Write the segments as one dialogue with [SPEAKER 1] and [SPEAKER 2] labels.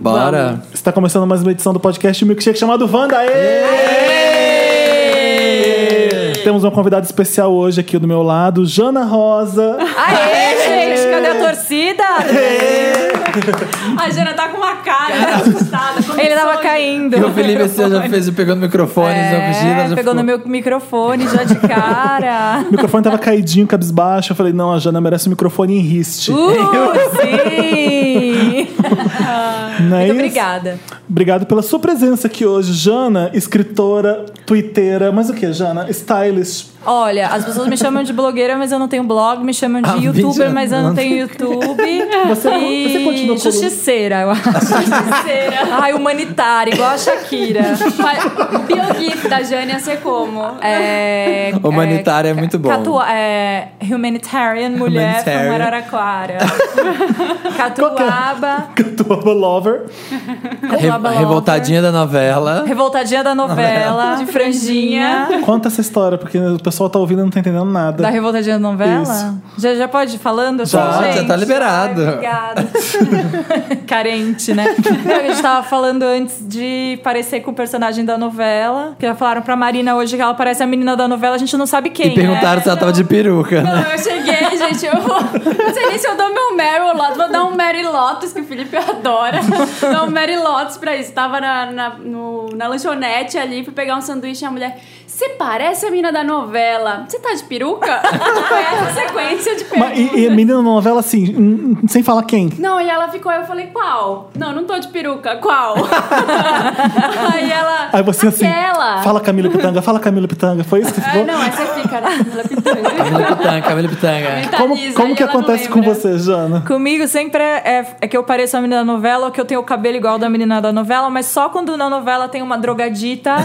[SPEAKER 1] Bora.
[SPEAKER 2] Vamos.
[SPEAKER 3] Está tá começando mais uma edição do podcast Milkshake chamado Wanda. Aê! Temos uma convidada especial hoje aqui do meu lado, Jana Rosa.
[SPEAKER 2] Aê, gente, cadê a torcida? a Jana tá com uma cara assustada.
[SPEAKER 4] Ele tava
[SPEAKER 2] Começou-
[SPEAKER 4] caindo.
[SPEAKER 1] E o Felipe esse ano já fez o pegando o microfone,
[SPEAKER 4] É,
[SPEAKER 1] já fugiu, já
[SPEAKER 4] pegou no meu microfone já de cara.
[SPEAKER 3] O microfone tava caidinho, cabisbaixo. Eu falei, não, a Jana merece um microfone em riste.
[SPEAKER 4] Uh, sim!
[SPEAKER 3] Não é
[SPEAKER 4] Muito
[SPEAKER 3] isso?
[SPEAKER 4] obrigada.
[SPEAKER 3] Obrigado pela sua presença aqui hoje, Jana, escritora, twitteira, mas o que, Jana? Stylist.
[SPEAKER 4] Olha, as pessoas me chamam de blogueira, mas eu não tenho blog. Me chamam de
[SPEAKER 1] Ah,
[SPEAKER 4] youtuber,
[SPEAKER 1] vídeo.
[SPEAKER 4] mas eu não tenho YouTube.
[SPEAKER 3] Você-
[SPEAKER 4] e
[SPEAKER 3] você continua com-
[SPEAKER 4] Justiceira, eu acho.
[SPEAKER 2] Terceira.
[SPEAKER 4] Ai, humanitária, igual a Shakira.
[SPEAKER 2] Mas Biogif da Jane ia ser como?
[SPEAKER 4] É,
[SPEAKER 1] Humanitária é muito bom.
[SPEAKER 4] Catua, é, humanitarian, mulher
[SPEAKER 1] Humanitarian.
[SPEAKER 4] from Araraquara. Catuaba,
[SPEAKER 1] é?
[SPEAKER 3] Catuaba Lover.
[SPEAKER 1] Re-
[SPEAKER 4] Lover.
[SPEAKER 1] Revoltadinha da novela.
[SPEAKER 4] revoltadinha da novela,
[SPEAKER 2] De franjinha.
[SPEAKER 4] franjinha.
[SPEAKER 3] Conta essa história, porque o pessoal tá ouvindo e não tá entendendo nada.
[SPEAKER 4] Da Revoltadinha da Novela?
[SPEAKER 3] Isso.
[SPEAKER 4] Já, já pode ir falando? assim,
[SPEAKER 1] Já,
[SPEAKER 4] gente?
[SPEAKER 1] já tá liberado.
[SPEAKER 4] Ai, obrigada. Carente, né? Não, a gente tava falando antes de parecer com o personagem da novela. Que já falaram pra Marina hoje que ela parece a menina da novela, a gente não sabe quem. né?
[SPEAKER 1] E perguntaram se ela tá tava de peruca, né?
[SPEAKER 2] Não, eu cheguei, gente. Eu vou- não sei nem se eu dou meu Mary Lotus. Vou dar um Mary Lotus, que o Felipe adora. Dar um Mary Lotus pra isso. Tava na, na, no- na lanchonete ali, fui pegar um sanduíche e a mulher. Você parece a menina da novela. Você tá de peruca? Foi essa sequência de
[SPEAKER 3] Mas,
[SPEAKER 2] perguntas.
[SPEAKER 3] e, e a menina na novela, assim, hum, hum, sem falar quem.
[SPEAKER 2] Não, e ela ficou, eu falei, qual? Não, não tô de peruca, qual? aí ela.
[SPEAKER 3] Aí você assim.
[SPEAKER 2] aquela.
[SPEAKER 3] Fala Camila Pitanga, fala Camila Pitanga. Foi isso que
[SPEAKER 2] Ai,
[SPEAKER 3] ficou?
[SPEAKER 2] não, essa fica, né? Camila Pitanga.
[SPEAKER 1] Camila Pitanga, Camila
[SPEAKER 4] Então,
[SPEAKER 1] Pitanga.
[SPEAKER 2] Tá
[SPEAKER 3] como
[SPEAKER 2] lisa,
[SPEAKER 3] como
[SPEAKER 2] aí
[SPEAKER 3] que
[SPEAKER 2] ela não
[SPEAKER 3] acontece com
[SPEAKER 2] lembra.
[SPEAKER 3] você, Jana?
[SPEAKER 4] Comigo sempre é, é- é que eu pareço a menina da novela ou que eu tenho o cabelo igual da menina da novela, mas só quando na novela tem uma drogadita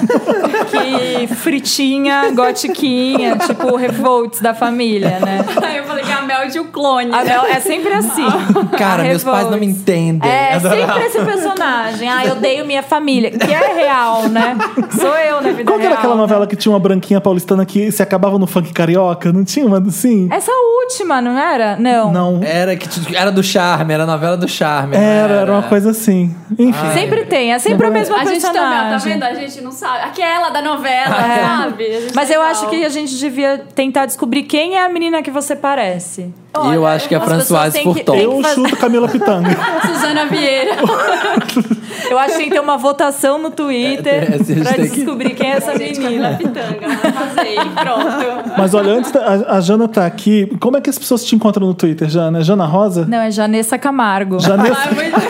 [SPEAKER 4] que fritinha, gotiquinha, tipo revolts da família, né?
[SPEAKER 2] Aí eu falei que é a Mel tinha o clone.
[SPEAKER 4] A
[SPEAKER 2] né?
[SPEAKER 4] Bel é sempre assim.
[SPEAKER 1] Cara,
[SPEAKER 4] A
[SPEAKER 1] meus
[SPEAKER 4] Revolts.
[SPEAKER 1] pais não me entendem.
[SPEAKER 4] É, sempre esse personagem. Ah, eu odeio minha família. Que é real, né? Sou eu na vida
[SPEAKER 3] Qual que
[SPEAKER 4] real. né?
[SPEAKER 3] era aquela novela que tinha uma branquinha paulistana que se acabava no funk carioca? Não tinha uma assim?
[SPEAKER 4] Essa última, não era? Não.
[SPEAKER 3] Não.
[SPEAKER 1] Era, que, t- era do Charme, era a novela do Charme. né? não
[SPEAKER 3] Era, era uma coisa assim. Enfim.
[SPEAKER 4] Sempre tem, é sempre a mesma
[SPEAKER 2] A gente também, ó, tá
[SPEAKER 4] personagem. É.
[SPEAKER 2] vendo? A gente não sabe. Aquela da novela, sabe? A gente
[SPEAKER 4] Mas
[SPEAKER 2] não
[SPEAKER 4] eu
[SPEAKER 2] sabe.
[SPEAKER 4] acho que a gente devia tentar descobrir quem é a menina que você parece.
[SPEAKER 1] E eu acho que a
[SPEAKER 4] as pessoas
[SPEAKER 1] Françoise
[SPEAKER 4] têm que-
[SPEAKER 1] Furton.
[SPEAKER 4] tem
[SPEAKER 3] Eu
[SPEAKER 4] fazer-
[SPEAKER 3] chuto Camila Pitanga.
[SPEAKER 2] a Suzana Vieira.
[SPEAKER 4] Eu acho que tem que ter uma votação no
[SPEAKER 1] É,
[SPEAKER 4] Twitter
[SPEAKER 1] tem- esse
[SPEAKER 4] pra
[SPEAKER 1] hashtag.
[SPEAKER 4] descobrir quem é essa
[SPEAKER 2] Gente, Camila
[SPEAKER 4] menina.
[SPEAKER 2] Pitanga. Vamos fazer e pronto.
[SPEAKER 3] Mas olha, antes da, a, a Jana tá aqui. Como é que as pessoas te encontram no Twitter, Jana? É Jana Rosa?
[SPEAKER 4] Não, é Janessa Camargo.
[SPEAKER 3] Janessa?
[SPEAKER 2] Ai, muito...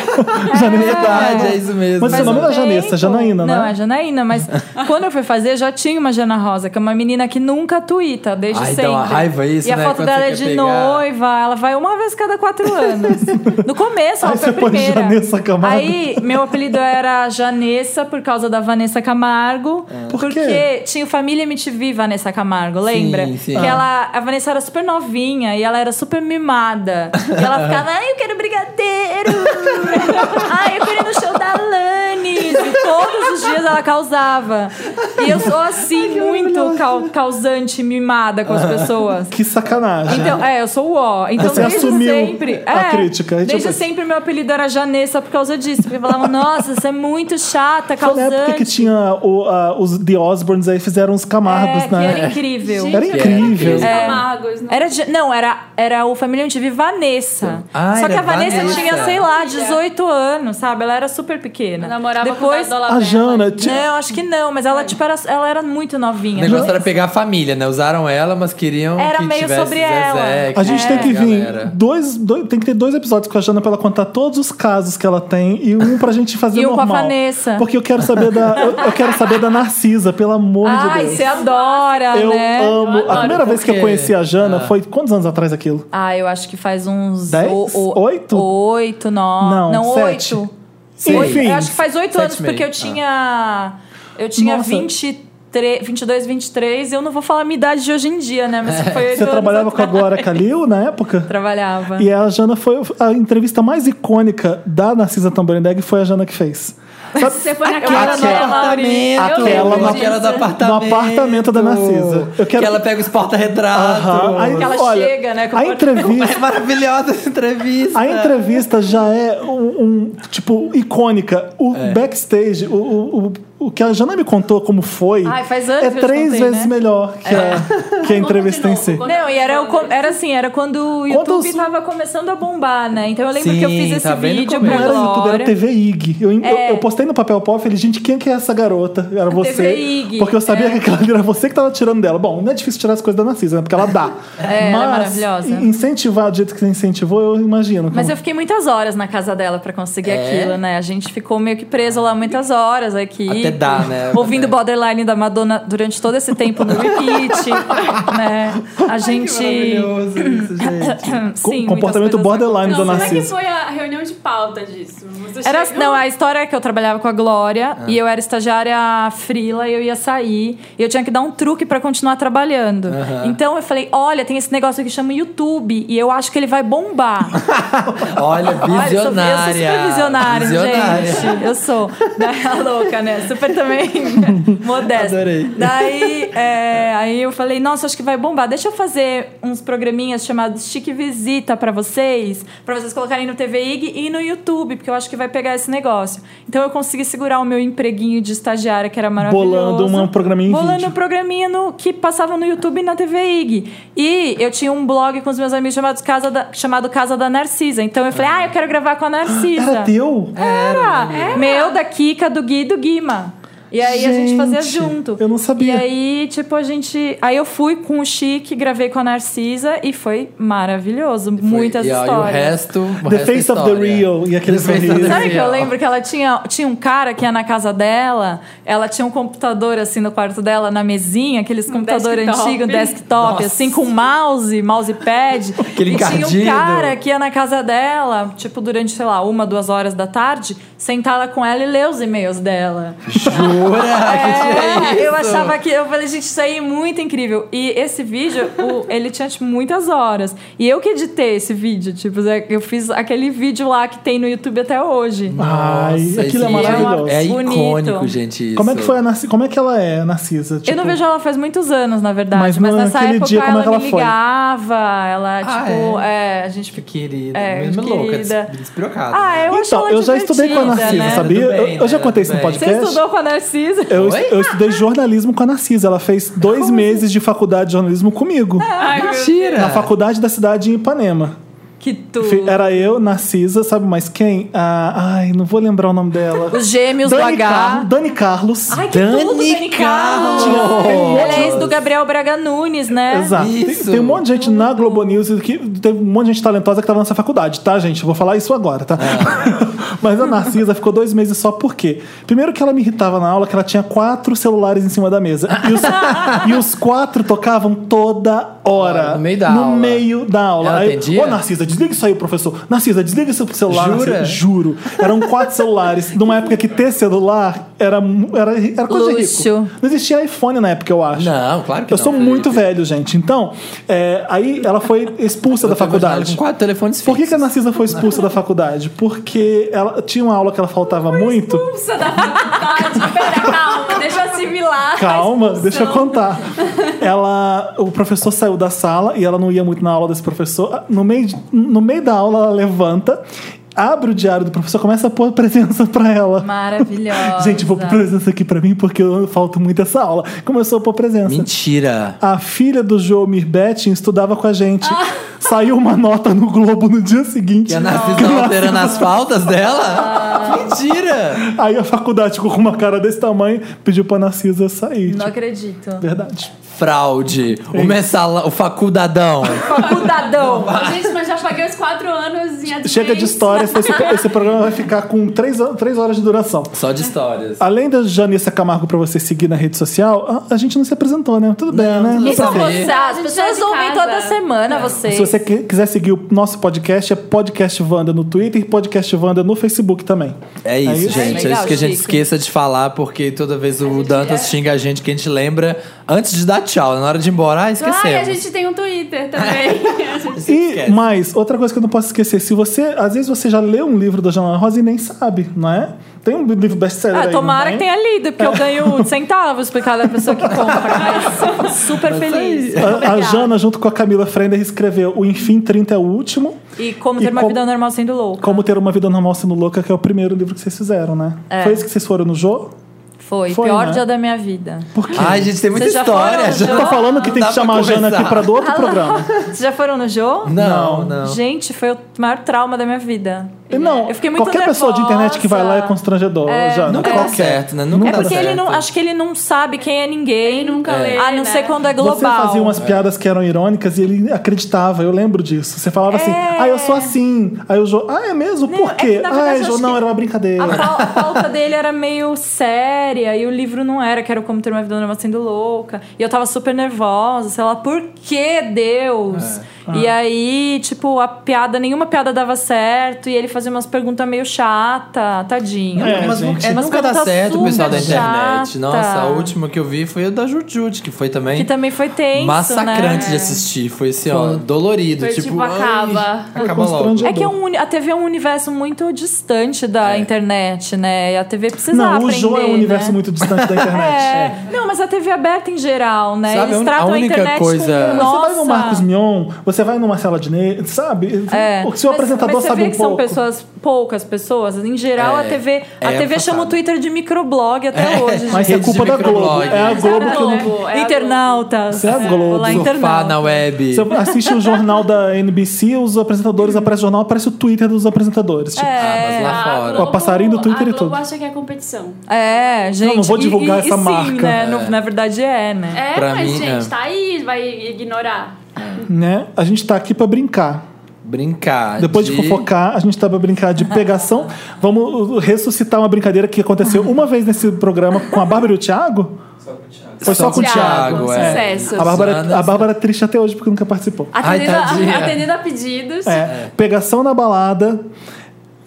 [SPEAKER 1] Verdade, é isso mesmo.
[SPEAKER 3] Mas seu nome era
[SPEAKER 4] Tem,
[SPEAKER 3] Janessa,
[SPEAKER 4] pô.
[SPEAKER 3] Janaína, né?
[SPEAKER 4] Não, é Janaína, mas quando eu fui fazer já tinha uma Jana Rosa, que é uma menina que nunca tuita, desde
[SPEAKER 1] Ai,
[SPEAKER 4] sempre.
[SPEAKER 1] dá uma raiva isso,
[SPEAKER 4] E a
[SPEAKER 1] né,
[SPEAKER 4] foto
[SPEAKER 1] quando
[SPEAKER 4] dela
[SPEAKER 1] você
[SPEAKER 4] é de
[SPEAKER 1] quer pegar.
[SPEAKER 4] noiva, ela vai uma vez cada quatro anos. No começo, ela
[SPEAKER 3] Aí
[SPEAKER 4] foi a
[SPEAKER 3] você põe
[SPEAKER 4] primeira.
[SPEAKER 3] Janessa Camargo.
[SPEAKER 4] Aí, meu apelido era Janessa por causa da Vanessa Camargo.
[SPEAKER 1] É.
[SPEAKER 3] Por quê?
[SPEAKER 4] Porque tinha o Família MTV Vanessa Camargo, lembra?
[SPEAKER 1] Sim, Ah. sim.
[SPEAKER 4] Que ela, a Vanessa era super novinha e ela era super mimada. E ela ficava, ai, eu quero brigadeiro. ai, eu quero ir no show da Alanis. E todos os dias ela causava. E eu sou assim, muito cau- causante, mimada com as pessoas.
[SPEAKER 3] Que sacanagem.
[SPEAKER 4] Então, é, eu sou o ó. Então,
[SPEAKER 3] Você
[SPEAKER 4] desde
[SPEAKER 3] assumiu
[SPEAKER 4] sempre.
[SPEAKER 3] a
[SPEAKER 4] é,
[SPEAKER 3] crítica. A gente
[SPEAKER 4] Desde
[SPEAKER 3] faz-
[SPEAKER 4] sempre meu apelido era Janessa por causa disso. Porque falavam, nossa, você é muito chata,
[SPEAKER 3] Foi na época "Ah, que
[SPEAKER 4] causante.
[SPEAKER 3] tinha o- a- os The Osborns, aí fizeram os Camargos,
[SPEAKER 4] é, que
[SPEAKER 3] né?
[SPEAKER 4] era incrível.
[SPEAKER 3] Era incrível.
[SPEAKER 2] Os amargos. né? não.
[SPEAKER 4] É. Era de- não, era, era o Família MTV Vanessa.
[SPEAKER 1] Ah,
[SPEAKER 4] Só
[SPEAKER 1] era
[SPEAKER 4] que
[SPEAKER 3] é
[SPEAKER 4] a Vanessa,
[SPEAKER 1] Vanessa.
[SPEAKER 4] tinha, sei lá, 18 anos, sabe? Ela era super pequena.
[SPEAKER 2] Namorava
[SPEAKER 4] Depois,
[SPEAKER 2] com o
[SPEAKER 3] A Jana. ti-
[SPEAKER 4] Não, acho que não, mas ela, tipo, era, ela era muito
[SPEAKER 1] O
[SPEAKER 4] novinha.
[SPEAKER 1] negócio era pegar a família, né? Usaram ela, mas queriam
[SPEAKER 4] Era
[SPEAKER 1] que
[SPEAKER 4] meio
[SPEAKER 1] tivesse
[SPEAKER 4] sobre
[SPEAKER 1] Zezé,
[SPEAKER 4] ela.
[SPEAKER 1] que
[SPEAKER 3] A gente
[SPEAKER 1] tivesse
[SPEAKER 3] tem que vir
[SPEAKER 1] galera.
[SPEAKER 3] dois, dois- tem que ter dois episódios com a Jana pra ela contar todos os casos que ela tem e um pra gente fazer
[SPEAKER 4] E um com a
[SPEAKER 3] normal.
[SPEAKER 4] Vanessa.
[SPEAKER 3] Porque eu quero saber da eu, eu quero saber da Narcisa, pelo amor
[SPEAKER 4] Ai,
[SPEAKER 3] de
[SPEAKER 4] você
[SPEAKER 3] Deus.
[SPEAKER 4] adora,
[SPEAKER 3] Eu
[SPEAKER 4] né?
[SPEAKER 3] amo.
[SPEAKER 2] Eu
[SPEAKER 3] a
[SPEAKER 2] adoro,
[SPEAKER 3] primeira vez que eu
[SPEAKER 1] porque-
[SPEAKER 3] conheci a Jana
[SPEAKER 1] Ah.
[SPEAKER 3] foi quantos anos atrás aquilo?
[SPEAKER 4] Ah, eu acho que faz uns.
[SPEAKER 3] Dez? Oito?
[SPEAKER 4] Oito, nove.
[SPEAKER 3] Não,
[SPEAKER 4] Não,
[SPEAKER 3] sete.
[SPEAKER 4] oito.
[SPEAKER 3] Sim.
[SPEAKER 4] Oito.
[SPEAKER 3] Enfim.
[SPEAKER 4] Eu acho que faz oito
[SPEAKER 1] Sete
[SPEAKER 4] anos,
[SPEAKER 1] e meio.
[SPEAKER 4] porque eu
[SPEAKER 1] Ah.
[SPEAKER 4] tinha. Eu tinha
[SPEAKER 3] Nossa.
[SPEAKER 4] 23, 22, 23. Eu não vou falar a minha idade de hoje em dia, né? Mas foi oito
[SPEAKER 3] É. Você
[SPEAKER 4] anos
[SPEAKER 3] trabalhava com a
[SPEAKER 4] atrás.
[SPEAKER 3] Glória Calil na época?
[SPEAKER 4] Trabalhava.
[SPEAKER 3] E a Jana foi a entrevista mais icônica da Narcisa Tamborindeg foi a Jana que fez.
[SPEAKER 2] Você foi
[SPEAKER 3] Aquela-
[SPEAKER 2] naquela novela, Maurício.
[SPEAKER 3] Aquela-
[SPEAKER 2] Eu lembro
[SPEAKER 3] Aquela-
[SPEAKER 2] disso.
[SPEAKER 1] Aquela do apartamento.
[SPEAKER 3] No apartamento da Narcisa. Eu quero-
[SPEAKER 1] Que ela pega os
[SPEAKER 3] Aham. Aí-
[SPEAKER 1] porta-retratos.
[SPEAKER 4] Que ela
[SPEAKER 3] olha,
[SPEAKER 4] chega, né, com
[SPEAKER 3] A
[SPEAKER 4] o portão.
[SPEAKER 3] entrevista.
[SPEAKER 1] É maravilhosa essa entrevista.
[SPEAKER 3] A entrevista já é um, um, tipo icônica. O backstage, o, o, o, o que a Jana me contou como foi,
[SPEAKER 4] Ai, faz anos
[SPEAKER 3] é
[SPEAKER 4] que eu te
[SPEAKER 3] três
[SPEAKER 4] contei,
[SPEAKER 3] vezes
[SPEAKER 4] né?
[SPEAKER 3] melhor que, a, que a entrevista
[SPEAKER 2] de
[SPEAKER 3] em
[SPEAKER 2] novo,
[SPEAKER 3] si.
[SPEAKER 2] conta-
[SPEAKER 4] Não, e era, o co- era assim, era quando o
[SPEAKER 3] Conta
[SPEAKER 4] YouTube
[SPEAKER 3] os-
[SPEAKER 4] tava começando a bombar, né? Então eu lembro que eu
[SPEAKER 1] Sim,
[SPEAKER 4] fiz esse
[SPEAKER 1] tá bem no
[SPEAKER 4] vídeo
[SPEAKER 1] começo.
[SPEAKER 4] pra
[SPEAKER 3] Não era YouTube, era
[SPEAKER 4] Glória.
[SPEAKER 3] TV IG. Eu, eu-
[SPEAKER 4] É.
[SPEAKER 3] eu postei no papel pop e falei, gente, quem que é essa garota? Era você.
[SPEAKER 4] IG,
[SPEAKER 3] porque eu sabia
[SPEAKER 4] é.
[SPEAKER 3] que aquela ali era você que tava tirando dela. Bom, não é difícil tirar as coisas da Narcisa, né? Porque ela dá.
[SPEAKER 4] É, ela é maravilhosa.
[SPEAKER 3] Incentivar do jeito que você incentivou, eu imagino. é um
[SPEAKER 4] Mas
[SPEAKER 3] como-
[SPEAKER 4] eu fiquei muitas horas na casa dela pra conseguir
[SPEAKER 1] É?
[SPEAKER 4] aquilo, né? A gente ficou meio que preso lá muitas horas aqui.
[SPEAKER 1] Até dá, né?
[SPEAKER 4] Ouvindo
[SPEAKER 1] É.
[SPEAKER 4] Borderline da Madonna durante todo esse tempo no repeat, né? A gente...
[SPEAKER 1] Maravilhoso isso, gente.
[SPEAKER 3] Com-
[SPEAKER 4] Sim, muitas
[SPEAKER 3] comportamento
[SPEAKER 4] coisas
[SPEAKER 3] borderline
[SPEAKER 2] Não, como
[SPEAKER 3] da
[SPEAKER 2] é que
[SPEAKER 3] Narcisa.
[SPEAKER 2] foi a reunião de pauta disso? Você
[SPEAKER 4] Era,
[SPEAKER 2] chegou-
[SPEAKER 4] não, a história é que eu trabalhava com a Glória e eu era estagiária frila e eu ia sair e eu tinha que dar um truque pra continuar trabalhando. Então eu falei: olha, tem esse negócio que chama YouTube e eu acho que ele vai bombar.
[SPEAKER 1] Olha,
[SPEAKER 4] Olha, eu sou-
[SPEAKER 1] visionária.
[SPEAKER 4] Eu sou super visionária,
[SPEAKER 1] Visionária.
[SPEAKER 4] gente. Eu sou. Daí a louca, né? Super também modesta.
[SPEAKER 1] Adorei.
[SPEAKER 4] Daí é, aí eu falei, nossa, acho que vai bombar. Deixa eu fazer uns programinhas chamados Chique Visita pra vocês, pra vocês colocarem no TV IG e no YouTube, porque eu acho que vai pegar esse negócio. Então eu consegui segurar o meu empreguinho de estagiária, que era maravilhoso.
[SPEAKER 3] Bolando uma- um programinha em
[SPEAKER 4] Bolando
[SPEAKER 3] vídeo.
[SPEAKER 4] um programinha no- que passava no YouTube e na TV IG. E eu tinha um blog com os meus amigos chamado Casa da, chamado Casa da Narcisa. Então eu falei, ah, eu quero gravar com a Narcisa.
[SPEAKER 3] Era teu? né?
[SPEAKER 4] Era. Meu, da Kika, do Gui e do Guima. E aí a gente fazia
[SPEAKER 3] Gente,
[SPEAKER 4] junto.
[SPEAKER 3] eu não sabia.
[SPEAKER 4] E aí, tipo, a gente. Aí eu fui com o Chique, gravei com a Narcisa e foi maravilhoso. Muitas
[SPEAKER 1] e, ó,
[SPEAKER 4] histórias.
[SPEAKER 1] E o resto. o
[SPEAKER 3] The
[SPEAKER 1] resto é
[SPEAKER 3] Face of the
[SPEAKER 1] história.
[SPEAKER 3] Real. E aquele
[SPEAKER 1] The Face of the
[SPEAKER 3] sorriso.
[SPEAKER 1] Real.
[SPEAKER 4] Sabe que eu lembro que ela tinha, tinha um cara que ia na casa dela, ela tinha um computador assim no quarto dela, na mesinha, aqueles computadores
[SPEAKER 2] desktop.
[SPEAKER 4] antigos, um desktop,
[SPEAKER 1] Nossa.
[SPEAKER 4] assim, com mouse, mousepad.
[SPEAKER 1] Aquele
[SPEAKER 4] e
[SPEAKER 1] encardido.
[SPEAKER 4] tinha um cara que ia na casa dela, tipo, durante, sei lá, uma, duas horas da tarde, sentada com ela e ler os e-mails dela.
[SPEAKER 1] Jura?
[SPEAKER 4] É, eu achava que. Eu falei, gente, isso aí é muito incrível. E esse vídeo, o- ele tinha tipo, muitas horas. E eu que editei esse vídeo. Tipo, eu fiz aquele vídeo lá que tem no YouTube até hoje.
[SPEAKER 3] Ai,
[SPEAKER 1] Nossa,
[SPEAKER 3] aquilo é
[SPEAKER 1] esse-
[SPEAKER 3] maravilhoso.
[SPEAKER 1] É
[SPEAKER 4] Bonito.
[SPEAKER 1] icônico, gente. Isso.
[SPEAKER 3] Como é que foi a Narcisa? Como é que ela é, Narcisa?
[SPEAKER 4] eu não
[SPEAKER 3] Tipo,
[SPEAKER 4] vejo ela faz muitos anos, na verdade.
[SPEAKER 3] Mas
[SPEAKER 4] Mas,
[SPEAKER 3] não,
[SPEAKER 4] nessa
[SPEAKER 3] naquele
[SPEAKER 4] época
[SPEAKER 3] dia, como é
[SPEAKER 4] ela,
[SPEAKER 3] que ela
[SPEAKER 4] me
[SPEAKER 3] foi?
[SPEAKER 4] ligava. Ela,
[SPEAKER 1] Ah,
[SPEAKER 4] tipo, é? a gente
[SPEAKER 1] Que
[SPEAKER 4] ficou.
[SPEAKER 1] querida.
[SPEAKER 4] É,
[SPEAKER 1] mesmo
[SPEAKER 4] querida.
[SPEAKER 1] louca, des- despirocada.
[SPEAKER 4] Ah, eu acho
[SPEAKER 3] Então,
[SPEAKER 4] ela
[SPEAKER 3] eu já estudei com a
[SPEAKER 4] divertida,
[SPEAKER 3] Narcisa,
[SPEAKER 4] né?
[SPEAKER 3] sabia?
[SPEAKER 1] Tudo bem,
[SPEAKER 3] eu, eu já
[SPEAKER 1] né?
[SPEAKER 3] contei isso
[SPEAKER 1] Tudo
[SPEAKER 3] no
[SPEAKER 1] bem.
[SPEAKER 4] Você
[SPEAKER 3] podcast.
[SPEAKER 4] estudou com a Narcisa?
[SPEAKER 3] é? Eu,
[SPEAKER 1] Oi?
[SPEAKER 3] eu estudei jornalismo com a Narcisa. Ela fez dois
[SPEAKER 4] assim?
[SPEAKER 3] meses de faculdade de jornalismo comigo.
[SPEAKER 4] Ah. é.
[SPEAKER 2] Ai, meu
[SPEAKER 1] Mentira.
[SPEAKER 3] Na faculdade da cidade em Ipanema.
[SPEAKER 4] Que tu.
[SPEAKER 3] Fi- é Era eu, Narcisa, sabe mais quem? Ah, ai, não vou lembrar o nome dela.
[SPEAKER 4] Os gêmeos do
[SPEAKER 3] Dani, Carlo-
[SPEAKER 4] H.
[SPEAKER 3] Dani Carlos.
[SPEAKER 4] Ai, que tudo, Dani Carlos!
[SPEAKER 3] um
[SPEAKER 4] Ela é ex do Gabriel Braga Nunes, né?
[SPEAKER 3] Exato. Tem-
[SPEAKER 1] Isso.
[SPEAKER 3] Tem, um monte de gente na Globo News que teve um monte de gente talentosa que tava nessa faculdade, tá, gente? Eu Vou falar isso agora, tá?
[SPEAKER 1] É.
[SPEAKER 3] Mas a Narcisa ficou dois meses só por quê? Primeiro que ela me irritava na aula que ela tinha quatro celulares em cima da mesa. E os, e os quatro tocavam toda hora.
[SPEAKER 1] Ora, Ah, no meio da aula.
[SPEAKER 3] meio da aula.
[SPEAKER 1] Ela
[SPEAKER 3] Aí,
[SPEAKER 1] atendia?
[SPEAKER 3] Ô, Narcisa, desliga isso aí, professor. Narcisa, desliga seu celular.
[SPEAKER 1] Jura?
[SPEAKER 3] Narcisa, juro. Eram quatro celulares. Numa época que ter celular era, mu- era, era coisa de rico.
[SPEAKER 4] Luxo.
[SPEAKER 3] Não existia iPhone na época, eu acho.
[SPEAKER 1] Não, claro que
[SPEAKER 3] Eu
[SPEAKER 1] não, né?
[SPEAKER 3] sou
[SPEAKER 1] Felipe.
[SPEAKER 3] muito velho, gente. Então, é, aí ela foi expulsa da
[SPEAKER 1] Eu tô imaginando
[SPEAKER 3] faculdade.
[SPEAKER 1] Com quatro telefones
[SPEAKER 3] Por que, que a
[SPEAKER 1] fixos.
[SPEAKER 3] Narcisa foi expulsa da faculdade? Porque ela tinha uma aula que ela faltava muito.
[SPEAKER 2] Pulsa da faculdade. Pera, calma, deixa eu assimilar.
[SPEAKER 3] Calma,
[SPEAKER 2] Faz
[SPEAKER 3] deixa eu
[SPEAKER 2] função.
[SPEAKER 3] contar. Ela, o professor saiu da sala e ela não ia muito na aula desse professor. No meio, de- no meio da aula, ela levanta, abre o diário do professor, começa a pôr presença pra ela.
[SPEAKER 4] Maravilhosa.
[SPEAKER 3] Gente, vou pôr presença aqui pra mim porque eu falto muito essa aula. Começou a pôr presença.
[SPEAKER 1] Mentira.
[SPEAKER 3] A filha do Jomir Betting estudava com a gente. Saiu uma nota no Globo no dia seguinte.
[SPEAKER 1] E a Narcisa tá
[SPEAKER 3] Nossa. Ah.
[SPEAKER 1] alterando as faltas dela? Mentira.
[SPEAKER 3] Aí a faculdade ficou com uma cara desse tamanho, pediu pra Narcisa sair.
[SPEAKER 4] Não
[SPEAKER 3] Tipo,
[SPEAKER 4] acredito.
[SPEAKER 3] verdade.
[SPEAKER 1] Fraude.
[SPEAKER 3] É
[SPEAKER 1] O mensalão, o faculdadão.
[SPEAKER 4] Faculdadão.
[SPEAKER 2] Gente, mas já paguei os quatro anos em advance.
[SPEAKER 3] Chega de histórias, esse, esse programa vai ficar com três, hor- três horas de duração.
[SPEAKER 1] Só de histórias.
[SPEAKER 3] Além da Janissa Camargo pra você seguir na rede social, a, a gente não se apresentou, né? Tudo bem, né?
[SPEAKER 1] tudo
[SPEAKER 3] Não
[SPEAKER 1] bem.
[SPEAKER 4] Isso
[SPEAKER 3] precisa.
[SPEAKER 4] é
[SPEAKER 1] Não
[SPEAKER 4] você.
[SPEAKER 2] sabia.
[SPEAKER 4] As pessoas
[SPEAKER 2] Já de
[SPEAKER 4] ouvem
[SPEAKER 2] casa.
[SPEAKER 4] toda semana vocês.
[SPEAKER 3] É. Se você qui- quiser seguir o nosso podcast, é Podcast Vanda no Twitter e Podcast Vanda no Facebook também.
[SPEAKER 1] É isso,
[SPEAKER 3] É isso?
[SPEAKER 1] gente.
[SPEAKER 4] É
[SPEAKER 1] é
[SPEAKER 4] legal,
[SPEAKER 1] isso que a gente
[SPEAKER 4] Chico.
[SPEAKER 1] esqueça de falar, porque toda vez o Dantas xinga a gente que a gente lembra antes de dar tchau. Na hora de ir embora, ah, esquecemos.
[SPEAKER 2] Ai, a gente tem um Twitter também. A gente-
[SPEAKER 3] E
[SPEAKER 1] Esquece.
[SPEAKER 3] mais, outra coisa que eu não posso esquecer, se você, às vezes você já leu um livro da Jana Rosa e nem sabe, não é? Tem um livro best-seller
[SPEAKER 4] Ah,
[SPEAKER 3] aí,
[SPEAKER 4] tomara
[SPEAKER 3] não
[SPEAKER 4] que
[SPEAKER 3] tem?
[SPEAKER 4] tenha lido, porque eu ganho centavos por cada pessoa que compra. Mas super feliz.
[SPEAKER 1] aí.
[SPEAKER 3] A- A,
[SPEAKER 4] Obrigada.
[SPEAKER 3] Jana, junto com a Camila Frender, escreveu O Enfim 30 é o último.
[SPEAKER 4] E como
[SPEAKER 3] E
[SPEAKER 4] ter uma
[SPEAKER 3] como-
[SPEAKER 4] vida normal sendo louco.
[SPEAKER 3] Como Ter Uma Vida Normal Sendo Louca, que é o primeiro livro que vocês fizeram, né?
[SPEAKER 4] É.
[SPEAKER 3] Foi esse que vocês foram no Jô?
[SPEAKER 4] Foi,
[SPEAKER 3] Foi,
[SPEAKER 4] pior
[SPEAKER 3] né?
[SPEAKER 4] dia da minha vida.
[SPEAKER 3] Por quê?
[SPEAKER 1] Ai, gente, tem muita
[SPEAKER 4] Vocês já
[SPEAKER 1] história.
[SPEAKER 4] foram,
[SPEAKER 3] Eu
[SPEAKER 1] já.
[SPEAKER 3] tô falando que tem
[SPEAKER 1] Ah, é, Dá
[SPEAKER 3] que chamar a
[SPEAKER 1] pra
[SPEAKER 3] Jana aqui
[SPEAKER 1] conversar.
[SPEAKER 3] pra do
[SPEAKER 4] Ah,
[SPEAKER 3] outro programa.
[SPEAKER 4] Vocês já foram no Jô?
[SPEAKER 1] Não, não.
[SPEAKER 4] Gente, foi o maior trauma da minha vida.
[SPEAKER 3] E Não,
[SPEAKER 4] Eu fiquei muito
[SPEAKER 3] qualquer pessoa de internet que vai lá é constrangedor, Jana.
[SPEAKER 1] Nunca dá
[SPEAKER 3] Qualquer.
[SPEAKER 1] certo, né? Nunca
[SPEAKER 3] É
[SPEAKER 1] dá
[SPEAKER 4] Porque ele
[SPEAKER 1] certo.
[SPEAKER 4] não, acho que ele não sabe quem é ninguém.
[SPEAKER 2] Ele nunca lê,
[SPEAKER 4] A não
[SPEAKER 2] né?
[SPEAKER 4] ser quando é global.
[SPEAKER 3] Você fazia umas piadas que eram irônicas e ele acreditava, eu lembro disso. Você falava assim, ah, eu sou assim. Aí o Jô, ah, é mesmo? Por
[SPEAKER 4] é que,
[SPEAKER 3] quê?
[SPEAKER 4] na verdade,
[SPEAKER 3] Ai,
[SPEAKER 4] eu
[SPEAKER 3] Jô,
[SPEAKER 4] acho
[SPEAKER 3] não,
[SPEAKER 4] que-
[SPEAKER 3] era uma brincadeira.
[SPEAKER 4] A fal- a falta dele era meio séria e o livro não era, que era como ter uma vida normal sendo louca. E eu tava super nervosa, sei lá, por que
[SPEAKER 3] É,
[SPEAKER 4] Deus? E aí, tipo, a piada, nenhuma piada dava certo e ele fazia umas perguntas meio chata, tadinho.
[SPEAKER 3] É,
[SPEAKER 1] mas
[SPEAKER 3] gente.
[SPEAKER 1] nu- é,
[SPEAKER 4] Umas
[SPEAKER 1] nunca dá
[SPEAKER 4] perguntas
[SPEAKER 1] certo o pessoal da
[SPEAKER 4] super
[SPEAKER 1] internet.
[SPEAKER 4] chata.
[SPEAKER 1] Nossa, a última que eu vi foi o da Jujut, que foi também,
[SPEAKER 4] tá. Que também foi tenso,
[SPEAKER 1] massacrante
[SPEAKER 4] né?
[SPEAKER 1] de assistir. Foi assim, ó, dolorido.
[SPEAKER 2] Foi
[SPEAKER 1] tipo,
[SPEAKER 2] tipo,
[SPEAKER 1] ai,
[SPEAKER 2] acaba.
[SPEAKER 1] Acaba logo.
[SPEAKER 4] É que é um uni- a TV é um universo muito distante da internet, né? E a TV precisa
[SPEAKER 3] É. Não, o
[SPEAKER 4] aprender,
[SPEAKER 3] Jô é um
[SPEAKER 4] né?
[SPEAKER 3] universo muito distante da internet.
[SPEAKER 4] É. Não, mas a TV aberta em geral, né?
[SPEAKER 1] Sabe, a
[SPEAKER 4] Eles
[SPEAKER 1] un-
[SPEAKER 4] tratam
[SPEAKER 1] a
[SPEAKER 4] a,
[SPEAKER 1] única
[SPEAKER 4] internet
[SPEAKER 1] coisa-
[SPEAKER 4] com
[SPEAKER 1] Você
[SPEAKER 3] Você
[SPEAKER 4] nossa.
[SPEAKER 3] vai no Marcos Mion, você vai no Marcelo Diné, sabe?
[SPEAKER 4] É.
[SPEAKER 3] O seu
[SPEAKER 4] Mas-
[SPEAKER 3] apresentador
[SPEAKER 4] mas você
[SPEAKER 3] sabe
[SPEAKER 4] vê
[SPEAKER 3] um
[SPEAKER 4] que
[SPEAKER 3] pouco.
[SPEAKER 4] são pessoas, poucas pessoas. Em geral,
[SPEAKER 1] É,
[SPEAKER 4] a TV, a
[SPEAKER 1] é
[SPEAKER 4] TV chama o
[SPEAKER 1] passado.
[SPEAKER 4] Twitter de microblog até hoje, gente.
[SPEAKER 3] Mas isso é
[SPEAKER 1] Rede de
[SPEAKER 3] culpa da Globo.
[SPEAKER 1] microblog.
[SPEAKER 3] É a
[SPEAKER 1] Mas
[SPEAKER 3] Globo que não.
[SPEAKER 2] Globo, é a
[SPEAKER 4] Internautas.
[SPEAKER 3] Isso é a Globo.
[SPEAKER 4] Olá,
[SPEAKER 1] Surfar na
[SPEAKER 4] internauta.
[SPEAKER 1] web.
[SPEAKER 3] Você assiste o jornal da NBC, os apresentadores aparecem o jornal, aparece o Twitter dos apresentadores. Tipo,
[SPEAKER 4] É.
[SPEAKER 1] Ah, mas lá
[SPEAKER 2] A
[SPEAKER 1] fora.
[SPEAKER 2] Globo-
[SPEAKER 3] Ó, passarinho do Twitter
[SPEAKER 2] tá a
[SPEAKER 3] e
[SPEAKER 2] Globo
[SPEAKER 3] tudo.
[SPEAKER 2] acha que é competição.
[SPEAKER 4] É, gente.
[SPEAKER 3] não vou
[SPEAKER 4] e-
[SPEAKER 3] divulgar
[SPEAKER 4] e- e
[SPEAKER 3] essa
[SPEAKER 4] sim,
[SPEAKER 3] marca.
[SPEAKER 4] né? No- na verdade é, né?
[SPEAKER 2] É,
[SPEAKER 1] Pra
[SPEAKER 2] mas,
[SPEAKER 1] mim,
[SPEAKER 2] gente,
[SPEAKER 1] é.
[SPEAKER 2] tá aí, vai ignorar.
[SPEAKER 3] né? A gente tá aqui pra brincar.
[SPEAKER 1] Brincar.
[SPEAKER 3] Depois de fofocar, a gente tá pra brincar de pegação. Vamos uh, ressuscitar uma brincadeira que aconteceu uma vez nesse programa com a Bárbara e o Thiago. Foi só com o Thiago. um
[SPEAKER 1] é.
[SPEAKER 2] sucesso.
[SPEAKER 3] A Bárbara, a
[SPEAKER 1] Susana-
[SPEAKER 3] Bárbara é triste até hoje porque nunca participou.
[SPEAKER 2] Atendendo,
[SPEAKER 1] Ai, tadinha.
[SPEAKER 2] a, atendendo a pedidos.
[SPEAKER 3] Ah, É, pegação na balada,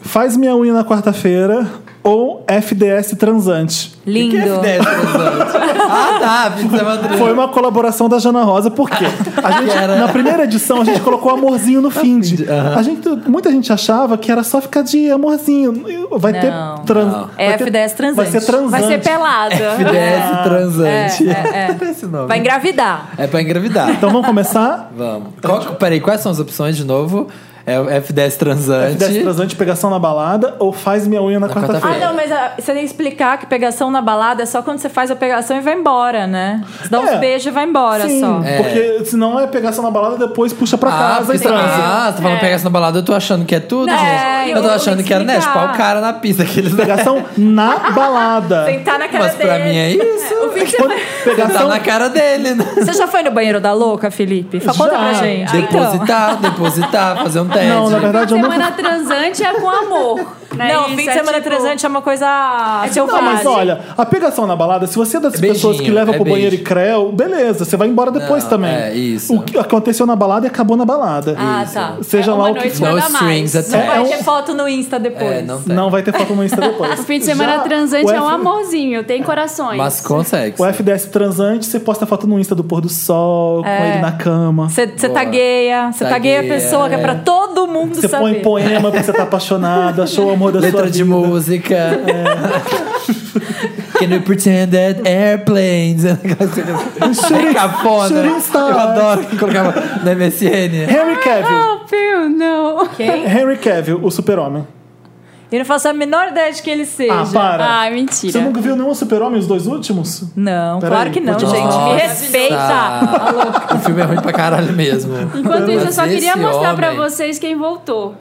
[SPEAKER 3] faz minha unha na quarta-feira ou FDS transante.
[SPEAKER 1] Que
[SPEAKER 4] Lindo.
[SPEAKER 1] F10 transante? ah, tá. Pizza Madrid.
[SPEAKER 3] Foi uma colaboração da Jana Rosa, por quê? A gente,
[SPEAKER 1] Era.
[SPEAKER 3] na primeira edição, a gente colocou amorzinho no feed.
[SPEAKER 1] aham.
[SPEAKER 3] A gente, muita gente achava que era só ficar de amorzinho. Vai ter
[SPEAKER 4] Não.
[SPEAKER 3] trans.
[SPEAKER 4] É
[SPEAKER 3] vai ter-
[SPEAKER 4] FDS transante.
[SPEAKER 3] Vai ser transante.
[SPEAKER 2] Vai ser pelada.
[SPEAKER 1] F10 transante.
[SPEAKER 4] É,
[SPEAKER 1] Esse nome.
[SPEAKER 4] Vai engravidar.
[SPEAKER 1] É pra engravidar.
[SPEAKER 3] Então vamos começar?
[SPEAKER 1] Vamos. Qual, peraí, quais são as opções de novo? É o F10 transante.
[SPEAKER 3] FDS transante, pegação na balada ou faz minha unha na, quarta-feira?
[SPEAKER 4] Ah, não, mas ah, você tem que explicar que pegação na balada é só quando você faz a pegação e vai embora, né? Você dá uns
[SPEAKER 3] É.
[SPEAKER 4] beijos e vai embora
[SPEAKER 3] Sim,
[SPEAKER 4] Ah, só.
[SPEAKER 1] É.
[SPEAKER 3] porque senão é pegação na balada depois puxa pra casa
[SPEAKER 1] porque
[SPEAKER 3] e
[SPEAKER 1] você-
[SPEAKER 3] transa.
[SPEAKER 1] ah, você tá falando
[SPEAKER 2] É.
[SPEAKER 1] pega essa balada, eu tô achando que é tudo,
[SPEAKER 4] Não,
[SPEAKER 1] gente.
[SPEAKER 4] eu
[SPEAKER 1] Eu tô
[SPEAKER 4] vou
[SPEAKER 1] achando
[SPEAKER 4] me
[SPEAKER 1] que era, né?
[SPEAKER 4] explicar.
[SPEAKER 1] Tipo, o cara na pista que eles
[SPEAKER 3] Pegação na balada.
[SPEAKER 4] Sentar na cara
[SPEAKER 1] Mas pra
[SPEAKER 4] dele.
[SPEAKER 1] mim é isso. Tá
[SPEAKER 3] Quando- pegação
[SPEAKER 1] na cara dele, né?
[SPEAKER 4] Você já foi no banheiro da louca, Felipe? Fala, conta
[SPEAKER 3] Já.
[SPEAKER 4] pra gente. Então.
[SPEAKER 1] Depositar, depositar, fazer um teste.
[SPEAKER 3] Não, na verdade eu
[SPEAKER 2] semana
[SPEAKER 3] nunca.
[SPEAKER 2] transante é com amor. né?
[SPEAKER 4] Não,
[SPEAKER 2] Isso
[SPEAKER 4] fim de
[SPEAKER 2] é
[SPEAKER 4] semana
[SPEAKER 2] tipo-
[SPEAKER 4] transante é uma coisa
[SPEAKER 3] tipo, Não, mas
[SPEAKER 4] selvagem.
[SPEAKER 3] olha, a pegação na balada, se você é das
[SPEAKER 1] É beijinho,
[SPEAKER 3] pessoas que leva
[SPEAKER 1] é
[SPEAKER 3] pro banheiro e
[SPEAKER 1] beijo.
[SPEAKER 3] creu, beleza, você vai embora depois
[SPEAKER 1] Não,
[SPEAKER 3] também.
[SPEAKER 1] é, isso.
[SPEAKER 3] O que aconteceu na balada e acabou na balada.
[SPEAKER 4] Ah, tá.
[SPEAKER 3] Seja
[SPEAKER 2] É
[SPEAKER 3] lá
[SPEAKER 2] uma
[SPEAKER 3] o que
[SPEAKER 2] noite
[SPEAKER 3] for.
[SPEAKER 1] No
[SPEAKER 2] nada mais.
[SPEAKER 1] strings
[SPEAKER 2] Não
[SPEAKER 1] attached.
[SPEAKER 3] é
[SPEAKER 4] Vai
[SPEAKER 3] um-
[SPEAKER 4] ter foto no Insta depois.
[SPEAKER 1] É, não tem.
[SPEAKER 3] Não vai ter foto no Insta depois.
[SPEAKER 2] O fim de semana
[SPEAKER 3] Já
[SPEAKER 2] transante
[SPEAKER 3] o
[SPEAKER 2] é um
[SPEAKER 3] F-
[SPEAKER 2] amorzinho, tem corações.
[SPEAKER 1] Mas consegue.
[SPEAKER 3] O FDS transante, você posta foto no Insta do pôr do sol, com
[SPEAKER 4] É.
[SPEAKER 3] ele na cama.
[SPEAKER 4] Você você
[SPEAKER 1] Boa.
[SPEAKER 4] tagueia, você tagueia a
[SPEAKER 1] Tagueia,
[SPEAKER 4] pessoa que é
[SPEAKER 1] é.
[SPEAKER 4] pra todo mundo
[SPEAKER 3] Você
[SPEAKER 4] saber.
[SPEAKER 3] põe poema porque você tá apaixonada, achou o amor da sua
[SPEAKER 1] Letra de
[SPEAKER 3] vida.
[SPEAKER 1] música. Can we pretend that airplanes? Bem cafona.
[SPEAKER 3] shooting stars.
[SPEAKER 1] um, né? Eu adoro que colocava na MSN.
[SPEAKER 3] Henry Cavill.
[SPEAKER 2] Oh, Phil, não.
[SPEAKER 4] Quem?
[SPEAKER 3] Henry Cavill, o super-homem.
[SPEAKER 4] Eu não faço a menor ideia de quem ele seja.
[SPEAKER 3] Ah, para.
[SPEAKER 2] Ai,
[SPEAKER 3] Você
[SPEAKER 2] mentira.
[SPEAKER 3] nunca viu nenhum super-homem, os dois últimos?
[SPEAKER 4] Não,
[SPEAKER 3] Peraí,
[SPEAKER 4] claro que não,
[SPEAKER 3] continua.
[SPEAKER 4] gente. Me
[SPEAKER 1] Nossa.
[SPEAKER 4] respeita.
[SPEAKER 1] O filme é ruim pra caralho mesmo.
[SPEAKER 2] Enquanto isso, eu só
[SPEAKER 1] Mas
[SPEAKER 2] queria
[SPEAKER 1] esse
[SPEAKER 2] mostrar pra
[SPEAKER 1] homem-
[SPEAKER 2] vocês quem voltou.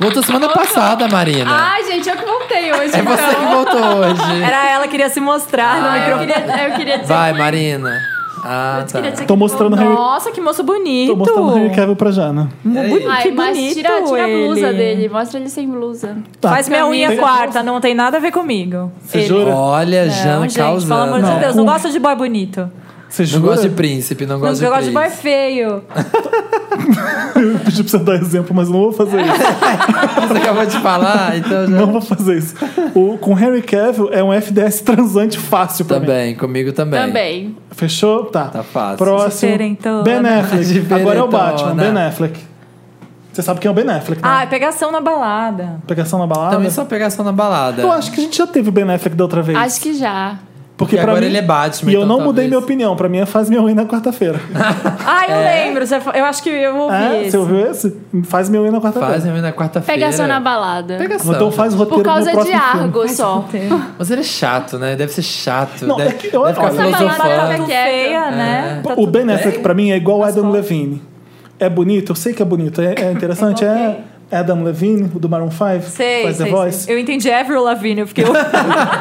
[SPEAKER 1] Voltou semana passada, Marina.
[SPEAKER 2] Ai, gente, eu que voltei hoje,
[SPEAKER 1] É
[SPEAKER 2] então.
[SPEAKER 1] você que voltou hoje.
[SPEAKER 4] Era ela que queria se mostrar no
[SPEAKER 2] Ah, eu
[SPEAKER 4] microfone.
[SPEAKER 2] queria, eu queria dizer
[SPEAKER 1] Vai,
[SPEAKER 2] que...
[SPEAKER 1] Marina. Ah, tá.
[SPEAKER 2] queria dizer
[SPEAKER 3] Tô
[SPEAKER 2] que
[SPEAKER 3] mostrando o
[SPEAKER 2] voltou.
[SPEAKER 3] Henry
[SPEAKER 4] Nossa, que moço bonito.
[SPEAKER 3] Tô mostrando o Henry Cavill pra né? Jana.
[SPEAKER 1] Ei,
[SPEAKER 2] Ai,
[SPEAKER 4] que
[SPEAKER 2] mas
[SPEAKER 4] bonito
[SPEAKER 2] tira, tira a blusa
[SPEAKER 4] ele.
[SPEAKER 2] dele, mostra ele sem blusa.
[SPEAKER 3] Tá.
[SPEAKER 4] Faz minha unha
[SPEAKER 3] Tem-
[SPEAKER 4] quarta, não tem nada a ver comigo.
[SPEAKER 3] Você jura?
[SPEAKER 1] Olha, Jana
[SPEAKER 4] gente, pelo
[SPEAKER 1] causando.
[SPEAKER 4] amor de
[SPEAKER 3] Não.
[SPEAKER 4] Deus, não gosto de boy bonito.
[SPEAKER 3] Você
[SPEAKER 1] Não
[SPEAKER 3] jura?
[SPEAKER 1] gosto de príncipe, não
[SPEAKER 4] Não,
[SPEAKER 1] gosto
[SPEAKER 4] eu
[SPEAKER 1] de
[SPEAKER 4] gosto de boy
[SPEAKER 1] príncipe.
[SPEAKER 4] feio.
[SPEAKER 3] Eu pedi pra você dar exemplo, mas não vou fazer isso.
[SPEAKER 1] Você acabou de falar, então já...
[SPEAKER 3] não vou fazer isso. O, com Henry Cavill é um FDS transante fácil pra mim.
[SPEAKER 1] Também, comigo também.
[SPEAKER 2] Também.
[SPEAKER 3] Fechou? Tá.
[SPEAKER 1] Tá fácil.
[SPEAKER 3] Próximo.
[SPEAKER 4] Diferentona.
[SPEAKER 3] Ben Affleck.
[SPEAKER 1] Diferentona.
[SPEAKER 3] Agora é o Batman, Ben Affleck. Você sabe quem é o Ben Affleck, né?
[SPEAKER 4] Ah, é pegação na balada.
[SPEAKER 3] Pegação na balada.
[SPEAKER 1] Também só pegação na balada.
[SPEAKER 3] Eu acho que a gente já teve o Ben Affleck da outra vez.
[SPEAKER 2] Acho que já.
[SPEAKER 1] Porque
[SPEAKER 3] pra
[SPEAKER 1] agora
[SPEAKER 3] mim-
[SPEAKER 1] ele é Batman.
[SPEAKER 3] E eu
[SPEAKER 1] então
[SPEAKER 3] não mudei
[SPEAKER 1] talvez.
[SPEAKER 3] minha opinião. Pra mim é faz meu ruim na quarta-feira.
[SPEAKER 4] Ah, eu lembro. você fa- Eu acho que eu ouvi
[SPEAKER 3] é,
[SPEAKER 4] esse.
[SPEAKER 3] você ouviu esse? Faz meu ruim na quarta-feira.
[SPEAKER 1] Fazem na quarta-feira.
[SPEAKER 2] Pegação na balada.
[SPEAKER 1] Pegação.
[SPEAKER 3] Então faz o roteiro
[SPEAKER 2] Por causa
[SPEAKER 3] do meu
[SPEAKER 2] de
[SPEAKER 3] próximo filme.
[SPEAKER 2] Argo só.
[SPEAKER 1] Mas ele é chato, né? Deve ser chato.
[SPEAKER 3] Não,
[SPEAKER 1] deve,
[SPEAKER 3] é que eu-
[SPEAKER 1] deve ficar
[SPEAKER 3] olha,
[SPEAKER 2] Essa balada
[SPEAKER 1] filosofando.
[SPEAKER 2] tá
[SPEAKER 4] Muito feia, né? Tá
[SPEAKER 3] O
[SPEAKER 4] tudo- Tá
[SPEAKER 3] Ben Affleck, pra mim, é igual o Adam
[SPEAKER 4] Mas
[SPEAKER 3] Levine. É bonito, eu sei que é bonito, é, é interessante.
[SPEAKER 4] É
[SPEAKER 3] é, Adam Levine, o do Maroon 5,
[SPEAKER 4] Sei,
[SPEAKER 3] faz
[SPEAKER 4] sei,
[SPEAKER 3] The Voice.
[SPEAKER 4] sei. Eu entendi Avril Lavigne, eu fiquei...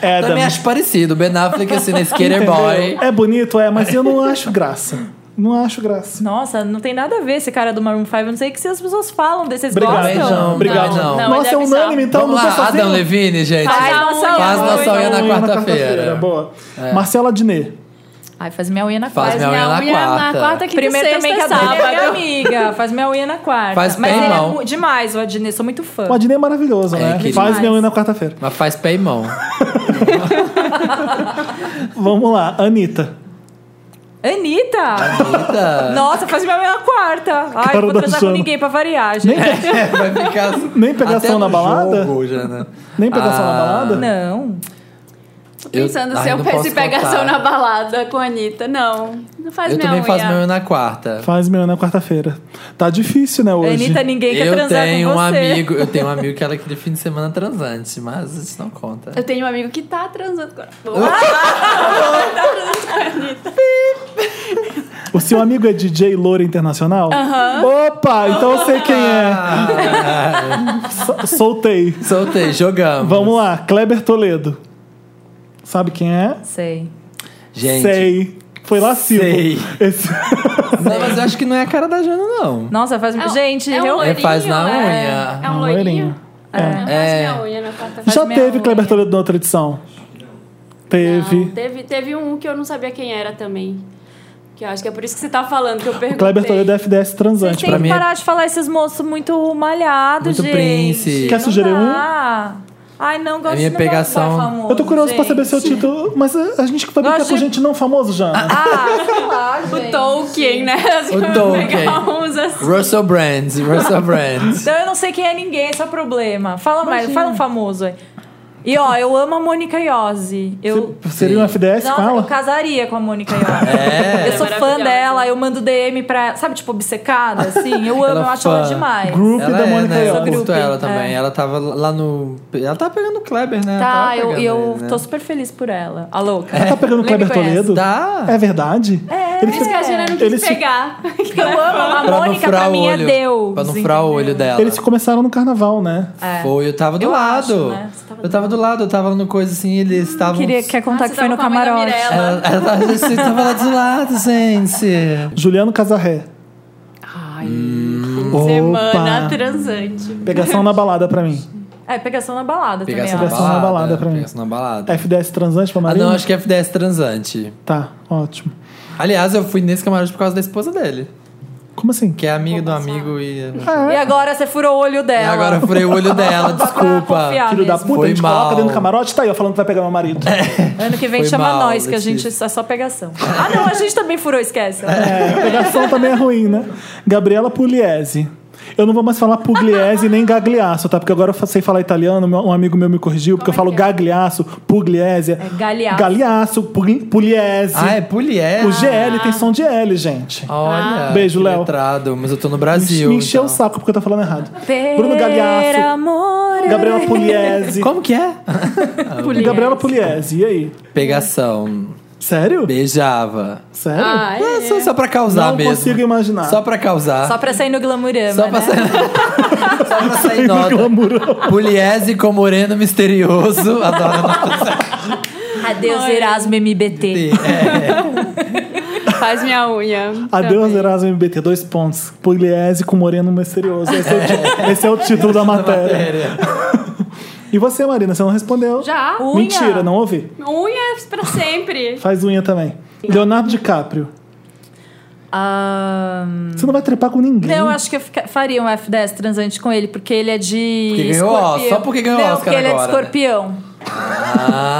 [SPEAKER 3] É
[SPEAKER 1] Também
[SPEAKER 3] Adam.
[SPEAKER 1] acho parecido. O Ben Affleck, assim, na Skater
[SPEAKER 3] Entendeu?
[SPEAKER 1] Boy.
[SPEAKER 3] É bonito, é, mas eu não acho graça. Não acho graça.
[SPEAKER 4] Nossa, não tem nada a ver esse cara do Maroon 5. Eu não sei o que se as pessoas falam desse. Vocês
[SPEAKER 3] Obrigado.
[SPEAKER 1] Não, não,
[SPEAKER 4] gostam?
[SPEAKER 3] Obrigado.
[SPEAKER 1] não.
[SPEAKER 2] Não,
[SPEAKER 3] Nossa,
[SPEAKER 2] ele
[SPEAKER 3] é
[SPEAKER 2] é
[SPEAKER 3] unânime,
[SPEAKER 2] bizarro.
[SPEAKER 3] então
[SPEAKER 1] Vamos
[SPEAKER 3] não tô
[SPEAKER 1] lá,
[SPEAKER 3] sozinho.
[SPEAKER 1] Adam Levine, gente.
[SPEAKER 4] Faz
[SPEAKER 2] Faz
[SPEAKER 4] nossa unha.
[SPEAKER 1] Faz nossa
[SPEAKER 4] unha.
[SPEAKER 1] unha na
[SPEAKER 3] Unha
[SPEAKER 1] quarta-feira. É.
[SPEAKER 3] Boa. Marcela Diné.
[SPEAKER 4] Ai, faz minha unha na
[SPEAKER 1] Faz
[SPEAKER 4] quarta.
[SPEAKER 1] minha unha na quarta.
[SPEAKER 2] na quarta, quinta,
[SPEAKER 4] Primeiro
[SPEAKER 2] sexta,
[SPEAKER 4] também que a
[SPEAKER 2] sábado.
[SPEAKER 4] Dani é minha amiga. Faz minha unha na quarta.
[SPEAKER 1] Faz
[SPEAKER 4] Mas
[SPEAKER 1] pé e
[SPEAKER 4] ele é
[SPEAKER 1] mão.
[SPEAKER 4] mu- demais, o Adnet. Sou muito fã.
[SPEAKER 3] O Adnet é maravilhoso,
[SPEAKER 1] É,
[SPEAKER 3] né?
[SPEAKER 1] querido.
[SPEAKER 3] Faz minha
[SPEAKER 4] Demais.
[SPEAKER 3] unha na quarta-feira.
[SPEAKER 1] Mas faz pé e mão.
[SPEAKER 3] Vamos lá, Anitta.
[SPEAKER 4] Anitta!
[SPEAKER 1] Eita.
[SPEAKER 4] Nossa, faz minha unha na quarta. Ai,
[SPEAKER 3] Cara
[SPEAKER 4] não
[SPEAKER 3] da
[SPEAKER 4] vou transar com
[SPEAKER 3] Suzana.
[SPEAKER 4] ninguém pra variar, gente.
[SPEAKER 1] É, vai ficar...
[SPEAKER 3] Nem pegação
[SPEAKER 1] até no
[SPEAKER 3] na balada?
[SPEAKER 1] Jogo, Jana.
[SPEAKER 3] Nem pegação na
[SPEAKER 1] Ah,
[SPEAKER 3] balada?
[SPEAKER 4] Não.
[SPEAKER 2] Tô
[SPEAKER 1] Eu-
[SPEAKER 2] pensando
[SPEAKER 1] Ai,
[SPEAKER 2] se eu
[SPEAKER 1] não
[SPEAKER 2] peço
[SPEAKER 1] posso
[SPEAKER 2] pegação
[SPEAKER 1] contar.
[SPEAKER 2] na balada com a Anitta. Não, não faz
[SPEAKER 1] Eu
[SPEAKER 2] minha
[SPEAKER 1] também
[SPEAKER 2] unha.
[SPEAKER 1] faço meu na quarta.
[SPEAKER 3] Faz minha unha na quarta-feira. Tá difícil, né, hoje?
[SPEAKER 4] Anitta, ninguém quer
[SPEAKER 1] Eu
[SPEAKER 4] transar
[SPEAKER 1] tenho
[SPEAKER 4] com
[SPEAKER 1] um
[SPEAKER 4] você.
[SPEAKER 1] amigo, eu tenho um amigo que ela que de fim de semana transante, mas isso não conta.
[SPEAKER 2] Eu tenho um amigo que tá transando com Ah, a Boa.
[SPEAKER 3] O seu amigo é DJ Loura Internacional? Opa, então eu sei quem é. So- Soltei.
[SPEAKER 1] Soltei, jogamos.
[SPEAKER 3] Vamos lá, Kleber Toledo. Sabe quem é?
[SPEAKER 4] Sei.
[SPEAKER 1] Gente,
[SPEAKER 3] Sei. Foi lascivo.
[SPEAKER 1] Sei.
[SPEAKER 3] Esse-
[SPEAKER 1] não, mas eu acho que não é a cara da Jana, não.
[SPEAKER 4] Nossa, faz...
[SPEAKER 2] um-
[SPEAKER 4] gente,
[SPEAKER 2] é um
[SPEAKER 4] eu...
[SPEAKER 1] É, faz na
[SPEAKER 2] loirinho,
[SPEAKER 1] unha.
[SPEAKER 2] É um
[SPEAKER 3] Loirinho.
[SPEAKER 2] loirinho.
[SPEAKER 3] É.
[SPEAKER 2] Não faço
[SPEAKER 1] É.
[SPEAKER 2] minha unha na quarta
[SPEAKER 3] Já
[SPEAKER 4] minha
[SPEAKER 3] teve
[SPEAKER 4] unha.
[SPEAKER 3] Kleber Toledo na outra edição? Teve.
[SPEAKER 2] Não, teve. Teve um que eu não sabia quem era também. Que eu acho que é por isso que você tá falando que eu perguntei.
[SPEAKER 3] Kleber Toledo é FDS
[SPEAKER 4] Vocês
[SPEAKER 3] transante.
[SPEAKER 4] têm
[SPEAKER 1] pra
[SPEAKER 4] que
[SPEAKER 1] mim é-
[SPEAKER 4] parar de falar esses moços muito malhados,
[SPEAKER 1] Muito
[SPEAKER 4] gente.
[SPEAKER 1] príncipe. É
[SPEAKER 3] Quer
[SPEAKER 4] Não
[SPEAKER 3] sugerir
[SPEAKER 4] dá. Ai, não gosto
[SPEAKER 1] minha
[SPEAKER 4] não gosto de
[SPEAKER 1] pegação.
[SPEAKER 4] boy famoso,
[SPEAKER 3] um? Eu tô curioso pra
[SPEAKER 4] gente.
[SPEAKER 3] saber é seu título, mas a a gente vai brincar
[SPEAKER 4] Gosto
[SPEAKER 3] com
[SPEAKER 4] de-
[SPEAKER 3] gente não famoso, Jana.
[SPEAKER 4] Ah,
[SPEAKER 2] O Tolkien, né? Acho que
[SPEAKER 1] O
[SPEAKER 2] eu vou
[SPEAKER 1] Tolkien.
[SPEAKER 2] pegar uns assim.
[SPEAKER 1] Russell Brand, Russell Brand.
[SPEAKER 4] Então eu não sei quem é ninguém, esse é o problema. Fala mais, fala um famoso aí. E ó, eu amo a Mônica Iose. Eu,
[SPEAKER 3] Seria um FDS
[SPEAKER 4] nossa,
[SPEAKER 3] com
[SPEAKER 4] eu
[SPEAKER 3] ela?
[SPEAKER 4] casaria com a Mônica Iose.
[SPEAKER 1] É.
[SPEAKER 4] Eu sou fã
[SPEAKER 2] Maravilhosa.
[SPEAKER 4] dela, eu mando DM pra. Sabe, tipo, obcecada, assim? Eu amo,
[SPEAKER 1] Ela é
[SPEAKER 4] eu acho
[SPEAKER 1] fã.
[SPEAKER 4] ela demais.
[SPEAKER 3] Group
[SPEAKER 1] Ela
[SPEAKER 3] da
[SPEAKER 1] é,
[SPEAKER 3] Mônica
[SPEAKER 1] né? Eu
[SPEAKER 3] Iose.
[SPEAKER 1] curto ela
[SPEAKER 4] Grupo,
[SPEAKER 1] também.
[SPEAKER 4] é.
[SPEAKER 1] Ela tava lá no. Ela tava pegando o Kleber, né? Ela
[SPEAKER 4] Tá,
[SPEAKER 1] tava
[SPEAKER 4] eu,
[SPEAKER 1] pegando
[SPEAKER 4] eu
[SPEAKER 1] ele, né? É.
[SPEAKER 4] tô super feliz por ela. A louca.
[SPEAKER 3] Tá pegando o
[SPEAKER 4] Nem me
[SPEAKER 3] Kleber
[SPEAKER 4] conhece.
[SPEAKER 3] Toledo?
[SPEAKER 1] Tá.
[SPEAKER 3] É verdade? É. Ele
[SPEAKER 2] Por isso que
[SPEAKER 3] se,
[SPEAKER 2] a Jana não quis
[SPEAKER 3] Eles se-
[SPEAKER 2] pegar.
[SPEAKER 4] Eu amo, a
[SPEAKER 1] Pra não
[SPEAKER 4] Mônica
[SPEAKER 1] furar
[SPEAKER 4] pra
[SPEAKER 1] o
[SPEAKER 4] mim é
[SPEAKER 1] olho.
[SPEAKER 4] Deus.
[SPEAKER 1] Pra não furar o olho dela.
[SPEAKER 3] eles se começaram no carnaval, né?
[SPEAKER 4] É.
[SPEAKER 1] Foi, eu tava do
[SPEAKER 4] Eu acho,
[SPEAKER 1] lado.
[SPEAKER 4] né? Você tava Hum,
[SPEAKER 1] eu tava do lado, eu tava no coisa assim, eles estavam.
[SPEAKER 4] Queria, quer contar
[SPEAKER 2] Ah,
[SPEAKER 4] que
[SPEAKER 2] você
[SPEAKER 4] foi
[SPEAKER 2] tava
[SPEAKER 4] no
[SPEAKER 2] com a mãe da
[SPEAKER 4] camarote.
[SPEAKER 2] Mirella.
[SPEAKER 1] Ela, ela tava, você tava lá do lado, gente.
[SPEAKER 3] Juliano Casarré.
[SPEAKER 2] Ai,
[SPEAKER 1] Hum.
[SPEAKER 2] semana
[SPEAKER 3] Opa.
[SPEAKER 2] transante.
[SPEAKER 3] Pegação na balada pra mim.
[SPEAKER 4] É, pegação na balada
[SPEAKER 1] Pegação
[SPEAKER 4] também.
[SPEAKER 1] na
[SPEAKER 4] ó.
[SPEAKER 1] balada.
[SPEAKER 3] balada pra mim.
[SPEAKER 1] Pegação na balada.
[SPEAKER 3] FDS transante pra
[SPEAKER 1] Ah,
[SPEAKER 3] Marina?
[SPEAKER 1] não, acho que é FDS transante.
[SPEAKER 3] Tá, ótimo.
[SPEAKER 1] Aliás, eu fui nesse camarote por causa da esposa dele,
[SPEAKER 3] Como assim?
[SPEAKER 1] que é amigo do amigo e.
[SPEAKER 4] E agora você furou o olho
[SPEAKER 1] E
[SPEAKER 4] dela.
[SPEAKER 1] agora eu furei o olho dela,
[SPEAKER 4] Dá pra
[SPEAKER 1] desculpa.
[SPEAKER 2] Ah,
[SPEAKER 4] confiar
[SPEAKER 3] Filho da
[SPEAKER 4] mesmo.
[SPEAKER 3] puta,
[SPEAKER 1] Foi
[SPEAKER 3] a gente
[SPEAKER 1] mal. É.
[SPEAKER 3] coloca dentro do camarote, tá aí, ó, falando que vai pegar meu marido.
[SPEAKER 4] Ano que vem
[SPEAKER 1] Foi
[SPEAKER 4] chama
[SPEAKER 1] mal,
[SPEAKER 4] nós, que a gente
[SPEAKER 1] Letícia.
[SPEAKER 4] é só pegação. Ah, não, a gente também furou, esquece.
[SPEAKER 3] É, pegação também é ruim, né? Gabriela Pugliese. Eu não vou mais falar Pugliese nem Gagliasso, tá? Porque agora eu fa- sei falar italiano, meu- um amigo meu me corrigiu, porque eu falo Gagliasso, Pugliese. É
[SPEAKER 4] Galeasso.
[SPEAKER 3] Galeasso, Pugli- Pugliese.
[SPEAKER 1] Ah, é Ah, Pulier.
[SPEAKER 3] O GL tem som de L, gente.
[SPEAKER 1] Olha.
[SPEAKER 3] Beijo,
[SPEAKER 1] que
[SPEAKER 3] Léo.
[SPEAKER 1] letrado, mas eu tô no Brasil.
[SPEAKER 3] me encheu o
[SPEAKER 1] então.
[SPEAKER 3] saco porque eu tô falando errado.
[SPEAKER 4] Per
[SPEAKER 3] Bruno Gagliasso.
[SPEAKER 4] amore.
[SPEAKER 3] Gabriela Pugliese.
[SPEAKER 1] Como que é?
[SPEAKER 3] Gabriela Pugliese, e aí?
[SPEAKER 1] Pegação.
[SPEAKER 3] Sério?
[SPEAKER 1] Beijava.
[SPEAKER 3] Sério?
[SPEAKER 2] Ai,
[SPEAKER 1] É, só, só pra causar
[SPEAKER 3] não
[SPEAKER 1] mesmo.
[SPEAKER 3] consigo imaginar.
[SPEAKER 1] Só pra causar.
[SPEAKER 4] Só pra sair no glamourama,
[SPEAKER 1] Só pra
[SPEAKER 4] né?
[SPEAKER 1] sair, só pra sair
[SPEAKER 3] no
[SPEAKER 1] nota.
[SPEAKER 3] glamourão.
[SPEAKER 1] Puliese com moreno misterioso. Adoro nota.
[SPEAKER 4] Adeus, Erasmo MBT.
[SPEAKER 2] faz minha unha.
[SPEAKER 3] Adeus, Erasmo MBT, dois pontos. Pugliese com Moreno Misterioso. Esse é o, ti- esse é o título da matéria. E você, Marina, você não respondeu?
[SPEAKER 2] Já.
[SPEAKER 4] Tá. Unha.
[SPEAKER 3] Mentira, não ouvi.
[SPEAKER 2] Unha é pra sempre.
[SPEAKER 3] Faz unha também. Leonardo DiCaprio.
[SPEAKER 4] Ahn,
[SPEAKER 3] Você não vai trepar com ninguém.
[SPEAKER 4] Ah, Não, eu acho que eu fica- faria um F10 transante com ele, porque ele é de.
[SPEAKER 1] Porque ganhou
[SPEAKER 4] escorpião.
[SPEAKER 1] Oscar. Só porque ganhou
[SPEAKER 4] não,
[SPEAKER 1] Oscar
[SPEAKER 4] Porque ele é de
[SPEAKER 1] agora, né?
[SPEAKER 4] escorpião.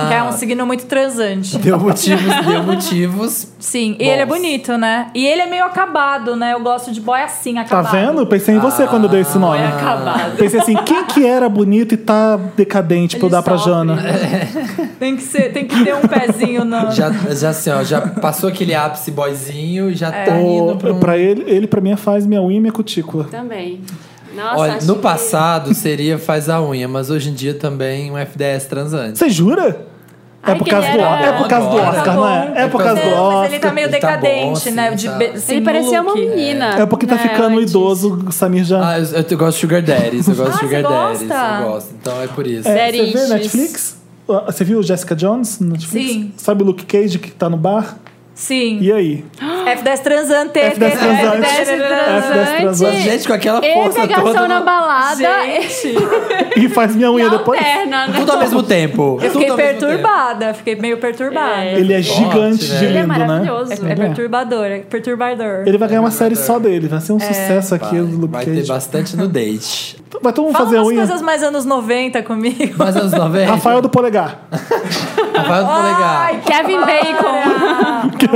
[SPEAKER 4] Que é um signo muito transante.
[SPEAKER 1] Deu motivos, deu motivos.
[SPEAKER 4] Sim, e ele é bonito, né? E ele é meio acabado, né? Eu gosto de boy assim,
[SPEAKER 3] Tá
[SPEAKER 4] acabado.
[SPEAKER 3] vendo? Eu Pensei em você quando eu dei esse nome.
[SPEAKER 4] Boy acabado.
[SPEAKER 3] Pensei assim, quem que era bonito e tá decadente pra eu
[SPEAKER 2] Ele
[SPEAKER 3] dar pra
[SPEAKER 2] sofre.
[SPEAKER 3] Jana?
[SPEAKER 4] Tem que, ser, tem que ter um pezinho no.
[SPEAKER 1] Já, já assim, ó, já passou aquele ápice boyzinho, já tá
[SPEAKER 3] Ou,
[SPEAKER 1] indo pra um...
[SPEAKER 3] pra ele, ele pra mim é faz minha unha e minha cutícula.
[SPEAKER 2] Também. Nossa,
[SPEAKER 1] Olha,
[SPEAKER 2] acho
[SPEAKER 1] no
[SPEAKER 2] que-
[SPEAKER 1] passado seria faz a unha, mas hoje em dia também um FDS transante.
[SPEAKER 3] Você jura?
[SPEAKER 2] Ai,
[SPEAKER 3] é por
[SPEAKER 2] que
[SPEAKER 3] causa
[SPEAKER 2] ele
[SPEAKER 3] do,
[SPEAKER 2] era-
[SPEAKER 3] é por causa do
[SPEAKER 1] Agora.
[SPEAKER 3] Oscar, não é? É por
[SPEAKER 1] Não,
[SPEAKER 3] causa do
[SPEAKER 4] tá Não, mas ele tá
[SPEAKER 3] Oscar.
[SPEAKER 4] meio
[SPEAKER 1] Ele tá
[SPEAKER 4] decadente,
[SPEAKER 1] bom,
[SPEAKER 4] né?
[SPEAKER 1] assim,
[SPEAKER 4] De
[SPEAKER 1] tá.
[SPEAKER 4] be-
[SPEAKER 1] Ele
[SPEAKER 2] Ele
[SPEAKER 4] sem
[SPEAKER 2] parecia uma
[SPEAKER 4] look.
[SPEAKER 2] menina.
[SPEAKER 3] É porque tá
[SPEAKER 2] né,
[SPEAKER 3] ficando
[SPEAKER 2] antes.
[SPEAKER 3] idoso, o Samir já.
[SPEAKER 1] Ah, eu, eu, gosto de Sugar Daddies, eu gosto de
[SPEAKER 4] Ah,
[SPEAKER 1] Sugar
[SPEAKER 4] você
[SPEAKER 1] Daddies,
[SPEAKER 4] gosta?
[SPEAKER 1] eu gosto. Então é por isso.
[SPEAKER 3] É, você vê
[SPEAKER 2] Zeriches.
[SPEAKER 3] Netflix? Ah, Você viu Jessica Jones no Netflix?
[SPEAKER 4] Sim.
[SPEAKER 3] Sabe o Luke Cage que tá no bar?
[SPEAKER 4] Sim.
[SPEAKER 3] E aí?
[SPEAKER 4] F10 transante.
[SPEAKER 3] F10 transante.
[SPEAKER 2] Transante.
[SPEAKER 3] F10 transante.
[SPEAKER 1] Gente, com aquela
[SPEAKER 2] E
[SPEAKER 1] força
[SPEAKER 2] pegação
[SPEAKER 1] toda.
[SPEAKER 2] na balada.
[SPEAKER 4] Gente,
[SPEAKER 3] E faz minha unha
[SPEAKER 2] e
[SPEAKER 3] depois?
[SPEAKER 2] alterna, né?
[SPEAKER 1] Tudo ao mesmo tempo.
[SPEAKER 4] eu
[SPEAKER 1] Tudo
[SPEAKER 4] fiquei
[SPEAKER 1] ao mesmo
[SPEAKER 4] perturbada. Fiquei meio perturbada.
[SPEAKER 2] É.
[SPEAKER 3] Ele é
[SPEAKER 1] Forte,
[SPEAKER 3] gigante
[SPEAKER 1] né?
[SPEAKER 3] de
[SPEAKER 2] Ele é
[SPEAKER 3] lindo, né?
[SPEAKER 2] maravilhoso.
[SPEAKER 4] É, é perturbador, é perturbador.
[SPEAKER 3] Ele vai ganhar uma série só dele, vai ser
[SPEAKER 4] É.
[SPEAKER 3] um sucesso
[SPEAKER 1] tempo.
[SPEAKER 3] aqui do Luke
[SPEAKER 1] É. Vai ter
[SPEAKER 3] Cage.
[SPEAKER 1] bastante no date.
[SPEAKER 3] Vai todo mundo
[SPEAKER 4] Fala
[SPEAKER 3] fazer
[SPEAKER 4] umas
[SPEAKER 3] unha.
[SPEAKER 4] coisas mais anos 90 comigo.
[SPEAKER 1] Mas anos 90.
[SPEAKER 3] Rafael do Polegar.
[SPEAKER 1] Rafael do Polegar.
[SPEAKER 4] Ai,
[SPEAKER 2] Kevin Bacon.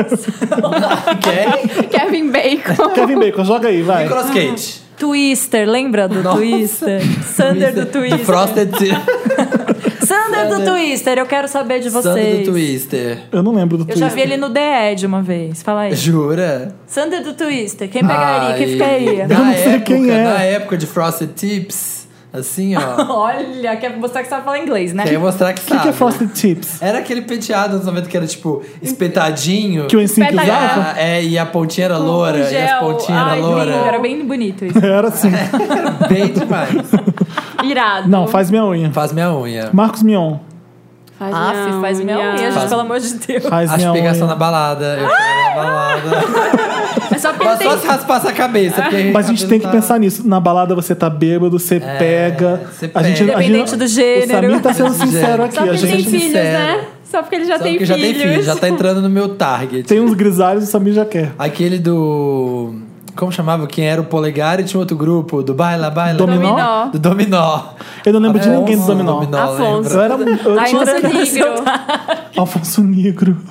[SPEAKER 1] Quem?
[SPEAKER 2] Kevin Bacon.
[SPEAKER 3] Kevin Bacon, joga aí, vai.
[SPEAKER 1] é? Nicolas Cage.
[SPEAKER 4] Twister, lembra do
[SPEAKER 1] Nossa.
[SPEAKER 4] Twister? Sander do Twister.
[SPEAKER 1] Do Frosted.
[SPEAKER 4] Sander do
[SPEAKER 1] Sander.
[SPEAKER 4] Twister, eu quero saber de vocês.
[SPEAKER 1] Sander do Twister.
[SPEAKER 3] Eu não lembro do
[SPEAKER 4] Eu já
[SPEAKER 3] Twister.
[SPEAKER 4] vi ele no The Edge uma vez, fala aí.
[SPEAKER 1] Jura?
[SPEAKER 4] Sander do Twister, quem pegaria, quem
[SPEAKER 1] Ai,
[SPEAKER 4] ficaria?
[SPEAKER 1] Na
[SPEAKER 3] Eu não sei
[SPEAKER 1] época,
[SPEAKER 3] quem é.
[SPEAKER 1] Na época de Frosted Tips, assim,
[SPEAKER 4] Né?
[SPEAKER 1] ó.
[SPEAKER 4] Olha, quer mostrar que sabe falar inglês, né?
[SPEAKER 1] quer mostrar que
[SPEAKER 3] O que,
[SPEAKER 1] sabe.
[SPEAKER 3] que é Frosted Tips?
[SPEAKER 1] Era aquele penteado nos 90 que era, tipo, espetadinho.
[SPEAKER 3] Que o Encinque
[SPEAKER 1] e
[SPEAKER 2] Espetadinho.
[SPEAKER 3] usava?
[SPEAKER 1] a, é, e a pontinha era
[SPEAKER 2] Com
[SPEAKER 1] loura. E as
[SPEAKER 2] gel.
[SPEAKER 1] pontinhas
[SPEAKER 2] Ai,
[SPEAKER 1] eram loura.
[SPEAKER 4] Lindo, Era bem bonito isso.
[SPEAKER 3] Era assim.
[SPEAKER 1] É. Bem demais.
[SPEAKER 2] Irado.
[SPEAKER 3] Não, faz minha unha.
[SPEAKER 1] Faz minha unha.
[SPEAKER 3] Marcos Mion,
[SPEAKER 2] Faz
[SPEAKER 4] Ah, fi, faz minha unha, gente,
[SPEAKER 1] Faz-
[SPEAKER 4] pelo amor de Deus.
[SPEAKER 3] faz
[SPEAKER 1] Acho
[SPEAKER 3] minha
[SPEAKER 1] pegação na
[SPEAKER 3] unha.
[SPEAKER 1] balada. Eu quero na balada.
[SPEAKER 2] É só porque
[SPEAKER 1] Mas
[SPEAKER 2] tem
[SPEAKER 1] só se raspasse a tá cabeça. porque
[SPEAKER 3] Mas a gente tem que pensar nisso. Na balada você tá bêbado, você pega.
[SPEAKER 1] É, você pega.
[SPEAKER 3] A gente, a gente-
[SPEAKER 4] Independente do gênero.
[SPEAKER 3] O Samir tá sendo
[SPEAKER 1] Independente do
[SPEAKER 3] sincero
[SPEAKER 1] gênero.
[SPEAKER 3] aqui.
[SPEAKER 2] Só
[SPEAKER 3] A
[SPEAKER 2] porque tem
[SPEAKER 1] gente-
[SPEAKER 3] gente
[SPEAKER 2] filhos,
[SPEAKER 1] Sincero.
[SPEAKER 2] né? Só porque ele já,
[SPEAKER 1] Só
[SPEAKER 2] tem,
[SPEAKER 1] porque já tem
[SPEAKER 2] filhos.
[SPEAKER 1] filho, já tá entrando no meu target.
[SPEAKER 3] tem uns grisalhos e o Samir já quer.
[SPEAKER 1] Aquele do. Como chamava? Quem era o Polegar e tinha outro grupo, do Baila Baila.
[SPEAKER 3] Dominó?
[SPEAKER 2] Dominó.
[SPEAKER 1] Do Dominó.
[SPEAKER 3] Eu não lembro
[SPEAKER 1] É,
[SPEAKER 3] de ninguém do
[SPEAKER 1] Afonso
[SPEAKER 3] Dominó.
[SPEAKER 2] Afonso.
[SPEAKER 1] lembra?
[SPEAKER 3] Eu era um. eu
[SPEAKER 4] Ai, é
[SPEAKER 2] Alfonso
[SPEAKER 3] tinha-
[SPEAKER 2] Negro.
[SPEAKER 3] Alfonso Negro.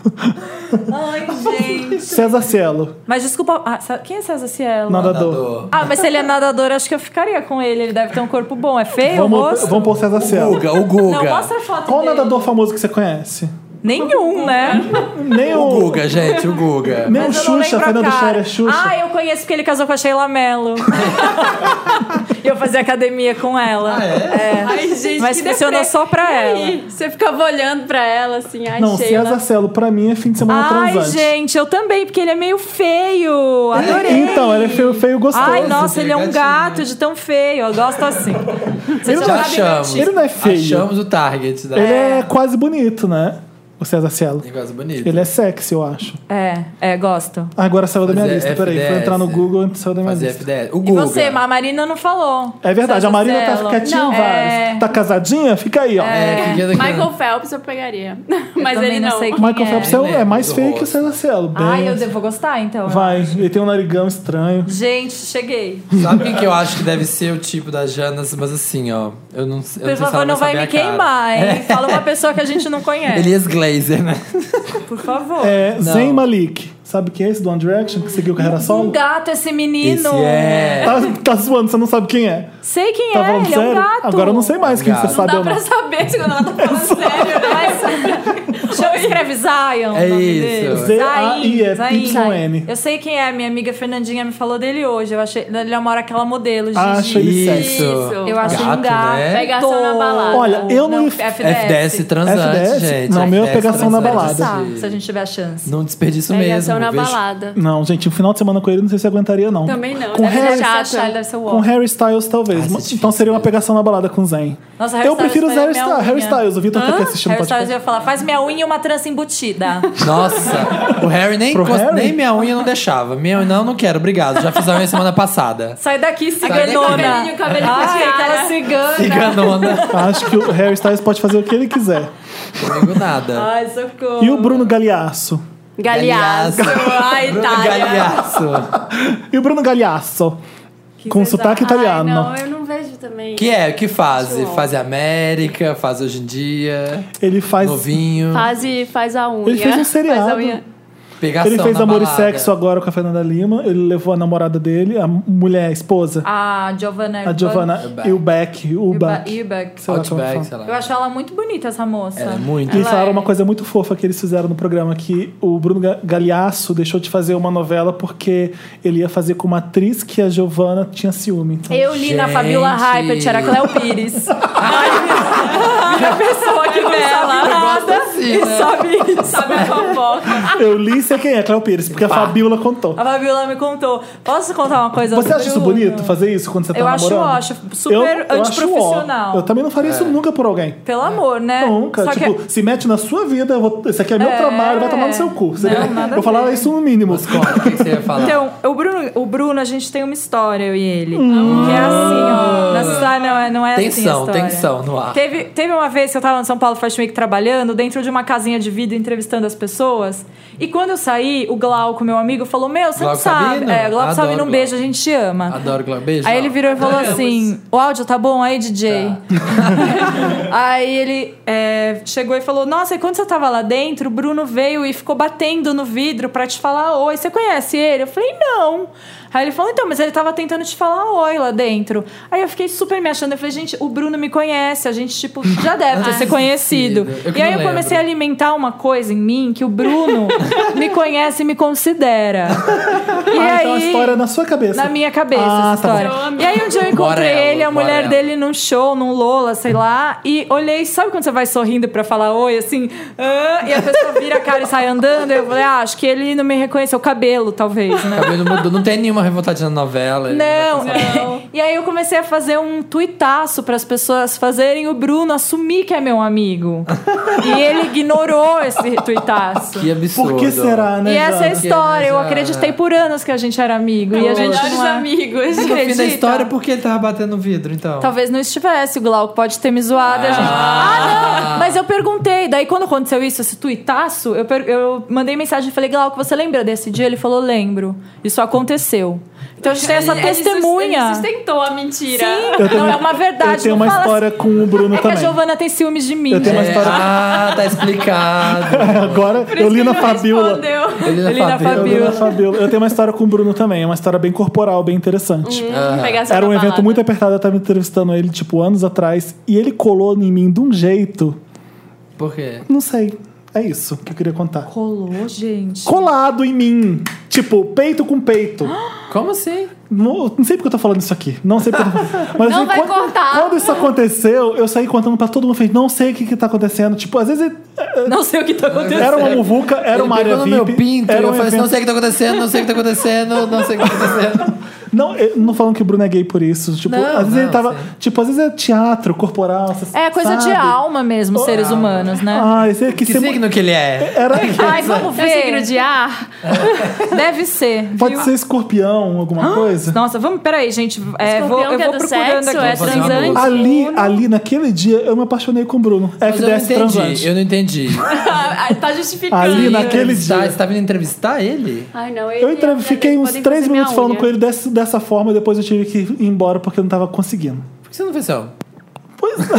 [SPEAKER 4] Ai, gente.
[SPEAKER 3] César Cielo.
[SPEAKER 4] Mas desculpa, ah, sa- quem é César Cielo?
[SPEAKER 3] Nadador.
[SPEAKER 1] Nadador.
[SPEAKER 4] Ah, mas se ele é nadador, acho que eu ficaria com ele. Ele deve ter um corpo bom. É feio o
[SPEAKER 3] Vamos,
[SPEAKER 4] rosto?
[SPEAKER 3] vamos pôr César
[SPEAKER 1] O
[SPEAKER 3] Cielo.
[SPEAKER 1] Guga, o
[SPEAKER 4] Não,
[SPEAKER 1] Guga.
[SPEAKER 4] mostra a foto
[SPEAKER 3] Qual
[SPEAKER 4] dele.
[SPEAKER 3] nadador famoso que você conhece?
[SPEAKER 4] Nenhum, né?
[SPEAKER 3] Nem
[SPEAKER 1] O
[SPEAKER 3] o.
[SPEAKER 1] Guga, gente, o Guga.
[SPEAKER 3] Nem o
[SPEAKER 4] Mas eu não
[SPEAKER 3] Xuxa,
[SPEAKER 4] lembro a
[SPEAKER 3] Fernando
[SPEAKER 4] cara.
[SPEAKER 3] Scherer, Xuxa.
[SPEAKER 4] Ah, eu conheço porque ele casou com a Sheila Mello. E eu fazia academia com ela.
[SPEAKER 1] Ah,
[SPEAKER 4] é?
[SPEAKER 2] Ai, gente,
[SPEAKER 4] Mas
[SPEAKER 2] que
[SPEAKER 4] funcionou
[SPEAKER 2] deprê.
[SPEAKER 4] só pra
[SPEAKER 2] E aí?
[SPEAKER 4] ela.
[SPEAKER 2] Você ficava olhando pra ela assim, ai,
[SPEAKER 3] Não,
[SPEAKER 2] Sheila.
[SPEAKER 3] César Cielo pra mim é fim de semana
[SPEAKER 4] né? Ai,
[SPEAKER 3] transante.
[SPEAKER 4] gente, eu também, porque ele é meio feio. Adorei.
[SPEAKER 3] Então, ele é feio, feio gostoso.
[SPEAKER 4] Ai, nossa,
[SPEAKER 1] aquele
[SPEAKER 4] ele é um
[SPEAKER 1] gatinho.
[SPEAKER 4] gato de tão feio. Eu gosto assim. Você
[SPEAKER 3] Ele
[SPEAKER 4] já
[SPEAKER 3] não
[SPEAKER 4] sabe
[SPEAKER 1] achamos.
[SPEAKER 4] gatinho.
[SPEAKER 3] Ele não é feio.
[SPEAKER 1] Achamos o target da.
[SPEAKER 3] Ele é quase bonito, né? O César Cielo.
[SPEAKER 1] Negócio bonito.
[SPEAKER 3] Ele é sexy, eu acho.
[SPEAKER 4] É, é, gosto.
[SPEAKER 3] Ah, Agora saiu da minha
[SPEAKER 1] Fazer
[SPEAKER 3] lista, peraí. Vou
[SPEAKER 1] FDS.
[SPEAKER 3] entrar no Google antes saiu da minha
[SPEAKER 1] é. Fazer
[SPEAKER 3] lista.
[SPEAKER 1] FDS. O
[SPEAKER 4] E
[SPEAKER 1] Guga.
[SPEAKER 4] você, a Marina não falou.
[SPEAKER 3] É verdade,
[SPEAKER 4] César
[SPEAKER 3] a Marina tá
[SPEAKER 4] Cielo.
[SPEAKER 3] quietinha
[SPEAKER 4] Não,
[SPEAKER 3] em vários.
[SPEAKER 4] é.
[SPEAKER 3] Tá casadinha? Fica aí, ó.
[SPEAKER 1] É, fica daqui-
[SPEAKER 3] né?
[SPEAKER 2] Michael Phelps eu pegaria. Mas
[SPEAKER 4] também
[SPEAKER 2] ele
[SPEAKER 4] não
[SPEAKER 2] não.
[SPEAKER 4] sei
[SPEAKER 3] O Michael
[SPEAKER 4] É.
[SPEAKER 3] Phelps é, o- é mais
[SPEAKER 1] Do
[SPEAKER 3] feio
[SPEAKER 1] rosto.
[SPEAKER 3] que o César Cielo. Bem...
[SPEAKER 4] Ai, eu devo gostar, então.
[SPEAKER 3] Vai, ele tem um narigão estranho.
[SPEAKER 4] Gente, cheguei.
[SPEAKER 1] Sabe quem que eu acho que deve ser o tipo da Janas? Mas assim, ó. Eu não, eu não sei
[SPEAKER 4] Por
[SPEAKER 1] se ela
[SPEAKER 4] favor, não vai
[SPEAKER 1] saber
[SPEAKER 4] me
[SPEAKER 1] a cara.
[SPEAKER 4] queimar, hein? Fala uma pessoa que a gente não conhece.
[SPEAKER 1] Elias Glazer, né?
[SPEAKER 4] Por favor.
[SPEAKER 3] É,
[SPEAKER 1] Não.
[SPEAKER 3] Zayn Malik. Sabe quem é esse do One Direction que seguiu carreira
[SPEAKER 4] Um
[SPEAKER 3] solo?
[SPEAKER 4] gato esse menino.
[SPEAKER 1] Esse é.
[SPEAKER 3] Tá, tá zoando, você não sabe quem é.
[SPEAKER 4] Sei quem
[SPEAKER 3] Tá
[SPEAKER 4] é,
[SPEAKER 3] falando
[SPEAKER 4] ele é
[SPEAKER 3] sério?
[SPEAKER 4] um gato.
[SPEAKER 3] Agora eu não sei mais quem
[SPEAKER 1] Gato.
[SPEAKER 3] você
[SPEAKER 1] Não
[SPEAKER 2] Não
[SPEAKER 3] sabe
[SPEAKER 2] dá
[SPEAKER 3] ou não.
[SPEAKER 2] pra saber se quando ela tá falando sério, né?
[SPEAKER 4] Deixa eu escrever Zion.
[SPEAKER 1] É
[SPEAKER 4] o nome
[SPEAKER 1] isso.
[SPEAKER 4] dele.
[SPEAKER 3] Z-A-I-E,
[SPEAKER 4] Zayn,
[SPEAKER 3] Y-N.
[SPEAKER 4] Zayn. Eu sei quem é, minha amiga Fernandinha me falou dele hoje. Eu achei, ele namora aquela modelo, Gigi.
[SPEAKER 3] Ah, achei ele sexy.
[SPEAKER 1] Isso.
[SPEAKER 4] Eu acho ele um
[SPEAKER 1] Gato,
[SPEAKER 4] gato. é
[SPEAKER 1] né?
[SPEAKER 2] Pegação na balada.
[SPEAKER 3] Olha, eu não-
[SPEAKER 4] FDS.
[SPEAKER 1] FDS transante,
[SPEAKER 3] FDS?
[SPEAKER 1] gente.
[SPEAKER 3] Não, o meu é
[SPEAKER 1] FDS
[SPEAKER 3] pegação na
[SPEAKER 1] transante.
[SPEAKER 3] balada.
[SPEAKER 4] Tá, se a gente tiver a chance.
[SPEAKER 1] Não desperdiça o mesmo.
[SPEAKER 4] é,
[SPEAKER 2] Pegação na
[SPEAKER 1] vejo-
[SPEAKER 2] balada.
[SPEAKER 3] Não, gente, um final de semana com ele não sei se aguentaria, não.
[SPEAKER 2] Também não.
[SPEAKER 3] Com
[SPEAKER 2] Deve
[SPEAKER 3] Harry,
[SPEAKER 2] ser
[SPEAKER 4] Deve
[SPEAKER 2] chato.
[SPEAKER 4] ser achar, ele deve ser o
[SPEAKER 3] com
[SPEAKER 4] homem.
[SPEAKER 3] Harry Styles, talvez.
[SPEAKER 1] Ah, isso é
[SPEAKER 3] Mas-
[SPEAKER 1] difícil,
[SPEAKER 3] então seria uma
[SPEAKER 1] né?
[SPEAKER 3] pegação na balada com o Zen.
[SPEAKER 4] Nossa, Harry
[SPEAKER 3] eu
[SPEAKER 4] Styles
[SPEAKER 3] prefiro
[SPEAKER 4] faz
[SPEAKER 3] Harry,
[SPEAKER 4] minha
[SPEAKER 3] Styles. Harry
[SPEAKER 4] unha.
[SPEAKER 3] Styles. O Vitor tá aqui assistindo o
[SPEAKER 4] Harry Styles
[SPEAKER 3] podcast.
[SPEAKER 4] ia falar, faz minha unha e uma trança embutida.
[SPEAKER 1] Nossa, o Harry nem,
[SPEAKER 3] Pro
[SPEAKER 1] encosta-
[SPEAKER 3] Harry?
[SPEAKER 1] nem minha unha não deixava. Minha unha, não, não quero, obrigado. Já fiz a unha semana passada.
[SPEAKER 4] Sai daqui,
[SPEAKER 1] daqui.
[SPEAKER 4] ciganona.
[SPEAKER 2] Cabelinho, cabelinho
[SPEAKER 4] Ai,
[SPEAKER 2] de tiara.
[SPEAKER 4] aquela cigana.
[SPEAKER 1] Ciganona.
[SPEAKER 3] Acho que o Harry Styles pode fazer o que ele quiser.
[SPEAKER 1] Comigo nada.
[SPEAKER 4] Ai, socorro.
[SPEAKER 3] E o Bruno Galeasso?
[SPEAKER 2] Galeaço. Ai,
[SPEAKER 1] Bruno
[SPEAKER 4] tá,
[SPEAKER 2] Itália.
[SPEAKER 1] Galhaço.
[SPEAKER 4] né?
[SPEAKER 3] E o Bruno Galeasso? com
[SPEAKER 4] vocês
[SPEAKER 3] sotaque
[SPEAKER 4] acham?
[SPEAKER 3] italiano.
[SPEAKER 2] Ai, não, eu não vejo também.
[SPEAKER 1] Que é, que faz?
[SPEAKER 2] Show.
[SPEAKER 1] Faz América, faz hoje em dia,
[SPEAKER 3] Ele faz.
[SPEAKER 1] novinho,
[SPEAKER 2] Faz, e- faz a unha.
[SPEAKER 3] Ele fez um
[SPEAKER 2] Faz a
[SPEAKER 3] seriado.
[SPEAKER 2] unha.
[SPEAKER 1] pegação
[SPEAKER 3] Ele fez
[SPEAKER 1] na
[SPEAKER 3] amor
[SPEAKER 1] balada.
[SPEAKER 3] e sexo agora com a Fernanda Lima. Ele levou a namorada dele, a mulher, a esposa,
[SPEAKER 4] A Ah, é Giovanna
[SPEAKER 3] a Giovanna
[SPEAKER 1] Uback.
[SPEAKER 3] Ilbeck.
[SPEAKER 4] Uba-
[SPEAKER 3] Uback.
[SPEAKER 4] Uback.
[SPEAKER 3] Sei lá como
[SPEAKER 1] Outback,
[SPEAKER 3] fala.
[SPEAKER 1] sei lá.
[SPEAKER 4] Eu acho ela muito bonita, essa moça.
[SPEAKER 1] Ela é muito.
[SPEAKER 3] E eles
[SPEAKER 4] Ela
[SPEAKER 3] falaram
[SPEAKER 4] é.
[SPEAKER 3] uma coisa muito fofa que eles fizeram no programa, que o Bruno Ga- Galhaço deixou de fazer uma novela porque ele ia fazer com uma atriz que a Giovanna tinha ciúme. Então,
[SPEAKER 4] Eu li na
[SPEAKER 1] Gente.
[SPEAKER 4] Fabiola Hypert, era Cléo Pires. Ai, a pessoa que não sabe nada
[SPEAKER 1] assim,
[SPEAKER 4] e
[SPEAKER 1] né?
[SPEAKER 4] sabe isso.
[SPEAKER 2] Sabe a fofoca.
[SPEAKER 3] eu li e sei quem é, Cléo Pires, porque a Fabíola contou.
[SPEAKER 4] A Fabiola me contou. Posso contar uma coisa?
[SPEAKER 3] Você
[SPEAKER 4] sobre
[SPEAKER 3] acha isso
[SPEAKER 4] o-
[SPEAKER 3] bonito, fazer isso quando você tá
[SPEAKER 4] Eu acho,
[SPEAKER 3] namorando?
[SPEAKER 4] acho. Super
[SPEAKER 3] eu acho
[SPEAKER 4] antiprofissional.
[SPEAKER 3] ó. Eu também não
[SPEAKER 1] É.
[SPEAKER 3] faria isso nunca por alguém.
[SPEAKER 4] Pelo amor, né?
[SPEAKER 3] Nunca.
[SPEAKER 4] Só
[SPEAKER 3] tipo,
[SPEAKER 4] que...
[SPEAKER 3] se mete na sua vida, eu vou- esse aqui é meu
[SPEAKER 4] É.
[SPEAKER 3] trabalho, vai tomar no seu cu. Seria-
[SPEAKER 4] Não, nada
[SPEAKER 3] eu
[SPEAKER 4] a
[SPEAKER 3] falava
[SPEAKER 4] ver.
[SPEAKER 3] isso no mínimo.
[SPEAKER 1] Mas como? O que que você ia falar?
[SPEAKER 4] Então, o Bruno, o Bruno, a gente tem uma história, eu e ele.
[SPEAKER 3] Hum.
[SPEAKER 4] Que é assim, ó. Nossa história não é, não é assim. a
[SPEAKER 1] tensão,
[SPEAKER 4] história.
[SPEAKER 1] tensão no ar.
[SPEAKER 4] Teve, teve uma vez que eu tava no São Paulo Fashion Week trabalhando, dentro de uma casinha de vidro, entrevistando as pessoas. E quando eu saí, o Glauco, meu amigo, falou: Meu, você não
[SPEAKER 1] Glauco
[SPEAKER 4] sabe.
[SPEAKER 1] Sabino?
[SPEAKER 4] É, Glauco
[SPEAKER 1] Adoro
[SPEAKER 4] Sabino, um
[SPEAKER 1] Glauco.
[SPEAKER 4] beijo, a gente te ama.
[SPEAKER 1] Adoro Glória. Beijo.
[SPEAKER 4] Aí ele
[SPEAKER 1] Laura.
[SPEAKER 4] virou e falou assim: O áudio tá bom aí, DJ? aí ele é, chegou e falou: Nossa, e quando você tava lá dentro, o Bruno veio e ficou batendo no vidro pra te falar oi. Você conhece ele? Eu falei: Não. Aí ele falou: Então, mas ele tava tentando te falar oi lá dentro. Aí eu fiquei super me achando. Eu falei: Gente, o Bruno me conhece. A gente, tipo, já deve ter se conhecido.
[SPEAKER 1] Eu que
[SPEAKER 4] E aí eu
[SPEAKER 1] não
[SPEAKER 4] comecei a
[SPEAKER 1] lembro.
[SPEAKER 4] alimentar uma coisa em mim que o Bruno me conhece e me considera. e
[SPEAKER 3] Ah,
[SPEAKER 4] aí.
[SPEAKER 3] então a história é na sua cabeça.
[SPEAKER 4] Na minha cabeça
[SPEAKER 3] Ah,
[SPEAKER 4] essa
[SPEAKER 3] tá bom.
[SPEAKER 4] história.
[SPEAKER 2] Eu amei.
[SPEAKER 4] e aí um dia eu encontrei
[SPEAKER 1] Borello,
[SPEAKER 4] ele, a mulher
[SPEAKER 1] Borello.
[SPEAKER 4] dele num show, num Lola, sei lá, e olhei, sabe quando você vai sorrindo pra falar oi, assim, "Ah", e a pessoa vira a cara e sai andando, eu falei, ah, acho que ele não me reconheceu, o cabelo, talvez, né?
[SPEAKER 1] Cabelo mudou. Não tem nenhuma revoltadinha na novela. ele
[SPEAKER 4] Não,
[SPEAKER 1] vai pensar-
[SPEAKER 4] e aí eu comecei a fazer um tuitaço para as pessoas fazerem o Bruno assumir que é meu amigo. e ele ignorou esse tuitaço.
[SPEAKER 1] Que absurdo.
[SPEAKER 3] Por que será, né?
[SPEAKER 4] E essa é a
[SPEAKER 3] Jana?
[SPEAKER 1] Porque,
[SPEAKER 4] história, eu
[SPEAKER 1] né, já-
[SPEAKER 4] acreditei por anos que a gente era amigo e a gente
[SPEAKER 2] Melhores
[SPEAKER 4] não é.
[SPEAKER 2] amigos.
[SPEAKER 1] No fim da
[SPEAKER 4] acredita?
[SPEAKER 1] história, por que ele tava batendo no vidro, então?
[SPEAKER 4] Talvez não estivesse, o Glauco pode ter me zoado. a gente... ah não! Mas eu perguntei, daí quando aconteceu isso, esse tuitaço, eu, per- eu mandei mensagem e falei, Glauco, você lembra desse dia? Ele falou, lembro. Isso aconteceu. Então a gente tem essa
[SPEAKER 2] Ele sus-
[SPEAKER 4] testemunha.
[SPEAKER 2] Ele sustentou a mentira.
[SPEAKER 4] Sim, não é uma verdade.
[SPEAKER 3] Eu tenho
[SPEAKER 4] não
[SPEAKER 3] uma
[SPEAKER 4] fala
[SPEAKER 3] história com o Bruno
[SPEAKER 4] assim- É que a
[SPEAKER 3] também.
[SPEAKER 4] Giovana tem ciúmes de mim.
[SPEAKER 3] Eu tenho uma
[SPEAKER 1] É,
[SPEAKER 3] história-
[SPEAKER 1] Ah, tá explicado.
[SPEAKER 3] Agora,
[SPEAKER 2] Por
[SPEAKER 3] eu
[SPEAKER 2] isso
[SPEAKER 3] li
[SPEAKER 2] que
[SPEAKER 3] na
[SPEAKER 2] ele não
[SPEAKER 3] Fabiola.
[SPEAKER 2] respondeu.
[SPEAKER 1] Ele
[SPEAKER 4] Ele na
[SPEAKER 3] Eu li
[SPEAKER 4] Fabiola.
[SPEAKER 3] na Fabiola. Eu tenho uma história com o Bruno também. É uma história bem corporal, bem interessante.
[SPEAKER 2] Hum, pegar essa
[SPEAKER 3] Era um
[SPEAKER 2] pra
[SPEAKER 3] evento
[SPEAKER 2] balada.
[SPEAKER 3] muito apertado, eu tava entrevistando ele, tipo, anos atrás, e ele colou em mim de um jeito.
[SPEAKER 1] Por quê?
[SPEAKER 3] Não sei. É isso que eu queria contar.
[SPEAKER 4] Colou, gente.
[SPEAKER 3] Colado em mim. Tipo, peito com peito.
[SPEAKER 1] Como assim?
[SPEAKER 3] Não, não sei porque eu tô falando isso aqui. Não sei porque eu tô falando. Mas,
[SPEAKER 2] Não vai
[SPEAKER 3] quando,
[SPEAKER 2] cortar.
[SPEAKER 3] quando isso aconteceu, eu saí contando pra todo mundo. Falei, não sei o que que tá acontecendo. Tipo, às vezes
[SPEAKER 4] Não sei o que tá acontecendo.
[SPEAKER 3] era uma muvuca, era
[SPEAKER 1] Ele
[SPEAKER 3] uma área
[SPEAKER 1] pegou
[SPEAKER 3] VIP.
[SPEAKER 1] no meu pinto
[SPEAKER 3] era
[SPEAKER 1] e eu
[SPEAKER 3] um
[SPEAKER 1] falei assim,
[SPEAKER 3] evento-
[SPEAKER 1] não sei o que tá acontecendo, não sei o que tá acontecendo, não sei o que tá acontecendo.
[SPEAKER 3] Não, eu não falando que o Bruno é gay por isso. Tipo,
[SPEAKER 1] Não,
[SPEAKER 3] às vezes
[SPEAKER 1] não,
[SPEAKER 3] ele tava.
[SPEAKER 1] sim.
[SPEAKER 3] Tipo, às vezes é teatro, corporal, essas-
[SPEAKER 4] É coisa de
[SPEAKER 3] sabe?
[SPEAKER 4] alma mesmo, seres humanos, né?
[SPEAKER 3] Ah, esse é que,
[SPEAKER 1] Que
[SPEAKER 3] ser-
[SPEAKER 1] signo que ele é?
[SPEAKER 3] Era.
[SPEAKER 4] Ai, vamos
[SPEAKER 2] É o signo
[SPEAKER 4] ver.
[SPEAKER 2] de ar?
[SPEAKER 4] Deve ser.
[SPEAKER 3] Pode
[SPEAKER 4] viu?
[SPEAKER 3] ser escorpião, alguma coisa?
[SPEAKER 4] Nossa, vamos, peraí, gente. é,
[SPEAKER 2] Escorpião
[SPEAKER 4] vou, eu
[SPEAKER 2] que é
[SPEAKER 4] vou
[SPEAKER 2] do
[SPEAKER 4] procurando
[SPEAKER 2] sexo,
[SPEAKER 4] aqui.
[SPEAKER 2] é
[SPEAKER 1] Vou fazer uma
[SPEAKER 2] transante.
[SPEAKER 1] bolsa.
[SPEAKER 3] Ali, ali, naquele dia, eu me apaixonei com o Bruno.
[SPEAKER 1] Mas eu não
[SPEAKER 3] FDS
[SPEAKER 1] entendi,
[SPEAKER 3] transante.
[SPEAKER 1] eu não entendi.
[SPEAKER 2] Ah, tá justificando.
[SPEAKER 3] Ali naquele
[SPEAKER 1] Entrevistar-
[SPEAKER 3] dia.
[SPEAKER 1] Você tava vindo entrevistar ele?
[SPEAKER 2] Ai, não.
[SPEAKER 3] Eu entrei- fiquei uns três minutos falando com ele desse- dessa forma e depois eu tive que ir embora porque eu não tava conseguindo.
[SPEAKER 1] Por que você não fez um isso?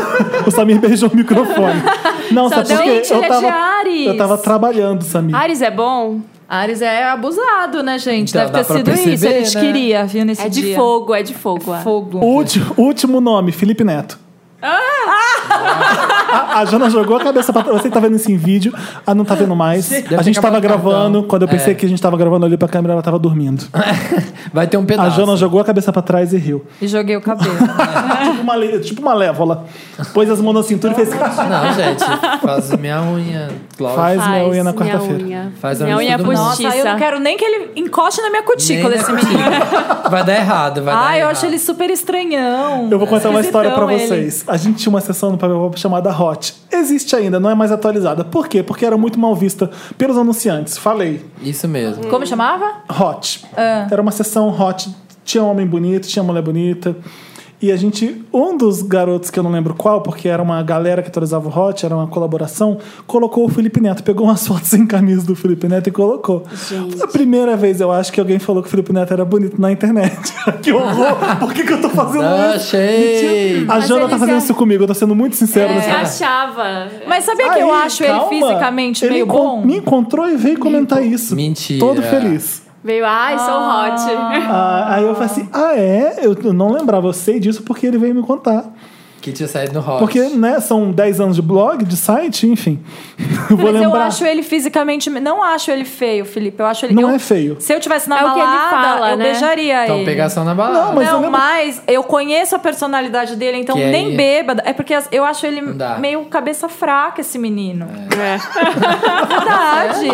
[SPEAKER 3] O Samir beijou o microfone. Não,
[SPEAKER 4] Só
[SPEAKER 3] sabe por
[SPEAKER 4] deu-
[SPEAKER 3] quê?
[SPEAKER 4] Gente, ele
[SPEAKER 3] Eu
[SPEAKER 4] é
[SPEAKER 3] tava,
[SPEAKER 4] de Ares.
[SPEAKER 3] eu tava trabalhando, Samir.
[SPEAKER 2] Ares é bom?
[SPEAKER 4] Ares é abusado, né, gente?
[SPEAKER 1] Então,
[SPEAKER 4] Deve ter
[SPEAKER 1] dá pra
[SPEAKER 4] sido
[SPEAKER 1] perceber,
[SPEAKER 4] isso. A gente
[SPEAKER 1] né?
[SPEAKER 4] queria, viu, nesse
[SPEAKER 2] É de
[SPEAKER 4] dia.
[SPEAKER 2] fogo, é de fogo. ah.
[SPEAKER 4] Fogo.
[SPEAKER 3] Último, último nome, Felipe Neto.
[SPEAKER 1] Ah!
[SPEAKER 3] A, a Jana jogou a cabeça pra trás. Você que tá vendo isso em vídeo. Ah, não tá vendo mais.
[SPEAKER 1] Deve
[SPEAKER 3] a gente
[SPEAKER 1] ter
[SPEAKER 3] tava
[SPEAKER 1] acabado o
[SPEAKER 3] gravando.
[SPEAKER 1] cartão.
[SPEAKER 3] Quando eu pensei
[SPEAKER 1] É.
[SPEAKER 3] que a gente tava gravando, eu olhei pra câmera ela tava dormindo.
[SPEAKER 1] Vai ter um
[SPEAKER 3] A
[SPEAKER 1] pedaço.
[SPEAKER 3] Jana jogou a cabeça pra trás e riu.
[SPEAKER 4] E joguei o cabelo.
[SPEAKER 1] Ah.
[SPEAKER 3] Tipo uma, le- tipo uma lévola. Pôs as mãos na cintura e fez.
[SPEAKER 1] Não, gente, faz minha unha, Cláudia.
[SPEAKER 3] Faz minha unha na
[SPEAKER 2] minha
[SPEAKER 3] quarta-feira.
[SPEAKER 2] unha.
[SPEAKER 1] Faz a
[SPEAKER 2] minha
[SPEAKER 1] unha
[SPEAKER 2] unha
[SPEAKER 1] todo mundo.
[SPEAKER 4] Nossa, eu não
[SPEAKER 2] postiça.
[SPEAKER 4] quero nem que ele encoste na minha
[SPEAKER 1] Nem
[SPEAKER 4] cutícula,
[SPEAKER 1] dá
[SPEAKER 4] esse
[SPEAKER 1] contigo.
[SPEAKER 4] menino.
[SPEAKER 1] Vai dar errado, vai dar
[SPEAKER 4] Ai, eu
[SPEAKER 1] errado.
[SPEAKER 4] acho ele super estranhão.
[SPEAKER 3] Eu vou contar uma
[SPEAKER 4] Esquisitão
[SPEAKER 3] história pra
[SPEAKER 4] ele.
[SPEAKER 3] vocês. A gente tinha uma sessão no Papel Pop chamada Hot. Existe ainda, não é mais atualizada. Por quê? Porque era muito mal vista pelos anunciantes. Falei.
[SPEAKER 1] Isso mesmo.
[SPEAKER 4] Como chamava?
[SPEAKER 3] Hot.
[SPEAKER 4] Ah.
[SPEAKER 3] um Era uma sessão hot. Tinha homem bonito, tinha mulher bonita. E a gente, um dos garotos que eu não lembro qual, porque era uma galera que atualizava o Hot, era uma colaboração, colocou o Felipe Neto, pegou umas fotos sem camisa do Felipe Neto e colocou. A primeira vez eu acho que alguém falou que o Felipe Neto era bonito na internet. Ah, que horror! Por que, que eu tô fazendo
[SPEAKER 1] Não,
[SPEAKER 3] isso?
[SPEAKER 1] achei.
[SPEAKER 3] A
[SPEAKER 2] Mas
[SPEAKER 3] Jana
[SPEAKER 2] ele
[SPEAKER 3] tá fazendo
[SPEAKER 2] se-
[SPEAKER 3] isso comigo, eu tô sendo muito sincero
[SPEAKER 2] É,
[SPEAKER 3] nesse
[SPEAKER 2] achava.
[SPEAKER 4] Mas sabia que
[SPEAKER 3] Aí,
[SPEAKER 4] eu acho
[SPEAKER 3] calma.
[SPEAKER 4] ele fisicamente
[SPEAKER 3] Ele
[SPEAKER 4] meio
[SPEAKER 3] encon-
[SPEAKER 4] bom?
[SPEAKER 3] Me encontrou e veio comentar isso.
[SPEAKER 1] Mentira.
[SPEAKER 3] Todo feliz.
[SPEAKER 2] Veio, ai, sou hot.
[SPEAKER 3] Ah, aí eu falei assim: ah, é? Eu eu não lembrava, eu sei disso porque ele veio me contar.
[SPEAKER 1] Que tinha saído no Hot.
[SPEAKER 3] Porque, né, são 10 anos de blog, de site, enfim. Eu vou
[SPEAKER 4] Mas eu
[SPEAKER 3] lembrar.
[SPEAKER 4] acho ele fisicamente. Não acho ele feio, Felipe. Eu acho ele. um
[SPEAKER 3] Não
[SPEAKER 4] eu-
[SPEAKER 3] é feio.
[SPEAKER 4] Se eu tivesse na
[SPEAKER 2] É o que ele
[SPEAKER 4] balada,
[SPEAKER 2] fala,
[SPEAKER 4] eu
[SPEAKER 2] né?
[SPEAKER 4] beijaria
[SPEAKER 1] Então,
[SPEAKER 4] ele.
[SPEAKER 1] pegação na balada.
[SPEAKER 3] Não, mas- eu
[SPEAKER 4] não,
[SPEAKER 3] lembro-
[SPEAKER 4] mas eu conheço a personalidade dele, então
[SPEAKER 1] Que é
[SPEAKER 4] nem
[SPEAKER 1] ele.
[SPEAKER 4] bêbada. É porque as- eu acho ele
[SPEAKER 1] dá.
[SPEAKER 4] meio cabeça fraca, esse menino.
[SPEAKER 2] É.
[SPEAKER 4] Verdade.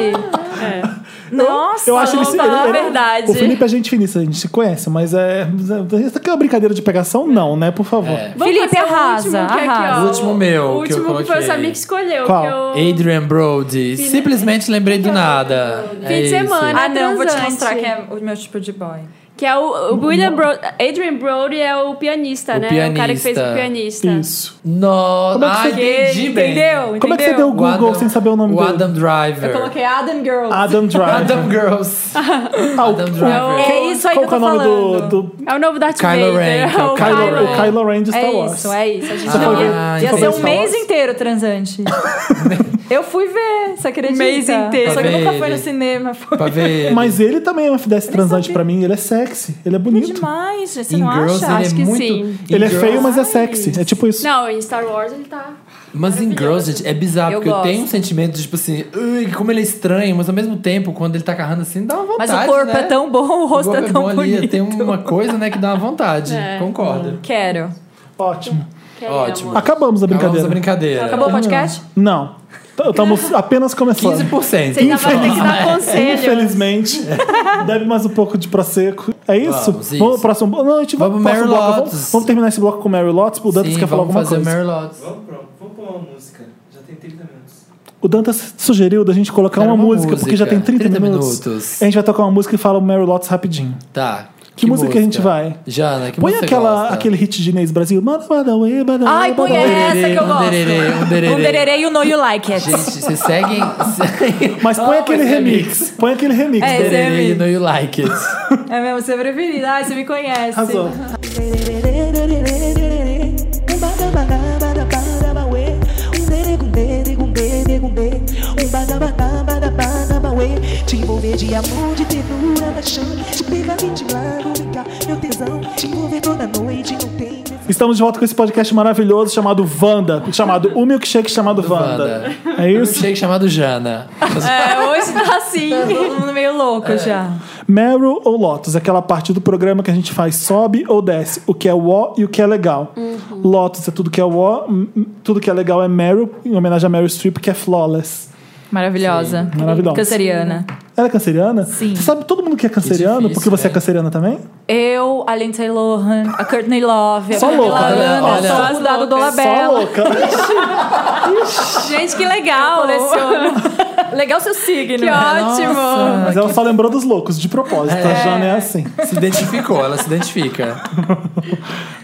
[SPEAKER 4] É. Nossa,
[SPEAKER 3] Eu acho ele,
[SPEAKER 4] não dá,
[SPEAKER 3] ele- ele-
[SPEAKER 4] verdade.
[SPEAKER 3] O Felipe é gente finíssima, a gente se conhece, mas é. Isso aqui é uma brincadeira de pegação? Não, né? Por favor.
[SPEAKER 1] É.
[SPEAKER 2] Vamos
[SPEAKER 4] Felipe,
[SPEAKER 2] passar o
[SPEAKER 4] arrasa,
[SPEAKER 2] último que é aqui,
[SPEAKER 4] arrasa.
[SPEAKER 2] ó.
[SPEAKER 1] O último meu,
[SPEAKER 2] O
[SPEAKER 1] que eu
[SPEAKER 2] último que, foi o
[SPEAKER 1] coloquei.
[SPEAKER 2] Samir que escolheu.
[SPEAKER 3] Qual?
[SPEAKER 2] Que é eu...
[SPEAKER 1] Adrian Brody. Simplesmente lembrei do nada.
[SPEAKER 2] de
[SPEAKER 1] É isso.
[SPEAKER 2] semana.
[SPEAKER 4] Ah, não, vou te
[SPEAKER 2] transante.
[SPEAKER 4] mostrar que é o meu tipo de boy.
[SPEAKER 2] Que é o, o William Brody. Adrian Brody é o pianista,
[SPEAKER 1] O
[SPEAKER 2] né? É O cara que fez o
[SPEAKER 1] pianista.
[SPEAKER 2] pianista.
[SPEAKER 3] Isso.
[SPEAKER 1] Nossa,
[SPEAKER 3] Como é que
[SPEAKER 1] ah,
[SPEAKER 3] você-
[SPEAKER 1] entendi bem.
[SPEAKER 4] Entendeu?
[SPEAKER 3] Como é que você deu o
[SPEAKER 1] O
[SPEAKER 3] Google
[SPEAKER 1] Adam-
[SPEAKER 3] sem saber o nome
[SPEAKER 1] O
[SPEAKER 3] dele?
[SPEAKER 1] Adam Driver.
[SPEAKER 2] É
[SPEAKER 4] Eu coloquei Adam Girls.
[SPEAKER 3] Adam Driver.
[SPEAKER 1] Adam Girls.
[SPEAKER 3] Ah, o-
[SPEAKER 1] Adam Driver.
[SPEAKER 4] É isso aí
[SPEAKER 3] Qual
[SPEAKER 4] que eu tô
[SPEAKER 3] é o nome
[SPEAKER 4] falando.
[SPEAKER 3] do, do
[SPEAKER 2] É o novo Darth
[SPEAKER 1] Kylo
[SPEAKER 2] Vader.
[SPEAKER 1] Ren, que é
[SPEAKER 2] é
[SPEAKER 1] o
[SPEAKER 2] o
[SPEAKER 1] Kylo-
[SPEAKER 3] Kylo,
[SPEAKER 1] Ren.
[SPEAKER 3] o Kylo Ren de Star
[SPEAKER 4] É
[SPEAKER 3] Wars?
[SPEAKER 2] Então
[SPEAKER 4] isso, é isso. A gente
[SPEAKER 1] é Você
[SPEAKER 4] não
[SPEAKER 1] foi
[SPEAKER 4] ia,
[SPEAKER 1] ver-
[SPEAKER 4] ia
[SPEAKER 1] foi
[SPEAKER 4] ser
[SPEAKER 1] ver
[SPEAKER 4] um
[SPEAKER 1] Star
[SPEAKER 4] mês
[SPEAKER 3] Wars?
[SPEAKER 4] inteiro transante. eu fui ver, você acredita?
[SPEAKER 2] Um mês inteiro.
[SPEAKER 4] Só que eu
[SPEAKER 1] Pra
[SPEAKER 4] nunca
[SPEAKER 1] ver
[SPEAKER 4] fui no
[SPEAKER 1] ele.
[SPEAKER 4] cinema. Foi
[SPEAKER 1] Pra ver.
[SPEAKER 3] Mas ele também é um FDS transante
[SPEAKER 4] sabia.
[SPEAKER 3] pra mim, ele é sexy, ele é
[SPEAKER 4] É
[SPEAKER 3] bonito.
[SPEAKER 4] demais, gente, você
[SPEAKER 1] em
[SPEAKER 4] não
[SPEAKER 1] Girls
[SPEAKER 4] acha?
[SPEAKER 1] ele
[SPEAKER 2] Acho
[SPEAKER 1] é
[SPEAKER 2] que
[SPEAKER 1] muito.
[SPEAKER 2] sim.
[SPEAKER 1] em
[SPEAKER 3] Ele é
[SPEAKER 1] Girls-
[SPEAKER 3] feio, mas é sexy. É tipo isso.
[SPEAKER 2] Não, em Star Wars ele tá.
[SPEAKER 1] Mas em Girls, gente, é bizarro,
[SPEAKER 4] Eu
[SPEAKER 1] porque
[SPEAKER 4] gosto.
[SPEAKER 1] eu tenho um sentimento de, tipo assim, "Ui, como ele é estranho, mas ao mesmo tempo, quando ele tá carrando assim, dá uma vontade.
[SPEAKER 4] Mas o corpo
[SPEAKER 1] né?
[SPEAKER 4] é tão bom, o
[SPEAKER 1] O
[SPEAKER 4] rosto
[SPEAKER 1] corpo
[SPEAKER 4] é
[SPEAKER 1] é
[SPEAKER 4] tão
[SPEAKER 1] bom ali,
[SPEAKER 4] bonito.
[SPEAKER 1] Tem uma coisa, né, que dá uma vontade.
[SPEAKER 2] É.
[SPEAKER 1] Concordo.
[SPEAKER 4] Quero.
[SPEAKER 3] Ótimo.
[SPEAKER 2] Queremos.
[SPEAKER 1] Ótimo.
[SPEAKER 3] Acabamos
[SPEAKER 1] Acabamos
[SPEAKER 3] a brincadeira.
[SPEAKER 1] a brincadeira.
[SPEAKER 4] Acabou o podcast?
[SPEAKER 3] Não. Estamos apenas começando.
[SPEAKER 1] 15%.
[SPEAKER 2] Você ainda vai ter que
[SPEAKER 3] É
[SPEAKER 2] dar conselho.
[SPEAKER 3] Infelizmente. Bebe mais um pouco de prosecco. É isso?
[SPEAKER 1] Vamos, isso.
[SPEAKER 3] pro próximo bloco. Não, a gente vai
[SPEAKER 1] Vamos
[SPEAKER 3] pro próximo
[SPEAKER 1] Mary
[SPEAKER 3] bloco.
[SPEAKER 1] Lotus.
[SPEAKER 3] Vamos, vamos terminar esse bloco com o Mary Lotus. O Dantas
[SPEAKER 1] Sim,
[SPEAKER 3] quer falar
[SPEAKER 1] vamos
[SPEAKER 3] alguma
[SPEAKER 1] fazer
[SPEAKER 3] coisa.
[SPEAKER 1] Mary Lotus.
[SPEAKER 5] Vamos, pro- vamos pôr uma música. Já tem 30 minutos.
[SPEAKER 3] O Dantas sugeriu da gente colocar
[SPEAKER 1] Era
[SPEAKER 3] uma,
[SPEAKER 1] uma
[SPEAKER 3] música, porque já tem
[SPEAKER 1] música.
[SPEAKER 3] 30,
[SPEAKER 1] 30
[SPEAKER 3] minutos.
[SPEAKER 1] minutos.
[SPEAKER 3] A gente vai tocar uma música e fala o Mary Lotus rapidinho.
[SPEAKER 1] Tá.
[SPEAKER 3] Que música que a gente vai?
[SPEAKER 1] Jana, que
[SPEAKER 3] Põe
[SPEAKER 1] música
[SPEAKER 3] aquela-
[SPEAKER 1] gosta?
[SPEAKER 3] aquele hit de Inês Brasil. Bada, bada, uê, bada,
[SPEAKER 4] Ai,
[SPEAKER 3] uê, bada,
[SPEAKER 4] põe
[SPEAKER 3] uê.
[SPEAKER 1] dererê,
[SPEAKER 4] essa que eu
[SPEAKER 1] um
[SPEAKER 4] gosto.
[SPEAKER 1] dererê, um dererê.
[SPEAKER 4] Um dererê, you know you like it.
[SPEAKER 1] Gente, vocês seguem...
[SPEAKER 3] Mas põe
[SPEAKER 1] Ah,
[SPEAKER 3] aquele
[SPEAKER 1] mas é
[SPEAKER 3] remix. Põe aquele remix.
[SPEAKER 4] É,
[SPEAKER 3] dele.
[SPEAKER 4] esse é
[SPEAKER 1] Dererê,
[SPEAKER 4] mim.
[SPEAKER 1] you know you like it.
[SPEAKER 4] É meu seu preferido. Ai, você me conhece.
[SPEAKER 3] Arrasou.
[SPEAKER 6] Te envolver de amor, de ternura, paixão Te pegar, vem de lado, brincar, meu tesão Te envolver toda noite, não tem
[SPEAKER 3] Estamos de volta com esse podcast maravilhoso chamado Wanda. Chamado O Milkshake chamado Wanda. É
[SPEAKER 1] Um
[SPEAKER 3] isso?
[SPEAKER 1] shake chamado Jana.
[SPEAKER 4] É, hoje tá assim, todo mundo meio louco já.
[SPEAKER 3] Meryl ou Lotus? Aquela parte do programa que a gente faz sobe ou desce. O que é o e o que é legal. Lotus é tudo que é o, tudo que é legal é Meryl, em homenagem a Meryl Streep, que é flawless.
[SPEAKER 4] Maravilhosa.
[SPEAKER 3] Maravilhosa.
[SPEAKER 4] Canceriana.
[SPEAKER 3] Ela é canceriana?
[SPEAKER 4] Sim.
[SPEAKER 3] Você sabe todo mundo que é canceriano?
[SPEAKER 1] difícil,
[SPEAKER 3] porque você é
[SPEAKER 1] né?
[SPEAKER 3] canceriana também?
[SPEAKER 4] Eu, a Lindsay Lohan, a Courtney Love, a
[SPEAKER 3] Só
[SPEAKER 4] Camila
[SPEAKER 3] louca, né?
[SPEAKER 4] Anderson,
[SPEAKER 1] Olha,
[SPEAKER 4] só
[SPEAKER 2] só
[SPEAKER 4] o dado
[SPEAKER 2] louca.
[SPEAKER 3] Só
[SPEAKER 4] Dolabella.
[SPEAKER 3] louca.
[SPEAKER 4] Gente, que legal. legal seu signo. né?
[SPEAKER 2] Que ótimo.
[SPEAKER 3] Mas ela só lembrou dos loucos, de propósito. A Jana é assim.
[SPEAKER 1] Se identificou, ela se identifica.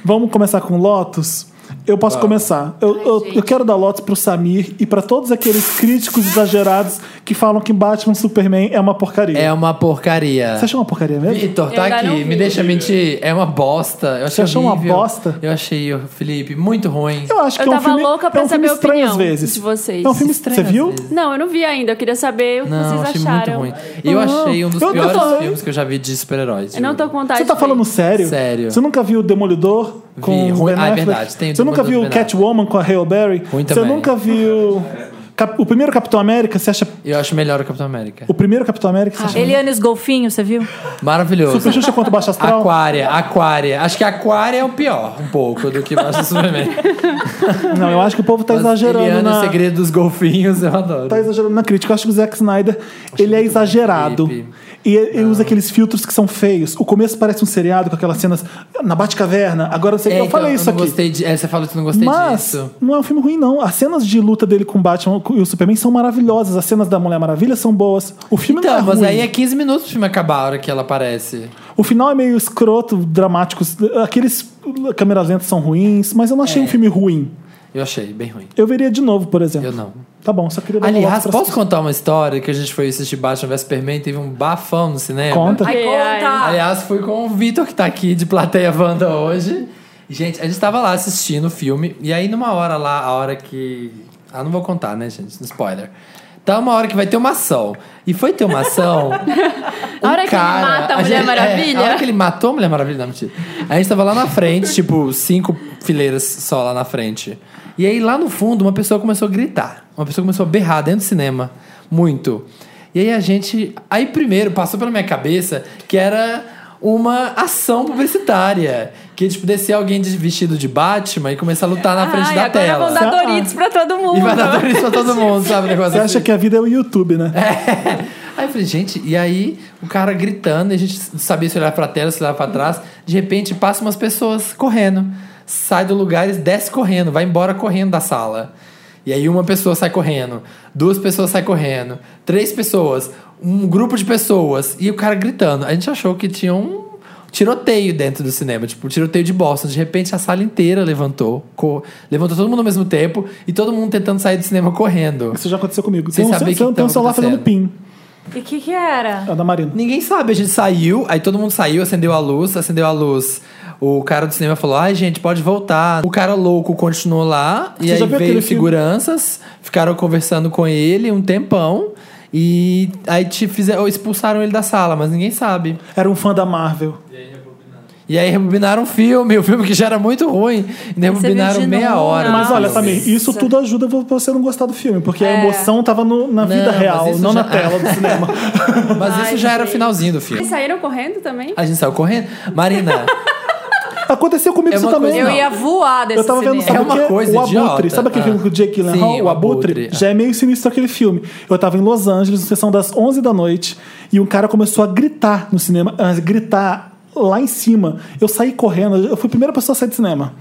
[SPEAKER 3] Vamos começar com Lotus? Eu posso começar. Eu, eu, eu quero dar Lotus pro Samir e pra todos aqueles críticos exagerados que falam que Batman Superman é uma porcaria.
[SPEAKER 1] É uma porcaria.
[SPEAKER 3] Você achou uma porcaria mesmo?
[SPEAKER 1] Vitor,
[SPEAKER 2] Eu
[SPEAKER 1] tá
[SPEAKER 2] ainda não
[SPEAKER 1] aqui,
[SPEAKER 2] vi.
[SPEAKER 1] me deixa mentir. É uma bosta. Eu achei
[SPEAKER 3] Você achou uma
[SPEAKER 1] horrível.
[SPEAKER 3] bosta?
[SPEAKER 1] Eu achei, Felipe, muito ruim.
[SPEAKER 3] Eu acho que
[SPEAKER 2] Eu
[SPEAKER 3] é um
[SPEAKER 2] tava
[SPEAKER 3] filme,
[SPEAKER 2] louca pra
[SPEAKER 3] é um
[SPEAKER 2] saber
[SPEAKER 3] filme
[SPEAKER 2] a
[SPEAKER 3] estranho
[SPEAKER 2] opinião
[SPEAKER 3] às vezes.
[SPEAKER 2] de vocês.
[SPEAKER 3] É um filme
[SPEAKER 1] Estranho
[SPEAKER 3] Você
[SPEAKER 1] às
[SPEAKER 3] viu?
[SPEAKER 1] vezes.
[SPEAKER 2] Não, eu não vi ainda. Eu queria saber o que
[SPEAKER 1] Não,
[SPEAKER 2] vocês
[SPEAKER 1] achei
[SPEAKER 2] acharam.
[SPEAKER 1] muito ruim. Eu
[SPEAKER 3] Não,
[SPEAKER 1] achei um dos
[SPEAKER 3] Uhum. eu tô
[SPEAKER 1] piores
[SPEAKER 3] falando.
[SPEAKER 1] filmes que eu já vi de super-heróis.
[SPEAKER 2] Eu não tô com vontade
[SPEAKER 3] Você tá
[SPEAKER 2] de
[SPEAKER 3] falando
[SPEAKER 2] ver.
[SPEAKER 3] sério?
[SPEAKER 1] Sério.
[SPEAKER 3] Você nunca viu o Demolidor com o
[SPEAKER 1] ruim.
[SPEAKER 3] Ben
[SPEAKER 1] Ah, é
[SPEAKER 3] Affleck?
[SPEAKER 1] verdade, tem o
[SPEAKER 3] Você
[SPEAKER 1] Demolidor
[SPEAKER 3] nunca viu
[SPEAKER 1] do Ben Affleck.
[SPEAKER 3] Catwoman com a Halle Berry?
[SPEAKER 1] Ruim
[SPEAKER 3] Você
[SPEAKER 1] também.
[SPEAKER 3] nunca viu Cap- o primeiro Capitão América? Você acha
[SPEAKER 1] Eu acho melhor o Capitão América.
[SPEAKER 3] o primeiro Capitão América?
[SPEAKER 2] Ah,
[SPEAKER 3] Você acha
[SPEAKER 4] Eliane e os golfinhos, você viu?
[SPEAKER 1] Maravilhoso.
[SPEAKER 3] Super Xuxa quanto Baixa Astral?
[SPEAKER 1] Aquária, Aquária. Acho que Aquária é o pior, um pouco, do que Baixa Superman.
[SPEAKER 3] Não, eu acho que o povo tá
[SPEAKER 1] Mas é
[SPEAKER 3] exagerando
[SPEAKER 1] Eliana,
[SPEAKER 3] na...
[SPEAKER 1] o segredo dos golfinhos, eu adoro.
[SPEAKER 3] tá exagerando na crítica. Eu acho que o Zack Snyder, ele é exagerado.
[SPEAKER 1] Felipe.
[SPEAKER 3] E ele usa aqueles filtros que são feios. O começo parece um seriado com aquelas cenas na Batcaverna. Agora eu sei que
[SPEAKER 1] É,
[SPEAKER 3] eu falei
[SPEAKER 1] então,
[SPEAKER 3] isso
[SPEAKER 1] eu não
[SPEAKER 3] aqui.
[SPEAKER 1] Gostei de... É, você falou que eu não gostei
[SPEAKER 3] Mas
[SPEAKER 1] disso.
[SPEAKER 3] não é um filme ruim, não. As cenas de luta dele com Batman e o Superman são maravilhosas. As cenas da Mulher Maravilha são boas. O filme não é
[SPEAKER 1] Então, mas
[SPEAKER 3] ruim.
[SPEAKER 1] aí é 15 minutos pro filme acabar a hora que ela aparece.
[SPEAKER 3] O final é meio escroto, dramático. Aqueles câmeras lentas são ruins, mas eu não achei um filme ruim.
[SPEAKER 1] Eu achei bem ruim.
[SPEAKER 3] Eu veria de novo, por exemplo.
[SPEAKER 1] É. Eu não.
[SPEAKER 3] Tá bom, só queria dar uma
[SPEAKER 1] Aliás,
[SPEAKER 3] nota pra
[SPEAKER 1] posso contar uma história que a gente foi assistir Batman vs Superman e teve um bafão no cinema?
[SPEAKER 3] Conta.
[SPEAKER 4] Ai,
[SPEAKER 2] Ai,
[SPEAKER 4] conta.
[SPEAKER 1] Aliás, fui com o Vitor, que tá aqui de plateia Wanda hoje. Gente, a gente tava lá assistindo o filme, e aí numa hora lá, a hora que. Ah, não vou contar, né, gente? Spoiler. Tá uma hora que vai ter uma ação. E foi ter uma ação. um
[SPEAKER 2] A hora que ele
[SPEAKER 1] cara-
[SPEAKER 2] mata a Mulher
[SPEAKER 1] gente- é,
[SPEAKER 2] Maravilha.
[SPEAKER 1] a hora que ele matou a Mulher Maravilha, não, mentira. A gente tava lá na frente, tipo, cinco fileiras só lá na frente. E aí lá no fundo, uma pessoa começou a gritar. Uma pessoa começou a berrar dentro do cinema. Muito. E aí a gente. Aí primeiro passou pela minha cabeça que era uma ação publicitária. Que, tipo, descer alguém de- vestido de Batman e começar a lutar na frente
[SPEAKER 2] Ai,
[SPEAKER 1] da
[SPEAKER 2] agora
[SPEAKER 1] tela.
[SPEAKER 2] vão dar
[SPEAKER 3] Sabe?
[SPEAKER 2] Doritos pra todo mundo.
[SPEAKER 1] E vai dar isso pra todo mundo, sabe? o negócio
[SPEAKER 3] Você
[SPEAKER 1] assim?
[SPEAKER 3] acha que a vida é o YouTube, né?
[SPEAKER 1] É. Aí eu falei, gente, e aí o cara gritando, e a gente não sabia se olhar pra tela, se olhar pra trás. De repente, passa umas pessoas correndo. Sai do lugar e desce correndo, vai embora correndo da sala. E aí uma pessoa sai correndo, duas pessoas saem correndo, três pessoas, um grupo de pessoas, e o cara gritando. A gente achou que tinha um tiroteio dentro do cinema, tipo, tiroteio de Boston. De repente a sala inteira levantou, co- levantou todo mundo ao mesmo tempo e todo mundo tentando sair do cinema correndo.
[SPEAKER 3] Isso já aconteceu comigo.
[SPEAKER 1] Sem
[SPEAKER 3] Tem um,
[SPEAKER 1] saber
[SPEAKER 3] tem
[SPEAKER 1] que
[SPEAKER 3] um- tem um
[SPEAKER 1] tá
[SPEAKER 3] celular fazendo pin.
[SPEAKER 4] E o que que era?
[SPEAKER 3] Ana Marina.
[SPEAKER 1] Ninguém sabe, a gente saiu, aí todo mundo saiu, acendeu a luz, acendeu a luz. O cara do cinema falou: ai, gente, pode voltar. O cara louco continuou lá, e
[SPEAKER 3] Você já
[SPEAKER 1] aí
[SPEAKER 3] viu aquele
[SPEAKER 1] veio seguranças, ficaram conversando com ele um tempão, e aí te fizeram, expulsaram ele da sala, mas ninguém sabe.
[SPEAKER 3] Era um fã da Marvel.
[SPEAKER 1] E aí rebobinaram o filme, o filme que já era muito ruim, e rebobinaram
[SPEAKER 4] de
[SPEAKER 1] meia
[SPEAKER 4] novo,
[SPEAKER 1] hora.
[SPEAKER 4] não.
[SPEAKER 1] do
[SPEAKER 3] Mas olha,
[SPEAKER 1] filme.
[SPEAKER 3] Samir, isso tudo ajuda vo- você não gostar do filme, porque a emoção tava no- na vida
[SPEAKER 1] É. mas
[SPEAKER 3] real,
[SPEAKER 1] isso
[SPEAKER 3] não
[SPEAKER 1] já-
[SPEAKER 3] na tela do cinema.
[SPEAKER 1] Mas isso já era o finalzinho do
[SPEAKER 2] Vocês
[SPEAKER 1] filme.
[SPEAKER 2] saíram correndo também?
[SPEAKER 1] A gente saiu correndo. Marina,
[SPEAKER 3] Aconteceu comigo
[SPEAKER 1] É
[SPEAKER 3] isso
[SPEAKER 1] uma
[SPEAKER 3] também.
[SPEAKER 1] coisa-
[SPEAKER 4] Eu
[SPEAKER 1] Não.
[SPEAKER 4] ia voar desse
[SPEAKER 3] Eu tava vendo,
[SPEAKER 4] cinema.
[SPEAKER 3] sabe
[SPEAKER 1] É
[SPEAKER 3] o
[SPEAKER 1] uma
[SPEAKER 3] quê?
[SPEAKER 1] coisa
[SPEAKER 3] o Abutre.
[SPEAKER 1] idiota.
[SPEAKER 3] Sabe aquele
[SPEAKER 1] Ah.
[SPEAKER 3] filme com o Jake Gyllenhaal?
[SPEAKER 1] Sim,
[SPEAKER 3] o
[SPEAKER 1] o Abutre.
[SPEAKER 3] Abutre. Já é meio sinistro aquele filme. Eu tava em Los Angeles, na sessão das 11 da noite, e um cara começou a gritar no cinema, a gritar lá em cima. Eu saí correndo, eu fui a primeira pessoa a sair do cinema.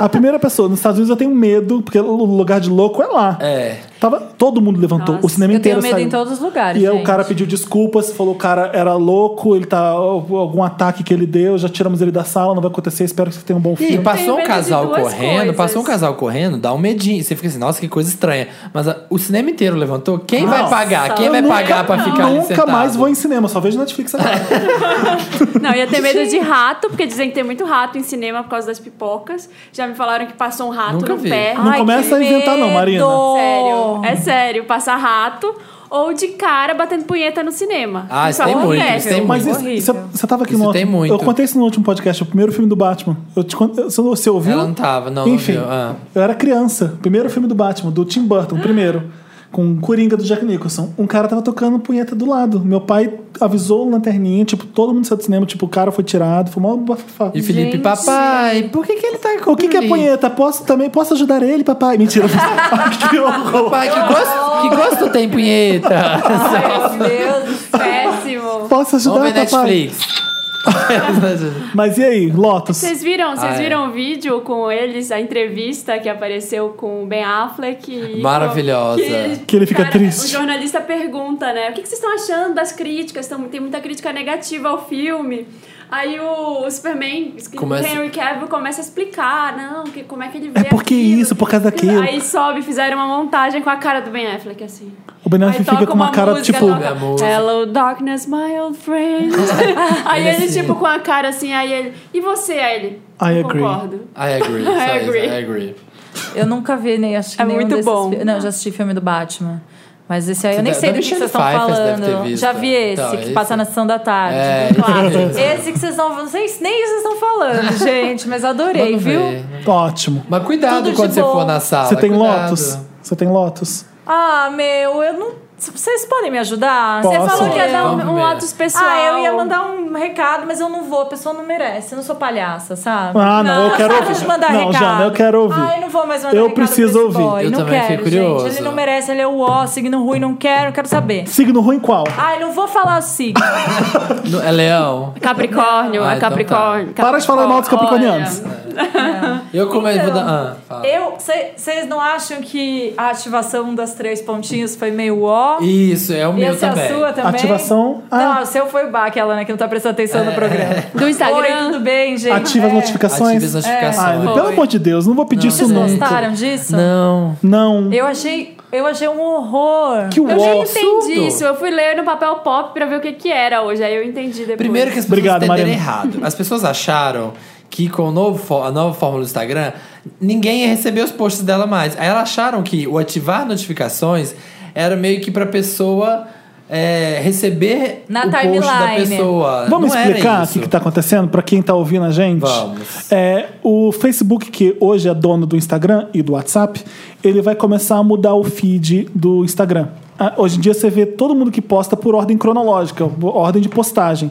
[SPEAKER 3] a primeira pessoa. Nos Estados Unidos eu tenho medo, porque o lugar de louco é lá.
[SPEAKER 1] É.
[SPEAKER 3] Tava, todo mundo levantou, o cinema
[SPEAKER 4] eu
[SPEAKER 3] inteiro
[SPEAKER 4] tenho medo
[SPEAKER 3] saiu.
[SPEAKER 4] em todos os lugares,
[SPEAKER 3] E aí o
[SPEAKER 4] gente.
[SPEAKER 3] cara pediu desculpas, falou que o cara era louco, ele tá algum ataque que ele deu, já tiramos ele da sala, não vai acontecer, espero que você tenha um bom filme.
[SPEAKER 1] E passou um
[SPEAKER 2] medo de
[SPEAKER 1] casal
[SPEAKER 2] duas
[SPEAKER 1] correndo,
[SPEAKER 2] coisas.
[SPEAKER 1] passou um casal correndo, dá um medinho. Você fica assim, nossa, que coisa estranha. Mas a- o cinema inteiro levantou. Quem vai
[SPEAKER 3] Nossa.
[SPEAKER 1] pagar? Quem
[SPEAKER 3] Eu
[SPEAKER 1] vai
[SPEAKER 3] nunca-
[SPEAKER 1] pagar pra ficar ali
[SPEAKER 3] Nunca
[SPEAKER 1] sentado?
[SPEAKER 3] mais vou em cinema, só vejo Netflix agora.
[SPEAKER 2] Não, eu ia ter medo de rato, porque dizem que tem muito rato em cinema por causa das pipocas. Já me falaram que passou um rato
[SPEAKER 1] Nunca
[SPEAKER 2] no
[SPEAKER 1] vi.
[SPEAKER 2] pé.
[SPEAKER 3] Não começa a inventar não, Marina.
[SPEAKER 1] Oh.
[SPEAKER 2] Sério, é sério, passar rato ou de cara batendo punheta no cinema. é
[SPEAKER 1] Ah, isso tem muito,
[SPEAKER 2] acontece.
[SPEAKER 1] isso tem
[SPEAKER 3] Mas isso,
[SPEAKER 4] Horrível.
[SPEAKER 3] isso- você tava aqui
[SPEAKER 1] Isso
[SPEAKER 3] no
[SPEAKER 1] tem
[SPEAKER 3] outro-
[SPEAKER 1] muito.
[SPEAKER 3] Eu contei isso no último podcast, o primeiro filme do Batman. Eu te, con- você, você ouviu?
[SPEAKER 1] Ela não tava, não, não
[SPEAKER 3] Enfim,
[SPEAKER 1] viu, ah.
[SPEAKER 3] eu era criança. Primeiro filme do Batman, do Tim Burton, primeiro. Com Coringa do Jack Nicholson. Um cara tava tocando punheta do lado. Meu pai avisou o lanterninha, tipo, todo mundo saiu do cinema, tipo, o cara foi tirado, foi mó bafafá.
[SPEAKER 1] E Felipe,
[SPEAKER 4] Gente.
[SPEAKER 1] papai, por que, que ele tá com
[SPEAKER 3] O que, que é
[SPEAKER 1] Felipe?
[SPEAKER 3] punheta? Posso também? Posso ajudar ele, papai? Mentira. que horror.
[SPEAKER 1] Papai, que gosto, que gosto tem punheta?
[SPEAKER 4] Meu Deus do céu.
[SPEAKER 2] Péssimo.
[SPEAKER 3] Posso ajudar,
[SPEAKER 1] Vamos ver
[SPEAKER 3] papai?
[SPEAKER 1] Netflix.
[SPEAKER 3] Mas e aí, Lotus?
[SPEAKER 2] Vocês viram, vocês
[SPEAKER 1] Ah, é.
[SPEAKER 2] viram o vídeo com eles, a entrevista que apareceu com o Ben Affleck. e-
[SPEAKER 1] Maravilhosa.
[SPEAKER 3] Que ele fica triste.
[SPEAKER 2] O jornalista pergunta, né? O que que vocês estão achando das críticas? Tão- tem muita crítica negativa ao filme. Aí o, o Superman,
[SPEAKER 1] Começa-
[SPEAKER 2] o Henry Cavill, começa a explicar, não, que, como é que ele vê
[SPEAKER 3] É porque
[SPEAKER 2] aquilo.
[SPEAKER 3] isso, por causa daquilo.
[SPEAKER 2] Aí sobe, fizeram uma montagem com a cara do Ben Affleck, assim.
[SPEAKER 3] O Ben
[SPEAKER 2] Aí
[SPEAKER 3] Affleck fica
[SPEAKER 2] toca
[SPEAKER 3] com uma, cara,
[SPEAKER 2] música,
[SPEAKER 3] tipo...
[SPEAKER 1] toca- Amor.
[SPEAKER 2] Hello, darkness, my old friend. aí
[SPEAKER 1] Ele
[SPEAKER 2] ele,
[SPEAKER 1] assim.
[SPEAKER 2] tipo, com a cara assim, aí ele... E você? Aí ele...
[SPEAKER 3] I
[SPEAKER 2] "Não
[SPEAKER 3] agree."
[SPEAKER 2] Concordo.
[SPEAKER 1] I agree,
[SPEAKER 2] I
[SPEAKER 1] Saísa,
[SPEAKER 2] agree.
[SPEAKER 1] I agree.
[SPEAKER 4] Eu nunca vi nem acho que
[SPEAKER 2] É
[SPEAKER 4] nenhum
[SPEAKER 2] muito
[SPEAKER 4] desses
[SPEAKER 2] bom.
[SPEAKER 4] fi- Não, eu já assisti filme do Batman. Mas esse aí
[SPEAKER 1] Você
[SPEAKER 4] eu nem
[SPEAKER 1] deve-
[SPEAKER 4] sei do
[SPEAKER 1] da
[SPEAKER 4] que vocês
[SPEAKER 1] Michelle
[SPEAKER 4] estão
[SPEAKER 1] Pfeiffer você deve ter
[SPEAKER 4] falando.
[SPEAKER 1] visto.
[SPEAKER 4] Já vi esse,
[SPEAKER 1] Então,
[SPEAKER 4] que
[SPEAKER 1] esse-
[SPEAKER 4] passa na sessão da tarde.
[SPEAKER 1] É,
[SPEAKER 4] um clássico.
[SPEAKER 1] esse
[SPEAKER 4] Esse que vocês estão falando. Vocês nem vocês estão falando, gente, mas adorei,
[SPEAKER 1] Vamos
[SPEAKER 4] viu?
[SPEAKER 1] ver.
[SPEAKER 3] Ótimo.
[SPEAKER 1] Mas cuidado
[SPEAKER 4] Tudo de
[SPEAKER 1] quando você
[SPEAKER 4] bom.
[SPEAKER 1] for na sala.
[SPEAKER 3] Você tem
[SPEAKER 1] cuidado.
[SPEAKER 3] Lotus? Você tem Lotus?
[SPEAKER 4] Ah, meu, eu não Vocês podem me ajudar?
[SPEAKER 3] Posso.
[SPEAKER 2] Você falou que ia dar
[SPEAKER 1] Vamos
[SPEAKER 2] um, um
[SPEAKER 1] ver.
[SPEAKER 2] Lotus pessoal.
[SPEAKER 4] Ah, eu ia mandar um recado, mas eu não vou. A pessoa não merece. Eu não sou palhaça, sabe?
[SPEAKER 3] Ah, não, eu
[SPEAKER 4] Não,
[SPEAKER 3] quero
[SPEAKER 4] para de
[SPEAKER 3] ouvir.
[SPEAKER 4] mandar
[SPEAKER 3] não,
[SPEAKER 4] recado.
[SPEAKER 3] Jana, eu quero ouvir.
[SPEAKER 4] Ah, eu não vou mais mandar
[SPEAKER 3] Eu
[SPEAKER 4] recado pra
[SPEAKER 3] preciso
[SPEAKER 4] esse
[SPEAKER 3] ouvir.
[SPEAKER 4] boy.
[SPEAKER 1] Eu
[SPEAKER 4] não
[SPEAKER 1] também
[SPEAKER 4] quero,
[SPEAKER 1] fiquei curioso.
[SPEAKER 4] gente. Ele não merece. Ele é o ó, signo ruim, não quero. Não quero saber.
[SPEAKER 3] Signo ruim qual?
[SPEAKER 4] Ai, não vou falar o signo.
[SPEAKER 1] Ah. No- É leão.
[SPEAKER 2] Capricórnio,
[SPEAKER 1] Ah,
[SPEAKER 2] é
[SPEAKER 1] então
[SPEAKER 2] Capricórnio.
[SPEAKER 3] Para de falar mal dos capricornianos.
[SPEAKER 1] Eu como é- vou
[SPEAKER 4] Então,
[SPEAKER 1] dar. Ah, fala.
[SPEAKER 4] Eu, vocês não acham que a ativação das três pontinhas foi meio ó?
[SPEAKER 1] Isso, é o meu
[SPEAKER 4] Essa é
[SPEAKER 1] também.
[SPEAKER 4] a sua também?
[SPEAKER 3] Ativação.
[SPEAKER 4] Não,
[SPEAKER 3] Ah,
[SPEAKER 4] o seu foi o Bach, ela, né, que não tá prestando atenção
[SPEAKER 1] É.
[SPEAKER 4] no programa.
[SPEAKER 2] Do Instagram.
[SPEAKER 4] Oi, tudo bem, gente?
[SPEAKER 3] ativa as
[SPEAKER 4] É.
[SPEAKER 1] Ative as
[SPEAKER 3] notificações. Ai,
[SPEAKER 1] notificações.
[SPEAKER 4] Foi. tá-
[SPEAKER 3] pelo amor de Deus, não vou pedir isso
[SPEAKER 4] Vocês
[SPEAKER 3] não.
[SPEAKER 4] gostaram disso?
[SPEAKER 1] Não.
[SPEAKER 3] Não.
[SPEAKER 4] Eu achei, eu achei um horror.
[SPEAKER 3] Que o
[SPEAKER 2] Eu já
[SPEAKER 1] absurdo.
[SPEAKER 2] entendi isso. Eu fui ler no papel pop pra ver o que que era hoje. Aí eu entendi depois.
[SPEAKER 1] Primeiro que as pessoas
[SPEAKER 3] Obrigado,
[SPEAKER 1] entenderam
[SPEAKER 3] Mariana.
[SPEAKER 1] errado. As pessoas acharam que com o novo fó- a nova fórmula do Instagram, ninguém ia receber os posts dela mais. Aí elas acharam que o ativar notificações era meio que pra pessoa é, receber
[SPEAKER 4] Na
[SPEAKER 1] o post da
[SPEAKER 4] timeline.
[SPEAKER 1] pessoa.
[SPEAKER 3] Vamos
[SPEAKER 1] Não era
[SPEAKER 3] explicar o
[SPEAKER 1] isso.
[SPEAKER 3] que tá- está acontecendo para quem está ouvindo a gente?
[SPEAKER 1] Vamos.
[SPEAKER 3] É, o Facebook, que hoje é dono do Instagram e do WhatsApp, ele vai começar a mudar o feed do Instagram. Ah, Hoje em dia você vê todo mundo que posta por ordem cronológica, ordem de postagem.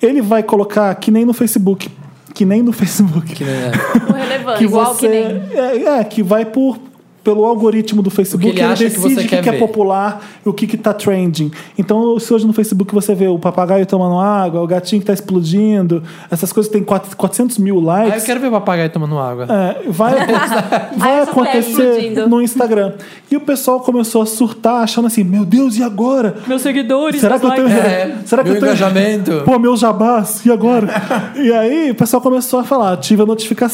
[SPEAKER 3] Ele vai colocar que nem no Facebook. Que nem no Facebook.
[SPEAKER 1] Que, né,
[SPEAKER 2] O relevante.
[SPEAKER 3] que
[SPEAKER 2] Igual
[SPEAKER 3] você
[SPEAKER 2] que nem.
[SPEAKER 3] é, é, que vai por pelo algoritmo do Facebook,
[SPEAKER 1] O que ele acha que
[SPEAKER 3] decide
[SPEAKER 1] você
[SPEAKER 3] o que,
[SPEAKER 1] quer
[SPEAKER 3] que é
[SPEAKER 1] ver.
[SPEAKER 3] popular e o que, que tá trending. Então, se hoje no Facebook você vê o papagaio tomando água, o gatinho que tá explodindo, essas coisas que tem quatro- 400 mil
[SPEAKER 1] Ah, eu
[SPEAKER 3] likes.
[SPEAKER 1] quero Ah, ver o papagaio tomando água.
[SPEAKER 3] É, vai aconte- vai
[SPEAKER 4] Aí você tá
[SPEAKER 3] acontecer
[SPEAKER 4] explodindo.
[SPEAKER 3] no Instagram. E o pessoal começou a surtar, achando assim: meu Deus, e agora?
[SPEAKER 4] Meus seguidores,
[SPEAKER 3] Será que eu tenho.
[SPEAKER 1] É,
[SPEAKER 3] será que
[SPEAKER 1] meu
[SPEAKER 3] eu tenho.
[SPEAKER 1] engajamento.
[SPEAKER 3] Pô, meu jabás, e agora? e aí o pessoal começou a falar: ative a notificação.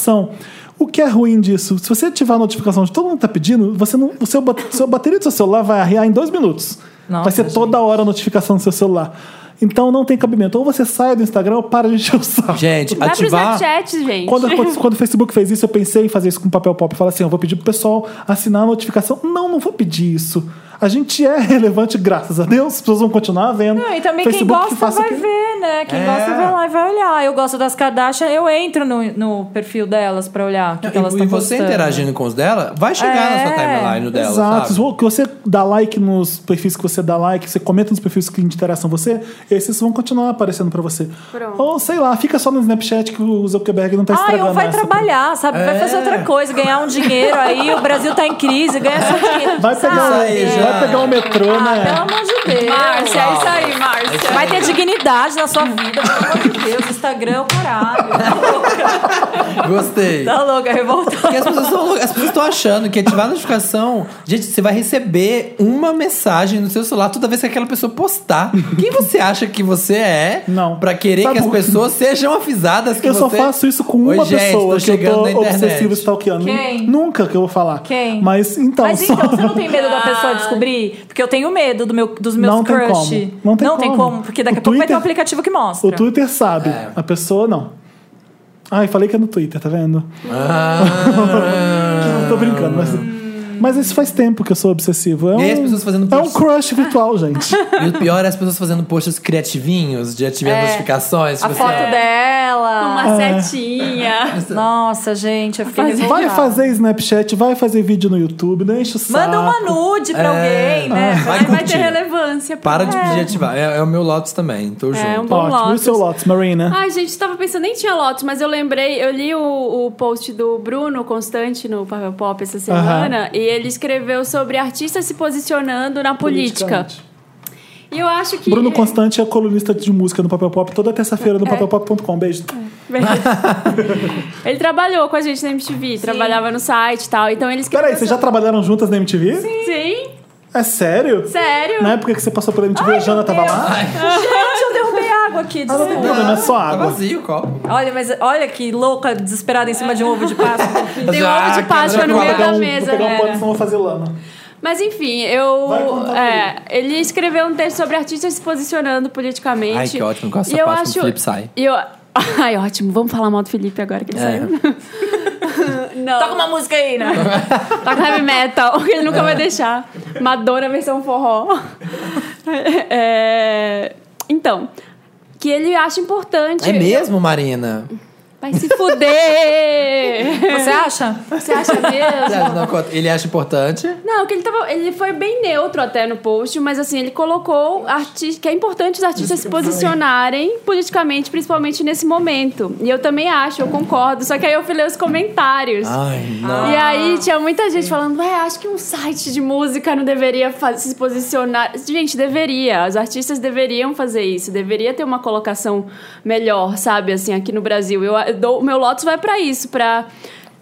[SPEAKER 3] O que é ruim disso? Se você ativar a notificação de todo mundo que tá pedindo, você não, o seu, ba- sua bateria do seu celular vai arriar em dois minutos.
[SPEAKER 4] Nossa,
[SPEAKER 3] vai ser
[SPEAKER 4] gente.
[SPEAKER 3] toda hora a notificação do seu celular. Então não tem cabimento. Ou você sai do Instagram ou para de encher o saco.
[SPEAKER 1] Gente,
[SPEAKER 2] Vai pro
[SPEAKER 1] ativar.
[SPEAKER 2] Snapchat, gente.
[SPEAKER 3] Quando, quando- quando o Facebook fez isso, eu pensei em fazer isso com papel pop. Falar assim: eu vou pedir pro pessoal assinar a notificação. Não, não vou pedir isso. A gente é relevante, graças a Deus. As pessoas vão continuar vendo.
[SPEAKER 4] Não, e também
[SPEAKER 3] Facebook que
[SPEAKER 4] quem gosta
[SPEAKER 3] faça o
[SPEAKER 4] vai
[SPEAKER 3] que-
[SPEAKER 4] ver, né? Quem
[SPEAKER 1] É.
[SPEAKER 4] gosta vai lá e vai olhar. Eu gosto das Kardashian, eu entro no, no perfil delas pra olhar o que, que elas
[SPEAKER 1] E,
[SPEAKER 4] estão
[SPEAKER 1] e você
[SPEAKER 4] postando.
[SPEAKER 1] interagindo com os dela, vai chegar na sua
[SPEAKER 4] É.
[SPEAKER 1] timeline dela.
[SPEAKER 3] Exato.
[SPEAKER 1] sabe?
[SPEAKER 3] O Que você dá like nos perfis que você dá like, você comenta nos perfis que interessam você, esses vão continuar aparecendo pra você.
[SPEAKER 2] Pronto.
[SPEAKER 3] Ou sei lá, fica só no Snapchat que o Zuckerberg não tá
[SPEAKER 4] Ah,
[SPEAKER 3] estragando.
[SPEAKER 4] ou vai
[SPEAKER 3] essa.
[SPEAKER 4] trabalhar, sabe? Vai
[SPEAKER 3] É.
[SPEAKER 4] fazer outra coisa, ganhar um dinheiro aí. O Brasil tá em crise, ganha seu dinheiro.
[SPEAKER 3] Vai pegar, um-
[SPEAKER 1] Isso aí, já.
[SPEAKER 3] vai pegar o metrô,
[SPEAKER 4] Ah,
[SPEAKER 3] né?
[SPEAKER 4] pelo amor de Deus.
[SPEAKER 2] Márcia, é isso aí, Márcia.
[SPEAKER 4] Vai ter dignidade na sua vida, pelo amor de Deus. Instagram é o caralho.
[SPEAKER 1] Gostei.
[SPEAKER 4] Tá louca, revoltada.
[SPEAKER 1] Porque as pessoas são loucas. As pessoas estão achando que ativar a notificação. Gente, você vai receber uma mensagem no seu celular toda vez que aquela pessoa postar. Quem você acha que você é?
[SPEAKER 3] Não.
[SPEAKER 1] Pra querer
[SPEAKER 3] Sabe
[SPEAKER 1] que as
[SPEAKER 3] o-
[SPEAKER 1] pessoas sejam avisadas que
[SPEAKER 3] Eu só
[SPEAKER 1] você-
[SPEAKER 3] faço isso com
[SPEAKER 1] Oi,
[SPEAKER 3] uma
[SPEAKER 1] gente,
[SPEAKER 3] pessoa
[SPEAKER 1] tô
[SPEAKER 3] que eu
[SPEAKER 1] chegando na
[SPEAKER 3] tô
[SPEAKER 1] internet.
[SPEAKER 3] obsessivo stalkeando.
[SPEAKER 4] Quem?
[SPEAKER 3] Nunca que eu vou falar.
[SPEAKER 4] Quem?
[SPEAKER 3] Mas então,
[SPEAKER 4] Mas
[SPEAKER 3] só...
[SPEAKER 4] então, você não tem medo da
[SPEAKER 1] Ah.
[SPEAKER 4] pessoa descobrir? Porque eu tenho medo do meu, dos meus
[SPEAKER 3] Não tem
[SPEAKER 4] crush.
[SPEAKER 3] como. Não tem como.
[SPEAKER 4] porque daqui a
[SPEAKER 3] O
[SPEAKER 4] pouco vai ter
[SPEAKER 3] Twitter-
[SPEAKER 4] um aplicativo que mostra.
[SPEAKER 3] o Twitter sabe,
[SPEAKER 1] É.
[SPEAKER 3] a pessoa não. Ai, falei que é no Twitter, tá vendo?
[SPEAKER 1] Ah.
[SPEAKER 3] Não tô brincando, mas. Mas isso faz tempo que eu sou obsessivo. É um,
[SPEAKER 1] E aí as pessoas fazendo
[SPEAKER 3] é um
[SPEAKER 1] posts.
[SPEAKER 3] crush virtual, gente.
[SPEAKER 1] E o pior é as pessoas fazendo posts criativinhos de ativar
[SPEAKER 4] É.
[SPEAKER 1] notificações.
[SPEAKER 4] A
[SPEAKER 1] tipo
[SPEAKER 4] foto
[SPEAKER 1] assim,
[SPEAKER 4] dela.
[SPEAKER 2] Uma setinha.
[SPEAKER 4] Nossa, gente, eu fiquei
[SPEAKER 3] Vai
[SPEAKER 4] revoltada.
[SPEAKER 3] fazer Snapchat, vai fazer vídeo no YouTube, não enche o saco.
[SPEAKER 4] Manda uma nude pra
[SPEAKER 1] É.
[SPEAKER 4] alguém, né?
[SPEAKER 1] Vai
[SPEAKER 2] Aí vai
[SPEAKER 1] curtir.
[SPEAKER 2] ter relevância. pô.
[SPEAKER 1] Para de pedir ativar. É, é o meu Lotus também, tô junto.
[SPEAKER 2] É um bom
[SPEAKER 3] Ótimo. E o
[SPEAKER 2] Lotus.
[SPEAKER 3] seu Lotus,
[SPEAKER 4] Ah,
[SPEAKER 3] Marina?
[SPEAKER 2] Ai, gente, tava pensando, nem tinha Lotus, mas eu lembrei, eu li o, o post do Bruno Constante no Papel Pop essa semana, e ele escreveu sobre artistas se posicionando na política. E eu acho que.
[SPEAKER 3] Bruno Constante é colunista de música no Papel Pop toda terça-feira
[SPEAKER 4] É.
[SPEAKER 3] no papelpop.com. Beijo.
[SPEAKER 2] Ele trabalhou com a gente na MTV, trabalhava no site e tal. Então eles
[SPEAKER 3] Peraí, vocês já tá- trabalharam juntas na MTV? Sim.
[SPEAKER 2] Sim,
[SPEAKER 3] É sério?
[SPEAKER 2] sério. um
[SPEAKER 3] Na época que você passou pela MTV, a Jana tava lá?
[SPEAKER 4] Gente, eu derrubei água aqui.
[SPEAKER 3] Ah, não tem
[SPEAKER 4] desculpa.
[SPEAKER 3] problema, é só
[SPEAKER 1] Tá
[SPEAKER 3] água.
[SPEAKER 1] vazio o copo.
[SPEAKER 4] Olha, mas olha que louca, desesperada em cima de um ovo de Páscoa.
[SPEAKER 2] Tem um
[SPEAKER 1] Ah,
[SPEAKER 2] ovo de Páscoa no
[SPEAKER 3] Vou
[SPEAKER 2] meio
[SPEAKER 3] pegar
[SPEAKER 2] da
[SPEAKER 3] um,
[SPEAKER 2] mesa,
[SPEAKER 3] vou pegar um pano,
[SPEAKER 2] galera.
[SPEAKER 3] senão eu vou fazer lama.
[SPEAKER 2] Mas enfim, eu.
[SPEAKER 3] Ah. Vai contar
[SPEAKER 2] é, ele escreveu um texto sobre artistas se posicionando politicamente.
[SPEAKER 1] Ai, que ótimo, gosto
[SPEAKER 2] E
[SPEAKER 1] dessa
[SPEAKER 2] eu
[SPEAKER 1] parte que o
[SPEAKER 2] acho.
[SPEAKER 1] Felipe sai.
[SPEAKER 2] E eu... Ai, ótimo, vamos falar mal do Felipe agora que ele
[SPEAKER 1] É.
[SPEAKER 2] saiu. Não.
[SPEAKER 4] Toca uma música aí, né?
[SPEAKER 2] Toca heavy metal, que ele
[SPEAKER 1] É.
[SPEAKER 2] nunca vai deixar. Madonna versão forró. É, Então, que ele acha importante.
[SPEAKER 1] É mesmo, Marina?
[SPEAKER 2] Vai se fuder!
[SPEAKER 4] Você acha?
[SPEAKER 2] Você acha mesmo?
[SPEAKER 1] Não, conta. Ele acha importante.
[SPEAKER 2] Não, que ele tava. Ele foi bem neutro até no post, mas assim, ele colocou arti- que é importante os artistas se posicionarem politicamente, principalmente nesse momento. E eu também acho, eu concordo. Só que aí eu fui ler os comentários.
[SPEAKER 1] Ai, não.
[SPEAKER 2] E aí tinha muita gente falando, ué, acho que um site de música não deveria fa- se posicionar. Gente, deveria. Os artistas deveriam fazer isso, deveria ter uma colocação melhor, sabe? Assim, aqui no Brasil. Eu, eu dou, o meu Lotus vai pra isso, pra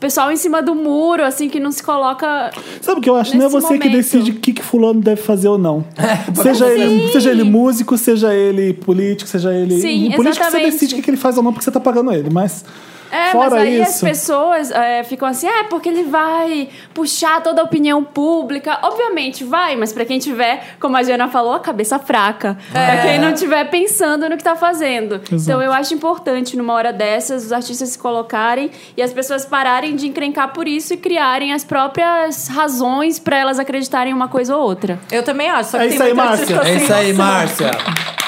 [SPEAKER 2] pessoal em cima do muro, assim, que não se coloca.
[SPEAKER 3] Sabe o que eu acho? Não é
[SPEAKER 2] Nesse
[SPEAKER 3] você que
[SPEAKER 2] momento. É,
[SPEAKER 3] decide o que, que fulano deve fazer ou não. seja, ele, seja ele músico, seja ele político, seja ele.
[SPEAKER 2] Sim,
[SPEAKER 3] o político você
[SPEAKER 2] exatamente.
[SPEAKER 3] decide o que, que ele faz ou não, porque você tá pagando ele, mas.
[SPEAKER 2] É,
[SPEAKER 3] fora
[SPEAKER 2] mas aí as
[SPEAKER 3] isso.
[SPEAKER 2] pessoas é, ficam assim, é, porque ele vai puxar toda a opinião pública. Obviamente vai, mas pra quem tiver, como a Jana falou, a cabeça fraca. Pra quem não tiver pensando no que tá fazendo. Então eu acho importante, numa hora dessas, os artistas se colocarem e as pessoas pararem de encrencar por isso e criarem as próprias razões pra elas acreditarem em uma coisa ou outra.
[SPEAKER 4] Eu também acho. Só que
[SPEAKER 3] É
[SPEAKER 4] tem
[SPEAKER 3] isso aí,
[SPEAKER 4] muito
[SPEAKER 3] Márcia.
[SPEAKER 4] artista
[SPEAKER 1] É
[SPEAKER 4] sem
[SPEAKER 1] isso aí,
[SPEAKER 4] noção.
[SPEAKER 1] Márcia.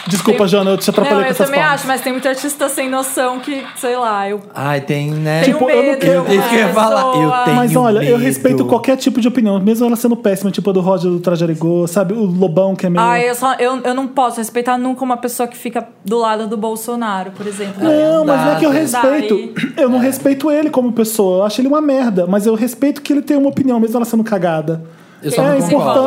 [SPEAKER 3] Desculpa, Jana, eu te
[SPEAKER 4] Não,
[SPEAKER 3] atrapalhei
[SPEAKER 4] eu
[SPEAKER 3] com
[SPEAKER 4] também
[SPEAKER 3] essas palavras.
[SPEAKER 4] acho, mas tem muito artista sem noção que, sei lá, eu
[SPEAKER 1] Ai, tem, né?
[SPEAKER 4] tenho
[SPEAKER 3] Tipo, eu não
[SPEAKER 4] medo.
[SPEAKER 3] quero-
[SPEAKER 4] de uma
[SPEAKER 1] Isso que eu ia falar, eu
[SPEAKER 4] pessoa.
[SPEAKER 1] tenho.
[SPEAKER 3] Mas olha, eu
[SPEAKER 1] medo.
[SPEAKER 3] respeito qualquer tipo de opinião, mesmo ela sendo péssima, tipo a do Roger do Trajarigô, sabe? O Lobão que é meio.
[SPEAKER 4] Ai, Ah, eu, só, eu, eu não posso respeitar nunca uma pessoa que fica do lado do Bolsonaro, por exemplo.
[SPEAKER 3] Não, mas não é que eu
[SPEAKER 1] Daí-
[SPEAKER 3] respeito. Eu
[SPEAKER 4] É.
[SPEAKER 3] não respeito ele como pessoa. Eu acho ele uma merda. Mas eu respeito que ele tem uma opinião, mesmo ela sendo cagada.
[SPEAKER 1] Eu só
[SPEAKER 3] é,
[SPEAKER 1] não
[SPEAKER 3] importante,
[SPEAKER 1] concordo.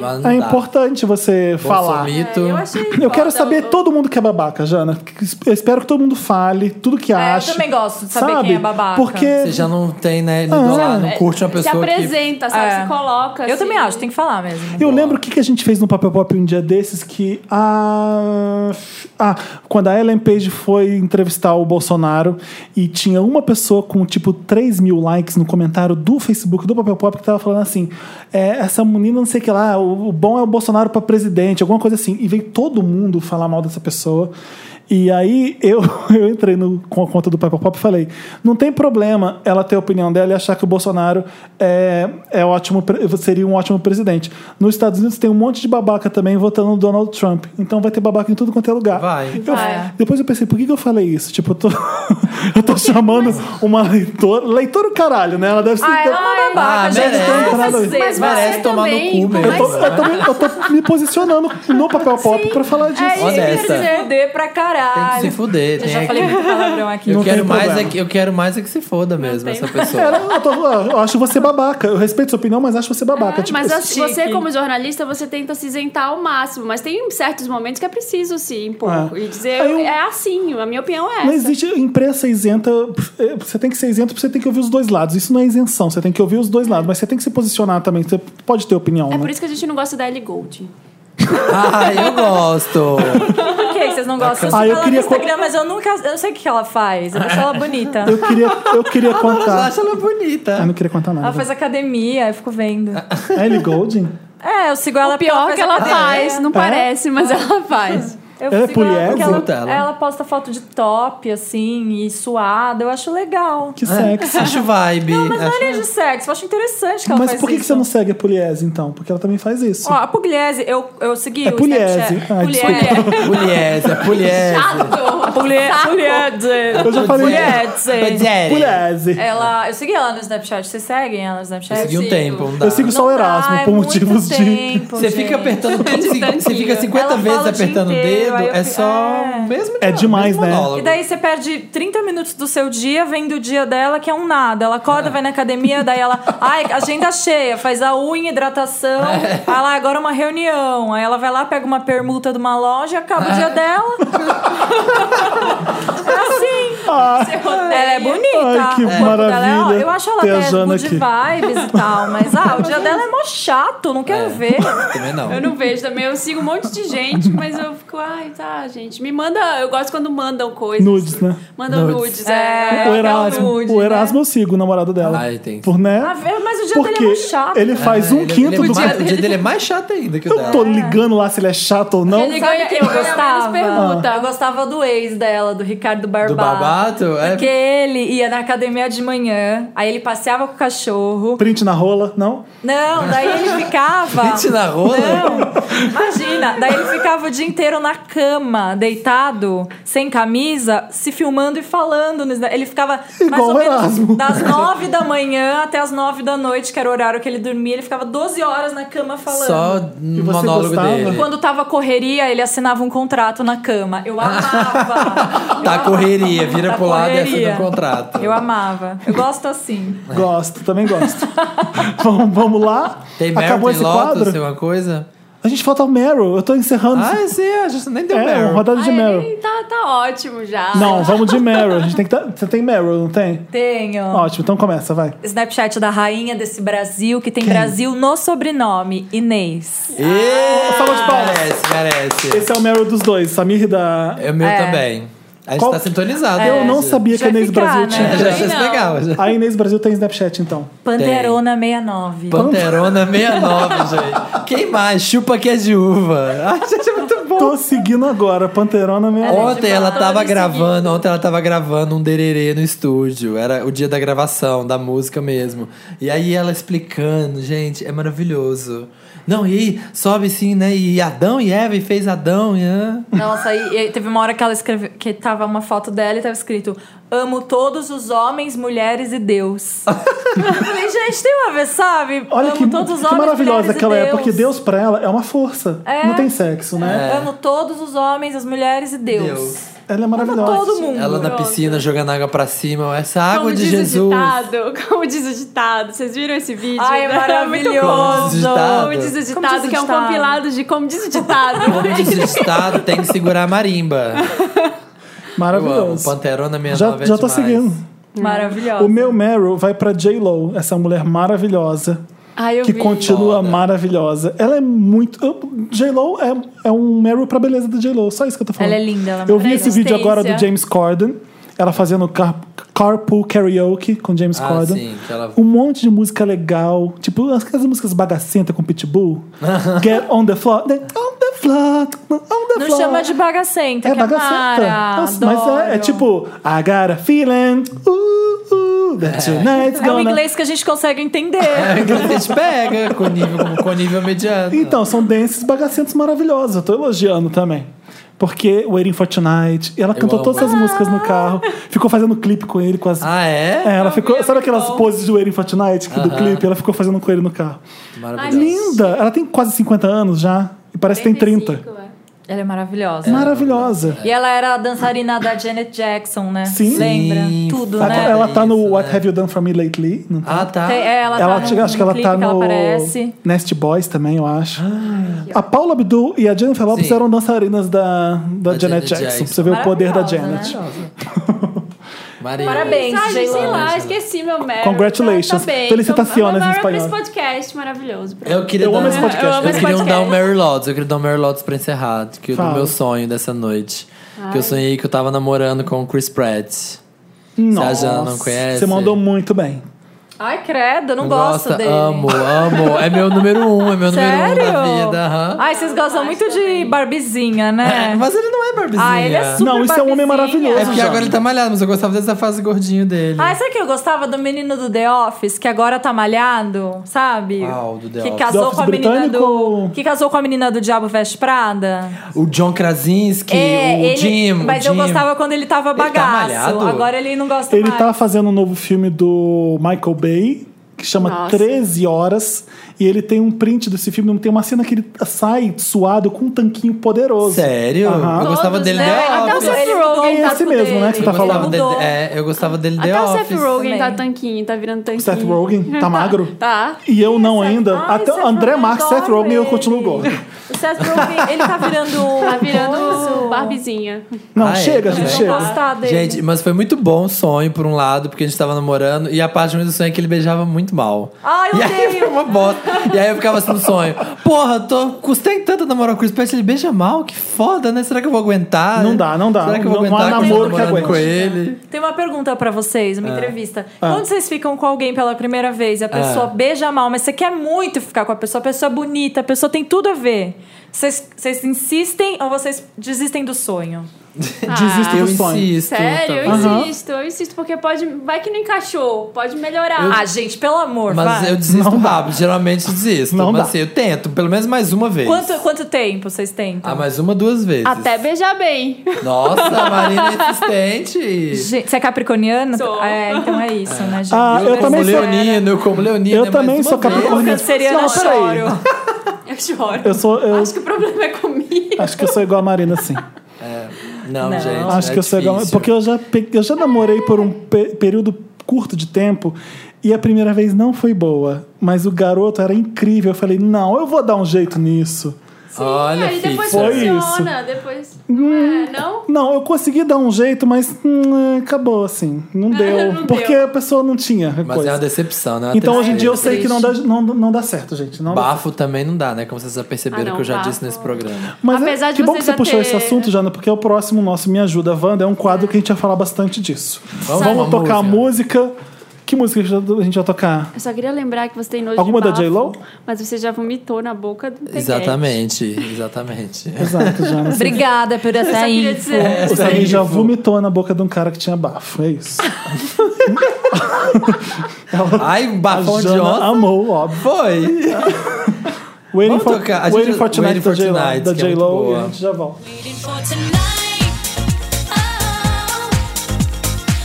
[SPEAKER 1] mas não
[SPEAKER 3] é
[SPEAKER 1] dá.
[SPEAKER 3] importante você falar.
[SPEAKER 1] Bolsomito.
[SPEAKER 2] Eu achei
[SPEAKER 3] Eu quero
[SPEAKER 2] foda
[SPEAKER 3] saber
[SPEAKER 2] o-
[SPEAKER 3] todo mundo que é babaca, Jana. Eu espero que todo mundo fale tudo que
[SPEAKER 4] É, eu
[SPEAKER 3] acha.
[SPEAKER 4] também gosto de saber
[SPEAKER 3] sabe?
[SPEAKER 4] quem é babaca.
[SPEAKER 3] Porque
[SPEAKER 1] Você já não tem, né?
[SPEAKER 3] É.
[SPEAKER 1] Não, dá, não curte uma pessoa
[SPEAKER 2] É, Se
[SPEAKER 1] que...
[SPEAKER 2] apresenta, sabe?
[SPEAKER 4] É.
[SPEAKER 2] Se coloca.
[SPEAKER 4] Eu também
[SPEAKER 2] assim.
[SPEAKER 4] acho, tem que falar mesmo.
[SPEAKER 3] Eu lembro o que, que a gente fez no Papel Pop um dia desses que a... Ah, quando a Ellen Page foi entrevistar o Bolsonaro e tinha uma pessoa com tipo 3 mil likes no comentário do Facebook do Papel Pop que tava falando assim é, essa menina não sei o que lá, o, o bom é o Bolsonaro pra presidente, alguma coisa assim. E veio todo mundo falar mal dessa pessoa. E aí eu, eu entrei no, com a conta do Papel Pop e falei: não tem problema ela ter a opinião dela e achar que o Bolsonaro é, é ótimo, pre- seria um ótimo presidente. Nos Estados Unidos tem um monte de babaca também votando no Donald Trump. Então vai ter babaca em tudo quanto é lugar.
[SPEAKER 1] Vai.
[SPEAKER 3] Eu-
[SPEAKER 4] Vai.
[SPEAKER 3] Depois eu pensei, por que, que eu falei isso? Tipo, eu tô, eu tô chamando uma leitora. Leitora o caralho, né? Ela deve ser.
[SPEAKER 4] Ah, ela é uma babaca,
[SPEAKER 1] Ah,
[SPEAKER 4] gente.
[SPEAKER 1] merece.
[SPEAKER 4] Não tem
[SPEAKER 1] Ah,
[SPEAKER 4] nada a
[SPEAKER 2] mas
[SPEAKER 4] ver.
[SPEAKER 2] você-
[SPEAKER 1] Merece tomar
[SPEAKER 2] também,
[SPEAKER 1] no cu
[SPEAKER 3] eu,
[SPEAKER 1] mesmo.
[SPEAKER 3] tô, eu, também- eu tô me posicionando no papel pop pra falar disso.
[SPEAKER 2] É isso que eu quero
[SPEAKER 1] Honesta.
[SPEAKER 2] dizer.
[SPEAKER 4] Se fuder pra
[SPEAKER 1] Tem
[SPEAKER 4] caralho.
[SPEAKER 1] que se fuder.
[SPEAKER 4] Eu
[SPEAKER 1] tem
[SPEAKER 4] já
[SPEAKER 1] que-
[SPEAKER 4] falei muito palavrão aqui.
[SPEAKER 1] eu,
[SPEAKER 3] Não
[SPEAKER 1] quero
[SPEAKER 3] tem
[SPEAKER 1] mais é
[SPEAKER 3] problema.
[SPEAKER 1] que, eu quero mais é que se foda mesmo
[SPEAKER 2] tem.
[SPEAKER 1] essa
[SPEAKER 3] Cara,
[SPEAKER 1] pessoa.
[SPEAKER 3] eu, tô- eu acho você babaca. Eu respeito sua opinião, mas acho você babaca. tipo,
[SPEAKER 2] mas assim,
[SPEAKER 4] chique.
[SPEAKER 2] você, como jornalista, você tenta se isentar ao máximo, mas tem certos momentos que é preciso se impor
[SPEAKER 3] Ah.
[SPEAKER 2] e dizer,
[SPEAKER 3] Aí eu-
[SPEAKER 2] é assim, a minha opinião é essa.
[SPEAKER 3] não existe imprensa isenta. é, Você tem que ser isento porque você tem que ouvir os dois lados. Isso não é isenção, você tem que ouvir os dois lados, mas você tem que se posicionar também. Você pode ter opinião.
[SPEAKER 2] É
[SPEAKER 3] né?
[SPEAKER 2] por isso que a gente não gosta da Ellie Gold.
[SPEAKER 1] Ah, eu gosto.
[SPEAKER 4] Por que vocês não gostam? Eu
[SPEAKER 3] Ah, eu
[SPEAKER 4] sigo ela
[SPEAKER 3] queria
[SPEAKER 4] no Instagram, mas eu nunca... Eu não sei o que ela faz. Eu acho ela bonita.
[SPEAKER 3] Eu queria, eu queria
[SPEAKER 1] Eu
[SPEAKER 3] contar.
[SPEAKER 1] acho ela
[SPEAKER 3] Ah,
[SPEAKER 1] bonita.
[SPEAKER 3] não queria contar
[SPEAKER 4] Ela
[SPEAKER 3] nada.
[SPEAKER 4] faz academia, eu fico vendo.
[SPEAKER 3] A Ellie Golding?
[SPEAKER 4] É, eu sigo ela
[SPEAKER 2] o pior
[SPEAKER 4] porque
[SPEAKER 2] que ela
[SPEAKER 4] academia.
[SPEAKER 2] faz,
[SPEAKER 3] É?
[SPEAKER 2] não parece, mas ela faz.
[SPEAKER 4] Eu
[SPEAKER 3] Ela é
[SPEAKER 4] sigo ela porque
[SPEAKER 1] poliédrica?
[SPEAKER 4] ela, ela posta foto de top, assim, e suada. Eu acho legal.
[SPEAKER 3] Que É sexy.
[SPEAKER 1] Acho vibe.
[SPEAKER 4] Não, mas não
[SPEAKER 1] acho-
[SPEAKER 4] é de sexo. Eu acho interessante que ela
[SPEAKER 3] Mas
[SPEAKER 4] faz
[SPEAKER 3] por que, que
[SPEAKER 4] isso.
[SPEAKER 3] você não segue a Pugliese, então? Porque ela também faz isso.
[SPEAKER 4] Ó, a Pugliese, eu, eu segui
[SPEAKER 3] É
[SPEAKER 4] o
[SPEAKER 3] Pugliese.
[SPEAKER 4] Snapchat.
[SPEAKER 3] Ah, desculpa.
[SPEAKER 4] Pugliese.
[SPEAKER 1] Pugliese, Pugliese.
[SPEAKER 4] Pugliese.
[SPEAKER 3] eu já falei.
[SPEAKER 4] Pugliese.
[SPEAKER 1] Pugliese.
[SPEAKER 3] Pugliese.
[SPEAKER 4] Ela, eu segui ela no Snapchat. Vocês seguem ela no Snapchat?
[SPEAKER 1] Consegui um
[SPEAKER 2] sigo.
[SPEAKER 1] tempo, não dá.
[SPEAKER 3] Eu sigo só o
[SPEAKER 4] Não dá,
[SPEAKER 3] Erasmo
[SPEAKER 4] é
[SPEAKER 3] por
[SPEAKER 4] muito
[SPEAKER 3] motivos de.
[SPEAKER 4] tempo,
[SPEAKER 1] Você fica
[SPEAKER 4] gente.
[SPEAKER 1] apertando 15, você fica 50
[SPEAKER 4] Ela
[SPEAKER 1] vezes
[SPEAKER 4] fala o dia
[SPEAKER 1] apertando o
[SPEAKER 4] inteiro,
[SPEAKER 1] dedo,
[SPEAKER 4] aí eu
[SPEAKER 1] é
[SPEAKER 4] fico-
[SPEAKER 1] só
[SPEAKER 4] é.
[SPEAKER 1] mesmo
[SPEAKER 3] É demais,
[SPEAKER 1] mesmo
[SPEAKER 3] né?
[SPEAKER 1] monólogo.
[SPEAKER 4] E daí você perde 30 minutos do seu dia vendo o dia dela, que é um nada. Ela acorda, vai na academia, daí ela. Ai, agenda cheia, faz a unha, hidratação. Vai lá, agora uma reunião. Aí ela vai lá, pega uma permuta de uma loja, acaba o dia dela. é assim.
[SPEAKER 3] Ah,
[SPEAKER 4] Ela é bonita.
[SPEAKER 3] Ai, que
[SPEAKER 4] o corpo dela é ó-
[SPEAKER 3] maravilha
[SPEAKER 4] eu
[SPEAKER 3] ter
[SPEAKER 4] acho
[SPEAKER 3] a
[SPEAKER 4] ela até
[SPEAKER 3] Jana
[SPEAKER 4] good
[SPEAKER 3] aqui.
[SPEAKER 4] vibes e tal, mas ah, o dia dela é mó chato, não quero
[SPEAKER 1] É.
[SPEAKER 4] ver.
[SPEAKER 1] Também não.
[SPEAKER 2] Eu não vejo também, eu sigo um monte de gente, mas eu fico, ai, tá, gente, me manda, eu gosto quando mandam coisas.
[SPEAKER 3] Nudes, né?
[SPEAKER 2] Mandam
[SPEAKER 1] Nudes.
[SPEAKER 2] nudes, é.
[SPEAKER 3] o
[SPEAKER 4] é
[SPEAKER 3] Erasmo.
[SPEAKER 4] o nude,
[SPEAKER 3] o
[SPEAKER 4] né?
[SPEAKER 3] Erasmo eu sigo, o namorado dela.
[SPEAKER 1] Ah, entendi.
[SPEAKER 3] Por, né?
[SPEAKER 4] Ah, vê, Mas o dia
[SPEAKER 3] Porque
[SPEAKER 4] dele é mó chato.
[SPEAKER 3] ele faz
[SPEAKER 1] Ah,
[SPEAKER 3] um
[SPEAKER 1] ele- ele
[SPEAKER 3] quinto
[SPEAKER 1] é
[SPEAKER 3] do
[SPEAKER 1] mais-
[SPEAKER 3] que.
[SPEAKER 1] O dia dele é mais chato ainda que o
[SPEAKER 3] Eu
[SPEAKER 1] dela.
[SPEAKER 3] tô ligando lá se ele é chato ou não.
[SPEAKER 2] Ele
[SPEAKER 4] Sabe
[SPEAKER 2] ganha-
[SPEAKER 4] quem eu
[SPEAKER 2] ele ganha menos
[SPEAKER 4] gostava?
[SPEAKER 2] permuta.
[SPEAKER 4] Eu gostava do ex dela, do Ricardo Barbato.
[SPEAKER 1] Do Barbato? É.
[SPEAKER 4] Porque ele ia ia na academia de manhã, aí ele passeava com o cachorro.
[SPEAKER 3] Print na rola, não?
[SPEAKER 4] Não, daí ele ficava.
[SPEAKER 1] Print na rola? é
[SPEAKER 4] Não, imagina. Daí ele ficava o dia inteiro na cama, deitado, sem camisa, se filmando e falando. no Snap. Ele ficava mais
[SPEAKER 3] Igual
[SPEAKER 4] ou
[SPEAKER 3] o
[SPEAKER 4] menos
[SPEAKER 3] Erasmo.
[SPEAKER 4] das nove da manhã até as nove da noite, que era o horário que ele dormia. Ele ficava 12 horas na cama falando.
[SPEAKER 1] Só
[SPEAKER 3] E
[SPEAKER 1] no
[SPEAKER 3] você
[SPEAKER 1] monólogo
[SPEAKER 3] gostava?
[SPEAKER 4] E
[SPEAKER 1] dele.
[SPEAKER 4] Quando tava correria, ele assinava um contrato na cama. Eu amava.
[SPEAKER 1] Tá correria, vira
[SPEAKER 4] Tá
[SPEAKER 1] pro lado e assina
[SPEAKER 4] correria.
[SPEAKER 1] um contrato.
[SPEAKER 4] Eu amava. Eu gosto assim.
[SPEAKER 1] É.
[SPEAKER 3] Gosto, também gosto. vamos, vamos lá?
[SPEAKER 1] Tem Meryl,
[SPEAKER 3] Acabou
[SPEAKER 1] tem
[SPEAKER 3] esse
[SPEAKER 1] Lotus,
[SPEAKER 3] quadro?
[SPEAKER 1] tem uma coisa?
[SPEAKER 3] A gente falta o Meryl, eu tô encerrando.
[SPEAKER 1] Ah, sim, a gente nem deu
[SPEAKER 3] é,
[SPEAKER 1] Meryl.
[SPEAKER 3] rodada de
[SPEAKER 2] Ai,
[SPEAKER 3] Meryl.
[SPEAKER 2] ele tá, tá ótimo já.
[SPEAKER 3] Não, vamos de Meryl. A gente tem que tá... Você tem Meryl, não tem?
[SPEAKER 4] Tenho.
[SPEAKER 3] Ótimo, então começa, vai.
[SPEAKER 4] Snapchat da rainha desse Brasil, que tem Brasil no sobrenome, Inês.
[SPEAKER 1] E...
[SPEAKER 3] Salva de palmas.
[SPEAKER 1] Merece, merece.
[SPEAKER 3] Esse é o Meryl dos dois, Samir e da.
[SPEAKER 1] É o meu
[SPEAKER 4] É.
[SPEAKER 1] também. A gente
[SPEAKER 3] Qual-
[SPEAKER 1] tá sintonizado.
[SPEAKER 3] Eu não sabia que Ah,
[SPEAKER 4] Já
[SPEAKER 3] a Inês
[SPEAKER 4] ficar,
[SPEAKER 3] Brasil
[SPEAKER 4] né?
[SPEAKER 1] Eu
[SPEAKER 3] tinha.
[SPEAKER 1] Já achei
[SPEAKER 2] É. Não.
[SPEAKER 1] legal. já.
[SPEAKER 3] A Inês Brasil tem Snapchat, então.
[SPEAKER 4] Panterona 69.
[SPEAKER 1] Panterona 69, gente. Quem mais? Chupa que é de uva. Ai, gente, é muito bom.
[SPEAKER 3] Tô seguindo agora, Panterona mesmo.
[SPEAKER 1] Ontem ela
[SPEAKER 2] falou
[SPEAKER 1] tava
[SPEAKER 2] disso
[SPEAKER 1] gravando, ontem ela tava gravando um dererê no estúdio. Era o dia da gravação, da música mesmo. E aí ela explicando, gente, é maravilhoso. Não, e aí, sobe sim, né? E Adão e Eva e fez Adão, e hã?
[SPEAKER 4] Nossa, e, e teve uma hora que ela escreveu que tava uma foto dela e tava escrito: Amo todos os homens, mulheres e Deus. Eu falei, gente, tem uma vez, sabe?
[SPEAKER 3] Olha
[SPEAKER 4] Amo
[SPEAKER 3] que,
[SPEAKER 4] todos os
[SPEAKER 3] que
[SPEAKER 4] homens,
[SPEAKER 3] maravilhosa
[SPEAKER 4] mulheres e
[SPEAKER 3] que ela é,
[SPEAKER 4] Deus.
[SPEAKER 3] porque Deus pra ela é uma força.
[SPEAKER 4] É.
[SPEAKER 3] Não tem sexo, né?
[SPEAKER 4] Amo todos os homens, as mulheres e Deus.
[SPEAKER 1] Deus.
[SPEAKER 3] Ela é
[SPEAKER 4] Amo
[SPEAKER 3] maravilhosa.
[SPEAKER 4] todo mundo.
[SPEAKER 1] Ela na
[SPEAKER 2] Nossa.
[SPEAKER 1] piscina jogando água pra cima, essa água
[SPEAKER 2] Como
[SPEAKER 1] de
[SPEAKER 2] diz
[SPEAKER 1] Jesus.
[SPEAKER 2] o ditado, como diz o ditado. Vocês viram esse vídeo?
[SPEAKER 4] Ai, é
[SPEAKER 2] Muito
[SPEAKER 4] maravilhoso.
[SPEAKER 2] bom.
[SPEAKER 1] Como diz o ditado.
[SPEAKER 2] Como diz o ditado,
[SPEAKER 4] Como diz o
[SPEAKER 2] que é um
[SPEAKER 4] ditado.
[SPEAKER 2] compilado de como diz o ditado.
[SPEAKER 1] Como diz o ditado, tem que segurar a marimba. Eu amo.
[SPEAKER 3] Maravilhoso.
[SPEAKER 1] Panterona 69
[SPEAKER 3] Já,
[SPEAKER 1] é
[SPEAKER 3] já tô
[SPEAKER 1] demais.
[SPEAKER 3] seguindo.
[SPEAKER 4] Maravilhosa.
[SPEAKER 3] O meu Meryl vai pra J-Lo, essa mulher maravilhosa.
[SPEAKER 2] Ai, eu
[SPEAKER 3] que
[SPEAKER 2] vi.
[SPEAKER 3] continua
[SPEAKER 1] Foda.
[SPEAKER 3] maravilhosa. Ela é muito. eu- J-Lo é, é um Meryl pra beleza da J-Lo, só isso que eu tô falando.
[SPEAKER 4] Ela é linda, ela é
[SPEAKER 3] Eu vi esse
[SPEAKER 2] maravilhosa.
[SPEAKER 3] vídeo agora do
[SPEAKER 2] Existência.
[SPEAKER 3] James Corden, ela fazendo car- carpool karaoke com James
[SPEAKER 1] Ah,
[SPEAKER 3] Corden.
[SPEAKER 1] sim, que ela-
[SPEAKER 3] Um monte de música legal, tipo as- aquelas músicas bagacenta com Pitbull. Get on the floor. the- On the floor. On the
[SPEAKER 4] Não
[SPEAKER 3] floor.
[SPEAKER 4] chama de bagacenta,
[SPEAKER 3] É
[SPEAKER 4] que é
[SPEAKER 3] bagacenta.
[SPEAKER 4] Mara.
[SPEAKER 3] Nossa, mas é, é
[SPEAKER 4] adoro.
[SPEAKER 3] tipo, I got a feeling. Ooh, ooh, that tonight's
[SPEAKER 4] É um
[SPEAKER 3] gonna
[SPEAKER 4] inglês que a gente consegue entender.
[SPEAKER 1] É, que a gente pega com nível, com- com nível mediano.
[SPEAKER 3] Então, são dances bagacentos maravilhosos. Eu tô elogiando também. Porque Waiting for Tonight, e ela cantou
[SPEAKER 1] amo.
[SPEAKER 3] todas as músicas no carro, ficou fazendo clipe com ele, com as.
[SPEAKER 1] Ah,
[SPEAKER 3] É,
[SPEAKER 1] é?
[SPEAKER 3] ela
[SPEAKER 2] eu
[SPEAKER 3] ficou.
[SPEAKER 2] vi,
[SPEAKER 3] Sabe
[SPEAKER 2] é muito
[SPEAKER 3] aquelas
[SPEAKER 2] bom.
[SPEAKER 3] poses de Waiting for Tonight que do
[SPEAKER 1] Aham.
[SPEAKER 3] clipe? Ela ficou fazendo com ele no carro.
[SPEAKER 1] Maravilhoso.
[SPEAKER 3] Linda! Ela tem quase 50 anos já. E parece que tem 30.
[SPEAKER 2] 35, é.
[SPEAKER 4] Ela é maravilhosa.
[SPEAKER 3] Maravilhosa.
[SPEAKER 4] E ela era a dançarina da Janet Jackson, né?
[SPEAKER 3] Sim.
[SPEAKER 4] Lembra?
[SPEAKER 1] Sim.
[SPEAKER 4] Tudo,
[SPEAKER 1] Ah,
[SPEAKER 4] né?
[SPEAKER 3] Ela tá no
[SPEAKER 1] Isso,
[SPEAKER 3] What
[SPEAKER 1] né?
[SPEAKER 3] Have You Done For Me Lately? Não tá?
[SPEAKER 1] Ah, tá.
[SPEAKER 4] Tem- é,
[SPEAKER 3] Ela,
[SPEAKER 4] ela, tá
[SPEAKER 3] acho
[SPEAKER 4] no,
[SPEAKER 3] que ela
[SPEAKER 4] clipe
[SPEAKER 3] tá
[SPEAKER 4] que ela
[SPEAKER 3] no
[SPEAKER 4] aparece.
[SPEAKER 3] Nasty Boys também, eu acho. a Paula Abdul e a Jennifer Lopes
[SPEAKER 1] Ah, Sim.
[SPEAKER 3] eram dançarinas da, da,
[SPEAKER 1] Da
[SPEAKER 3] Janet
[SPEAKER 1] Janet
[SPEAKER 3] Jackson.
[SPEAKER 1] Jackson.
[SPEAKER 3] Pra você ver o poder da
[SPEAKER 4] Maravilhosa, né?
[SPEAKER 3] Janet.
[SPEAKER 1] Maria.
[SPEAKER 4] Parabéns,
[SPEAKER 2] Ai, gente, sei
[SPEAKER 4] J-Lo.
[SPEAKER 2] lá, esqueci meu Meryl.
[SPEAKER 3] Congratulations.
[SPEAKER 2] Tá, tá bem. Então,
[SPEAKER 3] Felicitaciones em
[SPEAKER 2] meu Meryl pra esse
[SPEAKER 3] espanhol.
[SPEAKER 2] podcast maravilhoso.
[SPEAKER 1] Eu queria
[SPEAKER 3] Eu
[SPEAKER 1] dar, um-
[SPEAKER 3] amo esse podcast.
[SPEAKER 2] Eu amo
[SPEAKER 1] eu
[SPEAKER 2] esse
[SPEAKER 1] queria
[SPEAKER 2] podcast.
[SPEAKER 1] dar um Mary Lotus. Eu queria dar um Mary Lotus pra encerrar. Que do
[SPEAKER 3] Fala.
[SPEAKER 1] meu sonho dessa noite. Que eu sonhei que eu tava namorando com o Chris Pratt.
[SPEAKER 3] Nossa,
[SPEAKER 1] Jana não conhece.
[SPEAKER 3] Você mandou muito bem.
[SPEAKER 4] Ai, credo, eu não, gosto
[SPEAKER 1] gosta?
[SPEAKER 4] dele.
[SPEAKER 1] Amo, amo. É meu número um, é meu número um
[SPEAKER 4] Sério?
[SPEAKER 1] da vida. aham.
[SPEAKER 4] Ai, vocês gostam muito de Barbizinha,
[SPEAKER 1] É,
[SPEAKER 4] né?
[SPEAKER 1] Mas ele não é Barbizinha.
[SPEAKER 4] Ah, ele é super
[SPEAKER 3] Não, isso é um homem
[SPEAKER 4] Barbizinha.
[SPEAKER 1] É
[SPEAKER 3] maravilhoso.
[SPEAKER 1] porque
[SPEAKER 3] Já.
[SPEAKER 1] agora ele tá malhado, mas eu gostava dessa fase gordinho dele.
[SPEAKER 4] Ah, sabe que eu gostava do menino do The Office, que agora tá malhado, sabe?
[SPEAKER 1] Qual do The
[SPEAKER 4] que
[SPEAKER 1] Office?
[SPEAKER 3] The
[SPEAKER 4] casou
[SPEAKER 3] Office
[SPEAKER 4] com a menina
[SPEAKER 3] britânico
[SPEAKER 4] do.
[SPEAKER 3] ou-
[SPEAKER 4] Que casou com a menina do Diabo Veste Prada. É,
[SPEAKER 1] O John Krasinski, o
[SPEAKER 4] ele-
[SPEAKER 1] Jim. o
[SPEAKER 4] Mas eu
[SPEAKER 1] Jim.
[SPEAKER 4] gostava quando ele tava
[SPEAKER 1] tá
[SPEAKER 4] bagaço.
[SPEAKER 1] malhado?
[SPEAKER 4] agora ele não gosta
[SPEAKER 3] Ele
[SPEAKER 4] mais.
[SPEAKER 3] tá fazendo um novo filme do Michael Bay, que chama
[SPEAKER 2] Nossa.
[SPEAKER 3] 13 Horas. E ele tem um print desse filme, tem uma cena que ele sai suado com um tanquinho poderoso.
[SPEAKER 1] Sério?
[SPEAKER 3] Aham.
[SPEAKER 1] Eu gostava
[SPEAKER 2] Todos,
[SPEAKER 1] dele
[SPEAKER 2] né?
[SPEAKER 1] The
[SPEAKER 2] Até o
[SPEAKER 1] Office.
[SPEAKER 2] Seth
[SPEAKER 4] Ele mudou
[SPEAKER 2] Rogen
[SPEAKER 4] o
[SPEAKER 3] É esse
[SPEAKER 4] taco
[SPEAKER 3] mesmo, né, que
[SPEAKER 4] dele.
[SPEAKER 3] tá
[SPEAKER 1] Eu
[SPEAKER 3] falando.
[SPEAKER 1] gostava dele-
[SPEAKER 4] Mudou.
[SPEAKER 1] é, eu gostava dele The
[SPEAKER 2] Até o
[SPEAKER 1] Office.
[SPEAKER 2] Seth Rogen tá
[SPEAKER 4] Também.
[SPEAKER 2] tanquinho, tá virando tanquinho.
[SPEAKER 3] Seth Rogen, tá magro?
[SPEAKER 2] Tá.
[SPEAKER 3] E eu não
[SPEAKER 4] Seth-
[SPEAKER 3] ainda.
[SPEAKER 4] Ai,
[SPEAKER 3] Até
[SPEAKER 4] Seth
[SPEAKER 3] André
[SPEAKER 4] Rogen,
[SPEAKER 3] Marques, Seth
[SPEAKER 4] adoro
[SPEAKER 3] Rogen, eu
[SPEAKER 4] ele.
[SPEAKER 3] continuo gordo.
[SPEAKER 4] O Seth Rogen, ele tá virando.
[SPEAKER 2] Tá virando
[SPEAKER 4] coisa.
[SPEAKER 2] Barbizinha.
[SPEAKER 3] Não,
[SPEAKER 1] Ah, é?
[SPEAKER 3] chega, gente,
[SPEAKER 1] Também.
[SPEAKER 4] Eu não
[SPEAKER 3] chega.
[SPEAKER 4] gostar dele.
[SPEAKER 1] Gente, mas foi muito bom o sonho, por um lado, porque a gente tava namorando, e a parte ruim do sonho é que ele beijava muito mal.
[SPEAKER 4] Ai, eu
[SPEAKER 1] e aí foi
[SPEAKER 4] odeio.
[SPEAKER 1] uma bosta. E aí eu ficava assim no sonho. Porra, eu tô, custei tanto a namorar com o Chris Pratt, ele beija mal, que foda, né? Será que eu vou aguentar?
[SPEAKER 3] Não dá, não dá.
[SPEAKER 1] Será que eu vou
[SPEAKER 3] Não- não há
[SPEAKER 1] aguentar
[SPEAKER 3] namoro que
[SPEAKER 1] namorando com
[SPEAKER 3] aguente.
[SPEAKER 1] ele?
[SPEAKER 4] Tem uma pergunta pra vocês, uma entrevista. Quando vocês ficam com alguém pela primeira vez e a pessoa beija mal, mas você quer muito ficar com a pessoa, a pessoa é bonita, a pessoa tem tudo a ver. Vocês, vocês insistem ou vocês desistem do sonho?
[SPEAKER 3] Desista
[SPEAKER 1] Eu
[SPEAKER 3] do sonho.
[SPEAKER 1] insisto.
[SPEAKER 2] Sério, eu
[SPEAKER 3] Aham.
[SPEAKER 2] insisto, eu insisto, porque pode. Vai que não encaixou, pode melhorar.
[SPEAKER 4] Ah, gente, pelo amor,
[SPEAKER 1] Mas
[SPEAKER 4] vai.
[SPEAKER 1] eu desisto
[SPEAKER 3] Não dá.
[SPEAKER 1] rápido, geralmente desisto.
[SPEAKER 3] Não
[SPEAKER 1] mas
[SPEAKER 3] dá.
[SPEAKER 1] assim, eu tento, pelo menos mais uma vez.
[SPEAKER 4] Quanto, quanto tempo vocês tentam?
[SPEAKER 1] Ah, mais uma, duas vezes.
[SPEAKER 2] Até beijar bem.
[SPEAKER 1] Nossa, a Marina é insistente.
[SPEAKER 4] Gente, você é capricorniana?
[SPEAKER 2] Sou.
[SPEAKER 4] É, então é isso, né, gente?
[SPEAKER 3] Ah, eu
[SPEAKER 1] como
[SPEAKER 3] também sou-
[SPEAKER 1] leonino, eu como leonino.
[SPEAKER 3] Eu
[SPEAKER 1] é mais
[SPEAKER 3] também
[SPEAKER 1] uma
[SPEAKER 3] sou
[SPEAKER 1] vez.
[SPEAKER 3] capricorniana.
[SPEAKER 4] Canceriana,
[SPEAKER 3] Não, peraí.
[SPEAKER 4] choro.
[SPEAKER 2] Eu choro.
[SPEAKER 3] Eu sou. Eu
[SPEAKER 2] Acho que o problema é comigo.
[SPEAKER 3] acho que eu sou igual a Marina, sim.
[SPEAKER 1] Não,
[SPEAKER 4] Não.
[SPEAKER 1] gente.
[SPEAKER 3] Acho
[SPEAKER 1] é
[SPEAKER 3] que eu sei.
[SPEAKER 1] difícil.
[SPEAKER 3] Porque eu já, pe- eu já namorei por um pe- período curto de tempo e a primeira vez não foi boa. Mas o garoto era incrível. Eu falei, não, eu vou dar um jeito nisso.
[SPEAKER 1] Olha,
[SPEAKER 2] aí Ah, depois
[SPEAKER 1] fixa.
[SPEAKER 3] Foi Então,
[SPEAKER 2] funciona, depois. Não é, não?
[SPEAKER 3] Não, eu consegui dar um jeito, mas hum, é, acabou assim. Não deu.
[SPEAKER 2] É, Não
[SPEAKER 3] porque
[SPEAKER 2] deu.
[SPEAKER 3] a pessoa não tinha.
[SPEAKER 1] Mas
[SPEAKER 3] coisa.
[SPEAKER 1] é uma decepção, né? Uma
[SPEAKER 3] então hoje em dia eu
[SPEAKER 1] tristeza.
[SPEAKER 3] sei que não dá, não, não dá certo, gente. Não dá
[SPEAKER 1] Bafo também não dá, né? Como vocês já perceberam
[SPEAKER 2] Ah, não,
[SPEAKER 1] que eu já
[SPEAKER 2] bafo.
[SPEAKER 1] disse nesse programa.
[SPEAKER 3] Mas
[SPEAKER 2] Apesar
[SPEAKER 3] é,
[SPEAKER 2] de
[SPEAKER 3] que bom
[SPEAKER 2] você
[SPEAKER 3] que você
[SPEAKER 2] já
[SPEAKER 3] puxou
[SPEAKER 2] ter-
[SPEAKER 3] esse assunto, Jana, porque é o próximo nosso Me Ajuda Wanda é um quadro que a gente vai falar bastante disso.
[SPEAKER 1] Vamos,
[SPEAKER 3] Vamos
[SPEAKER 1] vamos,
[SPEAKER 3] tocar a música. Que música a gente vai tocar?
[SPEAKER 2] Eu só queria lembrar que você tem nojo
[SPEAKER 3] Alguma
[SPEAKER 2] de
[SPEAKER 3] da
[SPEAKER 2] bafo,
[SPEAKER 3] J.Lo?
[SPEAKER 2] Mas você já vomitou na boca do Peguete.
[SPEAKER 1] Exatamente, exatamente.
[SPEAKER 3] Exato, Jana.
[SPEAKER 4] Obrigada por
[SPEAKER 2] Eu só
[SPEAKER 4] essa
[SPEAKER 2] queria
[SPEAKER 4] info.
[SPEAKER 2] dizer.
[SPEAKER 3] O Samir já
[SPEAKER 1] Info.
[SPEAKER 3] vomitou na boca de um cara que tinha bafo, é isso.
[SPEAKER 1] Ai, um
[SPEAKER 3] A
[SPEAKER 1] bafão de
[SPEAKER 3] Jana
[SPEAKER 1] onça.
[SPEAKER 3] amou, óbvio.
[SPEAKER 1] Foi.
[SPEAKER 3] Waiting
[SPEAKER 1] Vamos
[SPEAKER 3] for,
[SPEAKER 1] tocar. A gente-
[SPEAKER 3] Waiting for Tonight
[SPEAKER 1] Waiting for
[SPEAKER 3] da J.Lo,
[SPEAKER 1] Tonight,
[SPEAKER 3] da
[SPEAKER 1] que é muito
[SPEAKER 3] J.Lo, e
[SPEAKER 1] boa.
[SPEAKER 3] a gente já volta.
[SPEAKER 7] Waiting for tonight,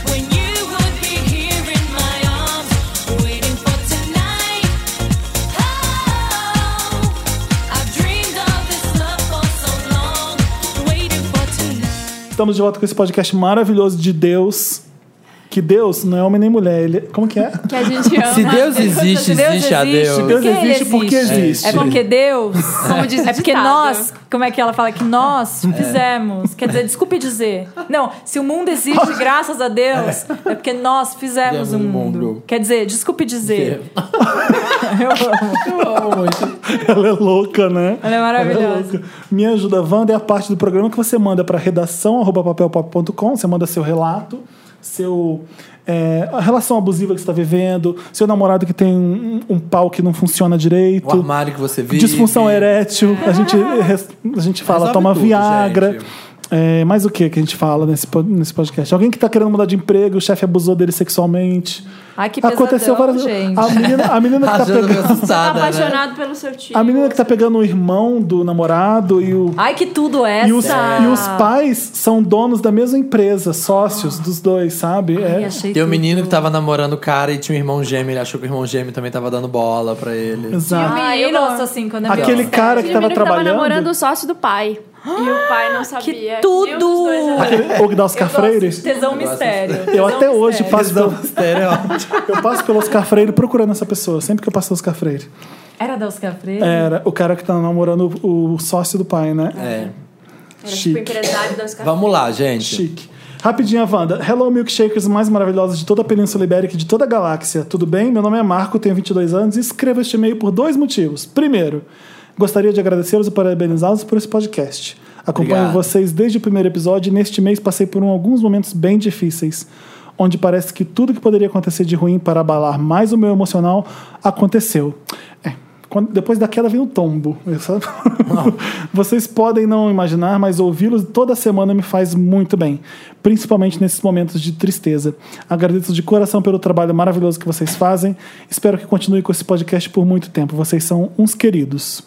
[SPEAKER 7] oh, when you would be here in my arms. Waiting for tonight, oh, I've dreamed of this love for so long. Waiting for tonight.
[SPEAKER 3] Estamos de volta com esse podcast maravilhoso de Deus. Que Deus não é homem nem mulher. Ele... Como que é?
[SPEAKER 2] Que a gente ama.
[SPEAKER 1] Se Deus existe,
[SPEAKER 4] Se Deus
[SPEAKER 1] existe a
[SPEAKER 4] existe,
[SPEAKER 1] Deus.
[SPEAKER 3] Deus
[SPEAKER 4] Porque ele
[SPEAKER 3] existe porque
[SPEAKER 4] existe.
[SPEAKER 3] existe.
[SPEAKER 4] É porque Deus.
[SPEAKER 2] Como diz o
[SPEAKER 4] É porque
[SPEAKER 2] ditado.
[SPEAKER 4] nós, como é que ela fala que nós
[SPEAKER 1] É.
[SPEAKER 4] fizemos? Quer dizer, desculpe dizer. Não, se o mundo existe graças a Deus, é porque nós fizemos
[SPEAKER 1] Fizemos
[SPEAKER 4] o
[SPEAKER 1] um
[SPEAKER 4] mundo.
[SPEAKER 1] mundo.
[SPEAKER 4] Quer dizer, desculpe dizer.
[SPEAKER 1] Eu amo muito.
[SPEAKER 3] Ela é louca, né?
[SPEAKER 4] Ela é maravilhosa.
[SPEAKER 3] Me ajuda, Wanda, é a parte do programa que você manda para redação arroba papelpop.com, você manda seu relato, seu é, a relação abusiva que você está vivendo, seu namorado que tem um, um pau que não funciona
[SPEAKER 1] O
[SPEAKER 3] direito,
[SPEAKER 1] armário que você vive.
[SPEAKER 3] disfunção erétil, a gente res- a gente fala
[SPEAKER 1] Resolve
[SPEAKER 3] toma
[SPEAKER 1] tudo,
[SPEAKER 3] Viagra.
[SPEAKER 1] gente.
[SPEAKER 3] É, mais o que que a gente fala nesse, po- nesse podcast? Alguém que tá querendo mudar de emprego, o chefe abusou dele sexualmente.
[SPEAKER 4] Ai, que pesadão,
[SPEAKER 3] Aconteceu várias
[SPEAKER 4] gente.
[SPEAKER 3] A menina, a menina que
[SPEAKER 1] A Ah,
[SPEAKER 3] tá
[SPEAKER 1] Jana
[SPEAKER 3] pegando.
[SPEAKER 1] meio
[SPEAKER 2] Tá
[SPEAKER 1] assustada, né?
[SPEAKER 2] apaixonado pelo seu tio.
[SPEAKER 3] A menina que tá pegando o irmão do namorado e o.
[SPEAKER 4] Ai, que tudo é
[SPEAKER 3] E os,
[SPEAKER 4] essa.
[SPEAKER 3] e os pais são donos da mesma empresa, sócios dos dois, sabe?
[SPEAKER 4] Ai,
[SPEAKER 3] É.
[SPEAKER 4] achei
[SPEAKER 1] Tem um
[SPEAKER 4] tudo.
[SPEAKER 1] menino que tava namorando o cara e tinha um irmão gêmeo. Ele achou que o irmão gêmeo também tava dando bola pra ele.
[SPEAKER 3] Exato.
[SPEAKER 4] Ai, eu
[SPEAKER 2] Menino.
[SPEAKER 4] gosto assim quando é meu.
[SPEAKER 3] Aquele cara que
[SPEAKER 2] Tinha
[SPEAKER 3] tava
[SPEAKER 2] menino que tava
[SPEAKER 3] trabalhando.
[SPEAKER 2] namorando o sócio do pai. E o pai não sabia.
[SPEAKER 4] tudo!
[SPEAKER 2] E os dois eram-
[SPEAKER 3] Aquele- O que dá Oscar
[SPEAKER 4] Eu gosto
[SPEAKER 3] Freire.
[SPEAKER 4] de tesão mistério.
[SPEAKER 3] Eu até hoje passo pelo,
[SPEAKER 1] Sério, ó.
[SPEAKER 3] eu passo pelo Oscar Freire procurando essa pessoa. Sempre que eu passo pelo Oscar Freire.
[SPEAKER 4] Era da Oscar Freire?
[SPEAKER 3] Era o cara que tá namorando o, o sócio do pai, né?
[SPEAKER 1] É.
[SPEAKER 2] Era tipo
[SPEAKER 3] Chique.
[SPEAKER 4] é
[SPEAKER 2] empresário das cartas.
[SPEAKER 1] Vamos lá, gente.
[SPEAKER 3] Chique. Rapidinho, a Wanda. Hello, milkshakers mais maravilhosos de toda a Península Ibérica e de toda a galáxia. Tudo bem? Meu nome é Marco, tenho 22 anos e escrevo este e-mail por dois motivos. Primeiro, gostaria de agradecê-los e parabenizá-los por esse podcast. Acompanho
[SPEAKER 1] Obrigado.
[SPEAKER 3] vocês desde o primeiro episódio e neste mês passei por um- alguns momentos bem difíceis, onde parece que tudo que poderia acontecer de ruim para abalar mais o meu emocional aconteceu. É, quando- depois da queda vem o tombo. eu só- Vocês podem não imaginar, mas ouvi-los toda semana me faz muito bem, principalmente nesses momentos de tristeza. Agradeço de coração pelo trabalho maravilhoso que vocês fazem. Espero que continue com esse podcast por muito tempo. Vocês são uns queridos.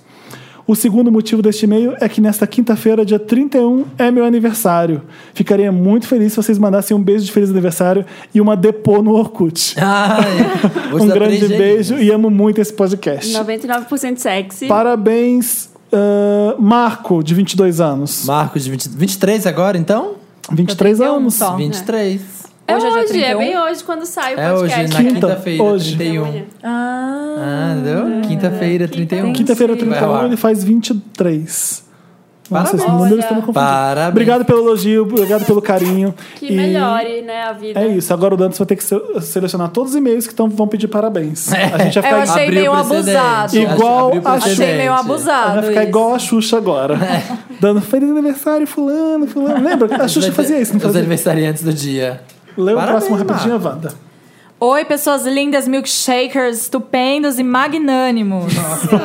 [SPEAKER 3] O segundo motivo deste e-mail é que nesta quinta-feira, dia 31, é meu aniversário. Ficaria muito feliz se vocês mandassem um beijo de feliz aniversário e uma depô no Orkut.
[SPEAKER 1] Ai, vou te
[SPEAKER 3] um
[SPEAKER 1] dar
[SPEAKER 3] grande
[SPEAKER 1] três
[SPEAKER 3] beijo
[SPEAKER 1] gelinhos.
[SPEAKER 3] e amo muito esse podcast.
[SPEAKER 2] 99% sexy.
[SPEAKER 3] Parabéns, ah, Marco, de 22 anos.
[SPEAKER 1] Marcos, de 20, 23 agora, então?
[SPEAKER 3] 23
[SPEAKER 4] 31
[SPEAKER 3] anos.
[SPEAKER 4] só.
[SPEAKER 1] 23.
[SPEAKER 2] É
[SPEAKER 4] Hoje
[SPEAKER 2] hoje,
[SPEAKER 4] é dia
[SPEAKER 2] é,
[SPEAKER 4] 31?
[SPEAKER 2] bem hoje quando sai o
[SPEAKER 1] É hoje,
[SPEAKER 2] podcast. né,
[SPEAKER 1] na
[SPEAKER 3] Quinta,
[SPEAKER 1] quinta-feira,
[SPEAKER 3] hoje.
[SPEAKER 1] 31.
[SPEAKER 2] Amanhã.
[SPEAKER 4] Ah,
[SPEAKER 1] Ah, entendeu? Quinta-feira, 31.
[SPEAKER 3] Quinta-feira,
[SPEAKER 1] Vai rolar.
[SPEAKER 3] 31, ele faz 23. Nossa,
[SPEAKER 1] Parabéns.
[SPEAKER 3] esses números estão me confundindo.
[SPEAKER 1] Parabéns.
[SPEAKER 3] Obrigado pelo elogio, obrigado pelo carinho.
[SPEAKER 2] Que
[SPEAKER 3] E
[SPEAKER 2] melhore, né, a vida.
[SPEAKER 3] É isso, agora o Dantas vai ter que se- selecionar todos os e-mails que tão, vão pedir parabéns. A gente vai
[SPEAKER 4] É, eu
[SPEAKER 3] ficar
[SPEAKER 4] achei
[SPEAKER 1] Abriu
[SPEAKER 4] meio
[SPEAKER 1] o precedente.
[SPEAKER 4] abusado.
[SPEAKER 1] Acho-
[SPEAKER 3] Igual
[SPEAKER 1] abriu o
[SPEAKER 3] a-
[SPEAKER 1] precedente.
[SPEAKER 4] Ah, Achei meio abusado.
[SPEAKER 3] Ela vai ficar
[SPEAKER 4] isso.
[SPEAKER 3] igual a Xuxa agora. Dando feliz aniversário, fulano, fulano. Lembra? A Xuxa fazia isso, não
[SPEAKER 1] É. Os
[SPEAKER 3] fazia?
[SPEAKER 1] aniversariantes do dia.
[SPEAKER 3] Lê o
[SPEAKER 1] Parabéns,
[SPEAKER 3] próximo rapidinho,
[SPEAKER 1] Marco.
[SPEAKER 3] Wanda.
[SPEAKER 4] Oi, pessoas lindas, milkshakers, estupendos e magnânimos. Eu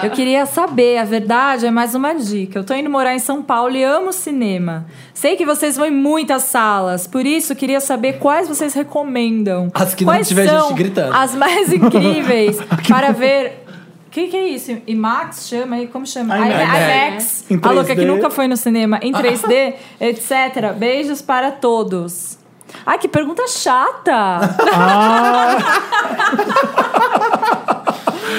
[SPEAKER 2] Olha.
[SPEAKER 4] queria saber, a verdade é mais uma dica. Eu tô indo morar em São Paulo e amo cinema. Sei que vocês vão em muitas salas, por isso queria saber quais vocês recomendam.
[SPEAKER 1] As que não
[SPEAKER 4] quais
[SPEAKER 1] tiver gente
[SPEAKER 4] são
[SPEAKER 1] gritando.
[SPEAKER 4] As mais incríveis para ver. O que, que é isso? IMAX chama aí? Como chama?
[SPEAKER 3] IMAX.
[SPEAKER 4] IMAX.
[SPEAKER 3] Em
[SPEAKER 4] A louca que
[SPEAKER 3] 3D.
[SPEAKER 4] nunca foi no cinema. Em 3D, etc. Beijos para todos. Ai, que pergunta chata!
[SPEAKER 1] Ah.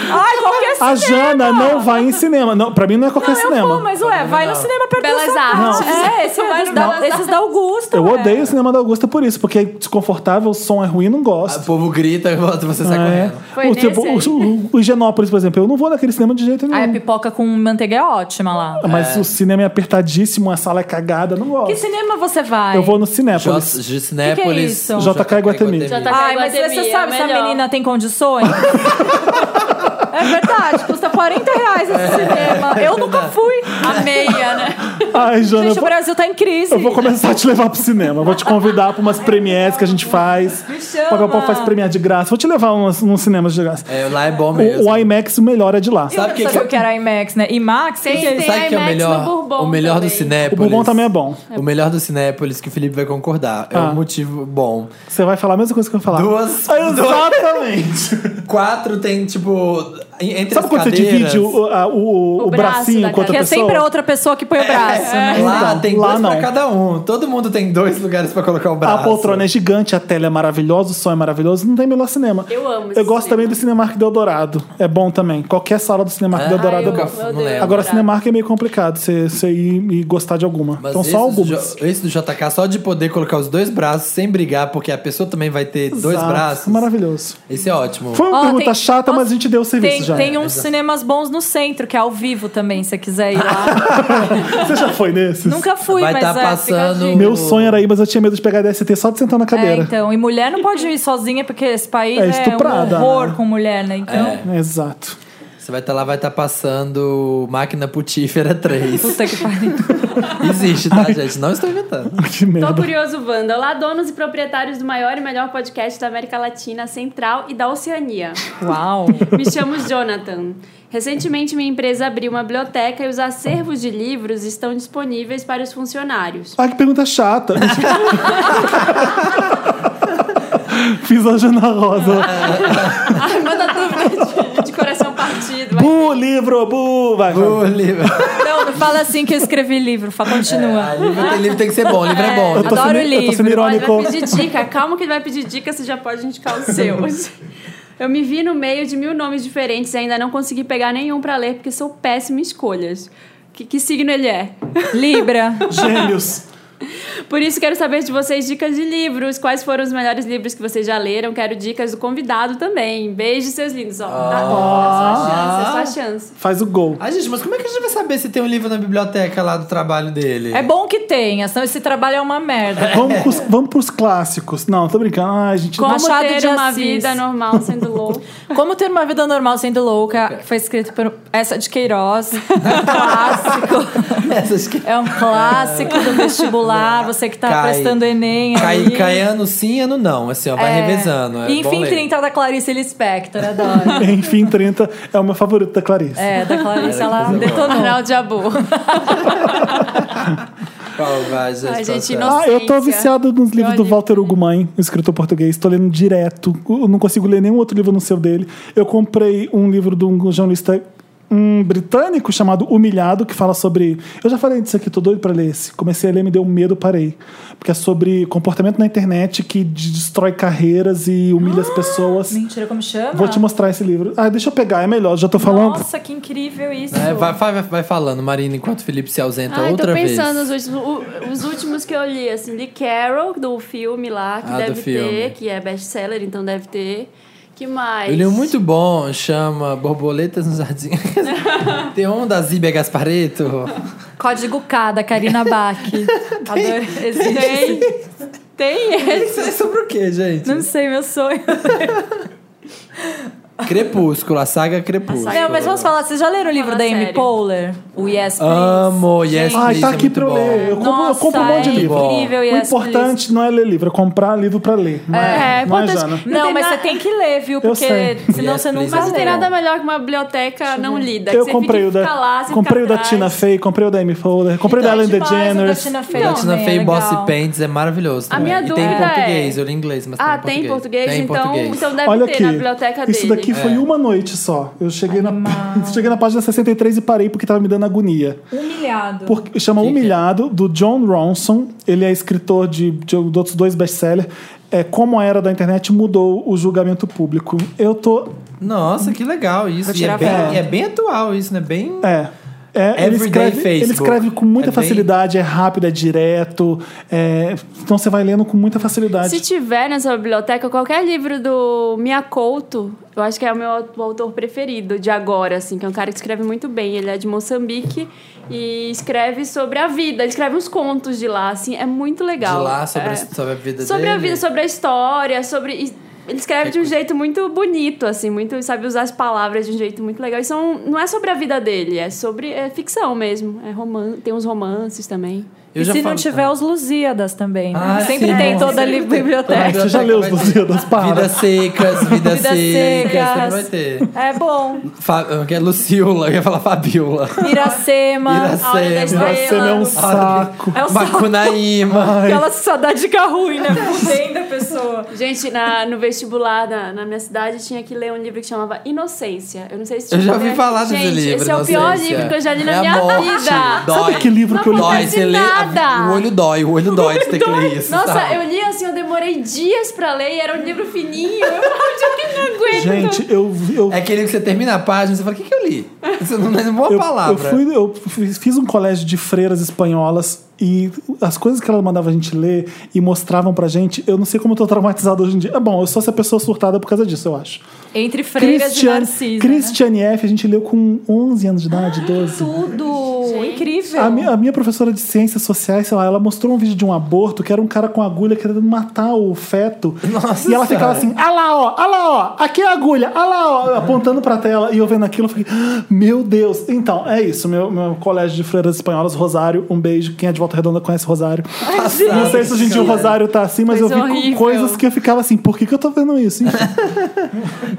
[SPEAKER 4] Ai, é qualquer
[SPEAKER 3] A
[SPEAKER 4] cinema!
[SPEAKER 3] Jana não vai em cinema. Não, pra mim não é qualquer
[SPEAKER 4] Não, eu
[SPEAKER 3] cinema.
[SPEAKER 4] vou, mas ué, vai no cinema perder
[SPEAKER 2] Belas
[SPEAKER 4] essa-
[SPEAKER 2] Artes.
[SPEAKER 4] Não. É, esse
[SPEAKER 2] Vai
[SPEAKER 4] é
[SPEAKER 2] no
[SPEAKER 4] dos da-
[SPEAKER 2] Belas
[SPEAKER 4] esses da Augusta.
[SPEAKER 3] Eu
[SPEAKER 4] ué.
[SPEAKER 3] odeio o cinema da Augusta por isso, porque é desconfortável, o som é ruim, não
[SPEAKER 1] O
[SPEAKER 3] gosto.
[SPEAKER 1] povo grita e volta, você sai
[SPEAKER 3] É.
[SPEAKER 1] Ah, tá correndo.
[SPEAKER 2] Foi
[SPEAKER 3] O, tipo,
[SPEAKER 2] nesse
[SPEAKER 3] o, o- o Higienópolis, por exemplo, eu não vou naquele cinema de jeito nenhum.
[SPEAKER 4] Ai, a Ah, pipoca com manteiga é ótima lá.
[SPEAKER 3] Mas o cinema é apertadíssimo, a sala é cagada, não gosto.
[SPEAKER 4] Que cinema você vai?
[SPEAKER 3] Eu vou no Cinépolis.
[SPEAKER 1] Jos- Gisnépolis.
[SPEAKER 4] Que que é isso?
[SPEAKER 3] JK Iguatemi.
[SPEAKER 4] Ai, mas
[SPEAKER 2] Iguatemi,
[SPEAKER 4] você
[SPEAKER 2] é
[SPEAKER 4] sabe se a
[SPEAKER 2] melhor.
[SPEAKER 4] menina tem condições? é verdade, custa 40 reais
[SPEAKER 3] É.
[SPEAKER 4] esse cinema. Eu nunca fui.
[SPEAKER 2] A meia, né?
[SPEAKER 3] Ai, Jana,
[SPEAKER 4] Gente,
[SPEAKER 3] eu
[SPEAKER 4] o
[SPEAKER 3] vou,
[SPEAKER 4] Brasil tá em crise.
[SPEAKER 3] eu vou começar a te levar pro cinema. Vou te convidar pra umas premieres que a gente faz.
[SPEAKER 4] Me chama.
[SPEAKER 3] O Papel Pop faz premiere de graça. Vou te levar umas, num cinema de graça.
[SPEAKER 1] É, lá é bom mesmo.
[SPEAKER 3] O, o IMAX, o melhor é de lá.
[SPEAKER 1] Sabe o que,
[SPEAKER 4] Sabe
[SPEAKER 1] que,
[SPEAKER 4] o que era IMAX, né? IMAX?
[SPEAKER 2] Tem-
[SPEAKER 4] que é isso?
[SPEAKER 2] tem-
[SPEAKER 1] sabe que é o
[SPEAKER 2] IMAX no
[SPEAKER 1] melhor,
[SPEAKER 2] Bourbon
[SPEAKER 1] o melhor do
[SPEAKER 2] também.
[SPEAKER 3] O
[SPEAKER 1] Cinépolis?
[SPEAKER 3] Bourbon também é bom.
[SPEAKER 1] O melhor do Cinépolis, que o Felipe vai concordar, é
[SPEAKER 3] Ah.
[SPEAKER 1] um motivo bom.
[SPEAKER 3] Você vai falar a mesma coisa que eu vou falar.
[SPEAKER 1] Duas-
[SPEAKER 3] Exatamente.
[SPEAKER 1] Quatro tem, tipo, entre
[SPEAKER 3] Sabe
[SPEAKER 1] as
[SPEAKER 3] quando você
[SPEAKER 1] cadeiras...
[SPEAKER 3] divide o, a- o- o- o
[SPEAKER 2] braço
[SPEAKER 3] bracinho
[SPEAKER 2] da
[SPEAKER 3] com outra
[SPEAKER 4] Que é
[SPEAKER 3] pessoa?
[SPEAKER 4] sempre a outra pessoa que põe o braço. né?
[SPEAKER 1] Lá
[SPEAKER 3] Então,
[SPEAKER 1] tem
[SPEAKER 3] lá
[SPEAKER 1] dois
[SPEAKER 3] não.
[SPEAKER 1] pra cada um. Todo mundo tem dois lugares pra colocar o braço.
[SPEAKER 3] A poltrona é gigante, a tela é maravilhosa, o som é maravilhoso, não tem melhor cinema.
[SPEAKER 2] Eu amo esse
[SPEAKER 3] Eu gosto
[SPEAKER 2] cinema.
[SPEAKER 3] também do Cinemark do Eldorado. É bom também. Qualquer sala do Cinemark
[SPEAKER 1] Ah,
[SPEAKER 3] do Eldorado é
[SPEAKER 1] eu
[SPEAKER 3] bom.
[SPEAKER 1] nunca- não lembro.
[SPEAKER 3] Agora,
[SPEAKER 2] Dourado.
[SPEAKER 3] Cinemark é meio complicado você você ir e gostar de alguma.
[SPEAKER 1] Mas
[SPEAKER 3] então,
[SPEAKER 1] esse
[SPEAKER 3] só
[SPEAKER 1] do
[SPEAKER 3] algumas.
[SPEAKER 1] J- Esse do JK, só de poder colocar os dois braços sem brigar, porque a pessoa também vai ter dois
[SPEAKER 3] Exato. é
[SPEAKER 1] braços.
[SPEAKER 3] Maravilhoso.
[SPEAKER 1] Esse é ótimo.
[SPEAKER 3] Foi uma
[SPEAKER 4] Ó,
[SPEAKER 3] pergunta
[SPEAKER 4] tem-
[SPEAKER 3] chata, mas a gente deu o serviço
[SPEAKER 4] Tem,
[SPEAKER 3] já. é,
[SPEAKER 4] tem uns cinemas bons no centro, que é ao vivo também, se você quiser ir lá.
[SPEAKER 3] Você já foi nesses?
[SPEAKER 4] um- Nunca fui,
[SPEAKER 1] vai
[SPEAKER 4] mas
[SPEAKER 1] estar
[SPEAKER 4] é, fica a
[SPEAKER 1] passando.
[SPEAKER 4] dica.
[SPEAKER 3] Meu sonho era ir, mas eu tinha medo de pegar DST só de sentar na
[SPEAKER 4] É,
[SPEAKER 3] cadeira.
[SPEAKER 4] então, e mulher não pode ir sozinha, porque esse país
[SPEAKER 3] É
[SPEAKER 4] é,
[SPEAKER 3] estuprada.
[SPEAKER 4] um horror com mulher, né? Então,
[SPEAKER 1] É.
[SPEAKER 3] Exato.
[SPEAKER 1] Você vai estar lá, vai estar passando Máquina Putífera 3.
[SPEAKER 4] puta que pariu.
[SPEAKER 1] Existe, tá, gente? Não estou inventando.
[SPEAKER 3] Que
[SPEAKER 2] Tô
[SPEAKER 3] merda.
[SPEAKER 2] curioso, Wanda. Olá, donos e proprietários do maior e melhor podcast da América Latina, Central e da Oceania.
[SPEAKER 4] Uau.
[SPEAKER 2] Me chamo Jonathan. Recentemente, minha empresa abriu uma biblioteca e os acervos de livros estão disponíveis para os funcionários.
[SPEAKER 3] Ai, Ah, que pergunta chata. Fiz a Jana
[SPEAKER 4] Ah,
[SPEAKER 3] Rosa.
[SPEAKER 2] Ai, manda dúvida de, de coração partido. vai.
[SPEAKER 3] Bu, livro, bu. Vai, vai.
[SPEAKER 1] O livro.
[SPEAKER 4] Não, não fala assim que eu escrevi livro, fa,
[SPEAKER 1] Ah,
[SPEAKER 4] continua.
[SPEAKER 1] livro, tem, livro tem que ser bom, livro é, bom.
[SPEAKER 4] Eu
[SPEAKER 1] gente.
[SPEAKER 3] tô
[SPEAKER 4] Adoro
[SPEAKER 3] sendo, Eu tô sendo
[SPEAKER 4] livro.
[SPEAKER 2] Olha,
[SPEAKER 3] irônico.
[SPEAKER 2] vai pedir dica. Calma que ele vai pedir dica, você já pode indicar os seus. Eu me vi no meio de mil nomes diferentes e ainda não consegui pegar nenhum para ler porque sou péssima em escolhas. Que, que signo ele é?
[SPEAKER 4] Libra.
[SPEAKER 3] Gêmeos.
[SPEAKER 2] Por isso, quero saber de vocês dicas de livros. Quais foram os melhores livros que vocês já leram? Quero dicas do convidado também. Beijo, seus lindos. Ó, tá-
[SPEAKER 4] Ah.
[SPEAKER 2] é sua chance, é sua chance.
[SPEAKER 3] Faz o gol.
[SPEAKER 1] Ah, gente, mas como é que a gente vai saber se tem um livro na biblioteca lá do trabalho dele?
[SPEAKER 4] É bom que tenha, senão esse trabalho é uma merda.
[SPEAKER 3] Vamos pros, vamos pros clássicos. Não, tô brincando. Ai, gente.
[SPEAKER 4] Como
[SPEAKER 2] Como
[SPEAKER 4] Machado
[SPEAKER 2] ter
[SPEAKER 4] de
[SPEAKER 2] uma
[SPEAKER 4] Assis.
[SPEAKER 2] vida normal sendo louco.
[SPEAKER 4] Como ter uma vida normal sendo
[SPEAKER 1] É.
[SPEAKER 4] louca, que foi escrito por essa de Queiroz, um clássico.
[SPEAKER 1] Essas que...
[SPEAKER 4] É um clássico do vestibular, você que tá
[SPEAKER 1] É. Cai.
[SPEAKER 4] prestando Enem
[SPEAKER 1] Cai,
[SPEAKER 4] aí.
[SPEAKER 1] cai ano sim, ano não. Assim, ó, vai
[SPEAKER 4] É.
[SPEAKER 1] revezando. É
[SPEAKER 4] E
[SPEAKER 1] bom
[SPEAKER 4] enfim,
[SPEAKER 1] ler.
[SPEAKER 4] 30 da Clarice Lispector, adoro.
[SPEAKER 3] Enfim, 30 é o meu favorito da Clarice.
[SPEAKER 4] É, da Clarice,
[SPEAKER 1] Ela
[SPEAKER 4] ela
[SPEAKER 1] que fez a
[SPEAKER 4] detonou.
[SPEAKER 2] Arnaldo Jabu.
[SPEAKER 1] Qual vai, gente?
[SPEAKER 2] Ai,
[SPEAKER 1] qual
[SPEAKER 2] gente,
[SPEAKER 1] será?
[SPEAKER 2] nossa.
[SPEAKER 3] Ah, eu tô
[SPEAKER 2] Ciência.
[SPEAKER 3] viciado nos livros do
[SPEAKER 2] livro
[SPEAKER 3] Walter Hugo Mãe, um escritor português. Tô lendo direto. Eu não consigo ler nenhum outro livro no seu dele. Eu comprei um livro de um jornalista hum, britânico chamado Humilhado, que fala sobre. Eu já falei disso aqui, tô doido pra ler esse. Comecei a ler, me deu um medo, parei. Porque é sobre comportamento na internet que de- destrói carreiras e humilha
[SPEAKER 4] Ah,
[SPEAKER 3] as pessoas.
[SPEAKER 4] Mentira, como chama?
[SPEAKER 3] Vou te mostrar esse livro. Ah, deixa eu pegar, é melhor, já tô falando.
[SPEAKER 4] Nossa, que incrível isso.
[SPEAKER 1] É, vai, vai, vai falando, Marina, enquanto o Felipe se ausenta
[SPEAKER 2] Ai,
[SPEAKER 1] outra
[SPEAKER 2] tô pensando
[SPEAKER 1] vez.
[SPEAKER 2] nos últimos, o- os últimos que eu li, assim, de Carol, do filme lá, que
[SPEAKER 1] Ah, do
[SPEAKER 2] deve
[SPEAKER 1] filme.
[SPEAKER 2] ter, que é best-seller, então deve ter. Que mais?
[SPEAKER 1] Eu li um muito bom, chama Borboletas no Jardim. tem um da Zíbia Gaspareto.
[SPEAKER 4] Código K, da Karina Bach. Adorei. Existe.
[SPEAKER 2] Tem esse.
[SPEAKER 1] Isso é sobre o quê, gente?
[SPEAKER 4] Não sei, meu sonho.
[SPEAKER 1] Crepúsculo, a saga Crepúsculo.
[SPEAKER 2] A saga
[SPEAKER 4] Não, mas vamos falar, vocês já leram o livro
[SPEAKER 2] Fala
[SPEAKER 4] da Amy
[SPEAKER 2] sério.
[SPEAKER 4] Poehler? O Yes Please.
[SPEAKER 1] Amo, Yes
[SPEAKER 4] Gente,
[SPEAKER 1] Please.
[SPEAKER 3] Ai,
[SPEAKER 1] Isso
[SPEAKER 3] tá
[SPEAKER 1] é
[SPEAKER 3] aqui pra eu
[SPEAKER 1] muito bom.
[SPEAKER 3] ler. Ah, Eu compro, eu
[SPEAKER 4] Nossa,
[SPEAKER 3] compro um monte de
[SPEAKER 4] é
[SPEAKER 3] livro.
[SPEAKER 4] incrível,
[SPEAKER 3] o
[SPEAKER 4] Yes
[SPEAKER 3] importante não é ler livro, é comprar livro pra ler. Não é,
[SPEAKER 2] É,
[SPEAKER 3] não é
[SPEAKER 2] importante-
[SPEAKER 3] Jana.
[SPEAKER 4] Não,
[SPEAKER 2] tem
[SPEAKER 4] mas
[SPEAKER 2] na-
[SPEAKER 4] você tem que ler, viu?
[SPEAKER 3] sei.
[SPEAKER 4] Porque senão
[SPEAKER 1] Yes,
[SPEAKER 4] você não
[SPEAKER 1] please.
[SPEAKER 4] vai
[SPEAKER 2] Mas não tem
[SPEAKER 4] ler.
[SPEAKER 2] nada melhor que uma biblioteca não lida. que
[SPEAKER 3] Eu
[SPEAKER 2] você
[SPEAKER 3] comprei
[SPEAKER 2] fica,
[SPEAKER 3] o da,
[SPEAKER 2] fica lá, você
[SPEAKER 3] comprei o
[SPEAKER 2] fica
[SPEAKER 3] da Tina
[SPEAKER 2] atrás. Tá, tipo, ah,
[SPEAKER 3] Fey, comprei o da Amy Folder, comprei o da Ellen
[SPEAKER 2] é
[SPEAKER 3] DeGeneres.
[SPEAKER 1] Da Tina Fey, Bossy
[SPEAKER 4] Pen.
[SPEAKER 1] Paints é maravilhoso.
[SPEAKER 2] né? A
[SPEAKER 1] também.
[SPEAKER 2] minha
[SPEAKER 1] e tem em
[SPEAKER 2] dúvida é-
[SPEAKER 1] português, eu li em inglês, mas
[SPEAKER 2] Ah, tem em português?
[SPEAKER 1] Tem em
[SPEAKER 2] então,
[SPEAKER 1] português.
[SPEAKER 2] então deve
[SPEAKER 3] Olha
[SPEAKER 2] ter
[SPEAKER 3] aqui,
[SPEAKER 2] na biblioteca
[SPEAKER 3] isso
[SPEAKER 2] dele.
[SPEAKER 3] daqui foi uma noite só. Eu cheguei na, cheguei na página 63 e parei porque tava me dando agonia.
[SPEAKER 4] Humilhado.
[SPEAKER 3] Porque chama Humilhado, do John Ronson. Ele é escritor de, de outros dois best-sellers. É, como a era da internet mudou o julgamento público. Eu tô.
[SPEAKER 1] Nossa, que legal isso. E é,
[SPEAKER 4] tirar
[SPEAKER 1] bem,
[SPEAKER 3] foto.
[SPEAKER 1] e é bem atual isso, né? Bem...
[SPEAKER 3] É. É, ele,
[SPEAKER 1] Everyday
[SPEAKER 3] escreve, ele
[SPEAKER 1] Facebook.
[SPEAKER 3] escreve com muita
[SPEAKER 1] É bem-
[SPEAKER 3] facilidade, é rápido, é direto. é, então você vai lendo com muita facilidade.
[SPEAKER 2] Se tiver nessa biblioteca qualquer livro do Miyakoto, eu acho que é o meu au- o autor preferido de agora, assim, que é um cara que escreve muito bem. Ele é de Moçambique e escreve sobre a vida. Ele escreve uns contos de lá, assim, é muito legal.
[SPEAKER 1] De lá, sobre,
[SPEAKER 2] É.
[SPEAKER 1] sobre a vida
[SPEAKER 2] sobre
[SPEAKER 1] dele.
[SPEAKER 2] a vida, sobre a história, sobre. e- Ele escreve de um jeito muito bonito, assim, muito, sabe, usar as palavras de um jeito muito legal. E são, não é sobre a vida dele, é sobre é ficção mesmo. É roman, tem uns romances também.
[SPEAKER 1] Eu
[SPEAKER 4] e
[SPEAKER 1] já
[SPEAKER 4] se não
[SPEAKER 1] falo-
[SPEAKER 4] tiver os Lusíadas também. né?
[SPEAKER 1] Ah,
[SPEAKER 4] Sempre
[SPEAKER 1] sim,
[SPEAKER 4] tem
[SPEAKER 1] nossa.
[SPEAKER 4] toda a li- biblioteca.
[SPEAKER 3] Ah, você já leu
[SPEAKER 1] Vai
[SPEAKER 3] os
[SPEAKER 1] ter.
[SPEAKER 3] Lusíadas, para.
[SPEAKER 1] Vidas secas, vida,
[SPEAKER 4] Vidas
[SPEAKER 1] secas, sempre
[SPEAKER 4] secas.
[SPEAKER 1] vai ter.
[SPEAKER 4] É bom.
[SPEAKER 1] Fa... eu quero Luciola, eu ia falar Fabiola.
[SPEAKER 4] Iracema.
[SPEAKER 2] A Hora da
[SPEAKER 1] Iracema.
[SPEAKER 2] Estrela.
[SPEAKER 3] Você é um saco.
[SPEAKER 4] É o saco.
[SPEAKER 1] Macunaíma.
[SPEAKER 4] Aquela só dá dica ruim, né? Fudendo a pessoa.
[SPEAKER 2] Gente, na, no vestibular na, na minha cidade tinha que ler um livro que chamava Inocência. Eu não sei se
[SPEAKER 1] Eu
[SPEAKER 2] tinha
[SPEAKER 1] já ouvi
[SPEAKER 2] que-
[SPEAKER 1] falar desse
[SPEAKER 2] Gente,
[SPEAKER 1] livro.
[SPEAKER 2] Esse é o pior
[SPEAKER 1] Inocência.
[SPEAKER 2] livro que eu já li na
[SPEAKER 1] É a
[SPEAKER 2] minha
[SPEAKER 1] morte.
[SPEAKER 2] vida.
[SPEAKER 1] Dói.
[SPEAKER 3] Sabe que livro que eu li?
[SPEAKER 1] Dói, você lê. a-
[SPEAKER 2] nada.
[SPEAKER 1] O olho dói, o olho dói de ter que ler isso.
[SPEAKER 2] Nossa,
[SPEAKER 1] sabe?
[SPEAKER 2] eu li assim, eu demorei dias pra ler e era um livro fininho. Eu acho que não aguento.
[SPEAKER 3] Gente, eu, eu
[SPEAKER 1] É aquele que você termina a página e você fala: o que, que eu li? Você não lembra uma
[SPEAKER 3] Eu-
[SPEAKER 1] palavra.
[SPEAKER 3] Eu, fui- eu fiz- fiz um colégio de freiras espanholas e as coisas que ela mandava a gente ler e mostravam pra gente, eu não sei como eu tô traumatizado hoje em dia. É bom, eu sou essa pessoa surtada por causa disso, eu acho.
[SPEAKER 4] Entre freiras e né? narciso.
[SPEAKER 3] Christiane F, a gente leu com 11 anos de idade, 12.
[SPEAKER 4] Tudo. Incrível.
[SPEAKER 3] A minha, a minha professora de ciências sociais, sei lá, ela mostrou um vídeo de um aborto que era um cara com agulha querendo matar o feto.
[SPEAKER 1] Nossa
[SPEAKER 3] e ela
[SPEAKER 1] Senhora.
[SPEAKER 3] ficava assim, ah lá, ó, ah lá, ó, aqui é a agulha, ah lá, ó, apontando pra tela. E eu vendo aquilo, eu fiquei, "Ah, meu Deus. Então, é isso, meu, meu colégio de freiras espanholas, Rosário, um beijo. Quem é de Volta Redonda conhece Rosário. Não sei se hoje em dia o Rosário tá assim, mas
[SPEAKER 2] Coisa
[SPEAKER 3] eu vi com
[SPEAKER 2] horrível.
[SPEAKER 3] coisas que eu ficava assim, por que, que eu tô vendo isso? Enfim,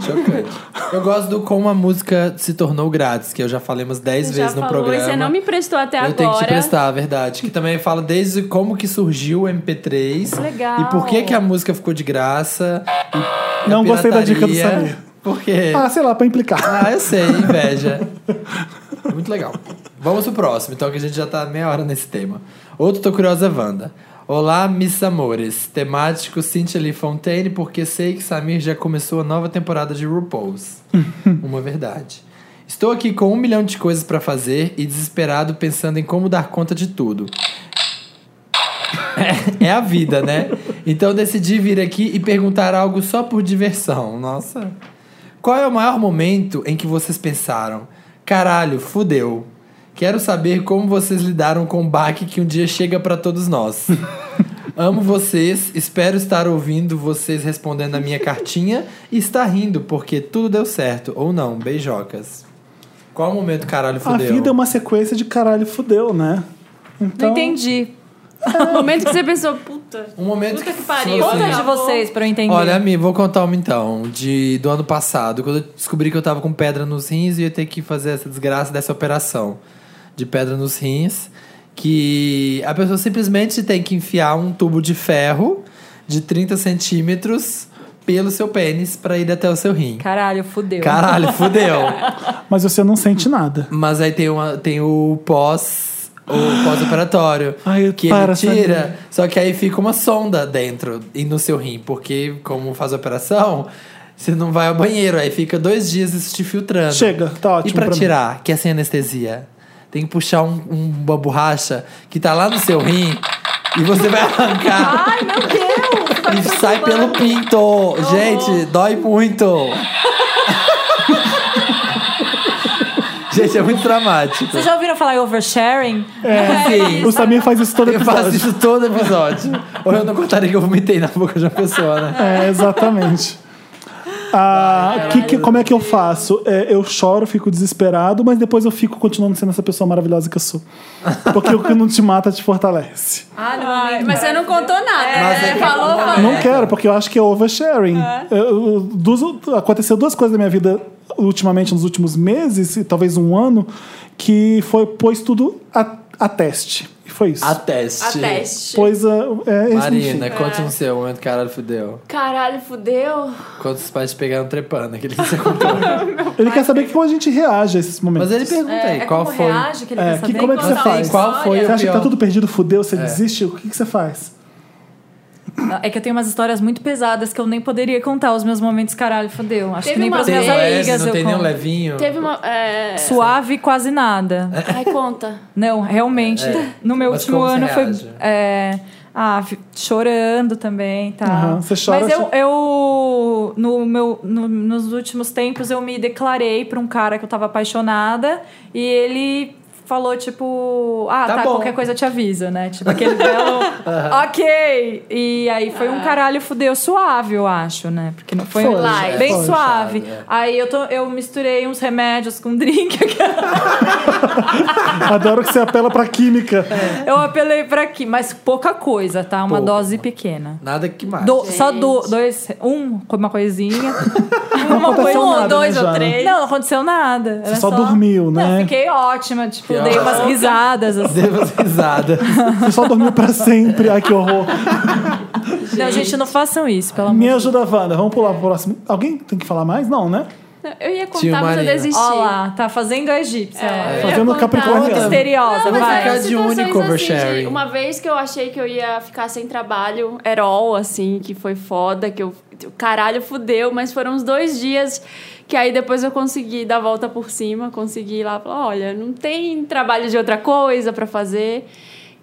[SPEAKER 1] Chocante. Eu gosto do como a música se tornou grátis, que eu já falei umas 10
[SPEAKER 2] já
[SPEAKER 1] vezes no
[SPEAKER 2] falou
[SPEAKER 1] programa.
[SPEAKER 2] e você não me prestou até
[SPEAKER 1] eu
[SPEAKER 2] agora.
[SPEAKER 1] tenho que te prestar, a verdade. Que também fala desde como que surgiu o MP3.
[SPEAKER 4] Legal.
[SPEAKER 1] E por que que a música ficou de graça. e
[SPEAKER 3] Não
[SPEAKER 1] a
[SPEAKER 3] gostei da dica do
[SPEAKER 1] pirataria.
[SPEAKER 3] Samir.
[SPEAKER 1] Por quê?
[SPEAKER 3] ah, sei lá, pra implicar.
[SPEAKER 1] Ah, eu sei, inveja. Muito legal. Vamos pro próximo, então, que a gente já tá meia hora nesse tema. Outro Tô Curiosa Wanda. Olá, Miss Amores. Temático Cynthia Lee Fontaine, porque sei que Samir já começou a nova temporada de RuPaul's. Uma verdade. Estou aqui com um milhão de coisas pra fazer e desesperado pensando em como dar conta de tudo. É a vida, né? Então decidi vir aqui e perguntar algo só por diversão. Nossa. Qual é o maior momento em que vocês pensaram? Caralho, fudeu. Quero saber como vocês lidaram com o baque que um dia chega pra todos nós. Amo vocês, espero estar ouvindo vocês respondendo a minha cartinha e estar rindo, porque tudo deu certo, ou não, beijocas. Qual o momento, caralho,
[SPEAKER 3] A
[SPEAKER 1] fudeu?
[SPEAKER 3] vida é uma sequência de caralho, fudeu, né?
[SPEAKER 4] Não
[SPEAKER 3] Então,
[SPEAKER 4] entendi.
[SPEAKER 2] No momento que você pensou, puta.
[SPEAKER 1] Um momento
[SPEAKER 2] Puta que
[SPEAKER 1] se
[SPEAKER 2] pariu.
[SPEAKER 1] você-
[SPEAKER 4] Conta de vocês pra eu entender.
[SPEAKER 1] Olha, amigo, vou contar uma então, de, do ano passado, quando eu descobri que eu tava com pedra nos rins e ia ter que fazer essa desgraça dessa operação de pedra nos rins, que a pessoa simplesmente tem que enfiar um tubo de ferro de 30 centímetros pelo seu pênis pra ir até o seu rim.
[SPEAKER 4] Caralho, fudeu.
[SPEAKER 1] Caralho, fudeu.
[SPEAKER 3] mas você não sente nada.
[SPEAKER 1] Mas aí tem, uma, tem o pós o pós-operatório
[SPEAKER 3] Ai, eu-
[SPEAKER 1] que
[SPEAKER 3] para,
[SPEAKER 1] ele
[SPEAKER 3] Samir.
[SPEAKER 1] tira, só que aí fica uma sonda dentro e no seu rim, porque como faz a operação, você não vai ao banheiro, aí fica dois dias isso te filtrando.
[SPEAKER 3] Chega, tá ótimo
[SPEAKER 1] E pra
[SPEAKER 3] pra mim.
[SPEAKER 1] tirar, que é sem anestesia, tem que puxar um- um- uma borracha que tá lá no seu rim e você vai arrancar.
[SPEAKER 4] Ai, meu Deus! tá me
[SPEAKER 1] E sai pelo
[SPEAKER 4] transformando.
[SPEAKER 1] pinto. Gente, dói muito. Gente, é muito dramático.
[SPEAKER 4] Vocês já ouviram falar em oversharing?
[SPEAKER 1] É,
[SPEAKER 4] É.
[SPEAKER 1] Sim.
[SPEAKER 3] O Samir faz isso todo
[SPEAKER 1] Eu faço
[SPEAKER 3] episódio.
[SPEAKER 1] isso todo episódio. Ou eu não contaria que eu vomitei na boca de uma pessoa, né?
[SPEAKER 3] É, exatamente. Ah, que, que- como é que eu faço? É, eu choro, fico desesperado, mas depois eu fico continuando sendo essa pessoa maravilhosa que eu sou. Porque o que não te mata te fortalece.
[SPEAKER 4] Ah, não.
[SPEAKER 2] Ai, mas você não contou nada,
[SPEAKER 1] Nossa,
[SPEAKER 2] né?
[SPEAKER 1] É, eu
[SPEAKER 2] Falou, falou.
[SPEAKER 3] Não quero, porque eu acho que Ah, é oversharing. Eu- eu- duas- aconteceu duas coisas na minha vida ultimamente, nos últimos meses, e talvez um ano, que foi pôs tudo a, a teste. E foi isso.
[SPEAKER 1] A teste.
[SPEAKER 2] A teste.
[SPEAKER 3] Pôs a. É, esse,
[SPEAKER 1] Marina,
[SPEAKER 3] enfim.
[SPEAKER 1] conte no seu momento, caralho, fudeu.
[SPEAKER 2] Caralho, fudeu.
[SPEAKER 1] Quantos os pais te pegaram trepando, aquele que você contou.
[SPEAKER 3] Ele quer saber como a gente reage a esses momentos.
[SPEAKER 1] Mas ele pergunta aí,
[SPEAKER 4] é
[SPEAKER 1] qual
[SPEAKER 4] como
[SPEAKER 1] foi.
[SPEAKER 4] reage que ele
[SPEAKER 3] É,
[SPEAKER 4] quer
[SPEAKER 3] que-
[SPEAKER 4] saber?
[SPEAKER 3] como é que você
[SPEAKER 1] Não,
[SPEAKER 2] Contar
[SPEAKER 3] faz?
[SPEAKER 2] uma
[SPEAKER 1] Qual foi
[SPEAKER 2] história.
[SPEAKER 1] o
[SPEAKER 3] Você acha que tá
[SPEAKER 1] pior?
[SPEAKER 3] tudo perdido, fudeu,
[SPEAKER 1] É.
[SPEAKER 3] você desiste? O que, que você faz?
[SPEAKER 4] É que eu tenho umas histórias muito pesadas que eu nem poderia contar os meus momentos, caralho, fodeu. Acho
[SPEAKER 2] Teve
[SPEAKER 4] que nem
[SPEAKER 2] uma
[SPEAKER 4] pras
[SPEAKER 2] vez-
[SPEAKER 1] Tem
[SPEAKER 4] minhas
[SPEAKER 2] As
[SPEAKER 1] leve, assim.
[SPEAKER 4] amigas
[SPEAKER 1] não
[SPEAKER 4] eu
[SPEAKER 1] tem nenhum
[SPEAKER 4] conto.
[SPEAKER 1] levinho.
[SPEAKER 2] Teve uma. É...
[SPEAKER 4] Suave, quase nada.
[SPEAKER 2] Ai, conta.
[SPEAKER 4] Não, realmente.
[SPEAKER 1] É.
[SPEAKER 4] No meu
[SPEAKER 1] Mas
[SPEAKER 4] último
[SPEAKER 1] como você
[SPEAKER 4] ano foi.
[SPEAKER 1] reage?
[SPEAKER 4] é, ah, fi- chorando também, tá?
[SPEAKER 3] Aham, você chora,
[SPEAKER 4] Mas eu, eu no meu, no- nos últimos tempos, eu me declarei pra um cara que eu tava apaixonada e ele falou, tipo, ah,
[SPEAKER 1] Tá
[SPEAKER 4] tá,
[SPEAKER 1] bom.
[SPEAKER 4] qualquer coisa eu te aviso, né? Tipo, aquele belo, ok! E aí foi um caralho fudeu suave, eu acho, né? Porque não foi,
[SPEAKER 3] Ah. Foi,
[SPEAKER 2] Light.
[SPEAKER 4] bem
[SPEAKER 3] foi.
[SPEAKER 1] Suave,
[SPEAKER 4] suave.
[SPEAKER 1] é.
[SPEAKER 4] Aí eu, tô, eu misturei uns remédios com drink,
[SPEAKER 3] Adoro que você apela pra
[SPEAKER 1] É.
[SPEAKER 3] química.
[SPEAKER 4] Eu apelei pra aqui, mas pouca coisa, tá? Uma
[SPEAKER 1] Pouco.
[SPEAKER 4] dose pequena.
[SPEAKER 1] Nada que mais.
[SPEAKER 3] Ah,
[SPEAKER 4] Do- só
[SPEAKER 2] Gente.
[SPEAKER 4] do, dois, um, com uma coisinha.
[SPEAKER 3] Não aconteceu
[SPEAKER 4] um ou
[SPEAKER 3] nada,
[SPEAKER 4] dois
[SPEAKER 3] né,
[SPEAKER 4] ou
[SPEAKER 3] Jana?
[SPEAKER 4] três. Não, não aconteceu nada.
[SPEAKER 3] Você só dormiu, né?
[SPEAKER 4] Não, fiquei ótima, tipo,
[SPEAKER 1] Que
[SPEAKER 4] dei umas
[SPEAKER 1] ótimo.
[SPEAKER 4] risadas, assim.
[SPEAKER 1] Deu umas risadas.
[SPEAKER 3] Você só dormiu pra sempre. Ai, que horror.
[SPEAKER 4] Não, gente, não façam isso, pelo amor de
[SPEAKER 3] Me ajuda, Wanda. Vamos pular pro próximo. Alguém tem que falar mais? Não, né?
[SPEAKER 2] Eu ia
[SPEAKER 1] Tio
[SPEAKER 2] contar, mas eu
[SPEAKER 1] Marina.
[SPEAKER 2] desisti.
[SPEAKER 4] Ó lá, tá fazendo a egípcia.
[SPEAKER 2] É,
[SPEAKER 4] ó.
[SPEAKER 2] eu ia
[SPEAKER 3] Fazendo
[SPEAKER 2] contar.
[SPEAKER 3] Capricorniano.
[SPEAKER 4] Muito misteriosa,
[SPEAKER 2] Não, mas
[SPEAKER 4] vai.
[SPEAKER 2] eram
[SPEAKER 1] Ficar
[SPEAKER 3] é
[SPEAKER 1] de
[SPEAKER 2] situações
[SPEAKER 1] único
[SPEAKER 2] assim,
[SPEAKER 1] oversharing.
[SPEAKER 2] de- uma vez que eu achei que eu ia ficar sem trabalho, herol, assim, que foi foda, que eu. Caralho, fudeu, mas foram uns dois dias que aí depois eu consegui dar a volta por cima, consegui ir lá e falar: olha, não tem trabalho de outra coisa pra fazer.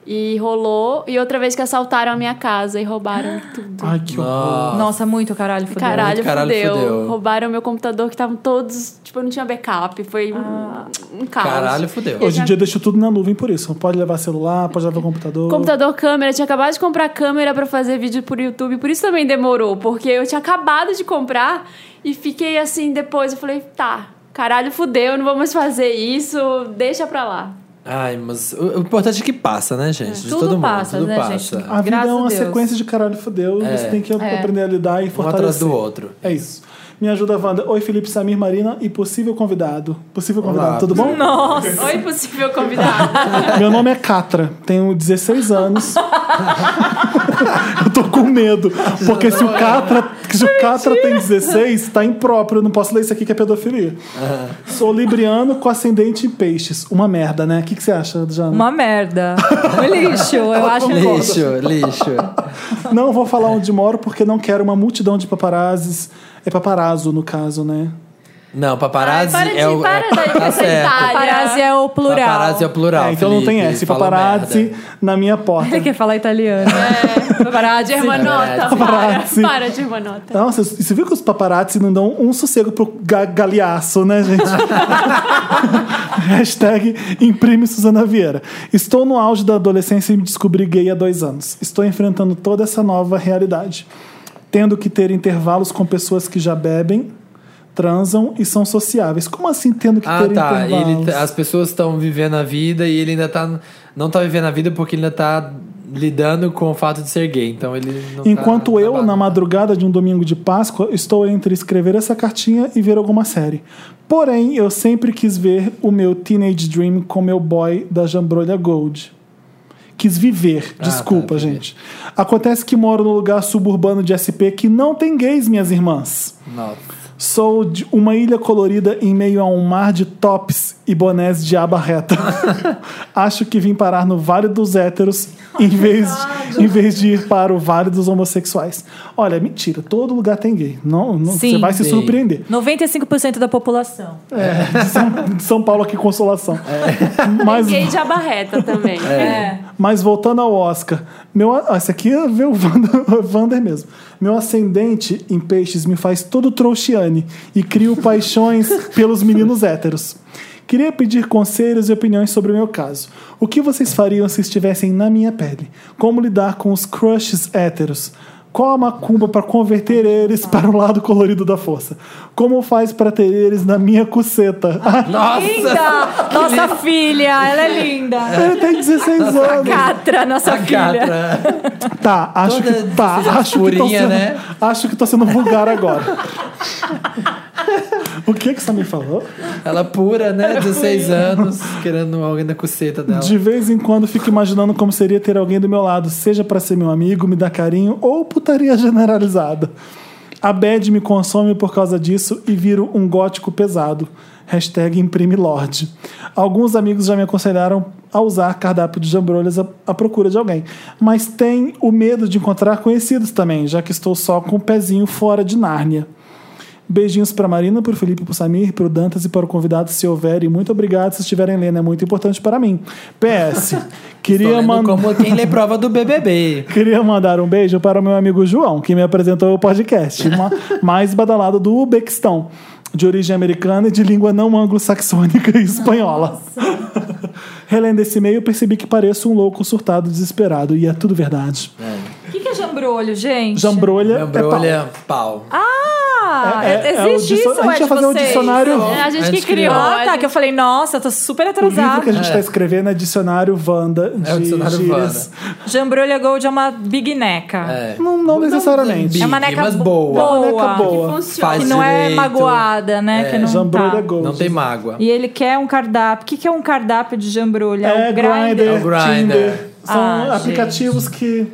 [SPEAKER 2] E rolou. E outra vez que assaltaram a minha casa e roubaram tudo.
[SPEAKER 3] Ai, que horror.
[SPEAKER 4] Nossa, muito caralho, fudeu.
[SPEAKER 2] Caralho,
[SPEAKER 1] Muito caralho,
[SPEAKER 2] fudeu.
[SPEAKER 1] fudeu.
[SPEAKER 2] Roubaram meu computador que estavam todos. Tipo, eu não tinha backup. Foi um, um caos.
[SPEAKER 1] Ah. Caralho, fudeu.
[SPEAKER 3] Hoje em dia eu deixo tudo na nuvem por isso. Pode levar celular, pode levar computador.
[SPEAKER 2] Computador, câmera, eu tinha acabado de comprar câmera pra fazer vídeo por YouTube, por isso também demorou, porque eu tinha acabado de comprar e fiquei assim depois, eu falei, tá, caralho, fudeu, não vou mais fazer isso, deixa pra lá.
[SPEAKER 1] Ai, mas o, o importante é que passa, né, gente? De
[SPEAKER 4] Tudo
[SPEAKER 1] todo mundo.
[SPEAKER 4] passa,
[SPEAKER 1] tudo
[SPEAKER 4] né,
[SPEAKER 1] passa.
[SPEAKER 4] gente?
[SPEAKER 1] Um
[SPEAKER 3] A vida
[SPEAKER 4] Graças
[SPEAKER 3] é
[SPEAKER 4] a
[SPEAKER 3] uma
[SPEAKER 4] Deus. É.
[SPEAKER 3] sequência de caralho fudeu. e Você tem que aprender a lidar e fortalecer.
[SPEAKER 1] É. Um atrás do outro.
[SPEAKER 3] É isso. Me ajuda, Wanda. Oi, Felipe, Samir, Marina e possível convidado. Possível convidado,
[SPEAKER 1] Olá.
[SPEAKER 3] tudo bom?
[SPEAKER 4] Nossa.
[SPEAKER 2] Oi, possível convidado.
[SPEAKER 3] Meu nome é Catra, tenho 16 anos. eu tô com medo. Porque se o Catra, se o Catra tem 16, tá impróprio. Eu não posso ler isso aqui que é pedofilia. Sou libriano com ascendente em peixes. Uma merda, né? O que, que você acha, Jana?
[SPEAKER 4] Uma merda. Um lixo, eu acho.
[SPEAKER 1] Lixo, lixo.
[SPEAKER 3] Não vou falar onde moro porque não quero uma multidão de paparazzis. É paparazzo, no caso, né?
[SPEAKER 1] Não, paparazzi
[SPEAKER 2] Ai, para de-
[SPEAKER 1] é o.
[SPEAKER 2] para
[SPEAKER 1] é,
[SPEAKER 2] daí com
[SPEAKER 1] tá
[SPEAKER 2] essa
[SPEAKER 1] certo.
[SPEAKER 2] idade.
[SPEAKER 4] Paparazzi é o plural.
[SPEAKER 1] Paparazzi é o plural.
[SPEAKER 3] É, então não tem
[SPEAKER 1] Felipe,
[SPEAKER 3] S.
[SPEAKER 1] falou
[SPEAKER 3] Paparazzi
[SPEAKER 1] merda.
[SPEAKER 3] na minha porta.
[SPEAKER 4] Ele quer falar italiano.
[SPEAKER 2] É,
[SPEAKER 4] Paparazzi.
[SPEAKER 2] Germanota,
[SPEAKER 3] É, Paparazzi.
[SPEAKER 2] para, para de Germanota.
[SPEAKER 3] Nossa, e Então, você viu que os paparazzi não dão um sossego pro ga galeaço, né, gente? Hashtag imprime Suzana Vieira. Estou no auge da adolescência e me descobri gay há dois anos. Estou enfrentando toda essa nova realidade. Tendo que ter intervalos com pessoas que já bebem, transam e são sociáveis. Como assim tendo que
[SPEAKER 1] Ah,
[SPEAKER 3] ter
[SPEAKER 1] tá.
[SPEAKER 3] intervalos?
[SPEAKER 1] Ele, as pessoas estão vivendo a vida e ele ainda tá. Não tá vivendo a vida porque ele ainda tá lidando com o fato de ser gay. Então ele não tá-
[SPEAKER 3] Enquanto
[SPEAKER 1] não tá
[SPEAKER 3] eu, na
[SPEAKER 1] bagunçado.
[SPEAKER 3] madrugada de um domingo de Páscoa, estou entre escrever essa cartinha e ver alguma série. Porém, eu sempre quis ver o meu Teenage Dream com meu boy da Jambrolha Gold. Quis viver,
[SPEAKER 1] tá,
[SPEAKER 3] desculpa,
[SPEAKER 1] viver.
[SPEAKER 3] gente. Acontece que moro num lugar suburbano de SP que não tem gays, minhas irmãs.
[SPEAKER 1] Nossa.
[SPEAKER 3] Sou de uma ilha colorida em meio a um mar de tops e bonés de aba reta. Acho que vim parar no Vale dos Héteros em vez, em vez de ir para o Vale dos Homossexuais. Olha, é mentira, todo lugar tem gay. Não, não-
[SPEAKER 4] Sim.
[SPEAKER 3] você vai se
[SPEAKER 1] Sim.
[SPEAKER 3] surpreender.
[SPEAKER 4] 95% da população.
[SPEAKER 3] De São, de São Paulo aqui, consolação. Mas,
[SPEAKER 2] Gay de abarreta também.
[SPEAKER 4] É.
[SPEAKER 3] mas voltando ao Oscar, meu, a- ah, esse aqui é ver o Wander, o Wander mesmo. Meu ascendente em peixes me faz todo trouxiane e crio paixões pelos meninos héteros. Queria pedir conselhos e opiniões sobre o meu caso. O que vocês fariam se estivessem na minha pele? Como lidar com os crushes héteros? Qual a macumba para converter eles para o lado colorido da força? Como faz para ter eles na minha cuceta? Ah,
[SPEAKER 1] Nossa!
[SPEAKER 4] Linda! Nossa filha, ela é linda.
[SPEAKER 3] Ele tem 16 anos.
[SPEAKER 4] Catra, nossa
[SPEAKER 1] A
[SPEAKER 4] filha.
[SPEAKER 1] Catra.
[SPEAKER 3] Tá, acho
[SPEAKER 1] Toda
[SPEAKER 3] que tá,
[SPEAKER 1] essas
[SPEAKER 3] acho que tô
[SPEAKER 1] purinha,
[SPEAKER 3] sendo,
[SPEAKER 1] né?
[SPEAKER 3] acho que tô sendo vulgar agora. o que que você tá me falou?
[SPEAKER 1] Ela pura, né? 16 anos, querendo alguém da cuceta dela.
[SPEAKER 3] De vez em quando fico imaginando como seria ter alguém do meu lado, seja pra ser meu amigo, me dar carinho ou putaria generalizada. A bad me consome por causa disso e viro um gótico pesado. Hashtag imprime Lorde. Alguns amigos já me aconselharam a usar cardápio de jambrolhas à, à procura de alguém. Mas tem o medo de encontrar conhecidos também, já que estou só com o pezinho fora de Nárnia. Beijinhos para Marina, para Felipe, para Samir, para o Dantas e para o convidado, se houver. E muito obrigado se estiverem lendo, é muito importante para mim. PS,
[SPEAKER 1] Tô
[SPEAKER 3] queria,
[SPEAKER 1] lendo
[SPEAKER 3] man-
[SPEAKER 1] como quem lê prova do BBB.
[SPEAKER 3] queria mandar um beijo para o meu amigo João, que me apresentou o podcast, ma- mais badalado do Uzbequistão, de origem americana e de língua não anglo-saxônica e espanhola. Relendo esse e-mail, percebi que pareço um louco surtado desesperado, e é tudo verdade.
[SPEAKER 4] O que, que é jambrolho, gente?
[SPEAKER 3] Jambrolha, é pau.
[SPEAKER 1] Jambrolha, pau.
[SPEAKER 4] Ah,
[SPEAKER 3] É- é- é o
[SPEAKER 4] existe
[SPEAKER 3] dicio-
[SPEAKER 4] isso,
[SPEAKER 3] a gente
[SPEAKER 4] é
[SPEAKER 3] vai
[SPEAKER 4] de
[SPEAKER 3] fazer um
[SPEAKER 4] vocês?
[SPEAKER 3] dicionário-
[SPEAKER 2] É a gente
[SPEAKER 1] Antes
[SPEAKER 2] que
[SPEAKER 1] que
[SPEAKER 2] criou.
[SPEAKER 1] eu-
[SPEAKER 4] Ah,
[SPEAKER 2] a
[SPEAKER 4] tá,
[SPEAKER 2] gente-
[SPEAKER 4] que eu falei, nossa, eu tô super
[SPEAKER 3] O livro que a
[SPEAKER 4] atrasada.
[SPEAKER 3] gente está escrevendo é Dicionário Wanda de
[SPEAKER 1] É o dicionário
[SPEAKER 3] gírias.
[SPEAKER 4] Jambrolha Gold é uma big neca.
[SPEAKER 1] É.
[SPEAKER 3] Não, não necessariamente.
[SPEAKER 1] big,
[SPEAKER 4] É uma neca
[SPEAKER 1] mas
[SPEAKER 4] bo-
[SPEAKER 1] boa.
[SPEAKER 3] Uma
[SPEAKER 4] boa.
[SPEAKER 3] neca boa.
[SPEAKER 2] Funciona.
[SPEAKER 4] Que
[SPEAKER 1] Faz
[SPEAKER 4] não é
[SPEAKER 1] direito. É.
[SPEAKER 4] magoada, né? Que não
[SPEAKER 3] Jambrolha
[SPEAKER 4] tá.
[SPEAKER 3] Gold.
[SPEAKER 1] Não tem mágoa.
[SPEAKER 4] E ele quer um cardápio. O que, que é um cardápio de jambrolha?
[SPEAKER 3] É
[SPEAKER 4] um grinder.
[SPEAKER 3] Grindr,
[SPEAKER 1] É o Grindr.
[SPEAKER 3] Tinder. São
[SPEAKER 4] Ah,
[SPEAKER 3] aplicativos que...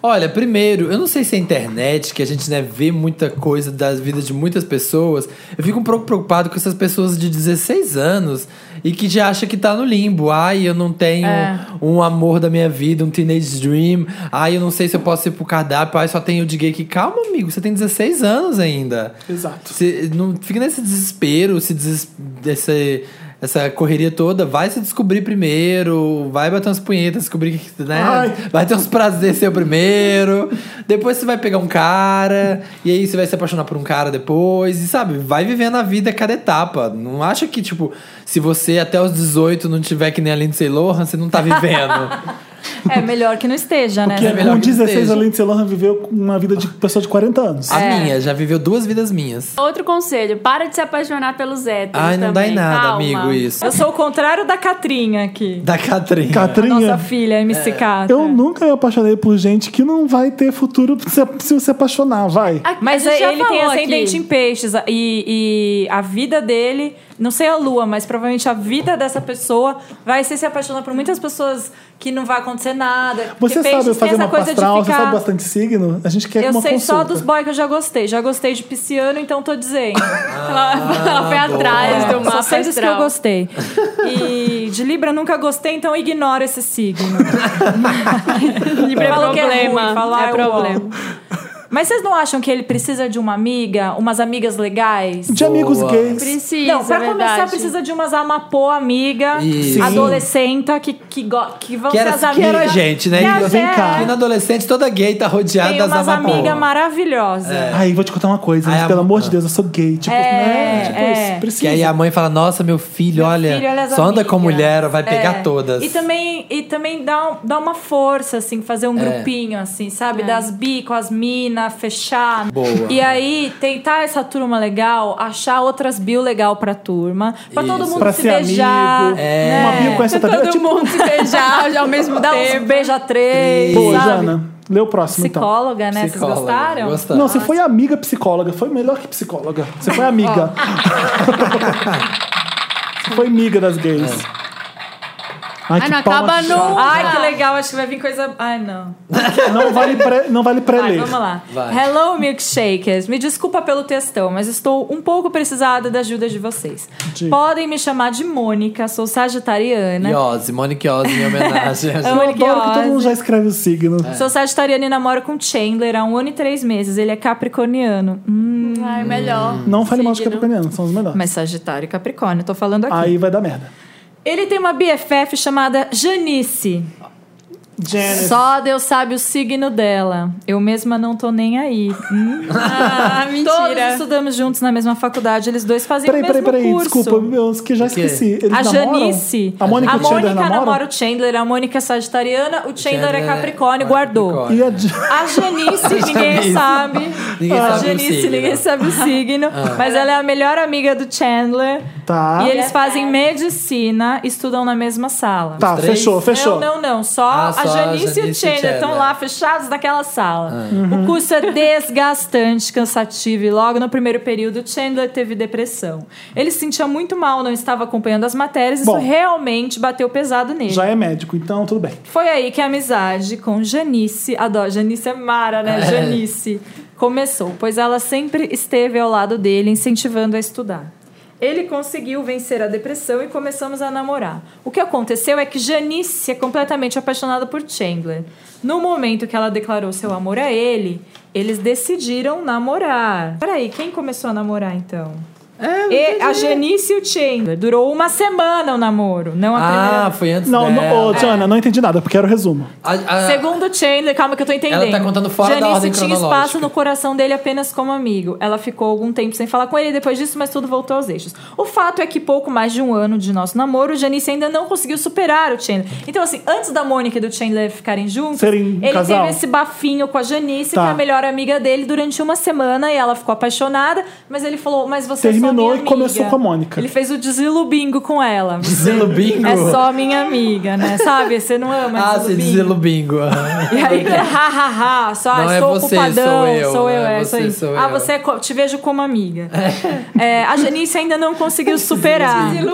[SPEAKER 1] Olha, primeiro, eu não sei se é internet, que a gente né, vê muita coisa das vidas de muitas pessoas. Eu fico um pouco preocupado com essas pessoas de 16 anos e que já acha que tá no limbo. Ai, eu não tenho um amor da minha vida, um teenage dream. Ai, eu não sei se eu posso ir pro cardápio. Ai, só tenho de gay que Calma, amigo, você tem 16 anos ainda.
[SPEAKER 3] Exato.
[SPEAKER 1] Você não fica nesse desespero, se deses, esse- essa correria toda, vai se descobrir primeiro, vai bater umas punhetas, descobrir que,
[SPEAKER 4] É.
[SPEAKER 1] né?
[SPEAKER 3] Ai.
[SPEAKER 1] Vai ter uns prazer seu primeiro, depois você vai pegar um cara, e aí você vai se apaixonar por um cara depois, e sabe, vai vivendo a vida cada etapa. Não acha que, tipo, se você até os 18 não tiver que nem a Lindsay Lohan, você não tá vivendo.
[SPEAKER 4] É melhor que não esteja, né?
[SPEAKER 3] Que
[SPEAKER 1] é melhor
[SPEAKER 3] com
[SPEAKER 1] que
[SPEAKER 3] 16 a
[SPEAKER 1] esteja.
[SPEAKER 3] Lindsay Lohan viveu com uma vida de pessoa de 40 anos.
[SPEAKER 4] É.
[SPEAKER 1] a minha, já viveu duas vidas minhas.
[SPEAKER 2] Outro conselho, para de se apaixonar pelos héteros
[SPEAKER 1] Ai, não dá em
[SPEAKER 2] também.
[SPEAKER 1] nada,
[SPEAKER 2] Calma.
[SPEAKER 1] amigo, isso.
[SPEAKER 4] Eu sou o contrário da Catrinha aqui.
[SPEAKER 1] Da Catrinha.
[SPEAKER 4] Nossa é.
[SPEAKER 3] Catrinha,
[SPEAKER 4] filha, MC
[SPEAKER 1] É.
[SPEAKER 4] Catra.
[SPEAKER 3] eu nunca me apaixonei por gente que não vai ter futuro se, se você apaixonar, vai.
[SPEAKER 2] A- a
[SPEAKER 4] Mas é,
[SPEAKER 2] gente já
[SPEAKER 4] ele tem
[SPEAKER 2] falou
[SPEAKER 4] ascendente
[SPEAKER 2] aqui.
[SPEAKER 4] em peixes e, e a vida dele, não sei a lua, mas provavelmente a vida dessa pessoa vai ser se apaixonar por muitas pessoas que não vai acontecer nada. Porque
[SPEAKER 3] Você sabe
[SPEAKER 4] peixes tem
[SPEAKER 3] fazer
[SPEAKER 4] essa
[SPEAKER 3] uma
[SPEAKER 4] coisa de
[SPEAKER 3] pastral, você
[SPEAKER 4] ficar-
[SPEAKER 3] sabe bastante signo, a gente quer
[SPEAKER 4] Eu
[SPEAKER 3] uma
[SPEAKER 4] sei só
[SPEAKER 3] consulta.
[SPEAKER 4] dos boys que eu já gostei. Já gostei de pisciano, então tô dizendo.
[SPEAKER 1] Ah,
[SPEAKER 2] Ela foi atrás do
[SPEAKER 4] só
[SPEAKER 2] um mapa
[SPEAKER 4] sei dos É, que eu
[SPEAKER 2] astral.
[SPEAKER 4] gostei. E de Libra eu nunca gostei, então ignoro esse signo.
[SPEAKER 2] Livre é
[SPEAKER 4] Falou que é
[SPEAKER 2] problema.
[SPEAKER 4] ruim, falou,
[SPEAKER 2] é
[SPEAKER 4] "Ah, eu
[SPEAKER 2] problema.
[SPEAKER 4] Mas vocês não acham que ele precisa de uma amiga, umas amigas legais?
[SPEAKER 3] De amigos
[SPEAKER 1] Boa.
[SPEAKER 3] gays.
[SPEAKER 2] Precisa,
[SPEAKER 4] não, pra
[SPEAKER 2] é
[SPEAKER 4] começar
[SPEAKER 2] verdade.
[SPEAKER 4] precisa de umas amapô amiga,
[SPEAKER 1] Isso.
[SPEAKER 4] adolescenta, que, que, go- que vão
[SPEAKER 1] Que era,
[SPEAKER 4] ser as
[SPEAKER 1] que
[SPEAKER 4] amigas.
[SPEAKER 1] era a gente, né?
[SPEAKER 4] Que a
[SPEAKER 1] Que
[SPEAKER 3] Vem
[SPEAKER 4] gente
[SPEAKER 3] cá.
[SPEAKER 1] na adolescente toda gay tá rodeada
[SPEAKER 4] Tem
[SPEAKER 1] das
[SPEAKER 4] umas
[SPEAKER 1] amapolas.
[SPEAKER 4] amigas maravilhosas.
[SPEAKER 3] Aí vou te contar uma coisa,
[SPEAKER 1] Ai,
[SPEAKER 3] gente, pelo
[SPEAKER 1] amor.
[SPEAKER 3] amor de Deus, eu sou gay. Tipo,
[SPEAKER 4] É,
[SPEAKER 3] né? Tipo,
[SPEAKER 4] é.
[SPEAKER 3] isso,
[SPEAKER 1] Que
[SPEAKER 3] precisa.
[SPEAKER 1] aí a mãe fala: Nossa, meu filho, olha,
[SPEAKER 4] filho, olha as
[SPEAKER 1] É. só anda com
[SPEAKER 4] amigas."
[SPEAKER 1] mulher, vai pegar
[SPEAKER 4] É.
[SPEAKER 1] todas.
[SPEAKER 4] E também, e também dá, um- dá uma força, assim, fazer um
[SPEAKER 1] É.
[SPEAKER 4] grupinho, assim, sabe? Das bi com as mina, fechar.
[SPEAKER 1] Boa.
[SPEAKER 4] E aí, tentar essa turma legal, achar outras bio legal pra turma. Pra todo
[SPEAKER 1] Isso.
[SPEAKER 4] mundo
[SPEAKER 3] pra
[SPEAKER 4] se
[SPEAKER 3] ser
[SPEAKER 4] beijar.
[SPEAKER 3] amigo.
[SPEAKER 1] É.
[SPEAKER 3] Uma amiga conhece outra amiga.
[SPEAKER 2] Todo
[SPEAKER 3] Tipo,
[SPEAKER 2] mundo se beijar ao mesmo
[SPEAKER 4] Dar uns
[SPEAKER 2] tempo.
[SPEAKER 4] beija três,
[SPEAKER 3] boa,
[SPEAKER 4] sabe?
[SPEAKER 3] Jana. Lê o próximo, então.
[SPEAKER 4] Psicóloga, né?
[SPEAKER 1] Psicóloga.
[SPEAKER 4] Vocês gostaram?
[SPEAKER 1] Gostamos.
[SPEAKER 3] Não, você foi amiga psicóloga. Foi melhor que psicóloga. Você foi amiga. você foi amiga das gays.
[SPEAKER 1] É.
[SPEAKER 2] Ai,
[SPEAKER 3] Ai, que
[SPEAKER 2] não
[SPEAKER 3] pau
[SPEAKER 2] acaba
[SPEAKER 3] na chata.
[SPEAKER 2] nunca.
[SPEAKER 4] Ai, que legal, acho que vai vir coisa. Ai, não.
[SPEAKER 3] Não vale, pré, não vale
[SPEAKER 4] Vai,
[SPEAKER 3] pré-ler.
[SPEAKER 4] vamos lá.
[SPEAKER 1] Vai.
[SPEAKER 4] Hello, milkshakers. Me desculpa pelo textão, mas estou um pouco precisada da ajuda de vocês.
[SPEAKER 3] Diga.
[SPEAKER 4] Podem me chamar de Mônica, sou sagitariana.
[SPEAKER 1] Iose, Mônica Iose, em homenagem. a
[SPEAKER 4] Amo
[SPEAKER 1] gente.
[SPEAKER 3] Eu
[SPEAKER 4] ele que
[SPEAKER 3] adoro que todo
[SPEAKER 4] ose.
[SPEAKER 3] mundo já escreve o signo.
[SPEAKER 1] É.
[SPEAKER 4] Sou sagitariana e namoro com Chandler há um ano e três meses. Ele é capricorniano. Hum,
[SPEAKER 2] Ai, melhor.
[SPEAKER 3] Não fale mal de
[SPEAKER 2] Signo.
[SPEAKER 3] capricorniano, são os melhores.
[SPEAKER 4] mas Sagitário e Capricórnio, tô falando aqui.
[SPEAKER 3] Aí vai dar merda.
[SPEAKER 4] Ele tem uma BFF chamada Janice.
[SPEAKER 3] Janice.
[SPEAKER 4] Só Deus sabe o signo dela. Eu mesma não tô nem aí. Hum?
[SPEAKER 2] Ah,
[SPEAKER 4] Todos
[SPEAKER 2] mentira.
[SPEAKER 4] estudamos juntos na mesma faculdade, eles dois faziam
[SPEAKER 3] Peraí,
[SPEAKER 4] o mesmo
[SPEAKER 3] peraí, peraí,
[SPEAKER 4] curso.
[SPEAKER 3] desculpa, eu que já
[SPEAKER 1] O quê?
[SPEAKER 3] esqueci. Eles
[SPEAKER 4] A
[SPEAKER 3] namoram?
[SPEAKER 4] Janice.
[SPEAKER 3] A Mônica e o Chandler
[SPEAKER 4] namora
[SPEAKER 3] namoram?
[SPEAKER 4] o Chandler, a Mônica é sagitariana, o Chandler, é Capricórnio,
[SPEAKER 1] é
[SPEAKER 4] guardou.
[SPEAKER 1] Capricórnio.
[SPEAKER 3] E a Jan-
[SPEAKER 4] A Janice, ninguém
[SPEAKER 1] Janice.
[SPEAKER 4] sabe.
[SPEAKER 1] Ninguém
[SPEAKER 4] a
[SPEAKER 1] sabe o
[SPEAKER 4] Janice,
[SPEAKER 1] signo. Ah.
[SPEAKER 4] ninguém sabe o signo. Mas ela é a melhor amiga do Chandler.
[SPEAKER 3] Tá.
[SPEAKER 4] E eles fazem medicina, estudam na mesma sala.
[SPEAKER 3] Tá,
[SPEAKER 1] três?
[SPEAKER 3] fechou, fechou.
[SPEAKER 4] Não, não, não. Só,
[SPEAKER 1] Ah, só
[SPEAKER 4] a Janice e o Chandler estão lá fechados naquela sala. O curso é desgastante, cansativo. E logo no primeiro período, o Chandler teve depressão. Ele se sentia muito mal, não estava acompanhando as matérias. Isso
[SPEAKER 3] Bom.
[SPEAKER 4] realmente bateu pesado nele.
[SPEAKER 3] Já é médico, então tudo bem.
[SPEAKER 4] Foi aí que a amizade com Janice, adoro, Janice é Mara, né? Janice, começou, pois ela sempre esteve ao lado dele, incentivando a estudar. Ele conseguiu vencer a depressão e começamos a namorar. O que aconteceu é que Janice é completamente apaixonada por Chandler. No momento que ela declarou seu amor a ele, eles decidiram namorar. Peraí, quem começou a namorar então? e a Janice e o Chandler. Durou uma semana o namoro, não a primeira
[SPEAKER 1] Ah, foi antes
[SPEAKER 3] Não,
[SPEAKER 1] dela.
[SPEAKER 3] não ô, Jana, não entendi nada, porque era o resumo.
[SPEAKER 1] A- a-
[SPEAKER 4] Segundo Chandler, calma que eu tô entendendo.
[SPEAKER 1] Ah. Ela tá contando fora da
[SPEAKER 4] Janice
[SPEAKER 1] ordem
[SPEAKER 4] tinha
[SPEAKER 1] cronológica.
[SPEAKER 4] espaço no coração dele apenas como amigo. Ela ficou algum tempo sem falar com ele depois disso, mas tudo voltou aos eixos. O fato é que pouco mais de um ano de nosso namoro, Janice ainda não conseguiu superar o Chandler. Então, assim, antes da Mônica e do Chandler ficarem juntos,
[SPEAKER 3] Serem um
[SPEAKER 4] ele
[SPEAKER 3] casal.
[SPEAKER 4] teve esse bafinho com a Janice,
[SPEAKER 3] Tá.
[SPEAKER 4] que é a melhor amiga dele, durante uma semana e ela ficou apaixonada, mas ele falou, mas você é só
[SPEAKER 3] Terminou
[SPEAKER 4] minha
[SPEAKER 3] e
[SPEAKER 4] amiga.
[SPEAKER 3] começou com a Mônica.
[SPEAKER 4] Ele fez o desilubingo com ela.
[SPEAKER 1] Dizendo bingo.
[SPEAKER 4] É só minha amiga, né? Sabe? Você não ama
[SPEAKER 1] Ah,
[SPEAKER 4] esse
[SPEAKER 1] você
[SPEAKER 4] lubinho.
[SPEAKER 1] dizendo bingo.
[SPEAKER 4] E aí, é, ha, ha, ha, só
[SPEAKER 1] Não
[SPEAKER 4] ah,
[SPEAKER 1] é
[SPEAKER 4] sou
[SPEAKER 1] você,
[SPEAKER 4] culpadão,
[SPEAKER 1] sou eu, não é
[SPEAKER 4] é,
[SPEAKER 1] você,
[SPEAKER 4] isso aí.
[SPEAKER 1] sou
[SPEAKER 4] ah,
[SPEAKER 1] eu.
[SPEAKER 4] você é co- te vejo como amiga. É, a Janice ainda não conseguiu superar. Ele-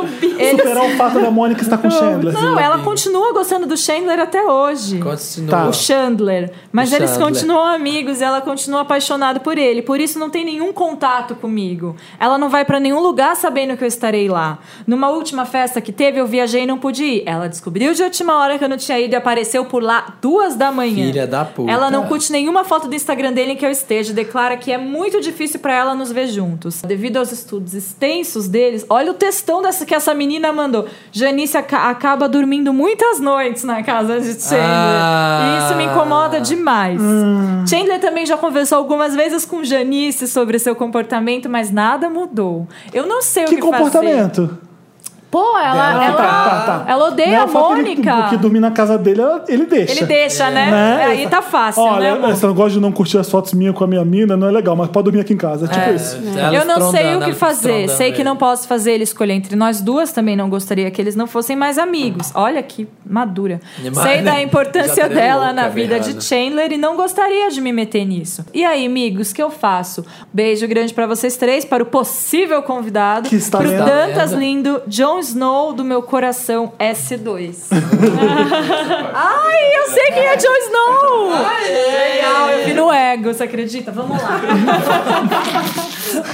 [SPEAKER 3] Superar o fato da Mônica estar com o Chandler.
[SPEAKER 4] não, ela continua gostando do Chandler até hoje.
[SPEAKER 1] Continua.
[SPEAKER 3] Tá.
[SPEAKER 4] O Chandler. Mas
[SPEAKER 1] O
[SPEAKER 4] eles
[SPEAKER 1] Chandler.
[SPEAKER 4] continuam amigos e ela continua apaixonada por ele. Por isso não tem nenhum contato comigo. Ela não vai pra nenhum lugar sabendo que eu estarei lá. Numa última festa que teve, eu viajei e não pude ir. Ela descobriu de última hora que eu não tinha ido e apareceu por lá duas da manhã.
[SPEAKER 1] Filha da puta.
[SPEAKER 4] Ela não curte nenhuma foto do Instagram dele em que eu esteja. Declara que é muito difícil pra ela nos ver juntos. Devido aos estudos extensos deles, olha o textão dessa, que essa menina mandou. Janice aca- acaba dormindo muitas noites na casa de Chandler.
[SPEAKER 1] Ah.
[SPEAKER 4] E isso me incomoda demais.
[SPEAKER 3] Hum.
[SPEAKER 4] Chandler também já conversou algumas vezes com Janice sobre seu comportamento, mas nada mudou. Eu não sei o
[SPEAKER 3] Que
[SPEAKER 4] que fazer.
[SPEAKER 3] comportamento?
[SPEAKER 4] Pô, ela,
[SPEAKER 1] Dela.
[SPEAKER 4] ela,
[SPEAKER 3] Tá, tá, tá.
[SPEAKER 4] ela
[SPEAKER 3] Não é
[SPEAKER 4] odeia
[SPEAKER 3] o
[SPEAKER 4] a
[SPEAKER 3] fato de-
[SPEAKER 4] Mônica.
[SPEAKER 3] Porque dormir na casa dele, ela- ele deixa.
[SPEAKER 4] Ele deixa, né?
[SPEAKER 3] Né?
[SPEAKER 4] Aí tá fácil, né,
[SPEAKER 3] Olha,
[SPEAKER 4] amor?
[SPEAKER 3] esse negócio de não curtir as fotos minhas com a minha mina não é legal, mas pode dormir aqui em casa. É tipo isso.
[SPEAKER 1] Ela
[SPEAKER 4] né? eu não sei
[SPEAKER 1] estrondando,
[SPEAKER 4] o que
[SPEAKER 1] ela
[SPEAKER 4] fazer.
[SPEAKER 1] estrondando
[SPEAKER 4] Sei que
[SPEAKER 1] ele.
[SPEAKER 4] não posso fazer ele escolher entre nós duas. Também não gostaria que eles não fossem mais amigos. Olha que madura.
[SPEAKER 1] Mas,
[SPEAKER 4] sei da
[SPEAKER 1] né,
[SPEAKER 4] importância
[SPEAKER 1] já tá
[SPEAKER 4] dela
[SPEAKER 1] louca,
[SPEAKER 4] na vida
[SPEAKER 1] berrando.
[SPEAKER 4] de Chandler e não gostaria de me meter nisso. E aí, amigos, o que eu faço? Beijo grande pra vocês três, para o possível convidado,
[SPEAKER 3] Que está
[SPEAKER 4] pro
[SPEAKER 3] lendo.
[SPEAKER 4] Dantas
[SPEAKER 1] Lendo.
[SPEAKER 4] lindo, Jon Snow do meu coração S2. Ai, eu sei quem é Jon Snow! Legal, eu vi no ego, você acredita? Vamos lá.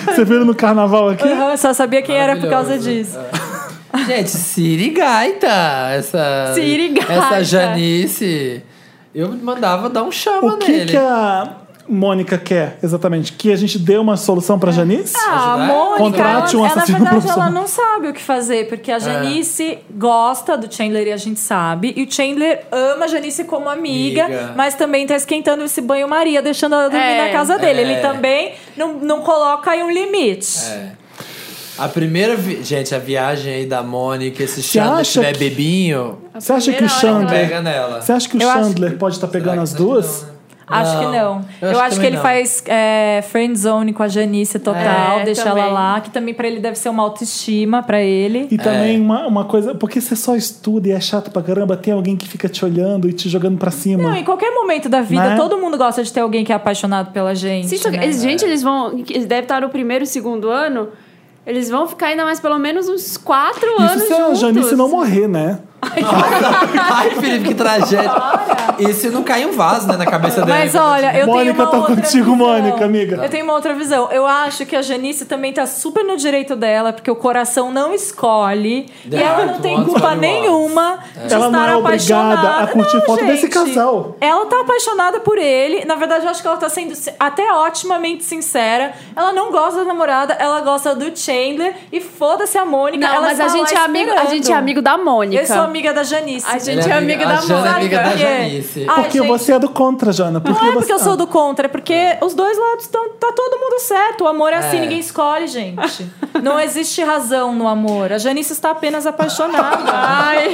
[SPEAKER 3] Você viu ele no carnaval aqui?
[SPEAKER 4] Aham, eu só sabia quem era por causa disso.
[SPEAKER 1] Gente, Siri Gaita. Essa,
[SPEAKER 4] Siri Gaita.
[SPEAKER 1] Essa Janice. Eu mandava dar um chama
[SPEAKER 3] O que, é?
[SPEAKER 1] nele.
[SPEAKER 3] que a Mônica quer exatamente? Que a gente dê uma solução pra Janice?
[SPEAKER 4] Ah, a
[SPEAKER 1] Ajudar?
[SPEAKER 4] Mônica, ela,
[SPEAKER 3] Contrate um
[SPEAKER 4] ela, na
[SPEAKER 3] assassino
[SPEAKER 4] verdade, ela
[SPEAKER 3] profissional.
[SPEAKER 4] não sabe o que fazer, porque
[SPEAKER 1] É.
[SPEAKER 4] a Janice gosta do Chandler e a gente sabe. E o Chandler ama a Janice como amiga,
[SPEAKER 1] Amiga.
[SPEAKER 4] mas também tá esquentando esse banho-maria, deixando ela dormir
[SPEAKER 2] É.
[SPEAKER 4] na casa
[SPEAKER 1] É.
[SPEAKER 4] dele. Ele também não, não coloca aí um limite.
[SPEAKER 1] É. A primeira. vi- Gente, a viagem aí da Mônica, esse
[SPEAKER 3] Você
[SPEAKER 1] Chandler
[SPEAKER 3] acha
[SPEAKER 1] tiver
[SPEAKER 3] que-
[SPEAKER 1] bebinho,
[SPEAKER 3] Você acha que o
[SPEAKER 2] primeira hora que ela-
[SPEAKER 3] Chandler.
[SPEAKER 1] pega nela.
[SPEAKER 3] Você acha que o
[SPEAKER 4] Eu acho-
[SPEAKER 3] Chandler pode estar pegando as
[SPEAKER 1] Será que-
[SPEAKER 3] duas?
[SPEAKER 1] não, né?
[SPEAKER 4] Acho
[SPEAKER 1] Não.
[SPEAKER 4] que não. Eu, acho, que,
[SPEAKER 1] também
[SPEAKER 4] ele
[SPEAKER 1] não.
[SPEAKER 4] faz é, friend zone com a Janice total,
[SPEAKER 2] É,
[SPEAKER 4] deixa ela
[SPEAKER 2] também.
[SPEAKER 4] lá, que também pra ele deve ser uma autoestima pra ele.
[SPEAKER 3] E
[SPEAKER 1] É.
[SPEAKER 3] também uma, uma coisa. Porque você só estuda e é chato pra caramba, tem alguém que fica te olhando e te jogando pra cima.
[SPEAKER 4] Não, em qualquer momento da vida,
[SPEAKER 3] Né?
[SPEAKER 4] todo mundo gosta de ter alguém que é apaixonado pela gente.
[SPEAKER 2] Sim, só que-
[SPEAKER 4] né?
[SPEAKER 2] eles- gente, eles vão. Eles devem estar no primeiro e segundo ano. Eles vão ficar ainda mais pelo menos uns quatro
[SPEAKER 3] Isso
[SPEAKER 2] anos.
[SPEAKER 3] se a
[SPEAKER 2] juntos.
[SPEAKER 3] Janice não morrer, né?
[SPEAKER 1] Ai, Felipe, que tragédia. E se não cair um vaso né, na cabeça dela?
[SPEAKER 4] Mas olha, eu tenho
[SPEAKER 3] Mônica,
[SPEAKER 4] uma
[SPEAKER 3] tô
[SPEAKER 4] outra
[SPEAKER 3] contigo,
[SPEAKER 4] visão.
[SPEAKER 3] Mônica, amiga.
[SPEAKER 4] Eu tenho uma outra visão. Eu acho que a Janice também tá super no direito dela, porque o coração não escolhe. e ela não
[SPEAKER 1] Exato,
[SPEAKER 4] tem
[SPEAKER 1] once
[SPEAKER 4] culpa
[SPEAKER 1] escolhe once.
[SPEAKER 4] nenhuma de
[SPEAKER 3] Ela
[SPEAKER 4] estar
[SPEAKER 3] não é obrigada
[SPEAKER 4] apaixonada.
[SPEAKER 3] a curtir
[SPEAKER 4] Não,
[SPEAKER 3] foto desse
[SPEAKER 4] gente.
[SPEAKER 3] casal.
[SPEAKER 4] Ela tá apaixonada por ele. Na verdade, eu acho que ela tá sendo si- até otimamente sincera. Ela não gosta da namorada, ela gosta do Chandler. E foda-se a Mônica.
[SPEAKER 2] Não,
[SPEAKER 4] ela
[SPEAKER 2] mas
[SPEAKER 4] tá
[SPEAKER 2] a
[SPEAKER 4] lá
[SPEAKER 2] gente, é amigo, a
[SPEAKER 4] esperando.
[SPEAKER 2] gente é amigo da Mônica.
[SPEAKER 4] Eu sou amiga da Janice.
[SPEAKER 2] A
[SPEAKER 1] Ela
[SPEAKER 2] gente é amiga
[SPEAKER 1] a
[SPEAKER 2] da
[SPEAKER 1] Jana é
[SPEAKER 2] Mônica.
[SPEAKER 1] amiga da
[SPEAKER 4] Por quê?
[SPEAKER 1] Janice.
[SPEAKER 4] Ah,
[SPEAKER 3] Porque
[SPEAKER 4] gente.
[SPEAKER 3] você é do contra, Jana. Porque
[SPEAKER 4] Não é
[SPEAKER 3] você...
[SPEAKER 4] porque eu sou do contra, é porque os dois lados estão. Tá todo mundo certo. O amor é assim,
[SPEAKER 1] É.
[SPEAKER 4] ninguém escolhe, gente. Não existe razão no amor. A Janice está apenas apaixonada. Ai.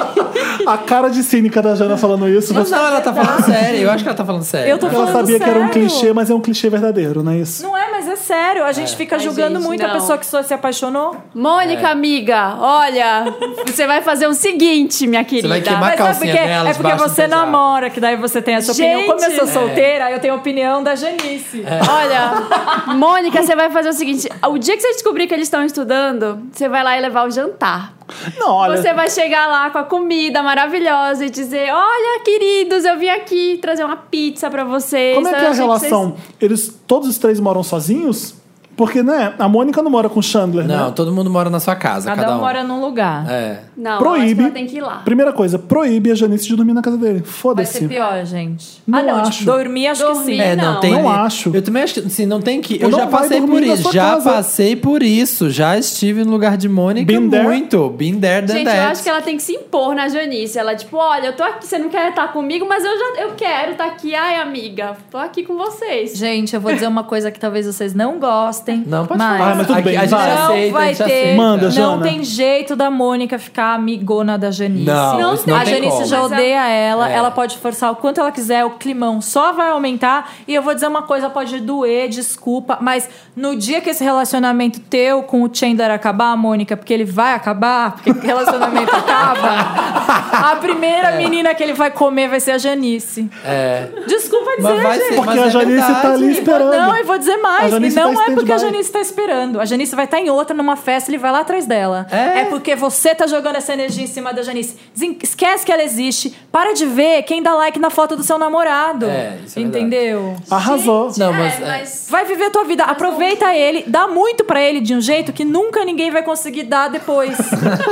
[SPEAKER 3] A cara de cínica da Jana falando isso.
[SPEAKER 1] Não,
[SPEAKER 3] você-
[SPEAKER 1] não, ela tá falando sério. Eu acho que ela tá falando sério.
[SPEAKER 4] Eu tô
[SPEAKER 3] Ela
[SPEAKER 4] falando
[SPEAKER 3] sabia que era um
[SPEAKER 4] sério.
[SPEAKER 3] clichê, mas é um clichê verdadeiro, não é isso?
[SPEAKER 4] Não é, mas é sério. A gente fica
[SPEAKER 2] Ai,
[SPEAKER 4] julgando
[SPEAKER 2] gente,
[SPEAKER 4] muito a
[SPEAKER 2] não.
[SPEAKER 4] pessoa que só se apaixonou.
[SPEAKER 2] Mônica, amiga, olha, você vai fazer o seguinte, minha querida.
[SPEAKER 1] vai queimar a
[SPEAKER 4] Mas sabe por
[SPEAKER 1] calcinha
[SPEAKER 4] quê?
[SPEAKER 1] dela,
[SPEAKER 4] É porque
[SPEAKER 1] debaixo do
[SPEAKER 4] você
[SPEAKER 1] casaco.
[SPEAKER 4] namora, que daí você tem a sua opinião. Como eu sou
[SPEAKER 2] Gente! É,
[SPEAKER 4] solteira, eu tenho a opinião da Janice.
[SPEAKER 2] Olha, Mônica, você vai fazer o seguinte: o dia que você descobrir que eles estão estudando, você vai lá e levar o jantar.
[SPEAKER 3] Não, olha.
[SPEAKER 2] Você vai chegar lá com a comida maravilhosa e dizer: Olha, queridos, eu vim aqui trazer uma pizza pra vocês.
[SPEAKER 3] Como é que é
[SPEAKER 2] Eu
[SPEAKER 3] a
[SPEAKER 2] achei vocês-
[SPEAKER 3] relação? Eles todos os três moram sozinhos? Porque, né, a Mônica não mora com o Chandler, né?
[SPEAKER 1] Não, todo mundo mora na sua casa, cada,
[SPEAKER 4] Cada, um mora num lugar.
[SPEAKER 1] É.
[SPEAKER 2] Não, eu acho que
[SPEAKER 3] Proíbe.
[SPEAKER 2] ela tem que ir lá.
[SPEAKER 3] Primeira coisa, proíbe a Janice de dormir na casa dele.
[SPEAKER 4] Vai
[SPEAKER 3] Foda-se.
[SPEAKER 4] ser pior, gente.
[SPEAKER 3] Não
[SPEAKER 4] ah, não.
[SPEAKER 3] acho.
[SPEAKER 4] Tipo, dormir, acho
[SPEAKER 2] Dormir,
[SPEAKER 4] que sim.
[SPEAKER 1] É, não,
[SPEAKER 2] Não.
[SPEAKER 1] tem.
[SPEAKER 3] Não um acho.
[SPEAKER 1] Eu também acho que assim, não tem que. Eu
[SPEAKER 3] Não
[SPEAKER 1] já
[SPEAKER 3] vai
[SPEAKER 1] passei
[SPEAKER 3] dormir
[SPEAKER 1] por
[SPEAKER 3] na
[SPEAKER 1] isso.
[SPEAKER 3] sua
[SPEAKER 1] Já
[SPEAKER 3] casa.
[SPEAKER 1] passei por isso. Já estive no lugar de Mônica
[SPEAKER 3] Been there.
[SPEAKER 1] muito. Been there, done
[SPEAKER 2] Gente,
[SPEAKER 1] that.
[SPEAKER 2] eu acho que ela tem que se impor na Janice. Ela, tipo, olha, eu tô aqui, você não quer estar comigo, mas eu já eu quero estar aqui. Ai, amiga, tô aqui com vocês.
[SPEAKER 4] Gente, eu vou dizer uma coisa que talvez vocês não gostem.
[SPEAKER 1] Não, pode
[SPEAKER 4] mas...
[SPEAKER 1] falar.
[SPEAKER 3] Ah, mas tudo
[SPEAKER 1] Aqui
[SPEAKER 3] bem,
[SPEAKER 1] a gente
[SPEAKER 3] vai.
[SPEAKER 4] Não
[SPEAKER 1] aceita, a
[SPEAKER 4] vai
[SPEAKER 1] gente
[SPEAKER 4] ter.
[SPEAKER 1] aceita.
[SPEAKER 3] Manda, Jana.
[SPEAKER 4] Não tem jeito da Mônica ficar amigona da Janice.
[SPEAKER 1] Não,
[SPEAKER 2] Não
[SPEAKER 1] isso não
[SPEAKER 4] a
[SPEAKER 1] tem
[SPEAKER 4] Janice
[SPEAKER 1] como.
[SPEAKER 4] já
[SPEAKER 2] Mas a-
[SPEAKER 4] odeia ela,
[SPEAKER 1] É.
[SPEAKER 4] ela pode forçar o quanto ela quiser, o climão só vai aumentar. E eu vou dizer uma coisa, pode doer, desculpa, mas no dia que esse relacionamento teu com o Chandler acabar, Mônica, porque ele vai acabar, porque relacionamento acaba, a primeira menina que ele vai comer vai ser a Janice.
[SPEAKER 1] É.
[SPEAKER 4] Desculpa dizer,
[SPEAKER 1] Mas vai
[SPEAKER 4] gente.
[SPEAKER 1] ser.
[SPEAKER 3] Porque
[SPEAKER 1] mas
[SPEAKER 3] a
[SPEAKER 1] é
[SPEAKER 3] Janice
[SPEAKER 1] verdade.
[SPEAKER 3] tá ali
[SPEAKER 1] E-
[SPEAKER 3] esperando.
[SPEAKER 4] Não, eu vou dizer
[SPEAKER 3] A
[SPEAKER 4] mais.
[SPEAKER 3] Janice
[SPEAKER 4] não
[SPEAKER 3] tá
[SPEAKER 4] é porque a
[SPEAKER 3] stand-by.
[SPEAKER 4] Janice tá esperando. A Janice vai estar em outra, numa festa, ele vai lá atrás dela.
[SPEAKER 1] É.
[SPEAKER 4] porque você tá jogando essa energia em cima da Janice. Desen- Esquece que ela existe. Para de ver quem dá like na foto do seu namorado.
[SPEAKER 1] É, isso é
[SPEAKER 4] Entendeu?
[SPEAKER 3] Arrasou.
[SPEAKER 1] Não,
[SPEAKER 2] É,
[SPEAKER 1] mas. é.
[SPEAKER 4] Vai viver a tua vida, aproveita ele, dá muito pra ele de um jeito que nunca ninguém vai conseguir dar depois.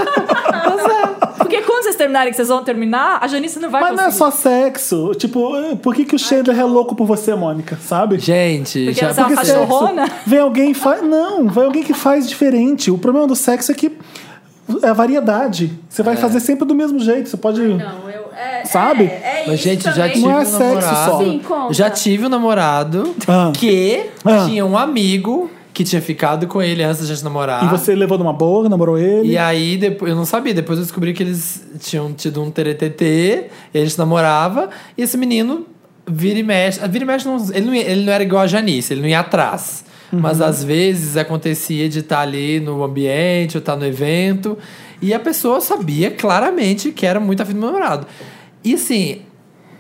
[SPEAKER 4] Pois é. Porque quando vocês terminarem, que vocês vão terminar, a Janice não vai
[SPEAKER 3] Mas não é
[SPEAKER 4] conseguir.
[SPEAKER 3] só sexo. Tipo, eh, por que, que o Chandler é louco por você, Mônica? Sabe?
[SPEAKER 1] Gente,
[SPEAKER 4] Porque
[SPEAKER 1] já
[SPEAKER 4] você é uma
[SPEAKER 3] Porque sexo-
[SPEAKER 2] né?
[SPEAKER 4] cachorrona?
[SPEAKER 3] Vem alguém e faz. Não, vem alguém que faz diferente. O problema do sexo é que é a variedade. Você
[SPEAKER 1] É.
[SPEAKER 3] vai fazer sempre do mesmo jeito. Você pode.
[SPEAKER 2] Não, eu. É,
[SPEAKER 3] Sabe?
[SPEAKER 2] É, é
[SPEAKER 1] Mas,
[SPEAKER 2] isso
[SPEAKER 1] gente, já
[SPEAKER 2] também.
[SPEAKER 1] tive
[SPEAKER 3] Não é
[SPEAKER 1] um
[SPEAKER 3] sexo
[SPEAKER 1] namorado.
[SPEAKER 3] só.
[SPEAKER 2] Sim, conta.
[SPEAKER 1] já tive um namorado
[SPEAKER 3] Ah.
[SPEAKER 1] que
[SPEAKER 3] Ah.
[SPEAKER 1] tinha um amigo que tinha ficado com ele antes da gente namorar.
[SPEAKER 2] é.
[SPEAKER 3] E você levou numa boa, namorou ele.
[SPEAKER 1] E aí, depois, eu não sabia, depois eu descobri que eles tinham tido um TTT, e a gente namorava, e esse menino vira e mexe. ah, Vira e mexe, não- ele, não, ia- ele não era igual a Janice, ele não ia atrás. Mas às vezes acontecia de estar ali no ambiente, ou estar no evento, e a pessoa sabia claramente que era muito afim do meu namorado. E assim,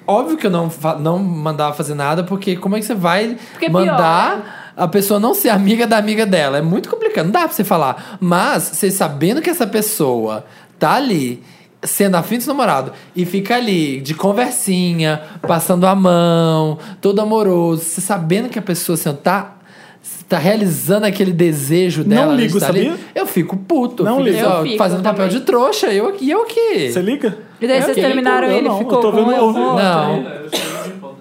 [SPEAKER 1] óbvio que eu não, fa- não mandava fazer nada, porque como é que você vai
[SPEAKER 2] Porque piora.
[SPEAKER 1] mandar Ah, a pessoa não ser amiga da amiga dela. É muito complicado, não dá pra você falar. Mas, você sabendo que essa pessoa tá ali, sendo afim do seu namorado, e fica ali de conversinha, passando a mão, todo amoroso, você sabendo que a pessoa assim, ó, tá. Tá realizando aquele desejo dela.
[SPEAKER 3] Não
[SPEAKER 1] de
[SPEAKER 3] ligo,
[SPEAKER 1] estar ali,
[SPEAKER 3] sabia?
[SPEAKER 1] eu fico puto.
[SPEAKER 3] Não
[SPEAKER 1] fico,
[SPEAKER 3] ligo.
[SPEAKER 1] ó,
[SPEAKER 2] Eu fico
[SPEAKER 1] fazendo papel
[SPEAKER 2] também.
[SPEAKER 1] de trouxa. E eu, e eu que.
[SPEAKER 3] Você liga?
[SPEAKER 4] E daí
[SPEAKER 1] Eu
[SPEAKER 4] vocês
[SPEAKER 1] fiquei
[SPEAKER 4] terminaram
[SPEAKER 3] com- eu
[SPEAKER 4] ele
[SPEAKER 3] não, eu
[SPEAKER 4] ficou
[SPEAKER 3] tô
[SPEAKER 4] com
[SPEAKER 3] vendo-
[SPEAKER 4] eu
[SPEAKER 3] né? eu-
[SPEAKER 4] vou-
[SPEAKER 1] Não,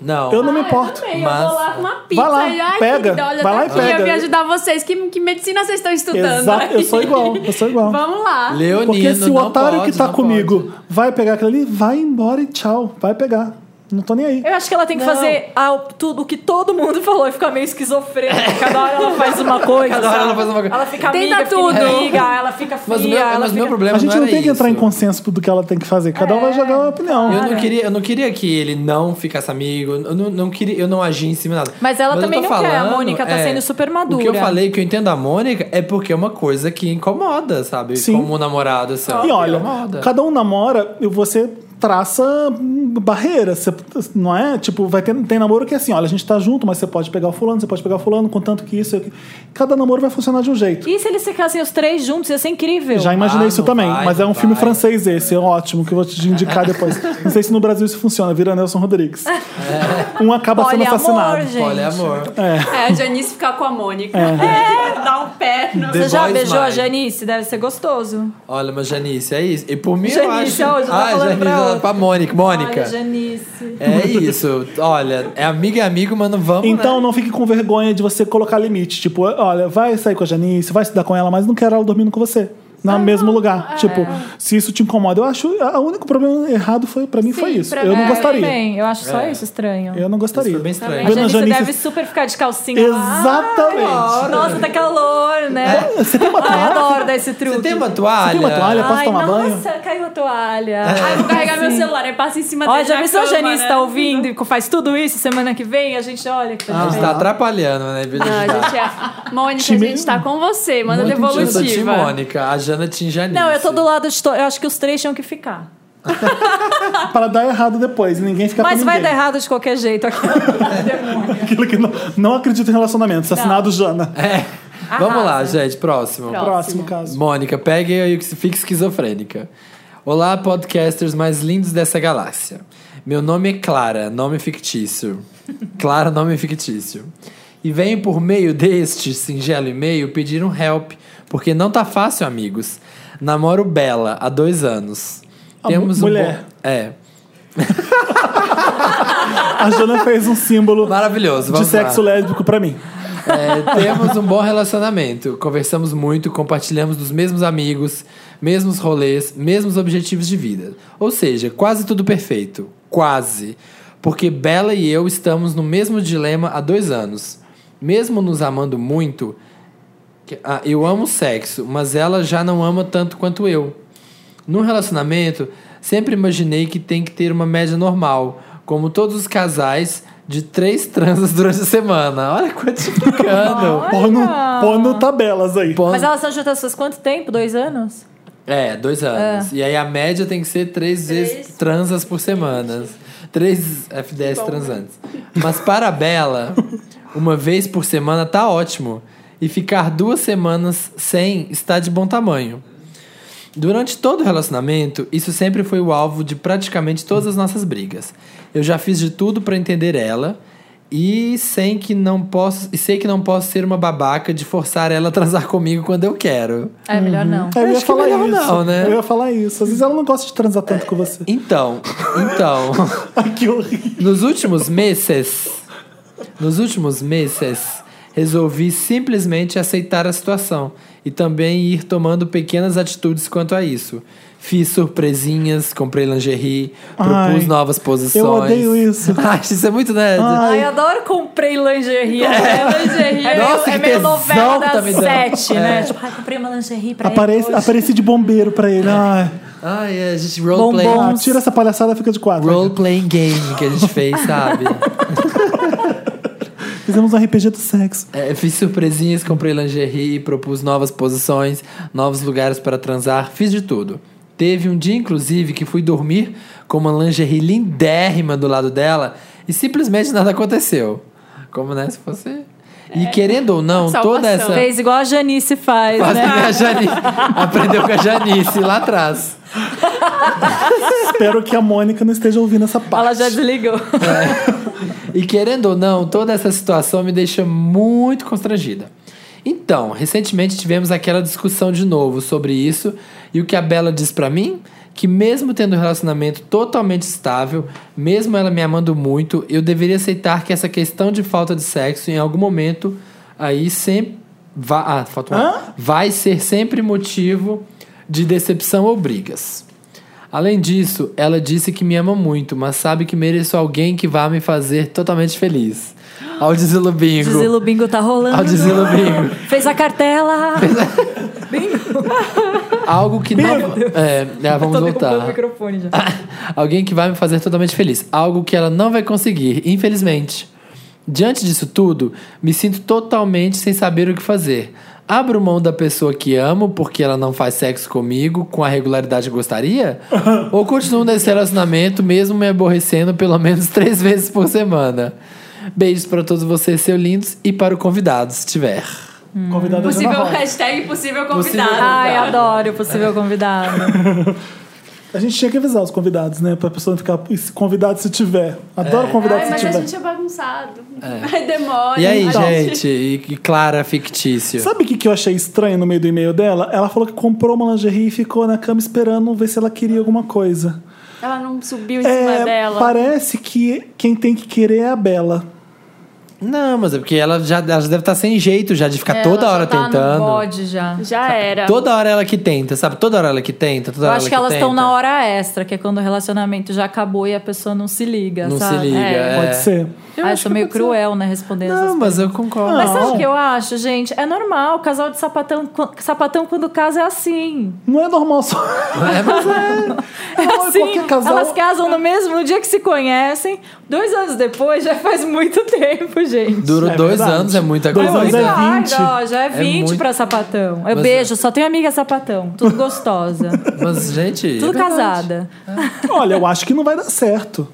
[SPEAKER 1] não.
[SPEAKER 3] Eu não me
[SPEAKER 2] Ah, eu
[SPEAKER 3] importo.
[SPEAKER 2] também, eu
[SPEAKER 1] Mas-
[SPEAKER 2] vou lá com uma pizza.
[SPEAKER 3] Vai lá,
[SPEAKER 2] e, ai,
[SPEAKER 3] pega.
[SPEAKER 2] querida, olha,
[SPEAKER 3] Vai lá e
[SPEAKER 2] tá aqui,
[SPEAKER 3] pega.
[SPEAKER 2] eu vim ajudar vocês. Que, que medicina vocês estão estudando?
[SPEAKER 3] Exato, eu sou
[SPEAKER 2] aí?
[SPEAKER 3] igual, eu sou igual.
[SPEAKER 2] Vamos lá.
[SPEAKER 1] Leonino,
[SPEAKER 3] Porque se o
[SPEAKER 1] não
[SPEAKER 3] otário
[SPEAKER 1] pode,
[SPEAKER 3] que tá
[SPEAKER 1] não
[SPEAKER 3] comigo
[SPEAKER 1] pode.
[SPEAKER 3] vai pegar aquilo ali, vai embora e tchau. Vai pegar. Não tô nem aí.
[SPEAKER 4] Eu acho que ela tem que
[SPEAKER 1] Não.
[SPEAKER 4] fazer a- tudo o que todo mundo falou e ficar meio esquizofrênica. Cada hora ela faz uma coisa.
[SPEAKER 1] Cada hora ela
[SPEAKER 4] sabe?
[SPEAKER 1] faz uma coisa.
[SPEAKER 4] Ela fica
[SPEAKER 2] Tenta
[SPEAKER 4] amiga, fica
[SPEAKER 2] tudo.
[SPEAKER 4] inimiga, ela fica fria.
[SPEAKER 1] Mas o meu,
[SPEAKER 4] ela
[SPEAKER 1] mas o meu
[SPEAKER 4] fica-
[SPEAKER 1] problema
[SPEAKER 3] A gente
[SPEAKER 1] não
[SPEAKER 3] não
[SPEAKER 1] era
[SPEAKER 3] tem que entrar em
[SPEAKER 1] isso.
[SPEAKER 3] consenso do que ela tem que fazer. Cada
[SPEAKER 2] É.
[SPEAKER 3] um vai jogar a opinião.
[SPEAKER 1] Eu não, queria, eu não queria que ele não ficasse amigo, eu não, não queria, eu não agi em cima de nada.
[SPEAKER 4] Mas ela
[SPEAKER 1] eu
[SPEAKER 4] também
[SPEAKER 1] tô é,
[SPEAKER 4] não quer, a Mônica tá sendo super madura.
[SPEAKER 1] O que eu falei, que eu entendo a Mônica, é porque é uma coisa que incomoda, sabe?
[SPEAKER 3] Sim.
[SPEAKER 1] Como um namorado, assim. ó,
[SPEAKER 3] E olha,
[SPEAKER 1] incomoda.
[SPEAKER 3] cada um namora e você traça hum, barreiras, Você- não é? Tipo, vai ter tem namoro que é assim, olha, a gente tá junto, mas você pode pegar o fulano, você pode pegar o fulano, contanto que isso, e aquilo. cada namoro vai funcionar de um jeito.
[SPEAKER 4] E se eles ficassem os três juntos? Ia ser incrível.
[SPEAKER 3] Já imaginei
[SPEAKER 1] Ah,
[SPEAKER 3] isso
[SPEAKER 1] não
[SPEAKER 3] também,
[SPEAKER 1] vai,
[SPEAKER 3] mas é um
[SPEAKER 1] não
[SPEAKER 3] filme
[SPEAKER 1] vai.
[SPEAKER 3] francês esse, é ótimo, que eu vou te indicar depois. Não sei se no Brasil isso funciona, vira Nelson Rodrigues.
[SPEAKER 1] É.
[SPEAKER 3] Um acaba sendo
[SPEAKER 4] Poliamor,
[SPEAKER 3] assassinado.
[SPEAKER 4] gente.
[SPEAKER 1] Olha, amor.
[SPEAKER 2] É, a Janice ficar com a Mônica. Dar um pé no...
[SPEAKER 4] Você
[SPEAKER 1] É. The
[SPEAKER 4] já
[SPEAKER 1] Boys
[SPEAKER 4] beijou a
[SPEAKER 1] Mind.
[SPEAKER 4] Janice? Deve ser gostoso.
[SPEAKER 1] Olha, mas Janice, é isso. E por mim eu acho.
[SPEAKER 4] Janice, hoje eu tô
[SPEAKER 1] ah,
[SPEAKER 4] falando
[SPEAKER 1] Janice,
[SPEAKER 4] pra
[SPEAKER 1] ela-
[SPEAKER 4] outra.
[SPEAKER 1] pra Mônica. Mônica.
[SPEAKER 4] Olha, Janice.
[SPEAKER 1] É isso. Olha, é amigo e amigo, mano, vamos.
[SPEAKER 3] Então
[SPEAKER 1] né?
[SPEAKER 3] não fique com vergonha de você colocar limite. Tipo, olha, vai sair com a Janice, vai se dar com ela, mas não quero ela dormindo com você. No mesmo
[SPEAKER 4] É.
[SPEAKER 3] lugar. Tipo, se isso te incomoda, eu acho. O único problema errado foi, pra mim foi isso.
[SPEAKER 2] pra
[SPEAKER 3] Eu
[SPEAKER 2] mim
[SPEAKER 3] não gostaria.
[SPEAKER 4] Também, É, eu acho
[SPEAKER 1] É.
[SPEAKER 4] só isso estranho.
[SPEAKER 3] Eu não
[SPEAKER 1] Isso
[SPEAKER 3] gostaria.
[SPEAKER 1] foi bem
[SPEAKER 4] A
[SPEAKER 1] estranho.
[SPEAKER 3] Vendo a
[SPEAKER 4] Janice,
[SPEAKER 3] Janice-
[SPEAKER 4] deve super ficar de calcinha. lá.
[SPEAKER 3] Exatamente.
[SPEAKER 4] Nossa, tá calor, né?
[SPEAKER 1] É,
[SPEAKER 3] Você tem uma
[SPEAKER 4] Ai, eu
[SPEAKER 3] toalha?
[SPEAKER 4] adoro dar esse truque.
[SPEAKER 1] Você tem uma toalha?
[SPEAKER 3] Você tem uma toalha? Posso
[SPEAKER 4] Ai,
[SPEAKER 3] tomar banho?
[SPEAKER 4] nossa, caiu a toalha.
[SPEAKER 2] Ai, vou carregar meu celular, aí passa em cima
[SPEAKER 4] Ó,
[SPEAKER 2] dele
[SPEAKER 4] já
[SPEAKER 2] na
[SPEAKER 4] pensou a
[SPEAKER 2] cama,
[SPEAKER 4] Janice
[SPEAKER 2] né?
[SPEAKER 4] tá ouvindo e faz tudo isso semana que vem? A gente olha que
[SPEAKER 1] A
[SPEAKER 4] tá
[SPEAKER 1] gente tá atrapalhando, né? Bicho?
[SPEAKER 4] Ah,
[SPEAKER 2] Não, a gente é... Mônica,
[SPEAKER 3] Time-
[SPEAKER 2] a gente tá com você. Manda
[SPEAKER 3] Muito
[SPEAKER 1] Eu sou Tim
[SPEAKER 2] devolutiva.
[SPEAKER 1] Mônica, a Jana Tim Janice.
[SPEAKER 4] Não, eu tô do lado de. To... Eu acho que os três tinham que ficar.
[SPEAKER 3] Para dar errado depois. e Ninguém fica
[SPEAKER 4] Mas
[SPEAKER 3] com
[SPEAKER 4] vai dar
[SPEAKER 3] ninguém.
[SPEAKER 4] errado de qualquer jeito aqui.
[SPEAKER 3] Aquilo que não, não acredita em relacionamentos. Assinado Jana.
[SPEAKER 1] É. Vamos lá,
[SPEAKER 4] Arrasa.
[SPEAKER 1] gente. Próximo.
[SPEAKER 3] Próximo caso.
[SPEAKER 1] Mônica, pegue aí que se fique esquizofrênica. Olá, podcasters mais lindos dessa galáxia. Meu nome é Clara, nome fictício. Clara, nome fictício. E venho por meio deste singelo e-mail pedir um help, porque não tá fácil, amigos. Namoro Bela há dois anos.
[SPEAKER 3] A mu- mulher.
[SPEAKER 1] bom- É.
[SPEAKER 3] A Jana fez um símbolo
[SPEAKER 1] Maravilhoso.
[SPEAKER 3] de
[SPEAKER 1] vamos lá.
[SPEAKER 3] sexo lésbico pra mim.
[SPEAKER 1] É, temos um bom relacionamento, conversamos muito, compartilhamos dos mesmos amigos, mesmos rolês, mesmos objetivos de vida. Ou seja, quase tudo perfeito. Quase. Porque Bela e eu estamos no mesmo dilema há dois anos. Mesmo nos amando muito, que- ah, eu amo sexo, mas ela já não ama tanto quanto eu. Num relacionamento, sempre imaginei que tem que ter uma média normal, como todos os casais, de três transas durante a semana. Olha quantificando.
[SPEAKER 3] Pô no, pô no tabelas aí.
[SPEAKER 1] Pô,
[SPEAKER 4] Mas elas são juntas faz quanto tempo? Dois anos?
[SPEAKER 1] É, dois anos. E aí a média tem que ser três, vezes transas por semana. Três FDS transantes. Mas para a Bela, uma vez por semana tá ótimo. E ficar duas semanas sem está de bom tamanho. Durante todo o relacionamento, isso sempre foi o alvo de praticamente todas as nossas brigas. Eu já fiz de tudo pra entender ela e sem que não posso, e sei que não posso ser uma babaca de forçar ela a transar comigo quando eu quero.
[SPEAKER 4] É, melhor não.
[SPEAKER 3] Eu, ia
[SPEAKER 1] acho que
[SPEAKER 3] falar
[SPEAKER 1] melhor
[SPEAKER 3] isso.
[SPEAKER 1] não, né?
[SPEAKER 3] Eu ia falar isso. Às vezes ela não gosta de transar tanto com você.
[SPEAKER 1] Então, então,
[SPEAKER 3] Ai, que horrível.
[SPEAKER 1] nos últimos meses, nos últimos meses, resolvi simplesmente aceitar a situação e também ir tomando pequenas atitudes quanto a isso. Fiz surpresinhas, comprei lingerie, propus
[SPEAKER 3] Ai,
[SPEAKER 1] novas posições.
[SPEAKER 3] eu odeio isso.
[SPEAKER 1] Ai, isso é muito nerd.
[SPEAKER 4] Ai, eu adoro comprei lingerie. né? lingerie. É,
[SPEAKER 1] Nossa,
[SPEAKER 4] meio, é
[SPEAKER 1] que
[SPEAKER 4] meio
[SPEAKER 1] tesão
[SPEAKER 4] novela
[SPEAKER 1] que tá
[SPEAKER 4] das
[SPEAKER 1] me dando.
[SPEAKER 4] sete, né?
[SPEAKER 1] É.
[SPEAKER 4] Tipo, ai, comprei uma lingerie pra
[SPEAKER 3] Aparece,
[SPEAKER 4] ele hoje.
[SPEAKER 3] apareci de bombeiro pra ele. Ai,
[SPEAKER 1] Ai, é, a gente roleplay.
[SPEAKER 3] ah, tira essa palhaçada fica de quatro.
[SPEAKER 1] Roleplaying game que a gente fez, sabe?
[SPEAKER 3] Fizemos um RPG do sexo.
[SPEAKER 1] É, fiz surpresinhas, comprei lingerie, propus novas posições, novos lugares para transar, fiz de tudo. Teve um dia, inclusive, que fui dormir com uma lingerie lindérrima do lado dela e simplesmente nada aconteceu. Como né, se fosse. E querendo ou não,
[SPEAKER 2] Salvação.
[SPEAKER 1] toda essa.
[SPEAKER 4] É. Fez igual a Janice faz,
[SPEAKER 1] Quase
[SPEAKER 4] né?
[SPEAKER 1] que a Janice. Aprendeu com a Janice lá atrás.
[SPEAKER 3] Espero que a Mônica não esteja ouvindo essa
[SPEAKER 4] Ela
[SPEAKER 3] parte.
[SPEAKER 4] já desligou.
[SPEAKER 1] E querendo ou não, toda essa situação me deixa muito constrangida. Então, recentemente tivemos aquela discussão de novo sobre isso e o que a Bela diz pra mim, que mesmo tendo um relacionamento totalmente estável, mesmo ela me amando muito, eu deveria aceitar que essa questão de falta de sexo em algum momento aí sempre vai, ah, falta um A. vai ser sempre motivo de decepção ou brigas. Além disso, ela disse que me ama muito, mas sabe que mereço alguém que vá me fazer totalmente feliz. Ao dizê-lo bingo.
[SPEAKER 4] Dizilo bingo tá
[SPEAKER 1] Ao
[SPEAKER 4] rolando.
[SPEAKER 1] dizê-lo bingo.
[SPEAKER 4] Fez a cartela.
[SPEAKER 1] Algo que não. É, é, vamos
[SPEAKER 4] Tô derrubando o
[SPEAKER 1] voltar. É
[SPEAKER 4] microfone já.
[SPEAKER 1] Alguém que vai me fazer totalmente feliz. Algo que ela não vai conseguir, infelizmente. Diante disso tudo, me sinto totalmente sem saber o que fazer. Abro mão da pessoa que amo porque ela não faz sexo comigo com a regularidade que gostaria? Ou continuo nesse relacionamento mesmo me aborrecendo pelo menos três vezes por semana? Beijos para todos vocês, seus lindos, e para o convidado, se tiver.
[SPEAKER 3] Hum. Convidada tá Possível
[SPEAKER 2] Possível,
[SPEAKER 3] Jana Rosa.
[SPEAKER 2] hashtag possível
[SPEAKER 1] Possível
[SPEAKER 2] convidado.
[SPEAKER 4] Ai, adoro o possível convidado.
[SPEAKER 3] A gente tinha que avisar os convidados, né? Pra pessoa não ficar. "E se Convidado se tiver. Adoro convidado
[SPEAKER 2] Ai,
[SPEAKER 3] se
[SPEAKER 2] mas
[SPEAKER 3] tiver.
[SPEAKER 2] a gente é bagunçado. Aí demora.
[SPEAKER 1] É. E aí,
[SPEAKER 2] a
[SPEAKER 1] gente? E, e Clara fictício.
[SPEAKER 3] Sabe o que, que eu achei estranho no meio do e-mail dela? Ela falou que comprou uma lingerie e ficou na cama esperando ver se ela queria alguma coisa.
[SPEAKER 2] Ela não subiu em
[SPEAKER 3] É,
[SPEAKER 2] cima dela.
[SPEAKER 3] parece que quem tem que querer é a Bela.
[SPEAKER 1] Não, mas é porque ela já, ela já deve estar sem jeito já de ficar
[SPEAKER 4] É,
[SPEAKER 1] toda
[SPEAKER 4] ela
[SPEAKER 1] hora
[SPEAKER 4] já tá
[SPEAKER 1] tentando.
[SPEAKER 4] No bode já.
[SPEAKER 2] Já era.
[SPEAKER 1] Toda hora ela que tenta, sabe? Toda hora ela que tenta, toda
[SPEAKER 4] Eu
[SPEAKER 1] hora
[SPEAKER 4] acho que
[SPEAKER 1] ela
[SPEAKER 4] elas
[SPEAKER 1] tenta.
[SPEAKER 4] estão na hora extra, que é quando o relacionamento já acabou e a pessoa não se liga,
[SPEAKER 1] Não
[SPEAKER 4] sabe?
[SPEAKER 1] se liga. É,
[SPEAKER 2] É,
[SPEAKER 3] Pode ser.
[SPEAKER 4] Eu acho meio cruel, né, respondendo essas
[SPEAKER 1] Não, mas eu concordo.
[SPEAKER 4] Mas sabe
[SPEAKER 3] Não.
[SPEAKER 4] o que eu acho, gente? É normal, o casal de sapatão, qu- sapatão quando casa é assim.
[SPEAKER 3] Não é normal só.
[SPEAKER 1] É, mas é.
[SPEAKER 4] É
[SPEAKER 3] Não,
[SPEAKER 4] assim,
[SPEAKER 3] qualquer casal-
[SPEAKER 4] elas casam no mesmo dia que se conhecem, dois anos depois, já faz muito tempo, gente.
[SPEAKER 1] Dura
[SPEAKER 3] É
[SPEAKER 1] dois
[SPEAKER 3] verdade.
[SPEAKER 1] anos, é muita
[SPEAKER 3] Dois
[SPEAKER 1] coisa.
[SPEAKER 3] anos é
[SPEAKER 1] ainda.
[SPEAKER 3] 20.
[SPEAKER 4] ó, já é 20
[SPEAKER 1] muito.
[SPEAKER 4] pra sapatão. Eu
[SPEAKER 1] Mas
[SPEAKER 4] beijo, só tenho amiga sapatão. Tudo gostosa.
[SPEAKER 3] É
[SPEAKER 1] Mas, gente. é
[SPEAKER 4] tudo casada.
[SPEAKER 3] Olha, eu acho que não vai dar certo.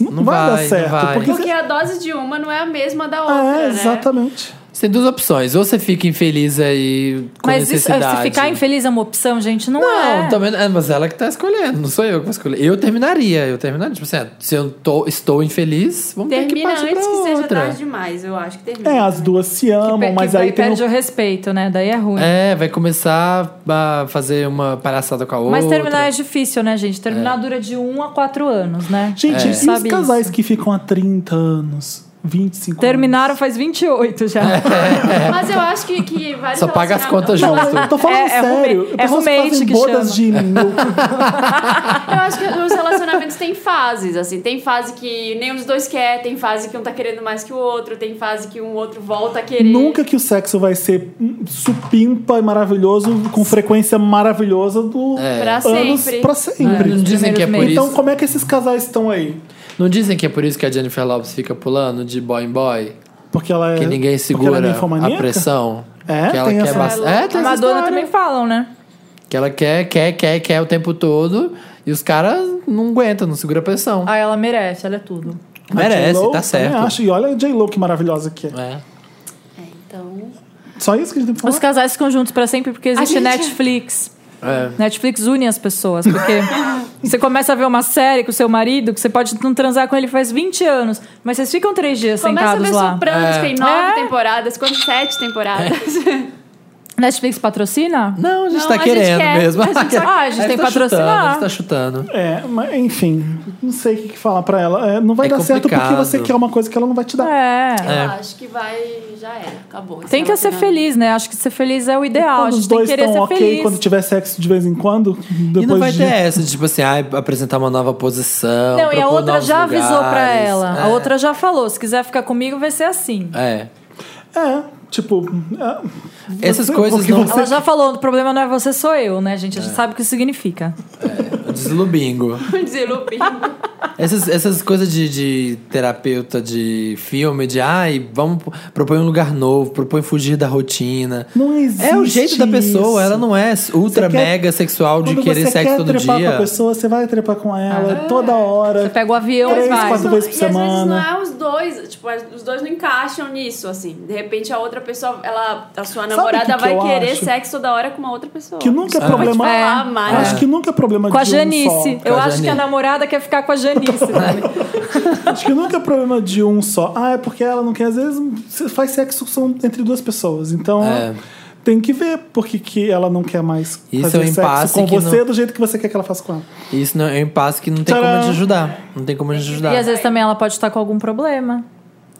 [SPEAKER 3] Não,
[SPEAKER 1] Não
[SPEAKER 3] vai,
[SPEAKER 1] vai,
[SPEAKER 3] dar certo.
[SPEAKER 1] não vai.
[SPEAKER 3] Porque.
[SPEAKER 2] Porque a dose de uma não é a mesma da outra,
[SPEAKER 3] É,
[SPEAKER 2] né?
[SPEAKER 3] exatamente.
[SPEAKER 1] Você tem duas opções. Ou você fica infeliz aí com
[SPEAKER 4] Mas isso,
[SPEAKER 1] necessidade.
[SPEAKER 4] se ficar infeliz é uma opção, gente, não, é.
[SPEAKER 1] Não, também, é, mas ela que tá escolhendo, não sou eu que vou escolher. Eu terminaria, eu terminaria. Tipo assim, se eu tô- estou infeliz, vamos ter que
[SPEAKER 2] Termina
[SPEAKER 1] partir
[SPEAKER 2] antes
[SPEAKER 1] pra
[SPEAKER 2] que
[SPEAKER 1] outra.
[SPEAKER 2] seja tarde demais, eu acho que termina.
[SPEAKER 3] É, as duas se
[SPEAKER 4] Que
[SPEAKER 3] amam,
[SPEAKER 4] pe-
[SPEAKER 3] mas
[SPEAKER 4] que
[SPEAKER 3] aí
[SPEAKER 4] daí
[SPEAKER 3] tem. um- o-
[SPEAKER 4] perde o respeito, né? Daí é ruim.
[SPEAKER 1] É, vai começar a fazer uma palhaçada com a outra.
[SPEAKER 4] Mas terminar é difícil, né, gente? Terminar dura de 1 a 4 anos, né?
[SPEAKER 3] É.
[SPEAKER 1] É.
[SPEAKER 3] Gente, e os
[SPEAKER 4] Sabe
[SPEAKER 3] casais
[SPEAKER 4] isso.
[SPEAKER 3] que ficam há 30 anos, 25
[SPEAKER 4] Terminaram faz 28 já.
[SPEAKER 3] É.
[SPEAKER 2] Mas eu acho que, que vários
[SPEAKER 1] Só paga as
[SPEAKER 2] relacionamentos-
[SPEAKER 1] contas
[SPEAKER 3] anos?
[SPEAKER 1] junto.
[SPEAKER 3] Não, eu tô falando
[SPEAKER 4] É- é
[SPEAKER 3] sério.
[SPEAKER 4] roommate- é
[SPEAKER 3] Pessoas
[SPEAKER 4] roommate
[SPEAKER 3] fazem
[SPEAKER 4] que
[SPEAKER 3] bodas de mil.
[SPEAKER 2] Eu acho que os relacionamentos têm fases, assim. Tem fase que nenhum dos dois quer, tem fase que um tá querendo mais que o outro, tem fase que um outro volta a querer.
[SPEAKER 3] Nunca que o sexo vai ser hum, supimpa e maravilhoso, com frequência maravilhosa do
[SPEAKER 2] Pra
[SPEAKER 3] anos
[SPEAKER 2] sempre.
[SPEAKER 3] pra sempre.
[SPEAKER 1] É. Não dizem que é por
[SPEAKER 4] Primeiros
[SPEAKER 3] Então,
[SPEAKER 1] isso.
[SPEAKER 3] como é que esses casais estão aí?
[SPEAKER 1] Não dizem que é por isso que a Jennifer Lopes fica pulando de boy em boy?
[SPEAKER 3] Porque ela é.
[SPEAKER 1] Que ninguém
[SPEAKER 3] porque ela é
[SPEAKER 1] segura a
[SPEAKER 3] ninfomaníaca?
[SPEAKER 1] pressão.
[SPEAKER 3] É,
[SPEAKER 1] que ela
[SPEAKER 3] tem
[SPEAKER 1] quer
[SPEAKER 3] essa-
[SPEAKER 1] bastante. É, tem
[SPEAKER 4] A
[SPEAKER 1] essa
[SPEAKER 4] Madonna
[SPEAKER 1] história.
[SPEAKER 4] também falam, né?
[SPEAKER 1] Que ela quer, quer, quer, quer o tempo todo. E os caras não aguentam, não segura a pressão.
[SPEAKER 4] Ah, ela merece, ela é tudo.
[SPEAKER 3] A
[SPEAKER 1] Merece,
[SPEAKER 3] J.Lo,
[SPEAKER 1] tá certo.
[SPEAKER 3] também Acho. E olha a J-Lo que maravilhosa que é.
[SPEAKER 1] É.
[SPEAKER 2] É, então...
[SPEAKER 3] Só isso que a gente tem pra falar?
[SPEAKER 4] Os casais ficam juntos pra sempre porque existe
[SPEAKER 2] gente-
[SPEAKER 4] Netflix.
[SPEAKER 1] É.
[SPEAKER 4] Netflix une as pessoas, porque você começa a ver uma série com o seu marido, que você pode não transar com ele faz 20 anos, mas vocês ficam três dias
[SPEAKER 2] Começa a
[SPEAKER 4] sentados
[SPEAKER 2] ver
[SPEAKER 4] lá.
[SPEAKER 2] Sopranos,
[SPEAKER 1] É.
[SPEAKER 2] que tem nove
[SPEAKER 4] É.
[SPEAKER 2] temporadas, quanto? Sete temporadas.
[SPEAKER 4] Netflix patrocina?
[SPEAKER 1] Não, a gente
[SPEAKER 2] Não,
[SPEAKER 1] tá
[SPEAKER 2] a gente
[SPEAKER 1] querendo
[SPEAKER 2] quer.
[SPEAKER 1] mesmo.
[SPEAKER 2] A gente só-
[SPEAKER 4] Ah, a gente tem que
[SPEAKER 1] tá chutando, A
[SPEAKER 4] patrocinar.
[SPEAKER 1] gente tá chutando.
[SPEAKER 3] É, mas enfim, não sei o que, que falar pra ela. É, não vai
[SPEAKER 1] É
[SPEAKER 3] dar certo porque
[SPEAKER 1] complicado.
[SPEAKER 3] você quer uma coisa que ela não vai te dar.
[SPEAKER 4] É.
[SPEAKER 1] É.
[SPEAKER 2] Eu acho que vai... Já era, acabou. é esse
[SPEAKER 4] Tem que ser
[SPEAKER 2] relacionamento.
[SPEAKER 4] feliz, né? Acho que ser feliz é o ideal. A
[SPEAKER 3] Quando os
[SPEAKER 4] gente tem que
[SPEAKER 3] dois
[SPEAKER 4] querer
[SPEAKER 3] estão
[SPEAKER 4] ser
[SPEAKER 3] ok,
[SPEAKER 4] feliz.
[SPEAKER 3] quando tiver sexo de vez em quando, depois
[SPEAKER 1] E não vai
[SPEAKER 3] de... um
[SPEAKER 1] ter essa, de, tipo assim, ai, apresentar uma nova posição.
[SPEAKER 4] Não, e a
[SPEAKER 1] propor
[SPEAKER 4] outra
[SPEAKER 1] novos
[SPEAKER 4] já avisou pra
[SPEAKER 1] lugares.
[SPEAKER 4] ela.
[SPEAKER 1] É.
[SPEAKER 4] A outra já falou: se quiser ficar comigo, vai ser assim.
[SPEAKER 1] É.
[SPEAKER 3] É, tipo. é,
[SPEAKER 1] Essas
[SPEAKER 3] você-
[SPEAKER 1] coisas
[SPEAKER 3] porque
[SPEAKER 1] não-
[SPEAKER 3] você-
[SPEAKER 4] Ela já falou: o problema não é você, sou eu, né, gente? A
[SPEAKER 1] É.
[SPEAKER 4] gente sabe o que isso significa.
[SPEAKER 1] Deslubingo.
[SPEAKER 2] Dizer, Lupin.
[SPEAKER 1] Essas, essas coisas de, de terapeuta de filme, de ai, vamos pro- propõe um lugar novo, propõe fugir da rotina.
[SPEAKER 3] Não existe.
[SPEAKER 1] É o jeito da pessoa,
[SPEAKER 3] isso.
[SPEAKER 1] ela não é ultra
[SPEAKER 3] Você quer-
[SPEAKER 1] mega sexual de
[SPEAKER 3] Quando
[SPEAKER 1] querer
[SPEAKER 3] você
[SPEAKER 1] sexo
[SPEAKER 3] quer
[SPEAKER 1] todo
[SPEAKER 3] trepar com
[SPEAKER 1] dia.
[SPEAKER 3] a pessoa, você vai trepar com ela toda hora.
[SPEAKER 4] Ah, Você pega o avião e
[SPEAKER 3] Três,
[SPEAKER 4] vai.
[SPEAKER 3] quatro- vezes por
[SPEAKER 2] e às vezes não
[SPEAKER 3] semana.
[SPEAKER 2] é os dois, tipo, as- os dois não encaixam nisso, assim. De repente a outra pessoa, ela, a sua
[SPEAKER 3] Sabe
[SPEAKER 2] namorada
[SPEAKER 3] o que que
[SPEAKER 2] vai
[SPEAKER 3] eu
[SPEAKER 2] querer
[SPEAKER 3] acho?
[SPEAKER 2] sexo toda hora com uma outra pessoa.
[SPEAKER 3] Que nunca é
[SPEAKER 2] Não vou te
[SPEAKER 3] problema.
[SPEAKER 2] falar,
[SPEAKER 4] É.
[SPEAKER 2] mais.
[SPEAKER 3] Acho que nunca é problema
[SPEAKER 4] Com a
[SPEAKER 3] de
[SPEAKER 4] Janice.
[SPEAKER 3] um só.
[SPEAKER 1] Com
[SPEAKER 4] eu
[SPEAKER 1] a
[SPEAKER 4] acho
[SPEAKER 1] Janice.
[SPEAKER 4] que a namorada quer ficar com a Janice, sabe?
[SPEAKER 3] Acho que nunca é problema de um só. Ah, é porque ela não quer. Às vezes você faz sexo são entre duas pessoas. Então
[SPEAKER 1] É.
[SPEAKER 3] tem que ver porque que ela não quer mais
[SPEAKER 1] Isso
[SPEAKER 3] fazer
[SPEAKER 1] é um
[SPEAKER 3] sexo
[SPEAKER 1] impasse
[SPEAKER 3] com
[SPEAKER 1] que
[SPEAKER 3] você
[SPEAKER 1] não-
[SPEAKER 3] do jeito que você quer que ela faça com ela.
[SPEAKER 1] Isso não, é um impasse que não tem
[SPEAKER 3] Tcharam.
[SPEAKER 1] como te ajudar. Não tem como a gente
[SPEAKER 4] E às
[SPEAKER 1] ajudar.
[SPEAKER 4] vezes também ela pode estar com algum problema.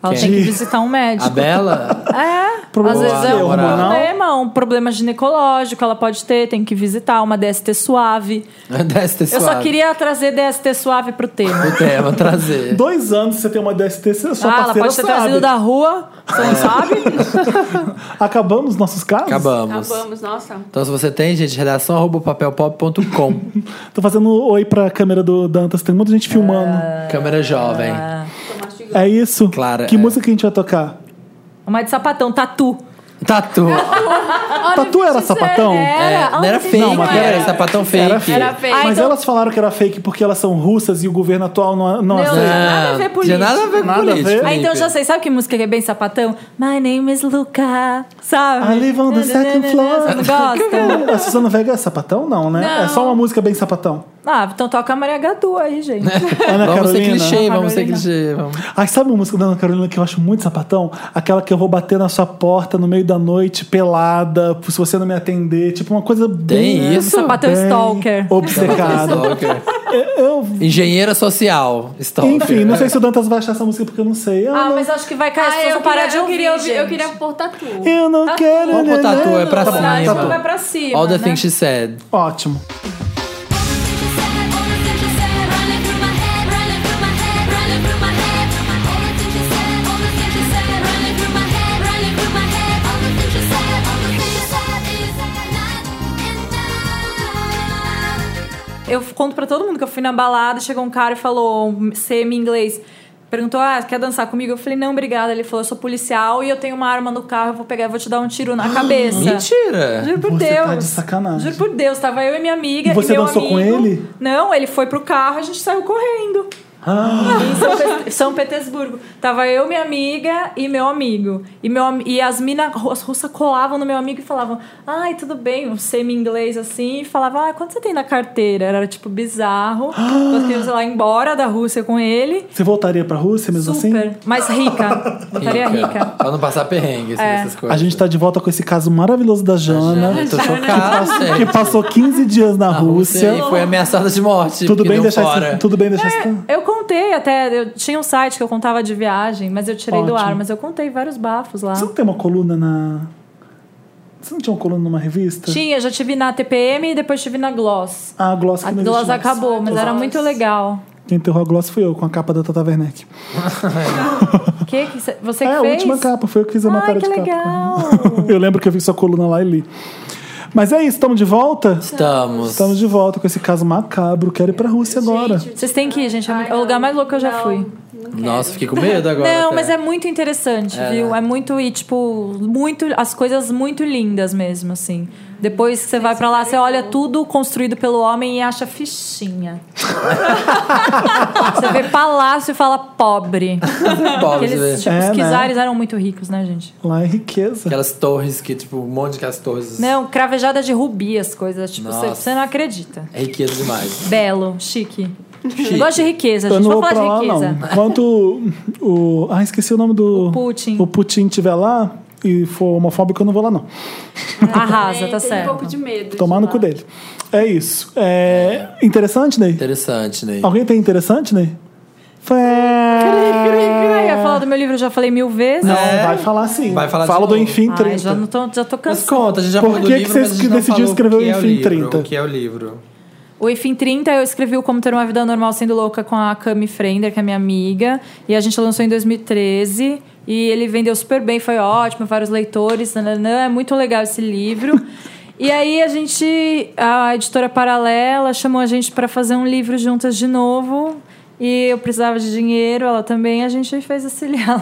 [SPEAKER 4] Ela
[SPEAKER 1] Quem?
[SPEAKER 4] tem que visitar um médico.
[SPEAKER 1] A Bela,
[SPEAKER 4] É,
[SPEAKER 3] Problema
[SPEAKER 4] às vezes é um
[SPEAKER 1] hormonal.
[SPEAKER 4] problema, um problema ginecológico, ela pode ter, tem que visitar uma DST suave.
[SPEAKER 1] desce ter
[SPEAKER 4] Eu só queria trazer DST suave pro tema.
[SPEAKER 1] é O tema, trazer.
[SPEAKER 3] Dois anos você tem uma DST, você- é sua
[SPEAKER 4] ah, ela
[SPEAKER 3] parceira
[SPEAKER 4] pode ter
[SPEAKER 3] sabe.
[SPEAKER 4] trazido da rua, você não sabe?
[SPEAKER 3] Acabamos nossos casos?
[SPEAKER 1] Acabamos.
[SPEAKER 2] Acabamos, nossa.
[SPEAKER 1] Então, se você tem, gente, redação arroba papelpop.com.
[SPEAKER 4] Ah.
[SPEAKER 3] Tô fazendo oi pra câmera do Dantas, tem muita gente filmando.
[SPEAKER 1] Câmera jovem.
[SPEAKER 2] Tô mastigando.
[SPEAKER 3] É isso?
[SPEAKER 1] Clara,
[SPEAKER 3] Que
[SPEAKER 1] é.
[SPEAKER 3] música que a gente vai tocar?
[SPEAKER 4] Uma de sapatão, tatu.
[SPEAKER 1] Tatu.
[SPEAKER 3] Tatu era sapatão?
[SPEAKER 1] Tá É,
[SPEAKER 4] Era,
[SPEAKER 1] não era
[SPEAKER 4] onde-
[SPEAKER 1] fake,
[SPEAKER 3] Não, mas
[SPEAKER 1] era,
[SPEAKER 3] era.
[SPEAKER 1] sapatão fake.
[SPEAKER 3] Era fake.
[SPEAKER 2] Era fake.
[SPEAKER 3] Mas
[SPEAKER 4] então-
[SPEAKER 3] elas falaram que era fake porque elas são russas e o governo atual não, não
[SPEAKER 4] Não,
[SPEAKER 3] aceita.
[SPEAKER 4] Tinha nada a ver
[SPEAKER 1] Tinha
[SPEAKER 4] político.
[SPEAKER 1] nada a ver com
[SPEAKER 3] Nada a ver.
[SPEAKER 1] político.
[SPEAKER 4] Ah, então eu
[SPEAKER 1] Felipe.
[SPEAKER 4] já sei. Sabe que música que é bem sapatão? My name is Luca. Sabe?
[SPEAKER 3] I live on the second floor.
[SPEAKER 4] Vocês não gostam?
[SPEAKER 3] A Susana Vega é sapatão? Não, né? É só uma música bem sapatão.
[SPEAKER 4] Ah, então toca a Maria Gadu aí, gente.
[SPEAKER 3] Ana
[SPEAKER 1] Vamos ser
[SPEAKER 3] Carolina.
[SPEAKER 1] clichê, vamos ser
[SPEAKER 4] Carolina.
[SPEAKER 1] clichê. vamos.
[SPEAKER 3] Ai, sabe uma música da Ana Carolina que eu acho muito sapatão? Aquela que eu vou bater na sua porta no meio da noite, pelada, se você não me atender. Tipo, uma coisa bem.
[SPEAKER 1] Tem isso?
[SPEAKER 4] Um Sapatão
[SPEAKER 3] bem
[SPEAKER 4] stalker.
[SPEAKER 3] Obcecada.
[SPEAKER 1] Stalker.
[SPEAKER 3] Eu-
[SPEAKER 1] Engenheira social. Stalker. É.
[SPEAKER 3] enfim, não sei se o Dantas vai achar essa música porque eu não sei. Eu
[SPEAKER 4] Ah,
[SPEAKER 3] não,
[SPEAKER 4] mas acho que vai cair
[SPEAKER 2] Ah,
[SPEAKER 4] se eu
[SPEAKER 2] eu,
[SPEAKER 4] parar
[SPEAKER 2] queria,
[SPEAKER 4] de
[SPEAKER 2] eu,
[SPEAKER 4] ouvir,
[SPEAKER 2] queria, ouvir- eu
[SPEAKER 4] gente.
[SPEAKER 2] queria pôr tatu.
[SPEAKER 3] eu não quero.
[SPEAKER 1] Vamos pro tatu, é pra
[SPEAKER 3] Tá bom,
[SPEAKER 1] cima.
[SPEAKER 4] Acho que
[SPEAKER 3] tatu.
[SPEAKER 4] vai pra cima,
[SPEAKER 1] All the
[SPEAKER 4] né?
[SPEAKER 1] things she said.
[SPEAKER 3] Ótimo.
[SPEAKER 4] Eu conto pra todo mundo que eu fui na balada, chegou um cara e falou um semi-inglês. Perguntou, ah, quer dançar comigo? Eu falei, não, obrigada. Ele falou, eu sou policial e eu tenho uma arma no carro, eu vou pegar e vou te dar um tiro na cabeça.
[SPEAKER 1] Mentira!
[SPEAKER 4] Juro por
[SPEAKER 3] Você
[SPEAKER 4] Deus.
[SPEAKER 3] tá de sacanagem.
[SPEAKER 4] Juro por Deus, tava eu e minha amiga.
[SPEAKER 3] E você
[SPEAKER 4] e meu
[SPEAKER 3] dançou com
[SPEAKER 4] amigo.
[SPEAKER 3] ele?
[SPEAKER 4] Não, ele foi pro carro e a gente saiu correndo.
[SPEAKER 3] Ah.
[SPEAKER 4] Em São, Pet- São Petersburgo. Tava eu, minha amiga e meu amigo. E, meu, am- e as minas russas colavam no meu amigo e falavam: Ai, tudo bem, um semi-inglês assim. E falavam: Ah, quanto você tem na carteira? Era tipo bizarro.
[SPEAKER 3] Ah.
[SPEAKER 4] Nós queríamos ir lá embora da Rússia com ele.
[SPEAKER 3] Você voltaria pra Rússia mesmo
[SPEAKER 4] Super.
[SPEAKER 3] assim?
[SPEAKER 4] Mas rica. Voltaria rica.
[SPEAKER 1] Pra não passar perrengue, assim,
[SPEAKER 4] É.
[SPEAKER 1] essas coisas.
[SPEAKER 3] A gente tá de volta com esse caso maravilhoso da Jana.
[SPEAKER 1] Eu tô chocado,
[SPEAKER 3] Que
[SPEAKER 1] sério.
[SPEAKER 3] passou 15 dias na
[SPEAKER 1] A Rússia
[SPEAKER 3] Rússia.
[SPEAKER 1] aí foi ameaçada de morte.
[SPEAKER 3] Tudo
[SPEAKER 1] porque
[SPEAKER 3] bem,
[SPEAKER 1] deu
[SPEAKER 3] deixar
[SPEAKER 1] fora.
[SPEAKER 3] esse, tudo bem deixar esse-
[SPEAKER 4] Eu contei até, eu tinha um site que eu contava de viagem, mas eu tirei do
[SPEAKER 3] Ótimo.
[SPEAKER 4] ar, mas eu contei vários bafos lá.
[SPEAKER 3] Você não tem uma coluna na. Você não tinha uma coluna numa revista?
[SPEAKER 4] Tinha, já tive na TPM e depois tive na Gloss.
[SPEAKER 3] Ah, a Gloss que
[SPEAKER 4] A
[SPEAKER 3] não
[SPEAKER 4] Gloss
[SPEAKER 3] existe mais.
[SPEAKER 4] acabou, mas era muito legal.
[SPEAKER 3] Quem enterrou a Gloss fui eu, com a capa da Tata Werneck.
[SPEAKER 4] Que, que cê- você
[SPEAKER 3] É,
[SPEAKER 4] que
[SPEAKER 3] a
[SPEAKER 4] fez?
[SPEAKER 3] última capa, foi eu que fiz a
[SPEAKER 4] Ai,
[SPEAKER 3] matéria
[SPEAKER 4] que
[SPEAKER 3] de
[SPEAKER 4] legal.
[SPEAKER 3] capa. Eu lembro que eu vi sua coluna lá e li. Mas é isso, estamos de volta?
[SPEAKER 1] Estamos.
[SPEAKER 3] Estamos de volta com esse caso macabro. Quero ir pra Rússia agora.
[SPEAKER 4] Vocês têm que ir, gente. É
[SPEAKER 2] Ai,
[SPEAKER 4] o lugar
[SPEAKER 2] não.
[SPEAKER 4] mais louco que eu já
[SPEAKER 2] Não,
[SPEAKER 4] fui.
[SPEAKER 2] não quero.
[SPEAKER 1] Nossa, fiquei com medo agora.
[SPEAKER 4] Não,
[SPEAKER 1] até.
[SPEAKER 4] mas é muito interessante,
[SPEAKER 1] É,
[SPEAKER 4] viu?
[SPEAKER 1] né?
[SPEAKER 4] É muito, e tipo, muito, as coisas muito lindas mesmo, assim. Depois que você vai pra lá, você olha tudo construído pelo homem e acha fichinha. você vê palácio e fala pobre.
[SPEAKER 1] Pobre, você vê.
[SPEAKER 4] Aqueles, tipo,
[SPEAKER 3] É,
[SPEAKER 4] os
[SPEAKER 3] né?
[SPEAKER 4] czares eram muito ricos, né, gente?
[SPEAKER 3] Lá é riqueza.
[SPEAKER 1] Aquelas torres que, tipo, um monte de aquelas torres.
[SPEAKER 4] Não, cravejada de rubi as coisas. Tipo, você,
[SPEAKER 1] Nossa.
[SPEAKER 4] você não acredita.
[SPEAKER 1] É riqueza demais.
[SPEAKER 4] Belo, chique.
[SPEAKER 1] Chique.
[SPEAKER 4] Eu gosto de riqueza,
[SPEAKER 3] Eu
[SPEAKER 4] gente.
[SPEAKER 3] não vou
[SPEAKER 4] Vamos
[SPEAKER 3] pra
[SPEAKER 4] falar
[SPEAKER 3] lá,
[SPEAKER 4] de riqueza.
[SPEAKER 3] não. Enquanto o. Ah, esqueci o nome do.
[SPEAKER 4] O Putin.
[SPEAKER 3] O Putin estiver lá e for homofóbico, eu não vou lá, não.
[SPEAKER 4] Arrasa, tá
[SPEAKER 2] Tem um pouco
[SPEAKER 4] certo.
[SPEAKER 2] de medo. de
[SPEAKER 3] Tomar no
[SPEAKER 2] lá.
[SPEAKER 3] cu dele. É isso. É... Interessante, Ney?
[SPEAKER 1] Interessante, né?
[SPEAKER 3] Alguém tem interessante, Ney? Foi...
[SPEAKER 4] Ah, eu ia falar do meu livro, eu já falei mil vezes.
[SPEAKER 3] Não,
[SPEAKER 1] É.
[SPEAKER 3] vai falar sim.
[SPEAKER 1] Vai falar de
[SPEAKER 3] Fala do
[SPEAKER 1] novo.
[SPEAKER 3] Enfim
[SPEAKER 4] Ai,
[SPEAKER 3] 30.
[SPEAKER 4] já, não tô, já tô
[SPEAKER 1] Mas
[SPEAKER 4] cansada.
[SPEAKER 1] conta, a gente já
[SPEAKER 3] Por
[SPEAKER 1] falou do
[SPEAKER 3] que que
[SPEAKER 1] livro,
[SPEAKER 3] você
[SPEAKER 1] mas a gente não
[SPEAKER 3] decidiu
[SPEAKER 1] falou
[SPEAKER 3] escrever
[SPEAKER 1] o que é o
[SPEAKER 3] Enfim
[SPEAKER 1] livro,
[SPEAKER 3] 30?
[SPEAKER 1] O que é o livro?
[SPEAKER 4] O Enfim 30, eu escrevi o Como Ter Uma Vida Normal Sendo Louca com a Cami Frender, que é minha amiga. E a gente lançou em 2013. E ele vendeu super bem, foi ótimo, vários leitores. Nananã, é muito legal esse livro. E aí a gente, a editora Paralela chamou a gente para fazer um livro juntas de novo. E eu precisava de dinheiro, ela também, a gente fez auxiliar.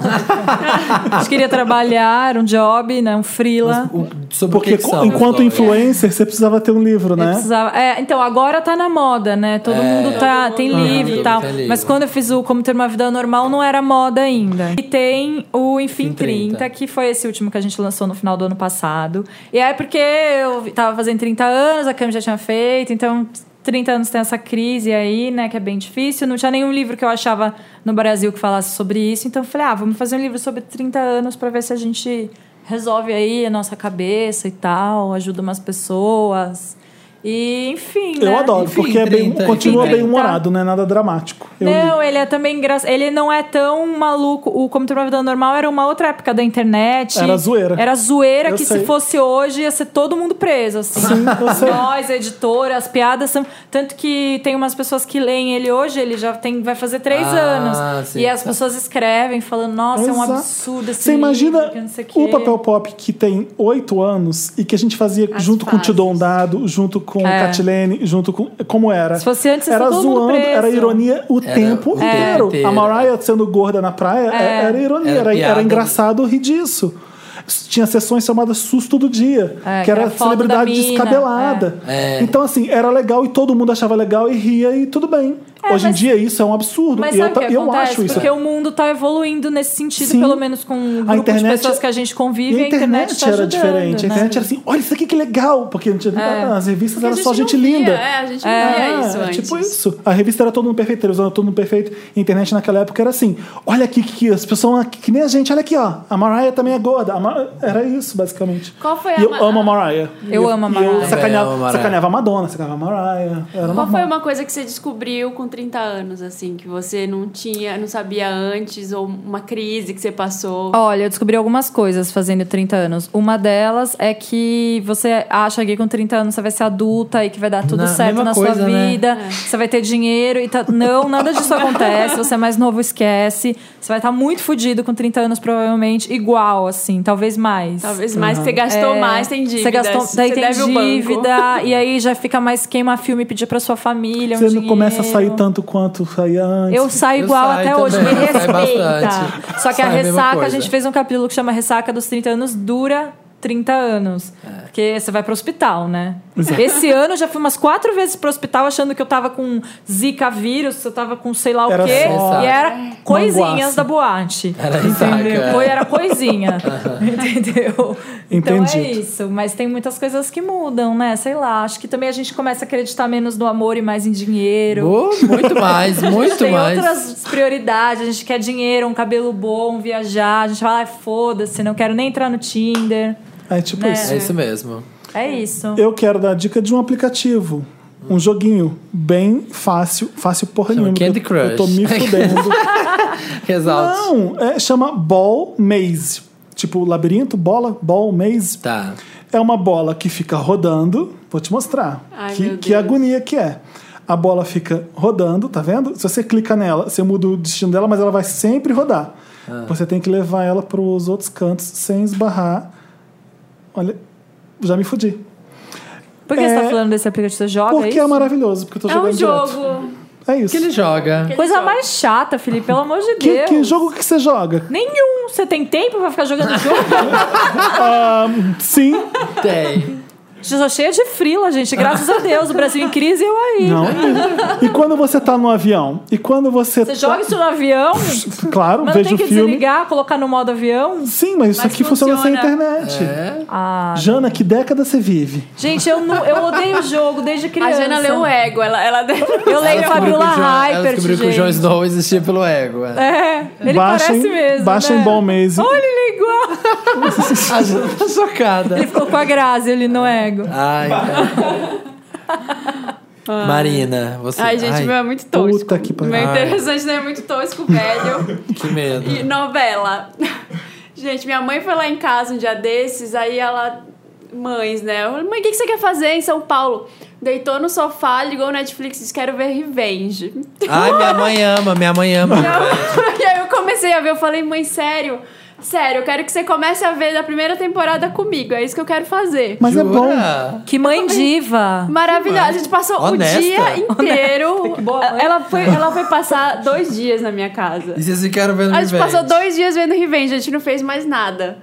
[SPEAKER 4] a gente queria trabalhar, era um job, né, um freela.
[SPEAKER 1] O- sobre o
[SPEAKER 3] Porque
[SPEAKER 1] que que são
[SPEAKER 3] enquanto
[SPEAKER 1] as histórias?
[SPEAKER 3] influencer, você precisava ter um livro,
[SPEAKER 4] Eu
[SPEAKER 3] né?
[SPEAKER 4] precisava- é, então, agora tá na moda, né? Todo mundo tá, tem
[SPEAKER 1] Uhum.
[SPEAKER 4] livro e
[SPEAKER 1] Todo
[SPEAKER 4] tal.
[SPEAKER 1] mundo tem
[SPEAKER 4] Mas
[SPEAKER 1] livro.
[SPEAKER 4] quando eu fiz o Como Ter Uma Vida Normal, não era moda ainda. E tem o Enfim
[SPEAKER 1] Enfim,
[SPEAKER 4] 30,
[SPEAKER 1] 30,
[SPEAKER 4] é que foi esse último que a gente lançou no final do ano passado. E é porque eu tava fazendo 30 anos, a Cami já tinha feito, então... 30 anos tem essa crise aí, né, que é bem difícil. Não tinha nenhum livro que eu achava no Brasil que falasse sobre isso. Então eu falei, ah, vamos fazer um livro sobre 30 anos pra ver se a gente resolve aí a nossa cabeça e tal, ajuda umas pessoas. E, enfim, né?
[SPEAKER 3] Eu adoro,
[SPEAKER 1] Enfim,
[SPEAKER 3] porque é bem,
[SPEAKER 1] 30,
[SPEAKER 3] continua
[SPEAKER 1] enfim,
[SPEAKER 3] bem humorado, não é nada dramático. Eu li.
[SPEAKER 4] Não, ele é também engraçado. Ele não é tão maluco. O Como Ter Uma Vida Normal era uma outra época da internet.
[SPEAKER 3] Era zoeira.
[SPEAKER 4] Era zoeira
[SPEAKER 3] Eu
[SPEAKER 4] que
[SPEAKER 3] sei.
[SPEAKER 4] se fosse hoje ia ser todo mundo preso. Assim.
[SPEAKER 3] Sim, eu sei.
[SPEAKER 4] Nós, a editora, as piadas são. Tanto que tem umas pessoas que leem ele hoje, ele já tem, vai fazer três
[SPEAKER 1] Ah,
[SPEAKER 4] anos.
[SPEAKER 1] sim.
[SPEAKER 4] E as pessoas escrevem falando: nossa, é um
[SPEAKER 3] Exato.
[SPEAKER 4] absurdo esse
[SPEAKER 3] Você
[SPEAKER 4] livro,
[SPEAKER 3] imagina
[SPEAKER 4] que não sei quê."
[SPEAKER 3] o papel pop que tem oito anos e que a gente fazia junto com o
[SPEAKER 2] fases.
[SPEAKER 3] Tidon Dado, junto com
[SPEAKER 4] É.
[SPEAKER 3] Catilene, junto com. Como era?
[SPEAKER 4] Se fosse antes, ia
[SPEAKER 3] era
[SPEAKER 4] ser todo mundo
[SPEAKER 3] zoando,
[SPEAKER 4] preso.
[SPEAKER 3] era ironia o
[SPEAKER 1] Era
[SPEAKER 3] tempo
[SPEAKER 1] o tempo
[SPEAKER 3] inteiro.
[SPEAKER 1] inteiro.
[SPEAKER 3] A Mariah sendo gorda na praia é- era ironia,
[SPEAKER 1] Era
[SPEAKER 3] era, era
[SPEAKER 1] piada.
[SPEAKER 3] engraçado rir disso. Tinha sessões chamadas Susto do Dia,
[SPEAKER 4] É,
[SPEAKER 3] que
[SPEAKER 4] que
[SPEAKER 3] era,
[SPEAKER 4] era foto da
[SPEAKER 3] celebridade
[SPEAKER 4] mina,
[SPEAKER 3] descabelada.
[SPEAKER 1] é. É.
[SPEAKER 3] Então, assim, era legal e todo mundo achava legal e ria e tudo bem.
[SPEAKER 4] É,
[SPEAKER 3] Hoje em
[SPEAKER 4] mas-
[SPEAKER 3] dia isso é um absurdo.
[SPEAKER 4] Mas
[SPEAKER 3] e eu,
[SPEAKER 4] sabe o
[SPEAKER 3] ta-
[SPEAKER 4] que
[SPEAKER 3] eu
[SPEAKER 4] acontece?
[SPEAKER 3] acho isso.
[SPEAKER 4] Porque o mundo tá evoluindo nesse sentido,
[SPEAKER 3] Sim.
[SPEAKER 4] pelo menos com o
[SPEAKER 3] A
[SPEAKER 4] grupo
[SPEAKER 3] internet-
[SPEAKER 4] de pessoas que a gente
[SPEAKER 3] E
[SPEAKER 4] convive,
[SPEAKER 3] a internet,
[SPEAKER 4] tá
[SPEAKER 3] era
[SPEAKER 4] ajudando,
[SPEAKER 3] diferente. A
[SPEAKER 4] né?
[SPEAKER 3] internet era assim, olha isso aqui que legal. Porque não tinha,
[SPEAKER 4] É.
[SPEAKER 3] as revistas
[SPEAKER 2] Porque a
[SPEAKER 3] eram só
[SPEAKER 2] não
[SPEAKER 3] gente
[SPEAKER 2] via,
[SPEAKER 3] linda.
[SPEAKER 2] É, a gente não
[SPEAKER 4] É.
[SPEAKER 2] via isso
[SPEAKER 3] é
[SPEAKER 2] antes.
[SPEAKER 3] tipo isso. A revista era todo mundo perfeito, eles eram todo mundo perfeito. E a internet naquela época era assim: olha aqui, que, que as pessoas que, que nem a gente, olha aqui, ó. A Mariah também é gorda. A Mar- Era isso, basicamente.
[SPEAKER 2] Qual foi a
[SPEAKER 3] E eu
[SPEAKER 2] ma-
[SPEAKER 3] amo a Mariah.
[SPEAKER 4] Eu
[SPEAKER 3] E
[SPEAKER 4] amo a
[SPEAKER 3] e
[SPEAKER 4] Mariah.
[SPEAKER 3] Eu sacaneava,
[SPEAKER 1] Eu amo a Mariah.
[SPEAKER 3] sacaneava a Madonna, sacaneava a Mariah.
[SPEAKER 2] Qual
[SPEAKER 3] Era normal.
[SPEAKER 2] foi uma coisa que você descobriu com 30 anos, assim, que você não tinha, não sabia antes, ou uma crise que você passou?
[SPEAKER 4] Olha, eu descobri algumas coisas fazendo 30 anos. Uma delas é que você acha que com 30 anos você vai ser adulta e que vai dar tudo
[SPEAKER 1] Na-
[SPEAKER 4] certo
[SPEAKER 1] mesma
[SPEAKER 4] na
[SPEAKER 1] coisa,
[SPEAKER 4] sua
[SPEAKER 1] né?
[SPEAKER 4] vida,
[SPEAKER 2] É.
[SPEAKER 4] você vai ter dinheiro e tá... Não, nada disso acontece. Você é mais novo, esquece. Você vai estar muito fudido com 30 anos, provavelmente, igual, assim, talvez mais.
[SPEAKER 2] Talvez mais, que você gastou
[SPEAKER 4] É,
[SPEAKER 2] mais, tem dívida.
[SPEAKER 4] Você gastou, daí tem
[SPEAKER 2] deve o banco.
[SPEAKER 4] dívida, e aí já fica mais queima filme pedir pra sua família. um
[SPEAKER 3] Você não começa a sair
[SPEAKER 4] dinheiro.
[SPEAKER 3] tanto quanto saía antes.
[SPEAKER 4] Eu saio
[SPEAKER 1] Eu
[SPEAKER 4] igual
[SPEAKER 1] saio
[SPEAKER 4] até
[SPEAKER 1] também,
[SPEAKER 4] hoje, me
[SPEAKER 1] eu saio
[SPEAKER 4] respeita.
[SPEAKER 1] bastante.
[SPEAKER 4] Só que a
[SPEAKER 1] Saio a mesma
[SPEAKER 4] ressaca, a
[SPEAKER 1] coisa.
[SPEAKER 4] gente fez um capítulo que chama Ressaca dos 30 anos, dura 30 anos.
[SPEAKER 1] É.
[SPEAKER 4] Porque você vai pro hospital, né? Esse ano eu já fui umas quatro vezes pro hospital achando que eu tava com zika vírus, eu tava com sei lá
[SPEAKER 3] Era
[SPEAKER 4] o quê.
[SPEAKER 1] só
[SPEAKER 4] E era coisinhas
[SPEAKER 3] manguaça.
[SPEAKER 4] da boate.
[SPEAKER 1] Era ressaca.
[SPEAKER 4] Foi, era coisinha. Entendeu? Então é
[SPEAKER 3] Entendi.
[SPEAKER 4] isso. Mas tem muitas coisas que mudam, né? Sei lá. Acho que também a gente começa a acreditar menos no amor e mais em dinheiro.
[SPEAKER 1] Oh, muito mais,
[SPEAKER 4] A gente
[SPEAKER 1] muito
[SPEAKER 4] tem
[SPEAKER 1] mais.
[SPEAKER 4] outras prioridades, a gente quer dinheiro, um cabelo bom, viajar, a gente fala, ai, foda-se, não quero nem entrar no Tinder.
[SPEAKER 3] É tipo
[SPEAKER 4] Né?
[SPEAKER 3] isso.
[SPEAKER 1] É isso mesmo.
[SPEAKER 4] É isso.
[SPEAKER 3] Eu quero dar dica de um aplicativo. Um joguinho bem fácil, fácil porra
[SPEAKER 1] Chama
[SPEAKER 3] nenhuma. que
[SPEAKER 1] Candy
[SPEAKER 3] eu- Eu tô
[SPEAKER 1] Crush.
[SPEAKER 3] me fudendo.
[SPEAKER 1] Resalte.
[SPEAKER 3] Não, é, chama Ball Maze. Tipo, labirinto, bola, ball, maze.
[SPEAKER 1] Tá.
[SPEAKER 3] É uma bola que fica rodando. Vou te mostrar.
[SPEAKER 2] Ai,
[SPEAKER 3] que,
[SPEAKER 2] meu
[SPEAKER 3] que
[SPEAKER 2] Deus.
[SPEAKER 3] agonia que é. A bola fica rodando, tá vendo? Se você clica nela, você muda o destino dela, mas ela vai sempre rodar.
[SPEAKER 1] Ah.
[SPEAKER 3] Você tem que levar ela pros outros cantos sem esbarrar. Olha, já me fudi.
[SPEAKER 4] Por que você
[SPEAKER 3] É,
[SPEAKER 4] tá falando desse aplicativo? Você joga
[SPEAKER 3] Porque
[SPEAKER 4] isso?
[SPEAKER 3] é maravilhoso, porque eu tô
[SPEAKER 2] É um
[SPEAKER 3] jogando direto.
[SPEAKER 2] jogo.
[SPEAKER 3] É isso.
[SPEAKER 1] Que ele joga.
[SPEAKER 4] Coisa mais chata, Felipe, pelo amor de
[SPEAKER 3] Que,
[SPEAKER 4] Deus.
[SPEAKER 3] que jogo que você joga?
[SPEAKER 4] Nenhum. Você tem tempo pra ficar jogando jogo?
[SPEAKER 3] Sim.
[SPEAKER 1] Tem.
[SPEAKER 4] Eu sou cheia de frila, gente. Graças a Deus. O Brasil em crise e eu aí.
[SPEAKER 3] Não. E, e quando você tá no avião? E quando você.
[SPEAKER 4] Você joga isso no avião,
[SPEAKER 3] Claro,
[SPEAKER 4] mas não
[SPEAKER 3] vejo
[SPEAKER 4] tem
[SPEAKER 3] o
[SPEAKER 4] que
[SPEAKER 3] filme.
[SPEAKER 4] desligar, colocar no modo avião.
[SPEAKER 3] Sim, mas isso
[SPEAKER 2] Mas
[SPEAKER 3] aqui funciona, sem
[SPEAKER 2] funciona.
[SPEAKER 3] internet.
[SPEAKER 1] É.
[SPEAKER 4] Ah.
[SPEAKER 3] Jana, que década você vive?
[SPEAKER 4] Gente, eu, não, eu odeio o jogo desde
[SPEAKER 2] A
[SPEAKER 4] criança.
[SPEAKER 2] Jana leu o ego, ela, ela
[SPEAKER 4] Eu leio Fabiola
[SPEAKER 1] Ela
[SPEAKER 4] Hyper,
[SPEAKER 1] descobriu que o Jon
[SPEAKER 4] gente.
[SPEAKER 1] Snow existia pelo ego. é.
[SPEAKER 4] É, ele
[SPEAKER 3] baixem,
[SPEAKER 4] parece mesmo.
[SPEAKER 3] Baixem
[SPEAKER 4] né?
[SPEAKER 3] Ball Maze.
[SPEAKER 4] Olha, ele é igual.
[SPEAKER 1] A Jana tá chocada.
[SPEAKER 4] Ele ficou com a Grazi, ele no ego.
[SPEAKER 1] Ai, cara. Marina, você.
[SPEAKER 2] Ai, gente, meu é muito tosco.
[SPEAKER 3] Puta que pariu.
[SPEAKER 2] Meu
[SPEAKER 1] Ai.
[SPEAKER 2] interessante não é muito tosco, velho.
[SPEAKER 1] que medo.
[SPEAKER 2] E novela. Gente, minha mãe foi lá em casa um dia desses, aí ela. Mães, né? Eu falei, mãe, o que que você quer fazer em São Paulo? Deitou no sofá, ligou o Netflix e disse: Quero ver Revenge. Então,
[SPEAKER 1] Ai, minha mãe ama, minha mãe ama.
[SPEAKER 2] e aí eu comecei a ver, eu falei, mãe, sério? Sério, eu quero que você comece a ver da primeira temporada comigo, é isso que eu quero fazer.
[SPEAKER 3] Mas é bom.
[SPEAKER 1] Jura?
[SPEAKER 4] Que mãe diva.
[SPEAKER 2] Maravilhosa, a gente passou
[SPEAKER 1] Honesta.
[SPEAKER 2] o dia inteiro.
[SPEAKER 4] boa né? mãe.
[SPEAKER 2] ela, foi, ela foi passar dois dias na minha casa.
[SPEAKER 1] E vocês ficaram vendo
[SPEAKER 2] A gente
[SPEAKER 1] é Revenge?
[SPEAKER 2] passou dois dias vendo Revenge, a gente não fez mais nada.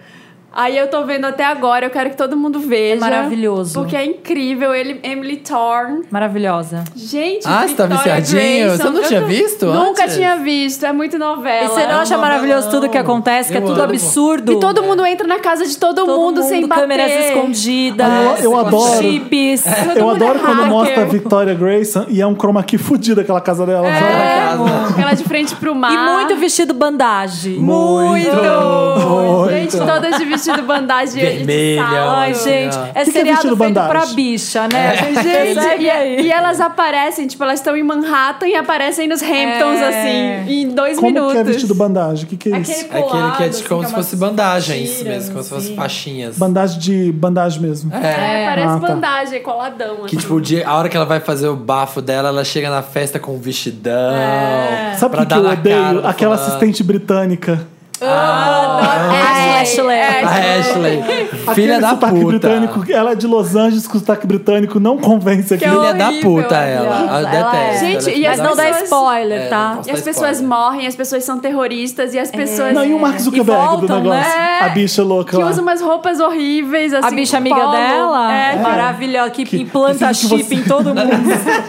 [SPEAKER 2] Aí eu tô vendo até agora, eu quero que todo mundo veja.
[SPEAKER 4] É maravilhoso.
[SPEAKER 2] Porque é incrível, ele, Emily Thorne.
[SPEAKER 4] Maravilhosa.
[SPEAKER 2] Gente,
[SPEAKER 1] Ah, você tá
[SPEAKER 2] Victoria
[SPEAKER 1] viciadinho?
[SPEAKER 2] Grayson.
[SPEAKER 1] Você não
[SPEAKER 2] Eu
[SPEAKER 1] tinha
[SPEAKER 2] tô-
[SPEAKER 1] visto
[SPEAKER 2] Nunca
[SPEAKER 1] antes?
[SPEAKER 2] tinha visto, é muito novela.
[SPEAKER 4] E você não acha
[SPEAKER 1] não,
[SPEAKER 4] maravilhoso
[SPEAKER 1] não.
[SPEAKER 4] tudo que acontece, que é
[SPEAKER 1] Eu
[SPEAKER 4] tudo
[SPEAKER 1] amo.
[SPEAKER 4] absurdo?
[SPEAKER 2] E todo mundo entra na casa de todo,
[SPEAKER 4] Todo
[SPEAKER 2] mundo, sem bater.
[SPEAKER 4] câmeras escondidas.
[SPEAKER 3] Ah, eu- eu adoro.
[SPEAKER 4] Chips.
[SPEAKER 2] Todo
[SPEAKER 3] Eu
[SPEAKER 2] mundo
[SPEAKER 3] adoro
[SPEAKER 2] é
[SPEAKER 3] quando
[SPEAKER 2] hacker.
[SPEAKER 3] mostra a Victoria Grayson e é um chroma key fudido aquela casa dela.
[SPEAKER 1] É.
[SPEAKER 2] Ela de frente pro mar.
[SPEAKER 4] E muito vestido bandagem.
[SPEAKER 1] Muito!
[SPEAKER 2] Muito! Gente,
[SPEAKER 1] Muito.
[SPEAKER 2] todas de vestido bandagem e de
[SPEAKER 1] Vermelha,
[SPEAKER 2] sala.
[SPEAKER 1] ó.
[SPEAKER 4] Ai, gente.
[SPEAKER 1] O
[SPEAKER 4] É
[SPEAKER 3] que é
[SPEAKER 4] seriado
[SPEAKER 3] vestido
[SPEAKER 4] feito
[SPEAKER 3] bandagem? É.
[SPEAKER 4] pra bicha, né?
[SPEAKER 2] Gente,
[SPEAKER 4] Percebe
[SPEAKER 2] e,
[SPEAKER 4] aí.
[SPEAKER 2] e elas aparecem, tipo, elas estão em Manhattan e aparecem nos Hamptons,
[SPEAKER 4] É.
[SPEAKER 2] assim, em dois
[SPEAKER 3] Como
[SPEAKER 2] minutos.
[SPEAKER 3] que é vestido bandagem? O que, que é isso?
[SPEAKER 4] Aquele
[SPEAKER 1] É Aquele que é
[SPEAKER 4] colado,
[SPEAKER 1] de como
[SPEAKER 4] assim,
[SPEAKER 1] se
[SPEAKER 4] com
[SPEAKER 1] fosse
[SPEAKER 4] umas
[SPEAKER 1] bandagem,
[SPEAKER 4] tiras,
[SPEAKER 1] isso mesmo, como se fosse
[SPEAKER 4] assim.
[SPEAKER 1] faixinhas.
[SPEAKER 3] Bandagem de bandagem mesmo.
[SPEAKER 2] É,
[SPEAKER 4] É.
[SPEAKER 2] parece
[SPEAKER 3] Ah, tá.
[SPEAKER 2] bandagem, é coladão.
[SPEAKER 1] Que
[SPEAKER 2] Assim.
[SPEAKER 1] tipo, o dia, a hora que ela vai fazer o bafo dela, ela chega na festa com um vestidão.
[SPEAKER 4] É.
[SPEAKER 3] Sabe
[SPEAKER 1] pra
[SPEAKER 3] o que, que
[SPEAKER 1] dar
[SPEAKER 3] eu
[SPEAKER 1] na cara
[SPEAKER 3] odeio?
[SPEAKER 1] do
[SPEAKER 3] Aquela
[SPEAKER 1] fulano.
[SPEAKER 3] assistente britânica
[SPEAKER 2] É,
[SPEAKER 4] Ah, Ashley.
[SPEAKER 1] A Ashley. filha
[SPEAKER 3] Aquele
[SPEAKER 1] da
[SPEAKER 3] sotaque
[SPEAKER 1] puta.
[SPEAKER 3] britânico, ela é de Los Angeles, com sotaque britânico não convence aqui.
[SPEAKER 2] Que
[SPEAKER 1] Filha
[SPEAKER 2] horrível,
[SPEAKER 1] da puta
[SPEAKER 2] ela.
[SPEAKER 1] ela. Eu
[SPEAKER 4] Ela é.
[SPEAKER 1] detesto.
[SPEAKER 2] Gente,
[SPEAKER 1] ela é
[SPEAKER 2] e
[SPEAKER 1] filha
[SPEAKER 2] as
[SPEAKER 4] Mas
[SPEAKER 1] da
[SPEAKER 4] não dá
[SPEAKER 2] pessoas-
[SPEAKER 4] spoiler,
[SPEAKER 1] É,
[SPEAKER 4] tá?
[SPEAKER 1] posso
[SPEAKER 2] E as
[SPEAKER 1] dar
[SPEAKER 2] pessoas
[SPEAKER 1] spoiler.
[SPEAKER 2] morrem, as pessoas são terroristas e as
[SPEAKER 4] É.
[SPEAKER 2] pessoas. é,
[SPEAKER 3] Não, e o Mark Zuckerberg do
[SPEAKER 4] voltam,
[SPEAKER 3] negócio?
[SPEAKER 2] né?
[SPEAKER 3] A bicha louca
[SPEAKER 2] Que
[SPEAKER 3] lá.
[SPEAKER 2] usa umas roupas horríveis, assim.
[SPEAKER 4] A bicha amiga
[SPEAKER 2] polo.
[SPEAKER 4] dela,
[SPEAKER 2] É.
[SPEAKER 4] maravilhosa, que,
[SPEAKER 3] Que-
[SPEAKER 4] implanta
[SPEAKER 3] preciso que
[SPEAKER 4] chip em todo mundo.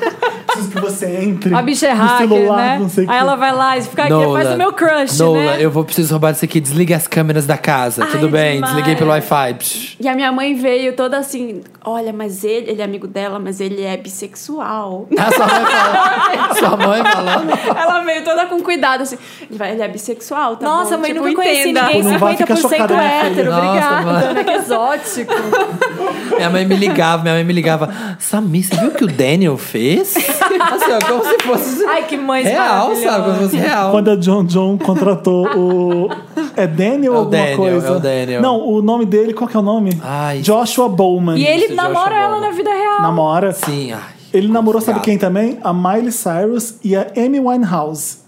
[SPEAKER 3] Preciso que você entre.
[SPEAKER 4] A bicha é
[SPEAKER 3] no
[SPEAKER 4] hacker,
[SPEAKER 3] celular,
[SPEAKER 4] né?
[SPEAKER 3] Não sei o
[SPEAKER 4] Aí
[SPEAKER 3] que.
[SPEAKER 4] ela vai lá e fica aqui, faz o meu crush,
[SPEAKER 1] Nola,
[SPEAKER 4] né?
[SPEAKER 1] eu vou preciso roubar isso aqui. Desligue as câmeras da casa.
[SPEAKER 2] Ai,
[SPEAKER 1] Tudo
[SPEAKER 2] é
[SPEAKER 1] bem,
[SPEAKER 2] demais.
[SPEAKER 1] desliguei pelo Wi-Fi. Psh.
[SPEAKER 2] E a minha mãe veio toda assim: olha, mas ele, ele é amigo dela, mas ele é bissexual.
[SPEAKER 1] Ah, sua mãe falando. sua mãe falando.
[SPEAKER 2] Ela veio toda com cuidado, assim. Ele, vai, ele é bissexual, tá
[SPEAKER 4] Nossa,
[SPEAKER 2] bom?
[SPEAKER 4] mãe,
[SPEAKER 2] Tipo,
[SPEAKER 4] nunca conheci
[SPEAKER 2] entenda.
[SPEAKER 4] ninguém
[SPEAKER 3] Pô, não vai ficar
[SPEAKER 4] 50%
[SPEAKER 3] chocada, né, filha?
[SPEAKER 4] hétero.
[SPEAKER 1] Nossa,
[SPEAKER 4] Obrigada,
[SPEAKER 1] mano.
[SPEAKER 4] né? Que exótico.
[SPEAKER 1] Minha mãe me ligava, minha mãe me ligava. Samir, você viu o que o Daniel fez? Assim, ó, como se fosse
[SPEAKER 4] Ai, que mãe
[SPEAKER 1] real, sabe? Como se fosse real.
[SPEAKER 3] Quando a John John contratou o. É Daniel
[SPEAKER 1] É o
[SPEAKER 3] ou alguma
[SPEAKER 1] Daniel,
[SPEAKER 3] coisa?
[SPEAKER 1] é o Daniel.
[SPEAKER 3] Não, o nome dele, qual que é o nome?
[SPEAKER 1] Ai.
[SPEAKER 3] Joshua Bowman.
[SPEAKER 4] E ele é
[SPEAKER 1] Isso,
[SPEAKER 4] namora
[SPEAKER 1] Joshua
[SPEAKER 4] ela
[SPEAKER 1] Bowman.
[SPEAKER 4] na vida real.
[SPEAKER 3] namora.
[SPEAKER 1] Sim, Assim, ai.
[SPEAKER 3] Ele namorou, sabe
[SPEAKER 1] Gato.
[SPEAKER 3] quem também? A Miley Cyrus e a Amy Winehouse.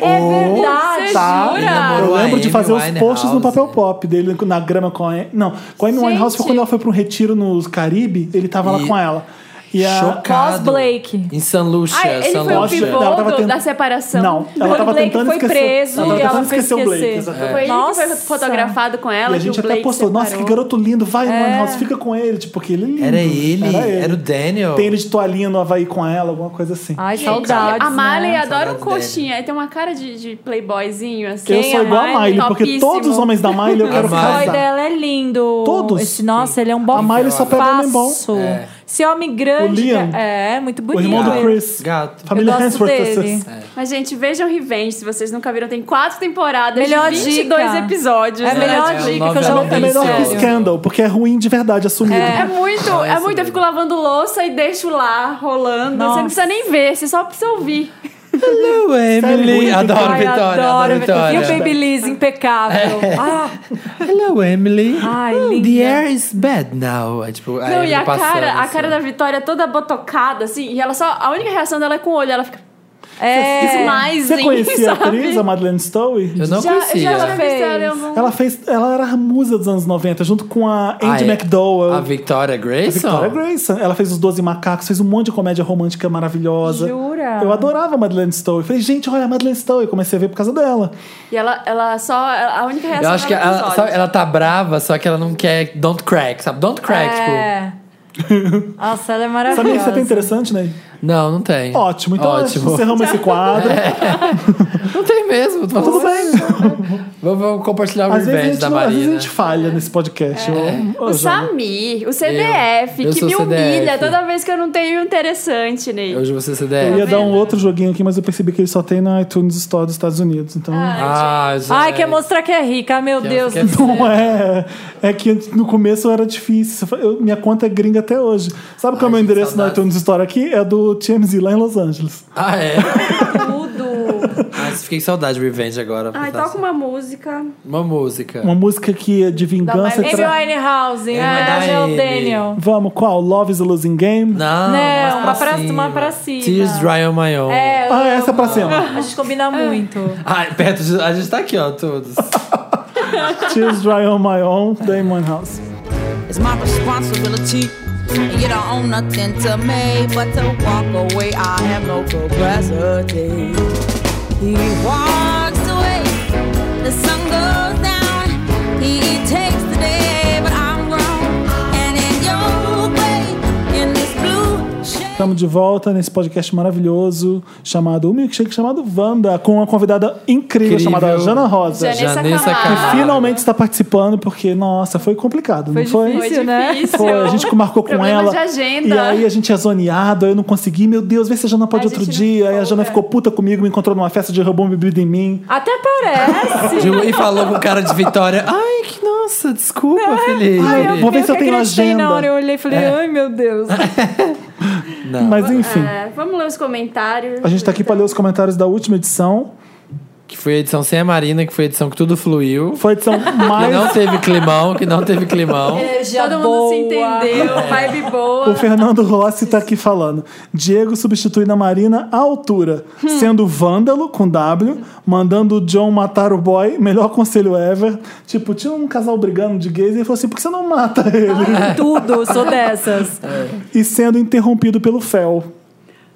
[SPEAKER 4] É verdade.
[SPEAKER 3] Tá?
[SPEAKER 1] Ele namorou
[SPEAKER 3] Eu
[SPEAKER 1] a
[SPEAKER 3] lembro de
[SPEAKER 1] Amy
[SPEAKER 3] fazer os
[SPEAKER 1] Winehouse.
[SPEAKER 3] posts no papel pop dele na grama com a. Não, com a Amy Winehouse foi quando ela foi pra um retiro no Caribe, ele tava lá
[SPEAKER 1] E-
[SPEAKER 3] com ela. E a.
[SPEAKER 1] Chocado.
[SPEAKER 4] Pós-Blake.
[SPEAKER 1] Em San Lucia.
[SPEAKER 2] Ah, ele
[SPEAKER 1] San
[SPEAKER 2] foi o
[SPEAKER 1] Lucia.
[SPEAKER 3] Nossa,
[SPEAKER 2] pivô
[SPEAKER 3] ela tava
[SPEAKER 2] do-
[SPEAKER 3] tenta-
[SPEAKER 2] da separação.
[SPEAKER 3] Não, ela
[SPEAKER 4] Quando
[SPEAKER 3] tava
[SPEAKER 4] o Blake
[SPEAKER 3] tentando
[SPEAKER 4] foi
[SPEAKER 3] esquecer.
[SPEAKER 4] preso
[SPEAKER 3] ela
[SPEAKER 4] e
[SPEAKER 3] tava
[SPEAKER 4] ela
[SPEAKER 3] tentando
[SPEAKER 4] foi
[SPEAKER 3] esquecer o Blake.
[SPEAKER 4] esquecer.
[SPEAKER 3] exatamente.
[SPEAKER 2] Foi ele que
[SPEAKER 4] Nossa.
[SPEAKER 2] foi fotografado com ela.
[SPEAKER 3] E a
[SPEAKER 2] que
[SPEAKER 3] gente
[SPEAKER 2] o Blake
[SPEAKER 3] até postou, nossa, que
[SPEAKER 2] separou.
[SPEAKER 3] garoto lindo, vai,
[SPEAKER 4] É.
[SPEAKER 3] Winehouse, fica com ele, tipo, que ele é lindo.
[SPEAKER 1] Era ele,
[SPEAKER 3] Era
[SPEAKER 1] era,
[SPEAKER 3] ele.
[SPEAKER 1] o Daniel.
[SPEAKER 3] Tem ele de toalhinha no Havaí com ela, alguma coisa assim.
[SPEAKER 4] Ai, saudades.
[SPEAKER 2] A Marley
[SPEAKER 4] né?
[SPEAKER 2] adora um
[SPEAKER 1] Saudades dele.
[SPEAKER 2] coxinha. Aí tem uma cara de, de playboyzinho, assim.
[SPEAKER 3] eu sou igual a Miley, porque
[SPEAKER 2] Topíssimo.
[SPEAKER 3] todos os homens da Miley eu
[SPEAKER 1] A Miley.
[SPEAKER 3] quero
[SPEAKER 4] O boy
[SPEAKER 1] Exato.
[SPEAKER 3] casar.
[SPEAKER 4] dela é lindo.
[SPEAKER 3] Todos?
[SPEAKER 4] Esse, nossa, ele é um bom
[SPEAKER 3] A Miley só pega homem bom.
[SPEAKER 1] É.
[SPEAKER 4] Esse homem grande.
[SPEAKER 3] O Liam.
[SPEAKER 4] É, muito
[SPEAKER 3] O
[SPEAKER 4] bonito.
[SPEAKER 3] irmão do
[SPEAKER 1] Gato.
[SPEAKER 3] Chris.
[SPEAKER 1] Gato.
[SPEAKER 3] Família
[SPEAKER 4] Eu gosto
[SPEAKER 3] Hemsworth.
[SPEAKER 4] dele.
[SPEAKER 3] vocês-
[SPEAKER 2] Mas, gente, vejam Revenge. Se vocês nunca viram, tem quatro temporadas
[SPEAKER 4] Melhor
[SPEAKER 2] de 22
[SPEAKER 4] dica.
[SPEAKER 2] episódios.
[SPEAKER 4] É a
[SPEAKER 2] né?
[SPEAKER 4] melhor
[SPEAKER 1] É,
[SPEAKER 4] dica que eu
[SPEAKER 1] novela
[SPEAKER 4] já
[SPEAKER 1] Não,
[SPEAKER 3] É
[SPEAKER 4] ouvi.
[SPEAKER 3] melhor que
[SPEAKER 1] sério.
[SPEAKER 3] Scandal, porque é ruim de verdade, assumido.
[SPEAKER 2] É muito,
[SPEAKER 1] Nossa,
[SPEAKER 2] é muito. Eu
[SPEAKER 1] velho.
[SPEAKER 2] fico lavando louça e deixo lá, rolando. Você
[SPEAKER 4] Nossa.
[SPEAKER 2] não precisa nem ver, você só precisa ouvir.
[SPEAKER 1] Hello, Emily.
[SPEAKER 3] Sério,
[SPEAKER 1] Adoro
[SPEAKER 4] Ai,
[SPEAKER 1] Vitória,
[SPEAKER 4] adoro,
[SPEAKER 1] adoro Vitória. É.
[SPEAKER 4] E o Baby Liz, impecável. Ah,
[SPEAKER 1] Hello, Emily.
[SPEAKER 4] Ai,
[SPEAKER 1] Oh,
[SPEAKER 4] linda.
[SPEAKER 1] The air is bad now. É tipo, a
[SPEAKER 2] não,
[SPEAKER 1] Emily
[SPEAKER 2] e a
[SPEAKER 1] passando,
[SPEAKER 2] cara, a
[SPEAKER 1] assim.
[SPEAKER 2] cara da Vitória toda botocada, assim. E ela só... A única reação dela é com o olho. Ela fica...
[SPEAKER 4] é.
[SPEAKER 2] Smiling,
[SPEAKER 3] Você conhecia a
[SPEAKER 2] sabe?
[SPEAKER 3] atriz, a Madeleine Stowe?
[SPEAKER 1] Eu não
[SPEAKER 2] Já, tá eu
[SPEAKER 1] conhecia.
[SPEAKER 2] já tinha
[SPEAKER 4] fez.
[SPEAKER 2] visto ela é em algum-
[SPEAKER 3] Ela fez. Ela era a musa dos anos 90, junto com a
[SPEAKER 1] Ah,
[SPEAKER 3] Andy
[SPEAKER 1] é.
[SPEAKER 3] McDowell.
[SPEAKER 1] A Victoria Grayson?
[SPEAKER 3] Victoria Grayson. Ela fez os Doze Macacos, fez um monte de comédia romântica maravilhosa.
[SPEAKER 4] Jura?
[SPEAKER 3] Eu adorava a Madeleine Stowe. Falei, gente, olha a Madeleine Stowe. Comecei a ver por causa dela.
[SPEAKER 2] E ela, ela só... A única reação
[SPEAKER 1] Eu acho que
[SPEAKER 2] dela é com os
[SPEAKER 1] ela,
[SPEAKER 2] olhos.
[SPEAKER 1] sabe, ela tá brava, só que ela não quer. Don't crack, sabe? Don't crack, tipo.
[SPEAKER 4] É. Nossa, ela
[SPEAKER 3] Sabia que
[SPEAKER 4] é
[SPEAKER 3] você tem
[SPEAKER 4] maravilhosa.
[SPEAKER 3] interessante, né?
[SPEAKER 1] Não, não tem.
[SPEAKER 3] Ótimo. Então,
[SPEAKER 1] Ótimo.
[SPEAKER 3] encerramos esse quadro.
[SPEAKER 1] Não tem mesmo. Tô
[SPEAKER 3] Tudo
[SPEAKER 1] falando-
[SPEAKER 3] bem.
[SPEAKER 1] Vamos, vamos compartilhar o
[SPEAKER 3] Às vezes, a
[SPEAKER 1] revenge
[SPEAKER 3] gente,
[SPEAKER 1] da
[SPEAKER 3] não- às
[SPEAKER 1] Maria.
[SPEAKER 3] vezes a
[SPEAKER 1] né?
[SPEAKER 3] gente falha nesse podcast. Eu-
[SPEAKER 2] O
[SPEAKER 3] eu já-
[SPEAKER 2] Samir, o CDF,
[SPEAKER 1] Eu- eu
[SPEAKER 2] que
[SPEAKER 1] sou
[SPEAKER 2] me humilha
[SPEAKER 1] CDF.
[SPEAKER 2] toda vez que eu não tenho interessante nele.
[SPEAKER 1] Hoje você se
[SPEAKER 3] Eu ia
[SPEAKER 1] der.
[SPEAKER 3] dar um outro joguinho aqui, mas eu percebi que ele só tem na iTunes Store dos Estados Unidos. Então,
[SPEAKER 1] Ah, gente.
[SPEAKER 4] Ai, quer mostrar que é rica, ah, meu
[SPEAKER 1] Quer-
[SPEAKER 4] Deus.
[SPEAKER 1] quer-
[SPEAKER 3] não é. É que no começo era difícil. Eu- minha conta é gringa até hoje. Sabe qual é o meu
[SPEAKER 1] Ai, que
[SPEAKER 3] endereço na
[SPEAKER 1] saudade.
[SPEAKER 3] iTunes Store aqui? É do TMZ lá em Los Angeles.
[SPEAKER 1] Ah, é?
[SPEAKER 4] Tudo.
[SPEAKER 1] Ai, fiquei com saudade de revenge agora.
[SPEAKER 2] Ai,
[SPEAKER 1] Tá-
[SPEAKER 2] toca uma música.
[SPEAKER 1] Uma música.
[SPEAKER 3] Uma música que é de vingança.
[SPEAKER 2] Miley
[SPEAKER 4] Amy
[SPEAKER 3] Tra...
[SPEAKER 4] Winehouse, em
[SPEAKER 1] Amy
[SPEAKER 4] homenagem ao
[SPEAKER 1] Winehouse.
[SPEAKER 4] Daniel.
[SPEAKER 3] Vamos, qual? Love is a Losing Game?
[SPEAKER 1] Não,
[SPEAKER 4] é- Não,
[SPEAKER 1] mais
[SPEAKER 4] uma pra- uma pra cima.
[SPEAKER 1] Tears Dry on My Own.
[SPEAKER 4] É, eu
[SPEAKER 3] Ah, essa é
[SPEAKER 4] amo.
[SPEAKER 3] pra cima.
[SPEAKER 4] A gente
[SPEAKER 3] É.
[SPEAKER 4] combina muito.
[SPEAKER 1] Ai, perto, de- a gente tá aqui, ó, todos.
[SPEAKER 3] Tears Dry on My Own, da Amy House.
[SPEAKER 8] It's my responsibility. You don't own nothing to me but to walk away. I have no capacity. He walks away. The sun goes down. He takes the day, but I'm grown. And in your way, in this blue shade.
[SPEAKER 3] Estamos de volta nesse podcast maravilhoso chamado O Milkshake chamado Wanda, com uma convidada incrível,
[SPEAKER 1] Incrível.
[SPEAKER 3] chamada Jana Rosa.
[SPEAKER 2] Janessa
[SPEAKER 1] Janessa
[SPEAKER 2] Camargo.
[SPEAKER 1] Camargo.
[SPEAKER 3] Finalmente está participando, porque, nossa, foi complicado, não foi?
[SPEAKER 4] difícil, Isso, né?
[SPEAKER 2] difícil.
[SPEAKER 3] Foi, a gente marcou com
[SPEAKER 2] Problemas é
[SPEAKER 3] ela.
[SPEAKER 2] um de agenda.
[SPEAKER 3] E aí a gente é zoneado, aí eu não consegui. Meu Deus, vê se a Jana pode
[SPEAKER 2] A
[SPEAKER 3] outro
[SPEAKER 2] gente não
[SPEAKER 3] dia. Aí a Jana
[SPEAKER 2] folga.
[SPEAKER 3] ficou puta comigo, me encontrou numa festa de roubou bebida em mim.
[SPEAKER 4] Até parece.
[SPEAKER 1] Ju, E falou com o cara de Vitória. Ai, que nossa, desculpa, Felipe.
[SPEAKER 3] Ai,
[SPEAKER 4] Eu
[SPEAKER 3] Vou ver
[SPEAKER 4] eu
[SPEAKER 3] se eu tenho
[SPEAKER 4] acreditei
[SPEAKER 3] agenda. É.
[SPEAKER 4] Na hora eu olhei e falei, ai meu Deus.
[SPEAKER 1] Não.
[SPEAKER 3] Mas enfim,
[SPEAKER 2] É, vamos ler os comentários.
[SPEAKER 3] tá
[SPEAKER 2] é.
[SPEAKER 3] a gente tá aqui para ler os comentários da última edição.
[SPEAKER 1] que foi a edição sem a Marina, que foi a edição que tudo fluiu.
[SPEAKER 3] Foi a edição
[SPEAKER 1] Que
[SPEAKER 3] mais.
[SPEAKER 1] não teve climão, que não teve climão.
[SPEAKER 4] Energia
[SPEAKER 2] Todo
[SPEAKER 4] boa. É.
[SPEAKER 2] mundo se entendeu, vibe boa.
[SPEAKER 3] O Fernando Rossi tá aqui falando. Diego substituindo a Marina à altura,
[SPEAKER 2] Hum.
[SPEAKER 3] sendo vândalo com W, mandando o John matar o boy, melhor conselho ever. Tipo, tinha um casal brigando de gays e ele falou assim: por que você não mata ele?
[SPEAKER 4] Tudo, sou dessas.
[SPEAKER 3] E sendo interrompido pelo Fel.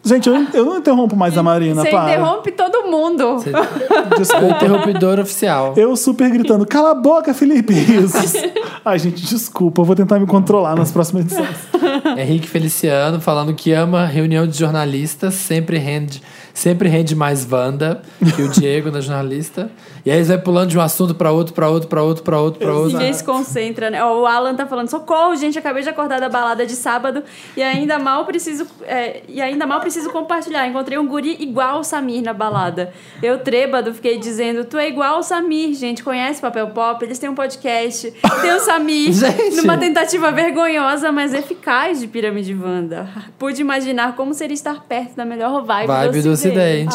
[SPEAKER 3] Gente, eu, eu não interrompo mais a Marina,
[SPEAKER 2] Você
[SPEAKER 3] para.
[SPEAKER 2] interrompe todo mundo.
[SPEAKER 1] O interruptor oficial.
[SPEAKER 3] Eu super gritando, cala a boca, Felipe! Isso. Ai, gente, desculpa, eu vou tentar me controlar nas próximas edições.
[SPEAKER 1] Henrique Feliciano falando que ama reunião de jornalistas, sempre rende, sempre rende mais Wanda que o Diego na jornalista. E aí eles vai pulando de um assunto pra outro, pra outro, pra outro, pra outro, pra outro.
[SPEAKER 2] Ninguém se concentra, né? Ó, O Alan tá falando, socorro, gente, acabei de acordar da balada de sábado e ainda mal preciso é, e ainda mal preciso compartilhar. Encontrei um guri igual o Samir na balada. Eu, trêbado, fiquei dizendo, tu é igual o Samir, gente, conhece Papel Pop? Eles têm um podcast, tem o Samir.
[SPEAKER 1] Gente!
[SPEAKER 2] Numa tentativa vergonhosa, mas eficaz de Pirâmide Wanda. Pude imaginar como seria estar perto da melhor vibe,
[SPEAKER 1] Vibe do Ocidente.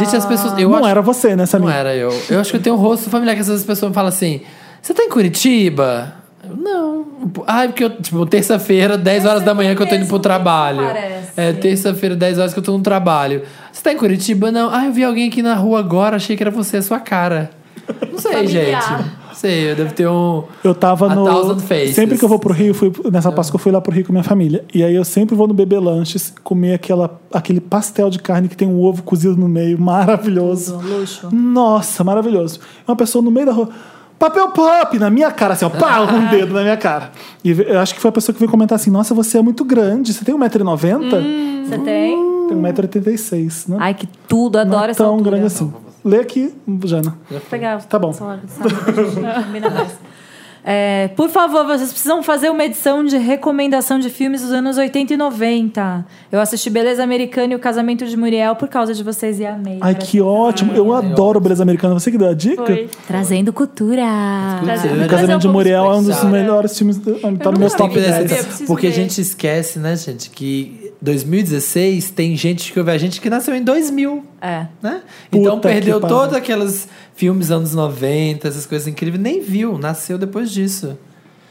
[SPEAKER 1] Gente, as pessoas. Eu
[SPEAKER 3] não
[SPEAKER 1] acho,
[SPEAKER 3] era você, né, Samir?
[SPEAKER 1] Não era eu. Eu acho que eu tenho um rosto familiar que às vezes as pessoas me falam assim: você tá em Curitiba? Eu, não. Ai, porque eu, tipo, terça-feira, 10 horas da manhã que eu tô indo pro trabalho.
[SPEAKER 4] parece.
[SPEAKER 1] É, terça-feira, 10 horas que eu tô no trabalho. Você tá em Curitiba? Não. Ah, eu vi alguém aqui na rua agora, achei que era você, é a sua cara. Não sei,
[SPEAKER 2] Familiar.
[SPEAKER 1] gente. Não sei, eu devo ter um.
[SPEAKER 3] Eu tava
[SPEAKER 1] A
[SPEAKER 3] no.
[SPEAKER 1] Thousand Faces.
[SPEAKER 3] Sempre que eu vou pro Rio, fui, nessa Páscoa eu fui lá pro Rio com minha família. E aí eu sempre vou no Bebê Lanches comer aquela, aquele pastel de carne que tem um ovo cozido no meio, maravilhoso.
[SPEAKER 4] Luxo.
[SPEAKER 3] Nossa, maravilhoso. Uma pessoa no meio da rua. Papel pop na minha cara, assim, ó, pá, com um dedo na minha cara. E eu acho que foi a pessoa que veio comentar assim: Nossa, você é muito grande, você tem 1,90m?
[SPEAKER 4] Você tem?
[SPEAKER 3] Tem 1,86m, né?
[SPEAKER 4] Hum. Ai, que tudo, adoro
[SPEAKER 3] Não é
[SPEAKER 4] essa
[SPEAKER 3] tão
[SPEAKER 4] altura.
[SPEAKER 3] grande assim. Lê aqui, Jana.
[SPEAKER 4] Vou pegar
[SPEAKER 3] Tá bom.
[SPEAKER 4] o celular do Sara, combina mais. É, por favor, vocês precisam fazer uma edição de recomendação de filmes dos anos 80 e 90. Eu assisti Beleza Americana e O Casamento de Muriel por causa de vocês e amei.
[SPEAKER 3] Ai,
[SPEAKER 4] Parece-
[SPEAKER 3] que ótimo. Eu adoro Beleza Americana. Você que deu a dica?
[SPEAKER 2] Foi.
[SPEAKER 4] Trazendo cultura.
[SPEAKER 3] O Casamento de Muriel é um dos
[SPEAKER 1] Especial.
[SPEAKER 3] melhores filmes. do- Tá no meu
[SPEAKER 2] nunca
[SPEAKER 3] top
[SPEAKER 2] vi,
[SPEAKER 3] 10.
[SPEAKER 2] né?
[SPEAKER 3] assim.
[SPEAKER 2] preciso
[SPEAKER 1] Porque a
[SPEAKER 2] ver.
[SPEAKER 1] gente esquece, né, gente, que 2016 tem gente que ouve a gente que nasceu em 2000.
[SPEAKER 4] É.
[SPEAKER 1] né?
[SPEAKER 3] Puta
[SPEAKER 1] então perdeu
[SPEAKER 3] que pariu.
[SPEAKER 1] todos aqueles filmes anos 90, essas coisas incríveis, nem viu, nasceu depois disso.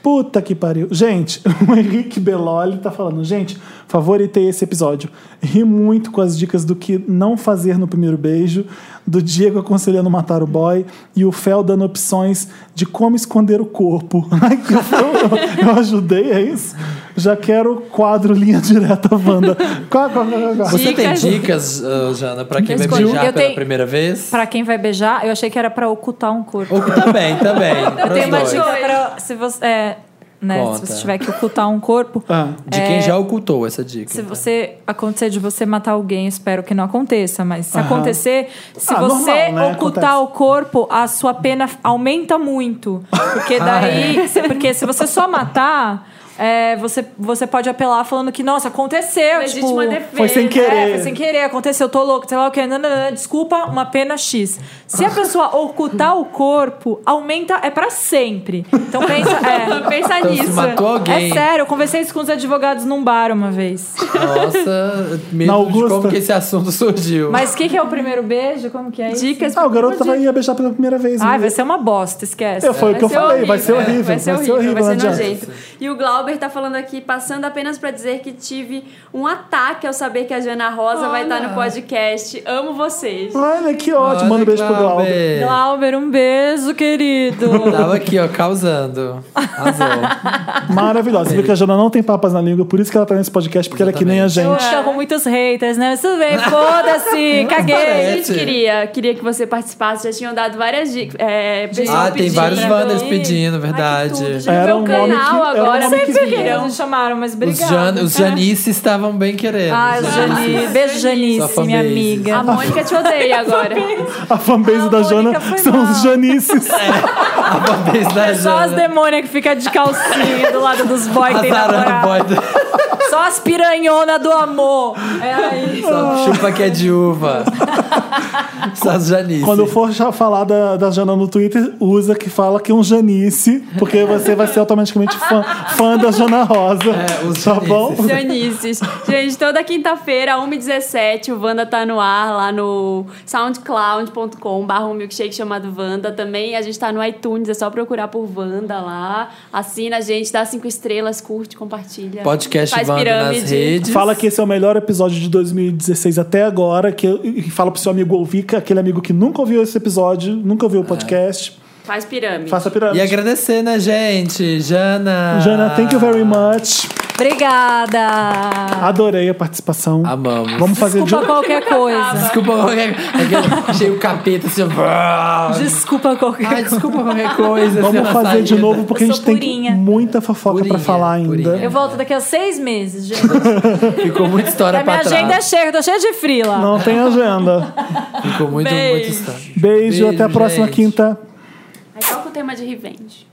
[SPEAKER 3] Puta que pariu. Gente, o Henrique Beloli tá falando. Gente, favoritei esse episódio. Ri muito com as dicas do que não fazer no primeiro beijo, do Diego aconselhando matar o boy e o Fel dando opções de como esconder o corpo. Ai, que eu, eu, eu ajudei, é isso? Já quero o quadro linha direta, Wanda. Quá, quá, quá, quá, quá.
[SPEAKER 1] Você tem
[SPEAKER 2] Dicas.
[SPEAKER 1] dicas, ah, Jana, pra quem vai
[SPEAKER 4] Escolhi.
[SPEAKER 1] beijar
[SPEAKER 4] Eu
[SPEAKER 1] pela
[SPEAKER 4] tenho-
[SPEAKER 1] primeira vez?
[SPEAKER 4] Pra quem vai beijar, eu achei que era pra ocultar um corpo.
[SPEAKER 1] Ou tá também, também. pros
[SPEAKER 4] Tem uma
[SPEAKER 1] dois.
[SPEAKER 4] dica pra. Se você, é, né, se
[SPEAKER 1] Conta.
[SPEAKER 4] você tiver que ocultar um corpo.
[SPEAKER 3] Ah,
[SPEAKER 1] De quem já ocultou essa dica.
[SPEAKER 4] Se
[SPEAKER 1] então.
[SPEAKER 4] você acontecer de você matar alguém, espero que não aconteça, mas se
[SPEAKER 3] Aham.
[SPEAKER 4] acontecer, se
[SPEAKER 3] Ah,
[SPEAKER 4] você
[SPEAKER 3] normal, né?
[SPEAKER 4] ocultar
[SPEAKER 3] Acontece.
[SPEAKER 4] o corpo, a sua pena f- aumenta muito. Porque
[SPEAKER 3] Ah,
[SPEAKER 4] daí,
[SPEAKER 3] é.
[SPEAKER 4] se- porque se você só matar, é, você, você pode apelar falando que, nossa, aconteceu.
[SPEAKER 2] Legítima
[SPEAKER 4] tipo,
[SPEAKER 2] defesa.
[SPEAKER 3] foi sem querer.
[SPEAKER 4] é, foi sem querer, aconteceu, tô louco, sei lá o que, desculpa, uma pena X. Se a pessoa ocultar o corpo, aumenta, é pra sempre. Então pensa, é, pensa
[SPEAKER 1] Então, se
[SPEAKER 4] nisso.
[SPEAKER 1] matou alguém.
[SPEAKER 4] É sério, eu conversei isso com os advogados num bar uma vez.
[SPEAKER 1] Nossa, medo
[SPEAKER 3] Na
[SPEAKER 1] de
[SPEAKER 3] Augusta.
[SPEAKER 1] como que esse assunto surgiu.
[SPEAKER 4] Mas o que, que é o primeiro beijo? Como que é isso?
[SPEAKER 2] Dicas
[SPEAKER 3] Ah, o garoto tava, ia beijar pela primeira vez.
[SPEAKER 4] Ai,
[SPEAKER 3] né?
[SPEAKER 4] vai ser uma bosta, esquece.
[SPEAKER 3] Eu- É, foi o que eu
[SPEAKER 2] ser
[SPEAKER 3] falei, vai ser
[SPEAKER 2] é.
[SPEAKER 3] horrível,
[SPEAKER 2] Vai ser
[SPEAKER 3] vai ser
[SPEAKER 2] horrível,
[SPEAKER 3] horrível,
[SPEAKER 2] vai ser
[SPEAKER 3] não
[SPEAKER 2] nojento. E o Glauber tá falando aqui, passando apenas pra dizer que tive um ataque ao saber que a Jana Rosa vai estar no podcast. Amo vocês.
[SPEAKER 3] Olha que ótimo.
[SPEAKER 1] Olha,
[SPEAKER 3] Manda um beijo pro
[SPEAKER 1] Glauber.
[SPEAKER 3] Glauber.
[SPEAKER 4] Glauber, um beijo, querido.
[SPEAKER 1] Tava aqui, ó, causando. Arrasou.
[SPEAKER 3] Maravilhosa. Você viu que a Jana não tem papas na língua, por isso que ela tá nesse podcast, porque ela é que nem a gente.
[SPEAKER 4] Poxa, com muitos haters, né? Mas tudo bem, foda-se,
[SPEAKER 2] A
[SPEAKER 4] caguei.
[SPEAKER 1] parece.
[SPEAKER 2] gente queria, queria que você participasse, já tinham dado várias dicas. É, pessoal
[SPEAKER 1] ah, tem
[SPEAKER 2] pedindo
[SPEAKER 1] vários
[SPEAKER 2] pra
[SPEAKER 1] Wanders
[SPEAKER 2] mim.
[SPEAKER 1] pedindo, verdade.
[SPEAKER 2] tudo, gente.
[SPEAKER 3] Era
[SPEAKER 2] Meu
[SPEAKER 3] um
[SPEAKER 2] canal
[SPEAKER 3] homem que, era
[SPEAKER 2] agora,
[SPEAKER 3] um homem que
[SPEAKER 2] sempre
[SPEAKER 3] vinha.
[SPEAKER 2] queria.
[SPEAKER 4] Eles nos chamaram, mas
[SPEAKER 1] os,
[SPEAKER 4] obrigada. Ah,
[SPEAKER 1] Jan, os Janice estavam bem querendo.
[SPEAKER 4] Ai, Janice. Beijo, Janice,
[SPEAKER 1] Sua fanbase.
[SPEAKER 4] minha
[SPEAKER 2] A
[SPEAKER 4] amiga.
[SPEAKER 2] Mônica te odeia agora.
[SPEAKER 3] A fanbase
[SPEAKER 4] Ah,
[SPEAKER 3] da
[SPEAKER 4] Mônica
[SPEAKER 3] Jana
[SPEAKER 4] foi
[SPEAKER 3] são
[SPEAKER 4] mal.
[SPEAKER 3] os Janices.
[SPEAKER 1] A vez da
[SPEAKER 4] Só as
[SPEAKER 1] Jana.
[SPEAKER 4] demônias que fica de calcinha do lado dos boy que tem
[SPEAKER 1] Azarando o
[SPEAKER 4] namorado.
[SPEAKER 1] boy do-
[SPEAKER 4] Só as piranhona do amor. É Era isso.
[SPEAKER 1] Só chupa que é de uva. Só Janice.
[SPEAKER 3] Quando eu for já falar da, da Jana no Twitter, usa que fala que é um Janice, porque você vai ser automaticamente fã, fã da Jana Rosa.
[SPEAKER 1] É, os
[SPEAKER 3] tá bom?
[SPEAKER 1] Janices.
[SPEAKER 2] Janices. Gente, toda quinta-feira, 1h17, o Wanda tá no ar lá no soundcloud.com barra um milkshake chamado Wanda. Também a gente tá no iTunes, é só procurar por Wanda lá. Assina a gente, dá cinco estrelas, curte, compartilha.
[SPEAKER 1] Podcast
[SPEAKER 2] Faz
[SPEAKER 1] Wanda
[SPEAKER 2] pirâmide.
[SPEAKER 1] nas redes.
[SPEAKER 3] Fala que esse é o melhor episódio de 2016 até agora, que e fala pro seu amigo ouvir, que é aquele amigo que nunca ouviu esse episódio, nunca ouviu o podcast.
[SPEAKER 2] Faz pirâmide.
[SPEAKER 3] Faça a pirâmide.
[SPEAKER 1] É. E agradecer, né, gente? Jana.
[SPEAKER 3] Jana, thank you very much.
[SPEAKER 4] Obrigada.
[SPEAKER 3] Adorei a participação.
[SPEAKER 1] Amamos.
[SPEAKER 3] Vamos fazer
[SPEAKER 4] Desculpa
[SPEAKER 3] de...
[SPEAKER 4] qualquer coisa.
[SPEAKER 1] Desculpa qualquer coisa. Achei o capeta assim. ó.
[SPEAKER 4] Desculpa qualquer
[SPEAKER 1] Ai,
[SPEAKER 4] coisa.
[SPEAKER 1] desculpa qualquer coisa. assim,
[SPEAKER 3] Vamos
[SPEAKER 1] na
[SPEAKER 3] fazer de
[SPEAKER 1] saída.
[SPEAKER 3] novo, porque a
[SPEAKER 4] Eu
[SPEAKER 3] gente
[SPEAKER 4] sou
[SPEAKER 3] tem
[SPEAKER 4] purinha.
[SPEAKER 3] muita fofoca pra
[SPEAKER 1] Purinha,
[SPEAKER 3] falar ainda.
[SPEAKER 1] purinha.
[SPEAKER 4] Eu volto daqui a seis meses, gente.
[SPEAKER 1] Ficou muita história
[SPEAKER 4] A minha
[SPEAKER 1] pra
[SPEAKER 4] agenda é
[SPEAKER 1] trás.
[SPEAKER 4] cheia, eu tô cheia de frila.
[SPEAKER 3] Não tem agenda.
[SPEAKER 4] é
[SPEAKER 1] Ficou muito, muito
[SPEAKER 2] Beijo.
[SPEAKER 1] história.
[SPEAKER 3] Beijo,
[SPEAKER 1] Beijo,
[SPEAKER 3] até a próxima
[SPEAKER 1] gente.
[SPEAKER 3] quinta.
[SPEAKER 2] Aí toca o tema de revenge.